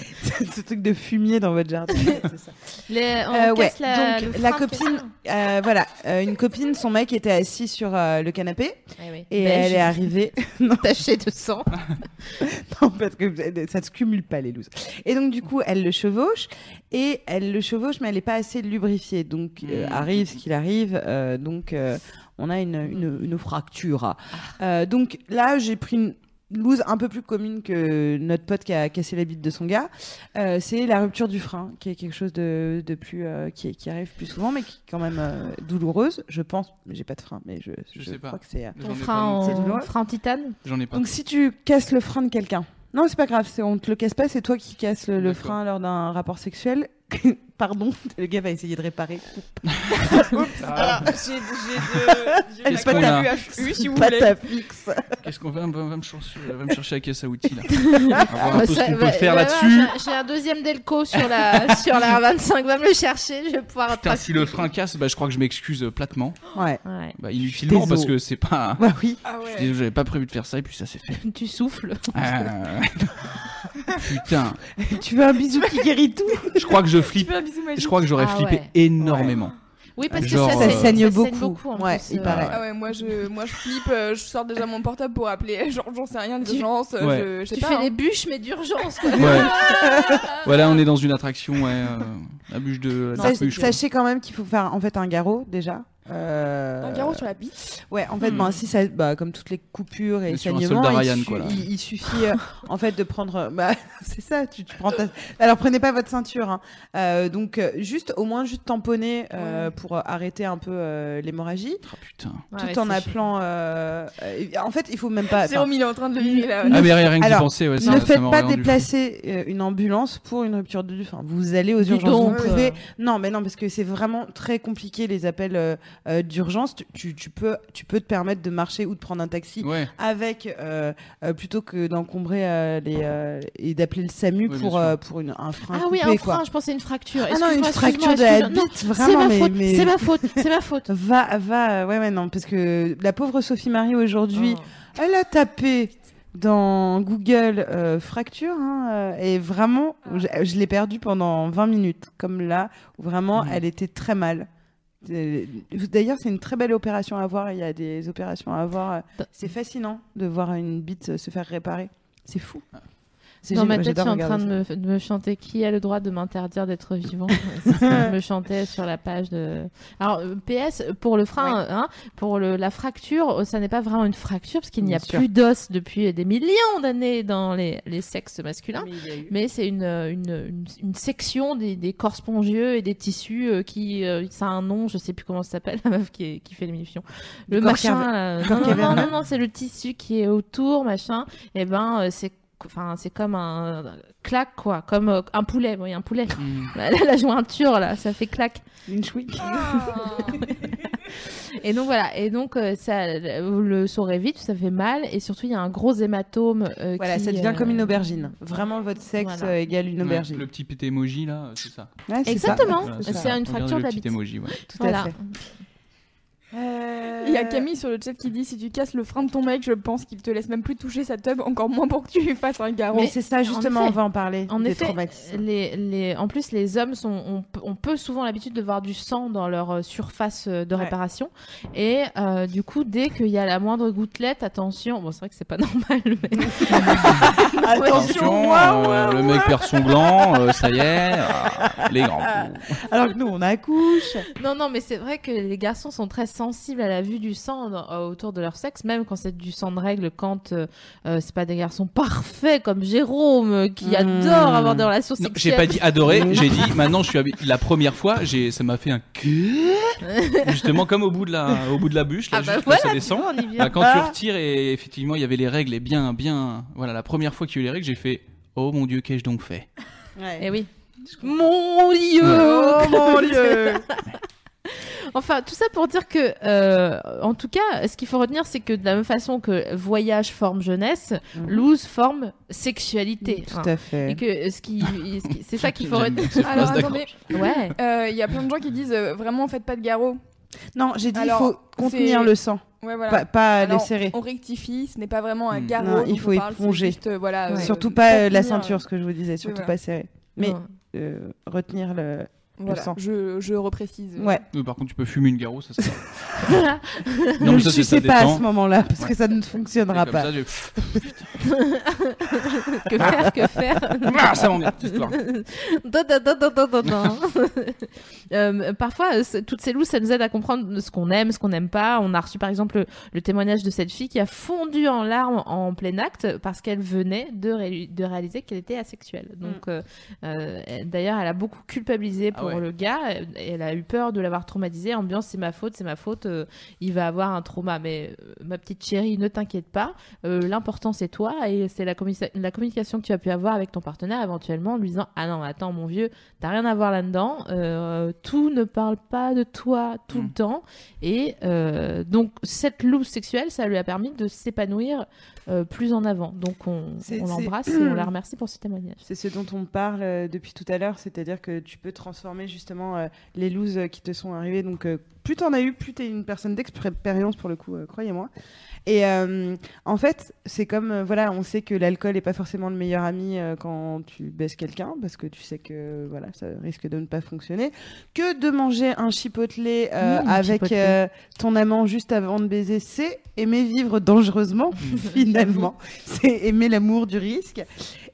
[SPEAKER 2] Ce truc de fumier dans votre jardin. c'est ça.
[SPEAKER 1] Les- on
[SPEAKER 2] Euh, ouais,
[SPEAKER 1] casse la,
[SPEAKER 2] donc
[SPEAKER 1] le
[SPEAKER 2] la
[SPEAKER 1] frein de
[SPEAKER 2] copine,
[SPEAKER 1] quelqu'un.
[SPEAKER 2] euh, voilà, euh, une copine, son mec était assis sur euh, le canapé
[SPEAKER 1] Ouais, ouais.
[SPEAKER 2] et
[SPEAKER 1] Ah Belge.
[SPEAKER 2] elle est arrivée. non,
[SPEAKER 1] tachée de sang.
[SPEAKER 2] non, parce que vous avez- ça ne se cumule pas les looses. Et donc du coup, elle le chevauche et elle le chevauche, mais elle n'est pas assez lubrifiée. Donc euh,
[SPEAKER 4] Mm.
[SPEAKER 2] arrive ce qu'il arrive. euh, donc euh, on a une, une- une
[SPEAKER 4] Ah.
[SPEAKER 2] fracture. Euh, donc là, j'ai pris une loose un peu plus commune que notre pote qui a cassé la bite de son gars. Euh, c'est la rupture du frein, qui est quelque chose de, de plus euh, qui, qui arrive plus souvent, mais qui est quand même euh, douloureuse, je pense. Mais J'ai pas de frein, mais je,
[SPEAKER 4] Je
[SPEAKER 2] je
[SPEAKER 4] sais pas.
[SPEAKER 2] crois que c'est. euh,
[SPEAKER 4] J'en
[SPEAKER 1] Ton
[SPEAKER 4] ai
[SPEAKER 1] frein
[SPEAKER 4] pas non plus.
[SPEAKER 2] C'est
[SPEAKER 1] en,
[SPEAKER 2] douloureux.
[SPEAKER 1] frein en titane.
[SPEAKER 4] J'en ai pas.
[SPEAKER 2] donc si tu casses le frein de quelqu'un, non c'est pas grave, c'est on te le casse pas, c'est toi qui casses le, le
[SPEAKER 4] D'accord.
[SPEAKER 2] frein lors d'un rapport sexuel. Pardon, le gars va essayer de réparer.
[SPEAKER 4] Ah,
[SPEAKER 6] j'ai de.
[SPEAKER 2] Elle
[SPEAKER 6] J'ai
[SPEAKER 2] est pas
[SPEAKER 4] ta-
[SPEAKER 6] UHU, si vous
[SPEAKER 2] pas
[SPEAKER 6] voulez.
[SPEAKER 2] ta fixe.
[SPEAKER 4] Qu'est-ce qu'on va, va- va me chercher, va me chercher la caisse à outils là. On va voir
[SPEAKER 2] Bah,
[SPEAKER 4] un peu ce
[SPEAKER 1] Ah, Ça-
[SPEAKER 4] qu'on
[SPEAKER 1] va-
[SPEAKER 4] peut faire
[SPEAKER 1] va voir,
[SPEAKER 4] là-dessus.
[SPEAKER 1] j'ai- J'ai un deuxième Delco sur la, sur la 25. Va me le chercher, je vais pouvoir.
[SPEAKER 4] Putain, si le frein casse, bah, je crois que je m'excuse euh, platement.
[SPEAKER 2] Ouais.
[SPEAKER 1] Ouais.
[SPEAKER 4] Bah, inutilement,
[SPEAKER 2] Désolé.
[SPEAKER 4] parce que c'est pas.
[SPEAKER 2] Bah oui.
[SPEAKER 6] Ah
[SPEAKER 4] Je suis
[SPEAKER 6] ouais.
[SPEAKER 4] désolé, J'avais pas prévu de faire ça et puis ça s'est fait.
[SPEAKER 1] Tu souffles.
[SPEAKER 4] Ah, Putain,
[SPEAKER 2] tu veux un bisou qui guérit tout
[SPEAKER 4] je crois que je flippe.
[SPEAKER 6] Fais un bisou magique.
[SPEAKER 4] Je crois que j'aurais
[SPEAKER 1] Ah
[SPEAKER 4] flippé
[SPEAKER 1] ouais.
[SPEAKER 4] énormément.
[SPEAKER 1] Oui, parce
[SPEAKER 4] Genre,
[SPEAKER 1] que ça,
[SPEAKER 4] euh,
[SPEAKER 1] saigne-
[SPEAKER 4] Ça
[SPEAKER 2] saigne
[SPEAKER 1] beaucoup.
[SPEAKER 2] beaucoup.
[SPEAKER 1] en
[SPEAKER 2] Ouais,
[SPEAKER 1] plus,
[SPEAKER 2] il
[SPEAKER 1] euh,
[SPEAKER 2] paraît.
[SPEAKER 6] Ah ouais, moi je, moi je flippe, euh, je sors déjà mon portable pour appeler, genre j'en sais rien, les urgences, euh,
[SPEAKER 4] Ouais.
[SPEAKER 6] je, je sais
[SPEAKER 1] Tu
[SPEAKER 6] pas.
[SPEAKER 1] fais
[SPEAKER 6] hein.
[SPEAKER 1] les bûches, mais d'urgence. quoi.
[SPEAKER 4] Ouais. voilà, on est dans une attraction, ouais, euh, la bûche de la
[SPEAKER 2] Sach-
[SPEAKER 4] bûche.
[SPEAKER 2] Sachez quand même qu'il faut faire en fait un garrot déjà. Euh,
[SPEAKER 6] Un garrot sur la bite.
[SPEAKER 2] Ouais, en fait,
[SPEAKER 4] Hmm.
[SPEAKER 2] bon, si ça, bah, comme toutes les coupures et
[SPEAKER 4] Mais sur un
[SPEAKER 2] saignements,
[SPEAKER 4] soldat
[SPEAKER 2] il,
[SPEAKER 4] Ryan,
[SPEAKER 2] su-
[SPEAKER 4] quoi, là.
[SPEAKER 2] il- il suffit euh, en fait de prendre. Bah, c'est ça, tu, tu prends ta. Alors prenez pas votre ceinture. hein. Euh, donc euh, juste, au moins juste tamponner euh, pour euh, arrêter un peu euh, l'hémorragie,
[SPEAKER 4] Ah, putain.
[SPEAKER 1] Ouais,
[SPEAKER 2] tout
[SPEAKER 1] ouais,
[SPEAKER 2] en
[SPEAKER 1] c'est
[SPEAKER 2] appelant. euh, euh, en fait, il faut même pas. enfin,
[SPEAKER 6] Jérôme, il est en train de le vivre là.
[SPEAKER 4] Ah, mais rien, rien que d'y
[SPEAKER 2] Alors,
[SPEAKER 4] penser, ouais, ça,
[SPEAKER 2] ne
[SPEAKER 4] ça
[SPEAKER 2] faites
[SPEAKER 4] m'aurait
[SPEAKER 2] pas
[SPEAKER 4] rendu fou.
[SPEAKER 2] déplacer euh, une ambulance pour une rupture de du. Enfin, vous allez aux
[SPEAKER 1] Dis
[SPEAKER 2] urgences.
[SPEAKER 1] donc,
[SPEAKER 2] vous pouvez.
[SPEAKER 1] euh.
[SPEAKER 2] Non, mais non, parce que c'est vraiment très compliqué les appels euh, euh, d'urgence. Tu, tu- tu peux, tu peux te permettre de marcher ou de prendre un taxi
[SPEAKER 4] Ouais,
[SPEAKER 2] avec euh, euh, plutôt que d'encombrer euh, les euh, et d'appeler le SAMU
[SPEAKER 4] Oui, bien
[SPEAKER 2] pour
[SPEAKER 4] sûr.
[SPEAKER 2] euh, pour une, un frein
[SPEAKER 1] Ah
[SPEAKER 2] coupé
[SPEAKER 1] oui, un
[SPEAKER 2] quoi.
[SPEAKER 1] frein, je pensais une fracture.
[SPEAKER 2] Ah non, une
[SPEAKER 1] Excuse-moi,
[SPEAKER 2] fracture de
[SPEAKER 1] excuse-moi,
[SPEAKER 2] la
[SPEAKER 1] excuse-moi.
[SPEAKER 2] bite,
[SPEAKER 1] Non,
[SPEAKER 2] vraiment,
[SPEAKER 1] C'est ma
[SPEAKER 2] mais,
[SPEAKER 1] faute,
[SPEAKER 2] mais-
[SPEAKER 1] c'est ma faute, c'est ma faute.
[SPEAKER 2] Va, va, ouais, ouais, non, parce que la pauvre Sophie Marie aujourd'hui,
[SPEAKER 1] Oh.
[SPEAKER 2] elle a tapé dans Google euh, fracture hein, euh, et vraiment, je, je l'ai perdue pendant 20 minutes, comme là, où vraiment,
[SPEAKER 1] Mm.
[SPEAKER 2] elle était très mal. Euh, D'ailleurs, c'est une très belle opération à voir. Il y a des opérations à voir.
[SPEAKER 1] Dans-
[SPEAKER 2] C'est fascinant de voir une bite euh, se faire réparer. C'est fou. C'est
[SPEAKER 1] Ah. Dans ma
[SPEAKER 2] génial,
[SPEAKER 1] tête, je
[SPEAKER 2] j'adore
[SPEAKER 1] suis en
[SPEAKER 2] regarder
[SPEAKER 1] train de
[SPEAKER 2] ça.
[SPEAKER 1] me, de me chanter qui a le droit de m'interdire d'être vivant. C'est ce que je me chantais sur la page de. Alors euh, PS pour le frein, hein, pour le, la fracture, euh, ça n'est pas vraiment une fracture parce qu'il n'y a
[SPEAKER 2] Bien sûr.
[SPEAKER 1] plus d'os depuis des millions d'années dans les, les sexes masculins.
[SPEAKER 2] Mais il y a eu-
[SPEAKER 1] Mais c'est une, euh, une, une, une section des, des corps spongieux et des tissus euh, qui. euh, ça a un nom, je sais plus comment ça s'appelle, la meuf qui, est- qui fait l'émission. Le
[SPEAKER 2] Du corps
[SPEAKER 1] machin. là.
[SPEAKER 2] cave- corps
[SPEAKER 1] Non, non, non,
[SPEAKER 2] caverneux.
[SPEAKER 1] non, non, c'est le tissu qui est autour, machin. Et ben, euh, c'est. Enfin, c'est comme un euh, claque, quoi. Comme euh, un poulet, oui, un poulet.
[SPEAKER 4] Mm.
[SPEAKER 1] la, la jointure, là, ça fait claque.
[SPEAKER 2] Une chouic.
[SPEAKER 3] Ah.
[SPEAKER 1] Et donc, voilà. Et donc, euh, ça, vous le saurez vite, ça fait mal. Et surtout, il y a un gros hématome. euh,
[SPEAKER 2] Voilà,
[SPEAKER 1] qui,
[SPEAKER 2] ça devient
[SPEAKER 1] euh,
[SPEAKER 2] comme une aubergine. Vraiment, votre sexe
[SPEAKER 1] voilà.
[SPEAKER 2] euh, égale une
[SPEAKER 4] Mm. Ouais,
[SPEAKER 2] aubergine.
[SPEAKER 4] le petit pété emoji là, c'est ça.
[SPEAKER 2] Ouais, c'est ça.
[SPEAKER 1] Exactement.
[SPEAKER 4] Voilà,
[SPEAKER 1] c'est
[SPEAKER 2] ça.
[SPEAKER 1] une
[SPEAKER 4] Regardez
[SPEAKER 1] fracture de
[SPEAKER 4] le
[SPEAKER 1] la
[SPEAKER 4] petit
[SPEAKER 1] bite.
[SPEAKER 4] emoji, ouais.
[SPEAKER 2] Tout à
[SPEAKER 1] Voilà.
[SPEAKER 2] fait.
[SPEAKER 3] Euh,
[SPEAKER 6] Il y a Camille sur le chat qui dit si tu casses le frein de ton mec, je pense qu'il te laisse même plus toucher sa teub, encore moins pour que tu lui fasses un garrot.
[SPEAKER 2] Mais c'est ça, justement,
[SPEAKER 1] effet-
[SPEAKER 2] on va en parler.
[SPEAKER 1] en
[SPEAKER 2] des
[SPEAKER 1] effet,
[SPEAKER 2] traumatismes.
[SPEAKER 1] Euh, Les, les, en plus, les hommes, sont, on, peut- on peut souvent l'habitude de voir du sang dans leur euh, surface euh, de
[SPEAKER 2] Ouais.
[SPEAKER 1] réparation. Et euh, du coup, dès qu'il y a la moindre gouttelette, attention. Bon, c'est vrai que c'est pas normal, mais.
[SPEAKER 2] Attention,
[SPEAKER 4] euh, le mec perd son gland, euh, ça y est, ah, les grands coups.
[SPEAKER 2] Alors que nous, on accouche.
[SPEAKER 1] non, non, mais c'est vrai que les garçons sont très sensibles à la vue du sang dans- euh, autour de leur sexe, même quand c'est du sang de règle, quand euh, euh, c'est pas des garçons parfaits comme Jérôme euh, qui
[SPEAKER 2] Mmh.
[SPEAKER 1] adore avoir des relations
[SPEAKER 4] Non,
[SPEAKER 1] sexuelles.
[SPEAKER 4] j'ai pas dit adoré,
[SPEAKER 2] Non.
[SPEAKER 4] j'ai dit maintenant je suis habi- la première fois, j'ai ça m'a fait un que justement comme au bout de la au bout de la bûche là,
[SPEAKER 1] Ah bah
[SPEAKER 4] juste quand
[SPEAKER 1] voilà,
[SPEAKER 4] ça
[SPEAKER 1] tu
[SPEAKER 4] descend.
[SPEAKER 1] vois, on y vient.
[SPEAKER 4] Bah, quand tu retires et effectivement il y avait les règles et bien bien voilà la première fois qu'il y a eu les règles j'ai fait oh mon dieu qu'ai-je donc fait
[SPEAKER 1] Eh oui.
[SPEAKER 2] oh, Mon Dieu,
[SPEAKER 4] Hmm.
[SPEAKER 1] Oh, Ouais.
[SPEAKER 2] mon Dieu.
[SPEAKER 1] Enfin, tout ça pour dire que, euh, en tout cas, ce qu'il faut retenir, c'est que de la même façon que voyage forme jeunesse,
[SPEAKER 2] Mhm.
[SPEAKER 1] loose forme sexualité. hein.
[SPEAKER 2] Tout à fait.
[SPEAKER 1] Et que ce qui, ce qui- c'est ça qu'il faut
[SPEAKER 4] J'aime
[SPEAKER 1] retenir.
[SPEAKER 4] bien cette
[SPEAKER 3] Ah, Alors,
[SPEAKER 4] phrase, d'accord.
[SPEAKER 3] attendez,
[SPEAKER 1] Ouais.
[SPEAKER 3] euh, il y a plein de gens qui disent euh, vraiment faites pas de garrot.
[SPEAKER 2] Non, j'ai dit il
[SPEAKER 3] Alors,
[SPEAKER 2] faut contenir
[SPEAKER 3] c'est-
[SPEAKER 2] le sang,
[SPEAKER 3] Ouais, voilà.
[SPEAKER 2] pas, pas
[SPEAKER 3] Alors,
[SPEAKER 2] le serrer.
[SPEAKER 3] On rectifie, ce n'est pas vraiment un
[SPEAKER 4] Hmm.
[SPEAKER 3] garrot.
[SPEAKER 2] Non, il
[SPEAKER 3] dont
[SPEAKER 2] faut
[SPEAKER 3] on parle, c'est
[SPEAKER 2] éponger.
[SPEAKER 3] juste, euh, voilà,
[SPEAKER 1] Ouais.
[SPEAKER 3] euh,
[SPEAKER 2] Surtout pas euh, la
[SPEAKER 3] tenir,
[SPEAKER 2] ceinture, ce que je vous disais, surtout
[SPEAKER 3] voilà.
[SPEAKER 2] pas serrer. Mais
[SPEAKER 1] Non.
[SPEAKER 2] euh, retenir le.
[SPEAKER 3] voilà,
[SPEAKER 2] sang.
[SPEAKER 3] Je, je reprécise. euh,
[SPEAKER 2] Ouais.
[SPEAKER 4] Euh, Par contre, tu peux fumer une garrot, ça sert.
[SPEAKER 2] ne le
[SPEAKER 4] ça, c'est- ça
[SPEAKER 2] sucez pas à
[SPEAKER 4] détend.
[SPEAKER 2] ce moment-là, parce que
[SPEAKER 4] Ouais.
[SPEAKER 2] ça ne
[SPEAKER 4] Et
[SPEAKER 2] fonctionnera
[SPEAKER 4] comme
[SPEAKER 2] pas.
[SPEAKER 4] ça, tu-
[SPEAKER 1] que faire, que faire
[SPEAKER 4] Ah, ça m'emmerde, cette histoire.
[SPEAKER 1] Da, da, da, da, da, da, da. Euh, parfois, euh, c'est- toutes ces loups, ça nous aide à comprendre ce qu'on aime, ce qu'on n'aime pas. On a reçu par exemple le, le témoignage de cette fille qui a fondu en larmes en plein acte parce qu'elle venait de, ré- de réaliser qu'elle était asexuelle. Donc, euh, euh, elle- d'ailleurs, elle a beaucoup culpabilisé
[SPEAKER 4] Mm. Ah
[SPEAKER 1] pour
[SPEAKER 4] ouais.
[SPEAKER 1] le gars. Elle, elle a eu peur de l'avoir traumatisé. Ambiance, c'est ma faute, c'est ma faute. euh, il va avoir un trauma. Mais euh, ma petite chérie, ne t'inquiète pas. Euh, L'important, c'est toi et c'est la, communi- la communication que tu as pu avoir avec ton partenaire éventuellement en lui disant Ah non, attends, mon vieux, t'as rien à voir là-dedans. Euh, tout ne parle pas de toi tout le
[SPEAKER 4] Mm.
[SPEAKER 1] temps. Et euh, donc, cette loupe sexuelle, ça lui a permis de s'épanouir euh, plus en avant. Donc, on,
[SPEAKER 2] C'est-
[SPEAKER 1] on
[SPEAKER 2] c'est-
[SPEAKER 1] l'embrasse et on la remercie pour ce témoignage.
[SPEAKER 2] C'est ce dont on parle euh, depuis tout à l'heure, c'est-à-dire que tu peux transformer justement euh, les looses euh, qui te sont arrivées. Donc, euh, plus t'en as eu, plus t'es une personne d'expérience pour le coup, euh, croyez-moi. Et euh, en fait, c'est comme, euh, voilà, on sait que l'alcool n'est pas forcément le meilleur ami euh, quand tu baisses quelqu'un, parce que tu sais que voilà, ça risque de ne pas fonctionner, que de manger un chipotlé euh,
[SPEAKER 1] Mmh,
[SPEAKER 2] avec
[SPEAKER 1] chipotlé.
[SPEAKER 2] euh, ton amant juste avant de baiser, c'est aimer vivre dangereusement, finalement. c'est aimer l'amour du risque.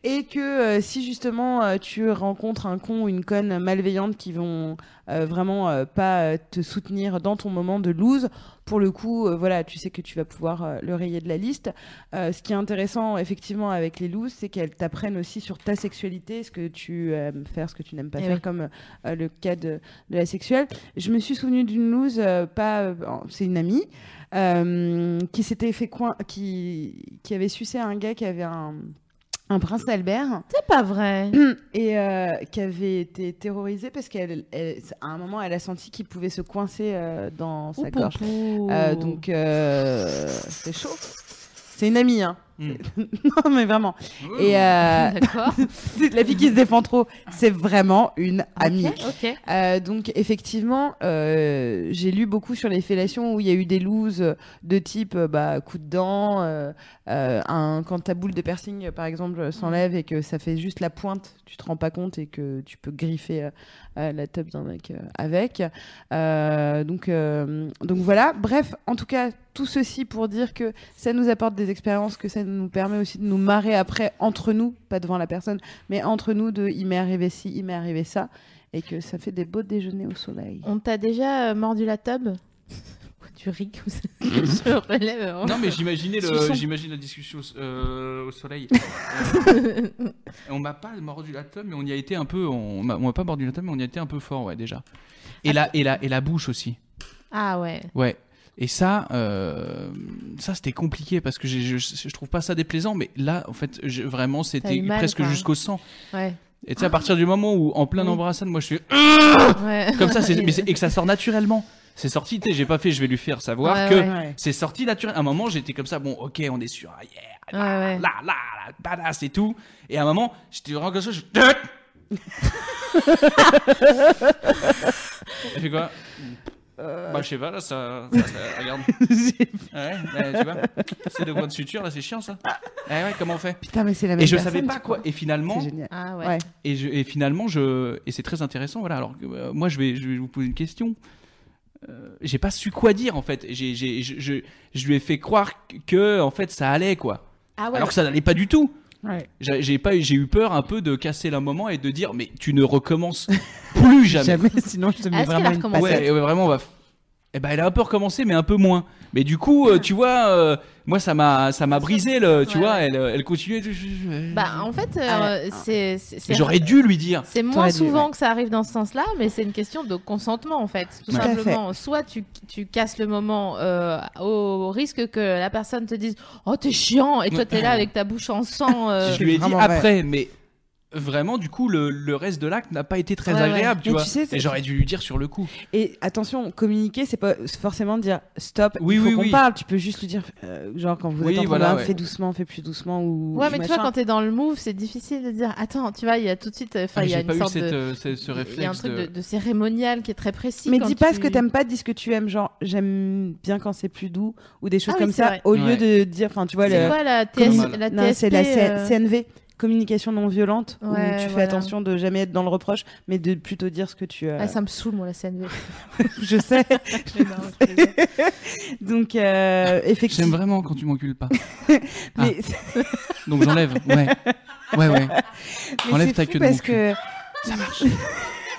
[SPEAKER 2] Et que euh, si justement euh, tu rencontres un con ou une conne malveillante qui vont euh, vraiment euh, pas euh, te soutenir dans ton moment de lose, pour le coup, euh, voilà, tu sais que tu vas pouvoir euh, le rayer de la liste. Euh, ce qui est intéressant effectivement avec les looses, c'est qu'elles t'apprennent aussi sur ta sexualité, ce que tu aimes faire, ce que tu n'aimes pas
[SPEAKER 1] Eh
[SPEAKER 2] faire,
[SPEAKER 1] oui.
[SPEAKER 2] comme euh, le cas de, de la sexuelle. Je me suis souvenue d'une loose, euh, pas, euh, c'est une amie euh, qui s'était fait coin, qui, qui avait sucé un gars qui avait un, un prince Albert
[SPEAKER 1] C'est pas vrai.
[SPEAKER 2] et euh, qui avait été terrorisée parce qu'elle, elle- à un moment, elle a senti qu'il pouvait se coincer euh, dans sa gorge. Euh, donc, euh, c'est chaud. C'est une amie, hein.
[SPEAKER 4] Mm.
[SPEAKER 2] non, mais vraiment.
[SPEAKER 4] Hmm.
[SPEAKER 2] Et euh,
[SPEAKER 1] D'accord.
[SPEAKER 2] c'est la fille qui se défend trop, c'est vraiment une amie.
[SPEAKER 1] Ok, ok.
[SPEAKER 2] Euh, donc effectivement, euh, j'ai lu beaucoup sur les fellations où il y a eu des looses euh, de type euh, bah, coup de dent, euh, euh, un, quand ta boule de piercing euh, par exemple euh, s'enlève et que ça fait juste la pointe, tu te rends pas compte et que tu peux griffer euh, euh, la tête d'un mec euh, avec. Euh, donc, euh, donc voilà, bref, en tout cas, tout ceci pour dire que ça nous apporte des expériences, que ça nous permet aussi de nous marrer après entre nous, pas devant la personne, mais entre nous de il m'est arrivé ci, il m'est arrivé ça, et que ça fait des beaux déjeuners au soleil.
[SPEAKER 1] On t'a déjà euh, mordu la tub Tu ris comme ça. Je relève. hein. vraiment.
[SPEAKER 4] Non mais j'imaginais
[SPEAKER 1] Sous
[SPEAKER 4] le,
[SPEAKER 1] son-
[SPEAKER 4] j'imagine la discussion au- euh, au soleil. Euh, on m'a pas mordu la tome, mais on y a été un peu, on m'a on m'a pas mordu la tome, mais on y a été un peu fort, ouais déjà. Et la, et la, et la bouche aussi.
[SPEAKER 1] Ah ouais.
[SPEAKER 4] Ouais. Et ça, euh, ça c'était compliqué parce que j'ai- je, je trouve pas ça déplaisant, mais là en fait je- vraiment
[SPEAKER 1] T'as eu
[SPEAKER 4] c'était
[SPEAKER 1] mal,
[SPEAKER 4] presque
[SPEAKER 1] quoi. Ah.
[SPEAKER 4] jusqu'au sang.
[SPEAKER 1] Ouais.
[SPEAKER 4] Et tu sais à partir du moment où en plein embrassade, moi je suis
[SPEAKER 1] ouais.
[SPEAKER 4] comme ça, c'est- mais c'est- et que ça sort naturellement. C'est sorti, tu sais, j'ai pas fait, je vais lui faire savoir
[SPEAKER 1] Ouais,
[SPEAKER 4] que
[SPEAKER 1] ouais.
[SPEAKER 4] c'est sorti naturellement. À un moment j'étais comme ça, bon ok on est sûr,
[SPEAKER 1] Ouais,
[SPEAKER 4] yeah,
[SPEAKER 1] ouais.
[SPEAKER 4] là, là, là, badass et tout. Et à un moment, j'étais vraiment comme ça, je. Elle fait quoi Bah, je sais pas, là, ça. ça- ça- regarde. ouais, ouais, tu vois, c'est de quoi de suture, là, c'est chiant ça. Ouais, ouais, comment on fait
[SPEAKER 2] Putain, mais c'est la même
[SPEAKER 4] Et je
[SPEAKER 2] personne,
[SPEAKER 4] savais pas
[SPEAKER 2] tu
[SPEAKER 4] quoi.
[SPEAKER 2] crois.
[SPEAKER 4] Et finalement,
[SPEAKER 2] C'est génial.
[SPEAKER 1] Ah ouais.
[SPEAKER 2] Ouais.
[SPEAKER 4] et, je, et finalement, je et c'est très intéressant. Voilà. Alors, que, euh, moi, je vais, je vais vous poser une question. Euh, j'ai pas su quoi dire en fait. J'ai, j'ai, je, je, je lui ai fait croire que en fait ça allait quoi.
[SPEAKER 1] Ah ouais.
[SPEAKER 4] Alors que ça n'allait pas du tout.
[SPEAKER 2] Ouais.
[SPEAKER 4] J'ai j'ai pas, j'ai eu peur un peu de casser le moment et de dire mais tu ne recommences plus jamais.
[SPEAKER 2] Jamais, sinon je te mets
[SPEAKER 1] Est-ce qu'elle a
[SPEAKER 2] vraiment une
[SPEAKER 1] recommencé
[SPEAKER 4] Ouais,
[SPEAKER 2] patate.
[SPEAKER 4] et ouais, vraiment, on va. f- Eh ben, elle a un peu recommencé, mais un peu moins. Mais du coup, euh, tu vois, euh, moi, ça m'a, ça m'a brisé le. Tu
[SPEAKER 1] Ouais,
[SPEAKER 4] vois,
[SPEAKER 1] ouais.
[SPEAKER 4] elle, euh, elle continuait. de-
[SPEAKER 1] Bah en fait, euh,
[SPEAKER 2] Ah ouais.
[SPEAKER 1] c'est c'est- c'est-
[SPEAKER 4] J'aurais dû lui dire.
[SPEAKER 1] C'est moins
[SPEAKER 2] T'aurais dû,
[SPEAKER 1] souvent que ça arrive dans ce sens-là, mais c'est une question de consentement en fait. Tout
[SPEAKER 2] Ouais. Tout à
[SPEAKER 1] simplement, soit tu, tu casses le moment euh, au risque que la personne te dise Oh, t'es chiant, et toi t'es là avec ta bouche en sang. euh,
[SPEAKER 4] je lui ai dit
[SPEAKER 2] vraiment vrai.
[SPEAKER 4] après, mais vraiment, du coup, le, le reste de l'acte n'a pas été très
[SPEAKER 2] Ouais, ouais.
[SPEAKER 4] agréable, tu
[SPEAKER 2] Mais
[SPEAKER 4] vois.
[SPEAKER 2] tu sais, c'est-
[SPEAKER 4] et j'aurais dû lui dire sur le coup.
[SPEAKER 2] Et attention, communiquer, c'est pas forcément dire stop,
[SPEAKER 4] Oui,
[SPEAKER 2] il faut
[SPEAKER 4] oui,
[SPEAKER 2] qu'on
[SPEAKER 4] oui.
[SPEAKER 2] parle. Tu peux juste lui dire, euh, genre quand vous
[SPEAKER 4] Oui,
[SPEAKER 2] êtes en train
[SPEAKER 4] voilà,
[SPEAKER 2] de-
[SPEAKER 4] ouais.
[SPEAKER 2] fais doucement, fais plus doucement ou.
[SPEAKER 1] Ouais, mais tu vois,
[SPEAKER 2] machin.
[SPEAKER 1] quand t'es dans le move, c'est difficile de dire attends, tu vois, il y a tout de suite. Enfin,
[SPEAKER 4] Ah,
[SPEAKER 1] il y a
[SPEAKER 4] J'ai
[SPEAKER 1] une
[SPEAKER 4] pas eu
[SPEAKER 1] sorte
[SPEAKER 4] cette,
[SPEAKER 1] de.
[SPEAKER 4] euh, ce, ce réflexe.
[SPEAKER 1] Il y a un truc
[SPEAKER 4] de-
[SPEAKER 1] de, de cérémonial qui est très précis.
[SPEAKER 2] Mais
[SPEAKER 1] quand
[SPEAKER 2] dis pas
[SPEAKER 1] tu-
[SPEAKER 2] ce que t'aimes pas, dis ce que tu aimes. Genre, j'aime bien quand c'est plus doux ou des choses
[SPEAKER 1] Ah oui,
[SPEAKER 2] comme
[SPEAKER 1] c'est
[SPEAKER 2] ça,
[SPEAKER 1] vrai.
[SPEAKER 2] au
[SPEAKER 4] Ouais.
[SPEAKER 2] lieu de dire, enfin, tu vois,
[SPEAKER 1] C'est
[SPEAKER 2] le-
[SPEAKER 1] quoi la, TS,
[SPEAKER 4] Communi-
[SPEAKER 1] la TSP
[SPEAKER 2] Non, c'est la C-
[SPEAKER 1] euh,
[SPEAKER 2] CNV, communication non violente, où
[SPEAKER 1] Ouais,
[SPEAKER 2] tu fais
[SPEAKER 1] voilà.
[SPEAKER 2] attention de jamais être dans le reproche, mais de plutôt dire ce que tu. euh,
[SPEAKER 1] Ah, ça me saoule, moi, la CNV.
[SPEAKER 2] je sais.
[SPEAKER 1] Non, je plaisante.
[SPEAKER 2] Donc, euh,
[SPEAKER 4] J'aime
[SPEAKER 2] effectivement.
[SPEAKER 4] vraiment quand tu m'encules pas.
[SPEAKER 2] Mais,
[SPEAKER 4] Donc j'enlève. Ouais. Ouais, ouais.
[SPEAKER 2] mais
[SPEAKER 4] Enlève
[SPEAKER 2] c'est
[SPEAKER 4] ta
[SPEAKER 2] fou
[SPEAKER 4] queue de
[SPEAKER 2] parce
[SPEAKER 4] mon cul.
[SPEAKER 2] que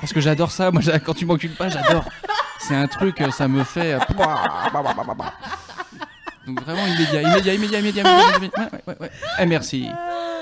[SPEAKER 4] Parce que j'adore ça. Moi, j'a- quand tu m'encules pas, j'adore. C'est un truc, euh, ça me fait. euh, Donc vraiment immédiat, immédiat, immédiat, immédiat, immédiat. immédiat. Ouais, ouais, ouais, ouais. Eh, merci.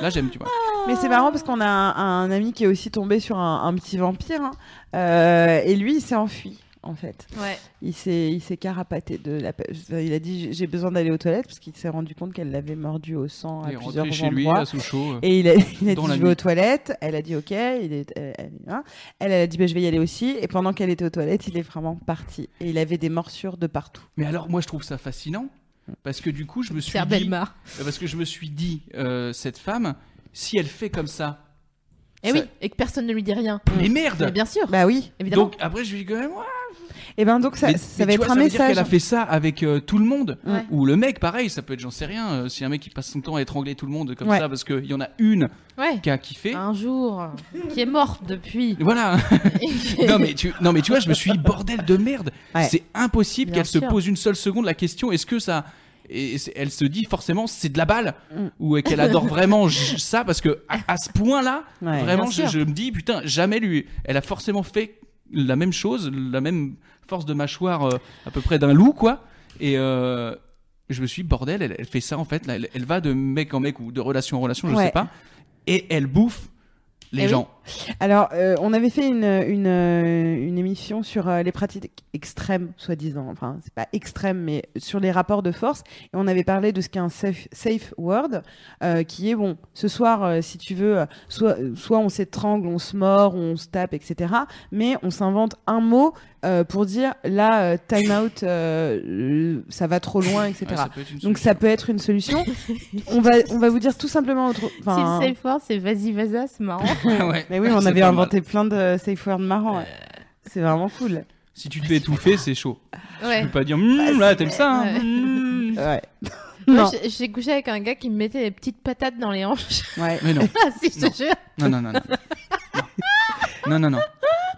[SPEAKER 4] Là, j'aime, tu vois.
[SPEAKER 2] Mais c'est marrant parce qu'on a un, un ami qui est aussi tombé sur un, un petit vampire hein. Euh, et lui il s'est enfui en fait.
[SPEAKER 1] Ouais.
[SPEAKER 2] Il s'est il s'est carapaté de la. pe- enfin, Il a dit j'ai- j'ai besoin d'aller aux toilettes parce qu'il s'est rendu compte qu'elle l'avait mordu au sang à
[SPEAKER 4] Il est
[SPEAKER 2] plusieurs
[SPEAKER 4] rentré chez lui,
[SPEAKER 2] endroits.
[SPEAKER 4] à Sochaux. euh.
[SPEAKER 2] et il a, il a dit
[SPEAKER 4] Dans la
[SPEAKER 2] je vais aux
[SPEAKER 4] nuit.
[SPEAKER 2] toilettes. Elle a dit ok. Il est, elle, elle y va. Elle, elle a dit bah, je vais y aller aussi. Et pendant qu'elle était aux toilettes, il est vraiment parti. Et il avait des morsures de partout.
[SPEAKER 4] Mais alors, moi, je trouve ça fascinant. Parce que du coup, je me suis
[SPEAKER 1] Pierre
[SPEAKER 4] dit.
[SPEAKER 1] Bellemare.
[SPEAKER 4] Euh, Parce que je me suis dit, euh, cette femme, si elle fait comme ça.
[SPEAKER 1] Eh
[SPEAKER 4] ça-
[SPEAKER 1] oui, et que personne ne lui dit rien.
[SPEAKER 4] Mais
[SPEAKER 1] Mais
[SPEAKER 4] merde
[SPEAKER 1] bien sûr,
[SPEAKER 2] Bah oui.
[SPEAKER 1] évidemment.
[SPEAKER 4] Donc après, je lui dis quand même. ouais.
[SPEAKER 2] Et ben donc ça,
[SPEAKER 4] Mais-
[SPEAKER 2] ça va
[SPEAKER 4] mais tu
[SPEAKER 2] être
[SPEAKER 4] vois,
[SPEAKER 2] un
[SPEAKER 4] veut dire
[SPEAKER 2] message.
[SPEAKER 4] qu'elle a fait ça avec euh, tout le monde.
[SPEAKER 1] Ouais.
[SPEAKER 4] Ou le mec, pareil, ça peut être, j'en sais rien. euh, si un mec qui passe son temps à étrangler tout le monde comme
[SPEAKER 2] Ouais. Ah.
[SPEAKER 4] ça, parce qu'il y en a une
[SPEAKER 1] ouais.
[SPEAKER 4] qui a kiffé.
[SPEAKER 1] Un jour, euh, qui est morte depuis.
[SPEAKER 4] Voilà. non mais tu, non mais tu vois, je me suis dit, bordel de merde.
[SPEAKER 2] Ouais.
[SPEAKER 4] C'est impossible
[SPEAKER 1] Bien
[SPEAKER 4] qu'elle se
[SPEAKER 1] sûr.
[SPEAKER 4] pose une seule seconde la question. Est-ce que ça et c'est- elle se dit forcément c'est de la balle
[SPEAKER 2] Mm.
[SPEAKER 4] ou qu'elle adore vraiment j- ça parce que à, à ce point-là
[SPEAKER 2] Ouais.
[SPEAKER 4] vraiment je,
[SPEAKER 1] Bien sûr.
[SPEAKER 4] je me dis putain jamais lui elle a forcément fait la même chose la même force de mâchoire euh, à peu près d'un loup quoi et euh, je me suis dit, bordel elle, elle fait ça en fait là, elle, elle va de mec en mec ou de relation en relation je
[SPEAKER 2] Ouais.
[SPEAKER 4] sais pas et elle bouffe les
[SPEAKER 1] Eh oui.
[SPEAKER 4] gens
[SPEAKER 2] Alors, euh, on avait fait une, une, euh, une émission sur euh, les pratiques extrêmes, soi-disant. Enfin, c'est pas extrême, mais sur les rapports de force. Et on avait parlé de ce qu'est un safe, safe word, euh, qui est bon. Ce soir, euh, si tu veux, euh, soit, euh, soit on s'étrangle, on se mord, on se tape, etc. Mais on s'invente un mot euh, pour dire là, euh, time out, euh, euh, ça va trop loin, etc.
[SPEAKER 4] Ouais, ça peut être une
[SPEAKER 2] Donc ça peut être une solution. on va on va vous dire tout simplement autre. enfin,
[SPEAKER 1] Si le safe word, c'est vas-y, vas-y, c'est marrant.
[SPEAKER 4] Ouais.
[SPEAKER 2] mais oui, on
[SPEAKER 4] C'est
[SPEAKER 2] avait
[SPEAKER 4] pas mal. Euh.
[SPEAKER 2] inventé plein de safe words marrants. ouais. C'est vraiment cool.
[SPEAKER 4] Si tu te fais étouffer, c'est chaud. Tu
[SPEAKER 1] Ouais.
[SPEAKER 4] peux pas dire,
[SPEAKER 2] Bah,
[SPEAKER 4] Hum, là, t'aimes ça. hein,
[SPEAKER 1] Ouais.
[SPEAKER 4] hum.
[SPEAKER 2] Ouais.
[SPEAKER 1] Moi,
[SPEAKER 2] non.
[SPEAKER 1] j'ai- j'ai couché avec un gars qui me mettait des petites patates dans les hanches.
[SPEAKER 2] Ouais.
[SPEAKER 4] Mais non,
[SPEAKER 1] Ah, si, je
[SPEAKER 4] Non.
[SPEAKER 1] te jure.
[SPEAKER 4] non, non, non. Non, non, non. non, non.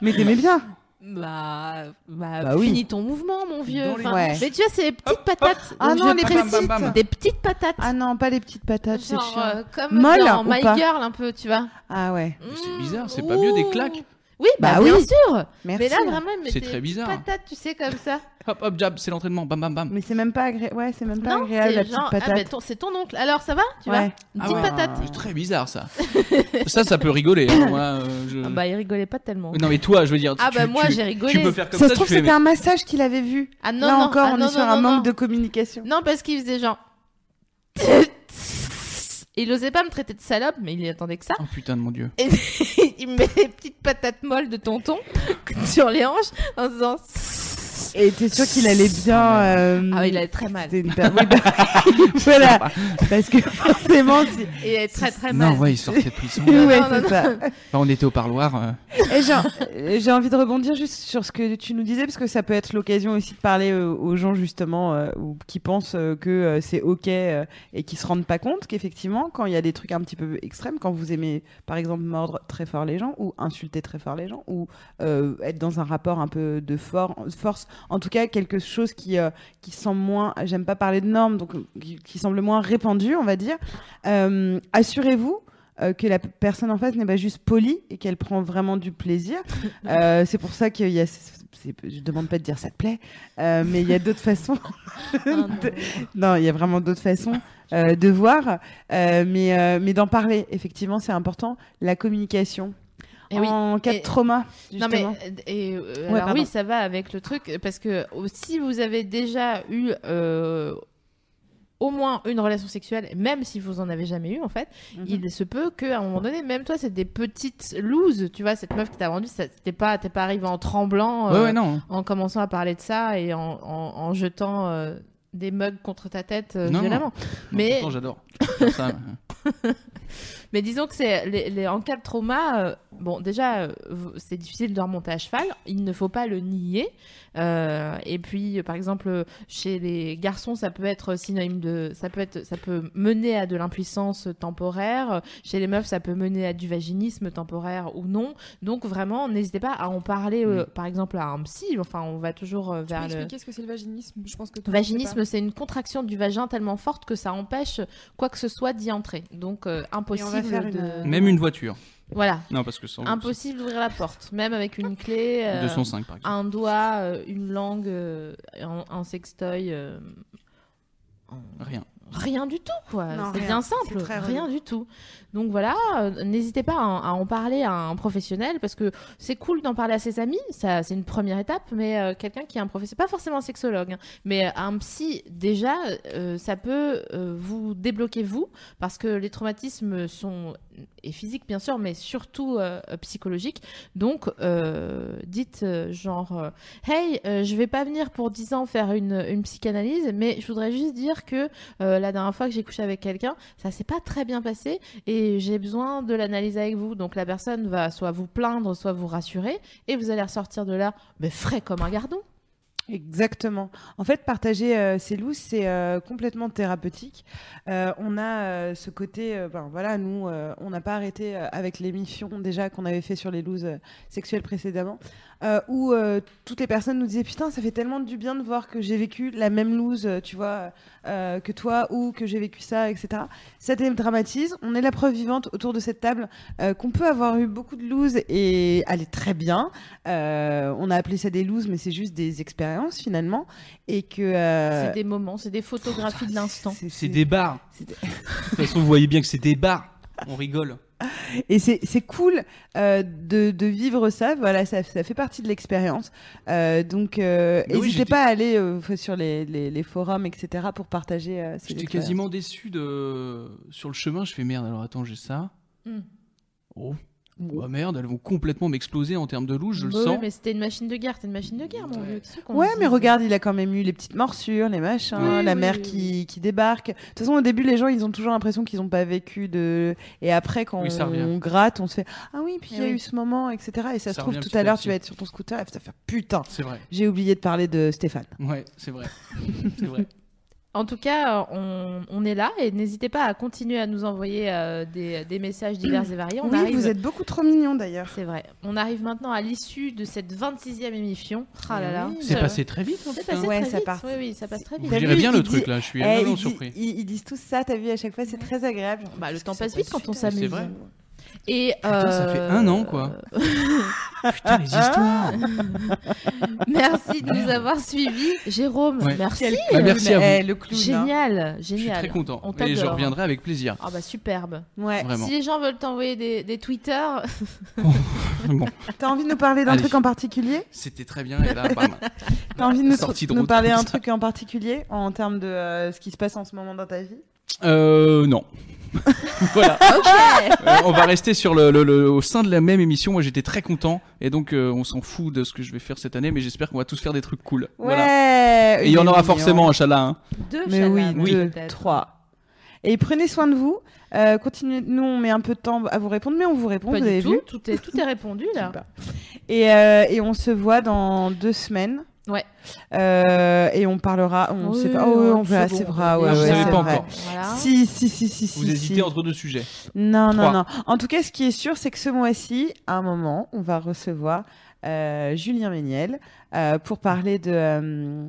[SPEAKER 2] Mais t'aimais bien.
[SPEAKER 1] Bah, bah,
[SPEAKER 2] Bah oui.
[SPEAKER 1] finis ton mouvement, mon vieux.
[SPEAKER 4] Dans les
[SPEAKER 1] Enfin,
[SPEAKER 2] Ouais.
[SPEAKER 1] Mais tu vois, c'est les petites patates.
[SPEAKER 2] Ah
[SPEAKER 1] Donc,
[SPEAKER 2] non,
[SPEAKER 1] je
[SPEAKER 2] les
[SPEAKER 1] précise,
[SPEAKER 4] petites. Bam, bam, bam.
[SPEAKER 1] Des petites patates.
[SPEAKER 2] Ah non, pas les petites patates, c'est
[SPEAKER 1] Genre,
[SPEAKER 2] chiant.
[SPEAKER 1] euh, comme
[SPEAKER 2] Molle
[SPEAKER 1] dans
[SPEAKER 2] ou
[SPEAKER 1] My
[SPEAKER 2] pas
[SPEAKER 1] Girl, un peu, tu vois.
[SPEAKER 2] Ah ouais.
[SPEAKER 4] C'est
[SPEAKER 1] Mmh,
[SPEAKER 4] bizarre, c'est pas mieux des claques.
[SPEAKER 1] Oui, bah,
[SPEAKER 2] Bah
[SPEAKER 1] bien
[SPEAKER 2] oui.
[SPEAKER 1] sûr.
[SPEAKER 2] Merci.
[SPEAKER 1] Mais là, vraiment, il me
[SPEAKER 4] C'est
[SPEAKER 1] mettait
[SPEAKER 4] très
[SPEAKER 1] des petites
[SPEAKER 4] bizarre.
[SPEAKER 1] patates, tu sais, comme ça.
[SPEAKER 4] Hop, hop, jab, c'est l'entraînement. Bam, bam, bam.
[SPEAKER 2] Mais c'est même pas agré... ouais, c'est même pas
[SPEAKER 1] non,
[SPEAKER 2] agréable la
[SPEAKER 1] c'est
[SPEAKER 2] petite
[SPEAKER 1] genre, ah,
[SPEAKER 2] patate.
[SPEAKER 1] bah, ton- c'est ton oncle. Alors, ça va Tu vois
[SPEAKER 2] Ouais.
[SPEAKER 1] Une
[SPEAKER 4] Ah
[SPEAKER 1] petite
[SPEAKER 4] ouais.
[SPEAKER 1] patate.
[SPEAKER 4] C'est très bizarre, ça. ça, ça peut rigoler. hein. Moi, euh, je-
[SPEAKER 1] Ah bah, il rigolait pas tellement.
[SPEAKER 4] Non, mais toi, je veux dire.
[SPEAKER 1] Ah
[SPEAKER 4] tu-
[SPEAKER 1] bah,
[SPEAKER 4] tu-
[SPEAKER 1] moi,
[SPEAKER 4] tu-
[SPEAKER 1] j'ai rigolé.
[SPEAKER 4] Tu peux faire comme
[SPEAKER 2] Ça
[SPEAKER 4] ça,
[SPEAKER 2] se trouve
[SPEAKER 4] tu fais,
[SPEAKER 2] c'était un massage qu'il avait vu.
[SPEAKER 1] Ah non,
[SPEAKER 2] là
[SPEAKER 1] non.
[SPEAKER 2] encore,
[SPEAKER 1] Ah
[SPEAKER 2] on
[SPEAKER 1] non,
[SPEAKER 2] est sur
[SPEAKER 1] non,
[SPEAKER 2] un
[SPEAKER 1] non,
[SPEAKER 2] manque
[SPEAKER 1] non.
[SPEAKER 2] de communication.
[SPEAKER 1] Non, parce qu'il faisait genre. Il osait pas me traiter de salope, mais il attendait que ça.
[SPEAKER 4] mais- Oh putain de mon dieu.
[SPEAKER 1] Et il me met des petites patates molles de tonton sur les hanches en faisant.
[SPEAKER 2] Et t'es sûr qu'il allait bien. euh,
[SPEAKER 1] Ah, il allait très mal.
[SPEAKER 2] c'était une per- oui, bah- voilà. Parce que forcément, si...
[SPEAKER 1] Il allait très très mal.
[SPEAKER 4] Non, ouais, il sortait de prison. là.
[SPEAKER 2] ouais,
[SPEAKER 1] non,
[SPEAKER 2] c'est
[SPEAKER 1] non.
[SPEAKER 2] ça.
[SPEAKER 4] Là, on était au parloir. euh.
[SPEAKER 2] Et j'ai- euh, j'ai envie de rebondir juste sur ce que tu nous disais, parce que ça peut être l'occasion aussi de parler euh, aux gens justement euh, ou qui pensent euh, que euh, c'est ok euh, et qui se rendent pas compte qu'effectivement, quand il y a des trucs un petit peu extrêmes, quand vous aimez par exemple mordre très fort les gens ou insulter très fort les gens ou euh, être dans un rapport un peu de for- force, en tout cas quelque chose qui euh, qui semble moins, j'aime pas parler de normes, donc qui, qui semble moins répandu, on va dire. euh, Assurez-vous euh, que la p- personne en face n'est pas juste polie et qu'elle prend vraiment du plaisir. Euh, c'est pour ça qu'il y a. c'est- c'est- Je demande pas de dire ça te plaît, euh, mais il y a d'autres façons.
[SPEAKER 1] Ah, non.
[SPEAKER 2] de- non, il y a vraiment d'autres façons euh, de voir, euh, mais, euh, mais d'en parler, effectivement, c'est important. La communication.
[SPEAKER 1] Eh oui.
[SPEAKER 2] en cas
[SPEAKER 1] Et-
[SPEAKER 2] de trauma,
[SPEAKER 1] Non
[SPEAKER 2] justement.
[SPEAKER 1] mais euh, et, euh,
[SPEAKER 2] Ouais,
[SPEAKER 1] alors
[SPEAKER 2] pardon.
[SPEAKER 1] oui ça oh, va avec le truc parce que euh, si vous avez déjà eu euh, au moins une relation sexuelle, même si vous en avez jamais eu en fait,
[SPEAKER 4] Mhm.
[SPEAKER 1] il se peut qu'à un moment donné, même toi, c'est des petites looses, tu vois, cette meuf qui t'a vendu, ça- t'es pas, t'es pas arrivé en tremblant,
[SPEAKER 4] Ouais,
[SPEAKER 1] euh,
[SPEAKER 4] ouais, non.
[SPEAKER 1] en commençant à parler de ça et en, en- en jetant euh, des mugs contre ta tête euh,
[SPEAKER 4] Non, non.
[SPEAKER 1] violemment. Mais-
[SPEAKER 4] Mais... Pourtant, j'adore. Faire ça, euh,
[SPEAKER 1] Mais disons que c'est les, les- en cas de trauma, euh, bon déjà euh, v- c'est difficile de remonter à cheval, il ne faut pas le nier. Euh, et puis euh, par exemple euh, chez les garçons ça peut être synonyme de, ça peut être, ça peut mener à de l'impuissance temporaire. Chez les meufs ça peut mener à du vaginisme temporaire ou non. Donc vraiment n'hésitez pas à en parler, euh, par exemple à un psy. Enfin on va toujours euh,
[SPEAKER 6] Tu peux
[SPEAKER 1] vers le
[SPEAKER 6] expliquer ce que c'est le vaginisme Je pense que tout le monde sait
[SPEAKER 1] Vaginisme, c'est une contraction du vagin tellement forte que ça empêche quoi que ce soit d'y entrer. Donc euh, impossible
[SPEAKER 2] faire
[SPEAKER 1] de.
[SPEAKER 2] une-
[SPEAKER 4] Même une voiture.
[SPEAKER 1] Voilà,
[SPEAKER 4] Non, parce que sans.
[SPEAKER 1] impossible d'ouvrir la porte, même avec une clé, euh,
[SPEAKER 4] 205, par exemple.
[SPEAKER 1] un doigt, euh, une langue, euh, un, un sextoy. euh, un-
[SPEAKER 4] Rien.
[SPEAKER 1] Rien du tout, quoi.
[SPEAKER 2] Non,
[SPEAKER 1] C'est
[SPEAKER 2] rien.
[SPEAKER 1] bien
[SPEAKER 2] C'est
[SPEAKER 1] simple,
[SPEAKER 2] très
[SPEAKER 1] rien
[SPEAKER 2] relou.
[SPEAKER 1] du tout. Donc voilà, euh, n'hésitez pas à en, à en parler à un professionnel parce que c'est cool d'en parler à ses amis, ça c'est une première étape, mais euh, quelqu'un qui est un professeur, pas forcément un sexologue, hein, mais euh, un psy déjà, euh, ça peut euh, vous débloquer vous parce que les traumatismes sont et physiques bien sûr, mais surtout euh, psychologiques. Donc euh, dites euh, genre euh, Hey, euh, je vais pas venir pour 10 ans faire une, une psychanalyse, mais je voudrais juste dire que euh, la dernière fois que j'ai couché avec quelqu'un, ça s'est pas très bien passé et j'ai besoin de l'analyse avec vous. Donc la personne va soit vous plaindre, soit vous rassurer et vous allez ressortir de là mais frais comme un gardon.
[SPEAKER 2] Exactement. En fait, partager euh, ces loups, c'est euh, complètement thérapeutique. Euh, on a euh, ce côté, euh, ben, voilà, nous, euh, on n'a pas arrêté euh, avec l'émission déjà qu'on avait fait sur les loups euh, sexuelles précédemment, euh, où euh, toutes les personnes nous disaient putain, ça fait tellement du bien de voir que j'ai vécu la même loose, euh, tu vois, euh, que toi ou que j'ai vécu ça, etc. Ça dédramatise. On est la preuve vivante autour de cette table euh, qu'on peut avoir eu beaucoup de loose et aller très bien. Euh, on a appelé ça des looses, mais c'est juste des expériences finalement, et que euh, Ah,
[SPEAKER 1] C'est des moments, c'est des photographies de l'instant.
[SPEAKER 4] C'est des bars.
[SPEAKER 2] c'est des-
[SPEAKER 4] De toute façon, vous voyez bien que c'est des bars. On rigole.
[SPEAKER 2] Et c'est c'est cool euh, de, de vivre ça, voilà, ça, ça fait partie de l'expérience. Euh, donc, euh,
[SPEAKER 4] Mais oui,
[SPEAKER 2] n'hésitez
[SPEAKER 4] j'étais-
[SPEAKER 2] pas à aller euh, sur les, les, les forums, etc., pour partager euh, ces
[SPEAKER 4] J'étais
[SPEAKER 2] expériences.
[SPEAKER 4] quasiment déçu de. Sur le chemin, je fais merde, alors attends, j'ai ça.
[SPEAKER 1] Hmm.
[SPEAKER 4] Oh. Bah merde, elles vont complètement m'exploser en termes de louche, je le
[SPEAKER 1] Bah oui,
[SPEAKER 4] sens.
[SPEAKER 1] mais c'était une machine de guerre, c'était une machine de guerre, mon
[SPEAKER 4] Ouais.
[SPEAKER 1] vieux. qu'est-ce qu'on
[SPEAKER 2] Ouais,
[SPEAKER 1] dit
[SPEAKER 2] mais regarde, il a quand même eu les petites morsures, les machins,
[SPEAKER 1] Oui,
[SPEAKER 2] la
[SPEAKER 1] oui,
[SPEAKER 2] mère
[SPEAKER 1] oui,
[SPEAKER 2] qui, qui débarque. De toute façon, au début, les gens, ils ont toujours l'impression qu'ils n'ont pas vécu de. Et après, quand
[SPEAKER 4] Oui, ça revient.
[SPEAKER 2] on gratte, on se fait Ah oui, puis il y a
[SPEAKER 1] Eh oui.
[SPEAKER 2] eu ce moment, etc. Et ça,
[SPEAKER 4] Ça
[SPEAKER 2] se trouve,
[SPEAKER 4] revient
[SPEAKER 2] tout
[SPEAKER 4] petit
[SPEAKER 2] à
[SPEAKER 4] à
[SPEAKER 2] l'heure,
[SPEAKER 4] petit.
[SPEAKER 2] tu vas être sur ton scooter et tu vas faire Putain,
[SPEAKER 4] C'est vrai.
[SPEAKER 2] j'ai oublié de parler de Stéphane.
[SPEAKER 4] Ouais, c'est vrai. c'est vrai.
[SPEAKER 1] En tout cas, euh, on, on est là et n'hésitez pas à continuer à nous envoyer euh, des, des messages divers et variés. On
[SPEAKER 2] oui,
[SPEAKER 1] arrive
[SPEAKER 2] vous êtes beaucoup trop mignon d'ailleurs.
[SPEAKER 1] C'est vrai. On arrive maintenant à l'issue de cette 26e émission. Ah
[SPEAKER 2] Eh
[SPEAKER 1] là là.
[SPEAKER 4] C'est
[SPEAKER 1] Ça-
[SPEAKER 4] passé très vite. hein,
[SPEAKER 1] C'est
[SPEAKER 4] putain.
[SPEAKER 1] passé
[SPEAKER 2] Ouais,
[SPEAKER 1] très
[SPEAKER 2] ça
[SPEAKER 1] vite.
[SPEAKER 2] part-
[SPEAKER 1] Oui, oui, ça passe très
[SPEAKER 4] Vous
[SPEAKER 1] vite.
[SPEAKER 2] T'as
[SPEAKER 4] direz
[SPEAKER 2] vu,
[SPEAKER 4] bien
[SPEAKER 2] il
[SPEAKER 4] le
[SPEAKER 2] dit-
[SPEAKER 4] truc là, je suis
[SPEAKER 2] Eh,
[SPEAKER 4] énormément
[SPEAKER 2] ils, dis-
[SPEAKER 4] surpris.
[SPEAKER 2] ils- ils disent tous ça, t'as vu, à chaque fois, c'est très agréable.
[SPEAKER 1] Bah, le
[SPEAKER 2] Qu'est-ce
[SPEAKER 1] temps
[SPEAKER 2] que ça euh,
[SPEAKER 1] passe vite
[SPEAKER 2] passe
[SPEAKER 1] quand on
[SPEAKER 4] vite.
[SPEAKER 1] s'amuse.
[SPEAKER 4] C'est vrai.
[SPEAKER 1] Et euh,
[SPEAKER 4] Putain, ça fait un an, quoi. Putain, les
[SPEAKER 2] Hein
[SPEAKER 4] histoires.
[SPEAKER 1] merci de nous avoir suivis, Jérôme.
[SPEAKER 4] Ouais.
[SPEAKER 1] Merci.
[SPEAKER 2] Quel
[SPEAKER 4] Bah, merci à
[SPEAKER 2] clown,
[SPEAKER 4] vous.
[SPEAKER 2] eh, le clown. hein.
[SPEAKER 1] Génial,
[SPEAKER 4] Je suis
[SPEAKER 1] génial.
[SPEAKER 4] très content.
[SPEAKER 1] On
[SPEAKER 4] Et je
[SPEAKER 1] t'adore.
[SPEAKER 4] reviendrai avec plaisir.
[SPEAKER 1] Ah bah superbe.
[SPEAKER 2] Ouais.
[SPEAKER 4] Vraiment.
[SPEAKER 1] Si les gens veulent t'envoyer des, des Twitter,
[SPEAKER 4] Bon,
[SPEAKER 2] T'as envie de nous parler d'un
[SPEAKER 4] Allez.
[SPEAKER 2] truc en particulier
[SPEAKER 4] c'était très bien. Et là, bam.
[SPEAKER 2] T'as envie de nous,
[SPEAKER 4] Sortie de
[SPEAKER 2] nous
[SPEAKER 4] route,
[SPEAKER 2] parler
[SPEAKER 4] comme
[SPEAKER 2] un
[SPEAKER 4] ça.
[SPEAKER 2] truc en particulier en termes de euh, ce qui se passe en ce moment dans ta vie
[SPEAKER 4] Euh, non. voilà. Euh, on va rester sur le, le- le- au sein de la même émission. Moi, j'étais très content. Et donc, euh, on s'en fout de ce que je vais faire cette année, mais j'espère qu'on va tous faire des trucs cool.
[SPEAKER 2] Ouais
[SPEAKER 4] Voilà. Et
[SPEAKER 2] il
[SPEAKER 4] il y
[SPEAKER 2] est
[SPEAKER 4] en aura
[SPEAKER 2] mignon.
[SPEAKER 4] forcément, Inch'Allah. Hein.
[SPEAKER 1] deux
[SPEAKER 2] Mais oui,
[SPEAKER 1] Shalom,
[SPEAKER 2] deux,
[SPEAKER 1] peut-être.
[SPEAKER 2] trois. Et prenez soin de vous. Euh, continuez. Nous, on met un peu de temps à vous répondre, mais on vous répond.
[SPEAKER 1] Pas
[SPEAKER 2] vous
[SPEAKER 1] du
[SPEAKER 2] avez
[SPEAKER 1] tout.
[SPEAKER 2] vu
[SPEAKER 1] Tout est, tout est répondu là.
[SPEAKER 2] et, euh, et on se voit dans deux semaines.
[SPEAKER 1] Ouais.
[SPEAKER 2] Euh, et on parlera. On
[SPEAKER 1] Oui,
[SPEAKER 2] sait pas. Oh,
[SPEAKER 1] ouais,
[SPEAKER 2] ouais, on
[SPEAKER 1] c'est
[SPEAKER 2] verra.
[SPEAKER 1] bon. Ah. Non,
[SPEAKER 2] C'est vrai. Ouais,
[SPEAKER 4] Ah, vous
[SPEAKER 2] ouais,
[SPEAKER 4] savez
[SPEAKER 2] c'est
[SPEAKER 4] pas
[SPEAKER 2] vrai.
[SPEAKER 4] encore.
[SPEAKER 1] Voilà.
[SPEAKER 2] Si, si, si, si, si.
[SPEAKER 4] Vous
[SPEAKER 2] si.
[SPEAKER 4] hésitez entre deux sujets.
[SPEAKER 2] Non, non,
[SPEAKER 4] Trois.
[SPEAKER 2] non. En tout cas, ce qui est sûr, c'est que ce mois-ci, à un moment, on va recevoir euh, Julien Méniel euh, pour parler de, euh,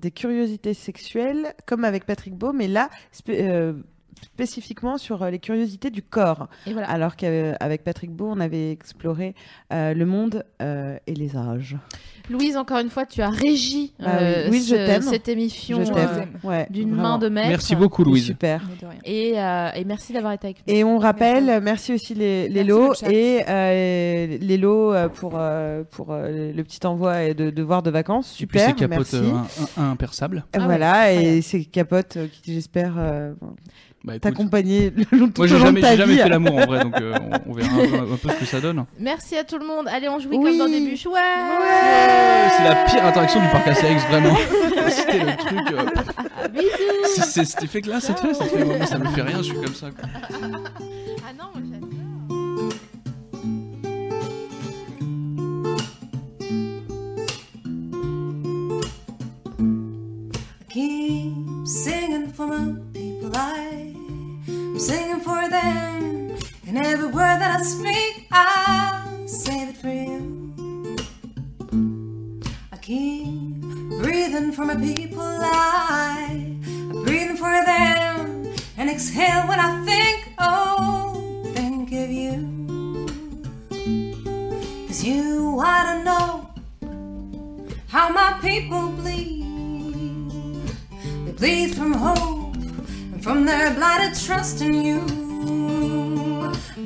[SPEAKER 2] des curiosités sexuelles, comme avec Patrick Beau, mais là, spé- euh, spécifiquement sur euh, les curiosités du corps.
[SPEAKER 1] Et voilà.
[SPEAKER 2] Alors qu'avec Patrick Beau, on avait exploré euh, le monde euh, et les âges.
[SPEAKER 1] Louise, encore une fois, tu as régi
[SPEAKER 2] Bah oui.
[SPEAKER 1] euh,
[SPEAKER 2] Louise, je
[SPEAKER 1] ce-
[SPEAKER 2] t'aime.
[SPEAKER 1] cette émission
[SPEAKER 2] Je
[SPEAKER 1] euh,
[SPEAKER 2] t'aime. Ouais,
[SPEAKER 1] d'une
[SPEAKER 2] vraiment.
[SPEAKER 1] main de maître.
[SPEAKER 4] Merci beaucoup, Louise.
[SPEAKER 2] Super.
[SPEAKER 3] Mais de rien.
[SPEAKER 1] Et, euh, et merci d'avoir été avec nous.
[SPEAKER 2] Et on rappelle, euh, merci, aussi les, les
[SPEAKER 3] Merci
[SPEAKER 2] lots
[SPEAKER 3] le chat.
[SPEAKER 2] et euh, les lots euh, pour, euh, pour euh, le petit envoi et de devoir de vacances.
[SPEAKER 4] Et puis
[SPEAKER 2] Super,
[SPEAKER 4] c'est capote
[SPEAKER 2] merci.
[SPEAKER 4] euh, un, un- un impersable.
[SPEAKER 2] Et
[SPEAKER 1] Ah ouais,
[SPEAKER 2] voilà, et
[SPEAKER 1] incroyable.
[SPEAKER 2] c'est capote euh, qui, j'espère, euh,
[SPEAKER 4] Bah, écoute,
[SPEAKER 2] t'accompagner le long- tout
[SPEAKER 4] moi,
[SPEAKER 2] au
[SPEAKER 4] j'ai
[SPEAKER 2] long de
[SPEAKER 4] jamais,
[SPEAKER 2] ta
[SPEAKER 4] j'ai jamais
[SPEAKER 2] vie.
[SPEAKER 4] fait l'amour en vrai, donc euh, on, on verra un, peu- un peu ce que ça donne.
[SPEAKER 1] Merci à tout le monde. Allez, on joue
[SPEAKER 2] Oui.
[SPEAKER 1] comme dans des bûches. Ouais.
[SPEAKER 4] Euh, C'est la pire interaction du parc ACX, vraiment. C'était le truc. euh,
[SPEAKER 1] Bisous.
[SPEAKER 4] c'est- c'est- Cet effet-là, cette fait, ça fait- moi, ça me fait rien, je suis comme ça. quoi.
[SPEAKER 1] Ah non, moi, j'adore.
[SPEAKER 7] Keep singing for my people. I'm singing for them. And every word that I speak, I save it for you. I keep breathing for my people. I, I'm breathing for them. And exhale when I think, oh, think of you. Cause you ought to know how my people bleed. They bleed from hope and from their blighted trust in you.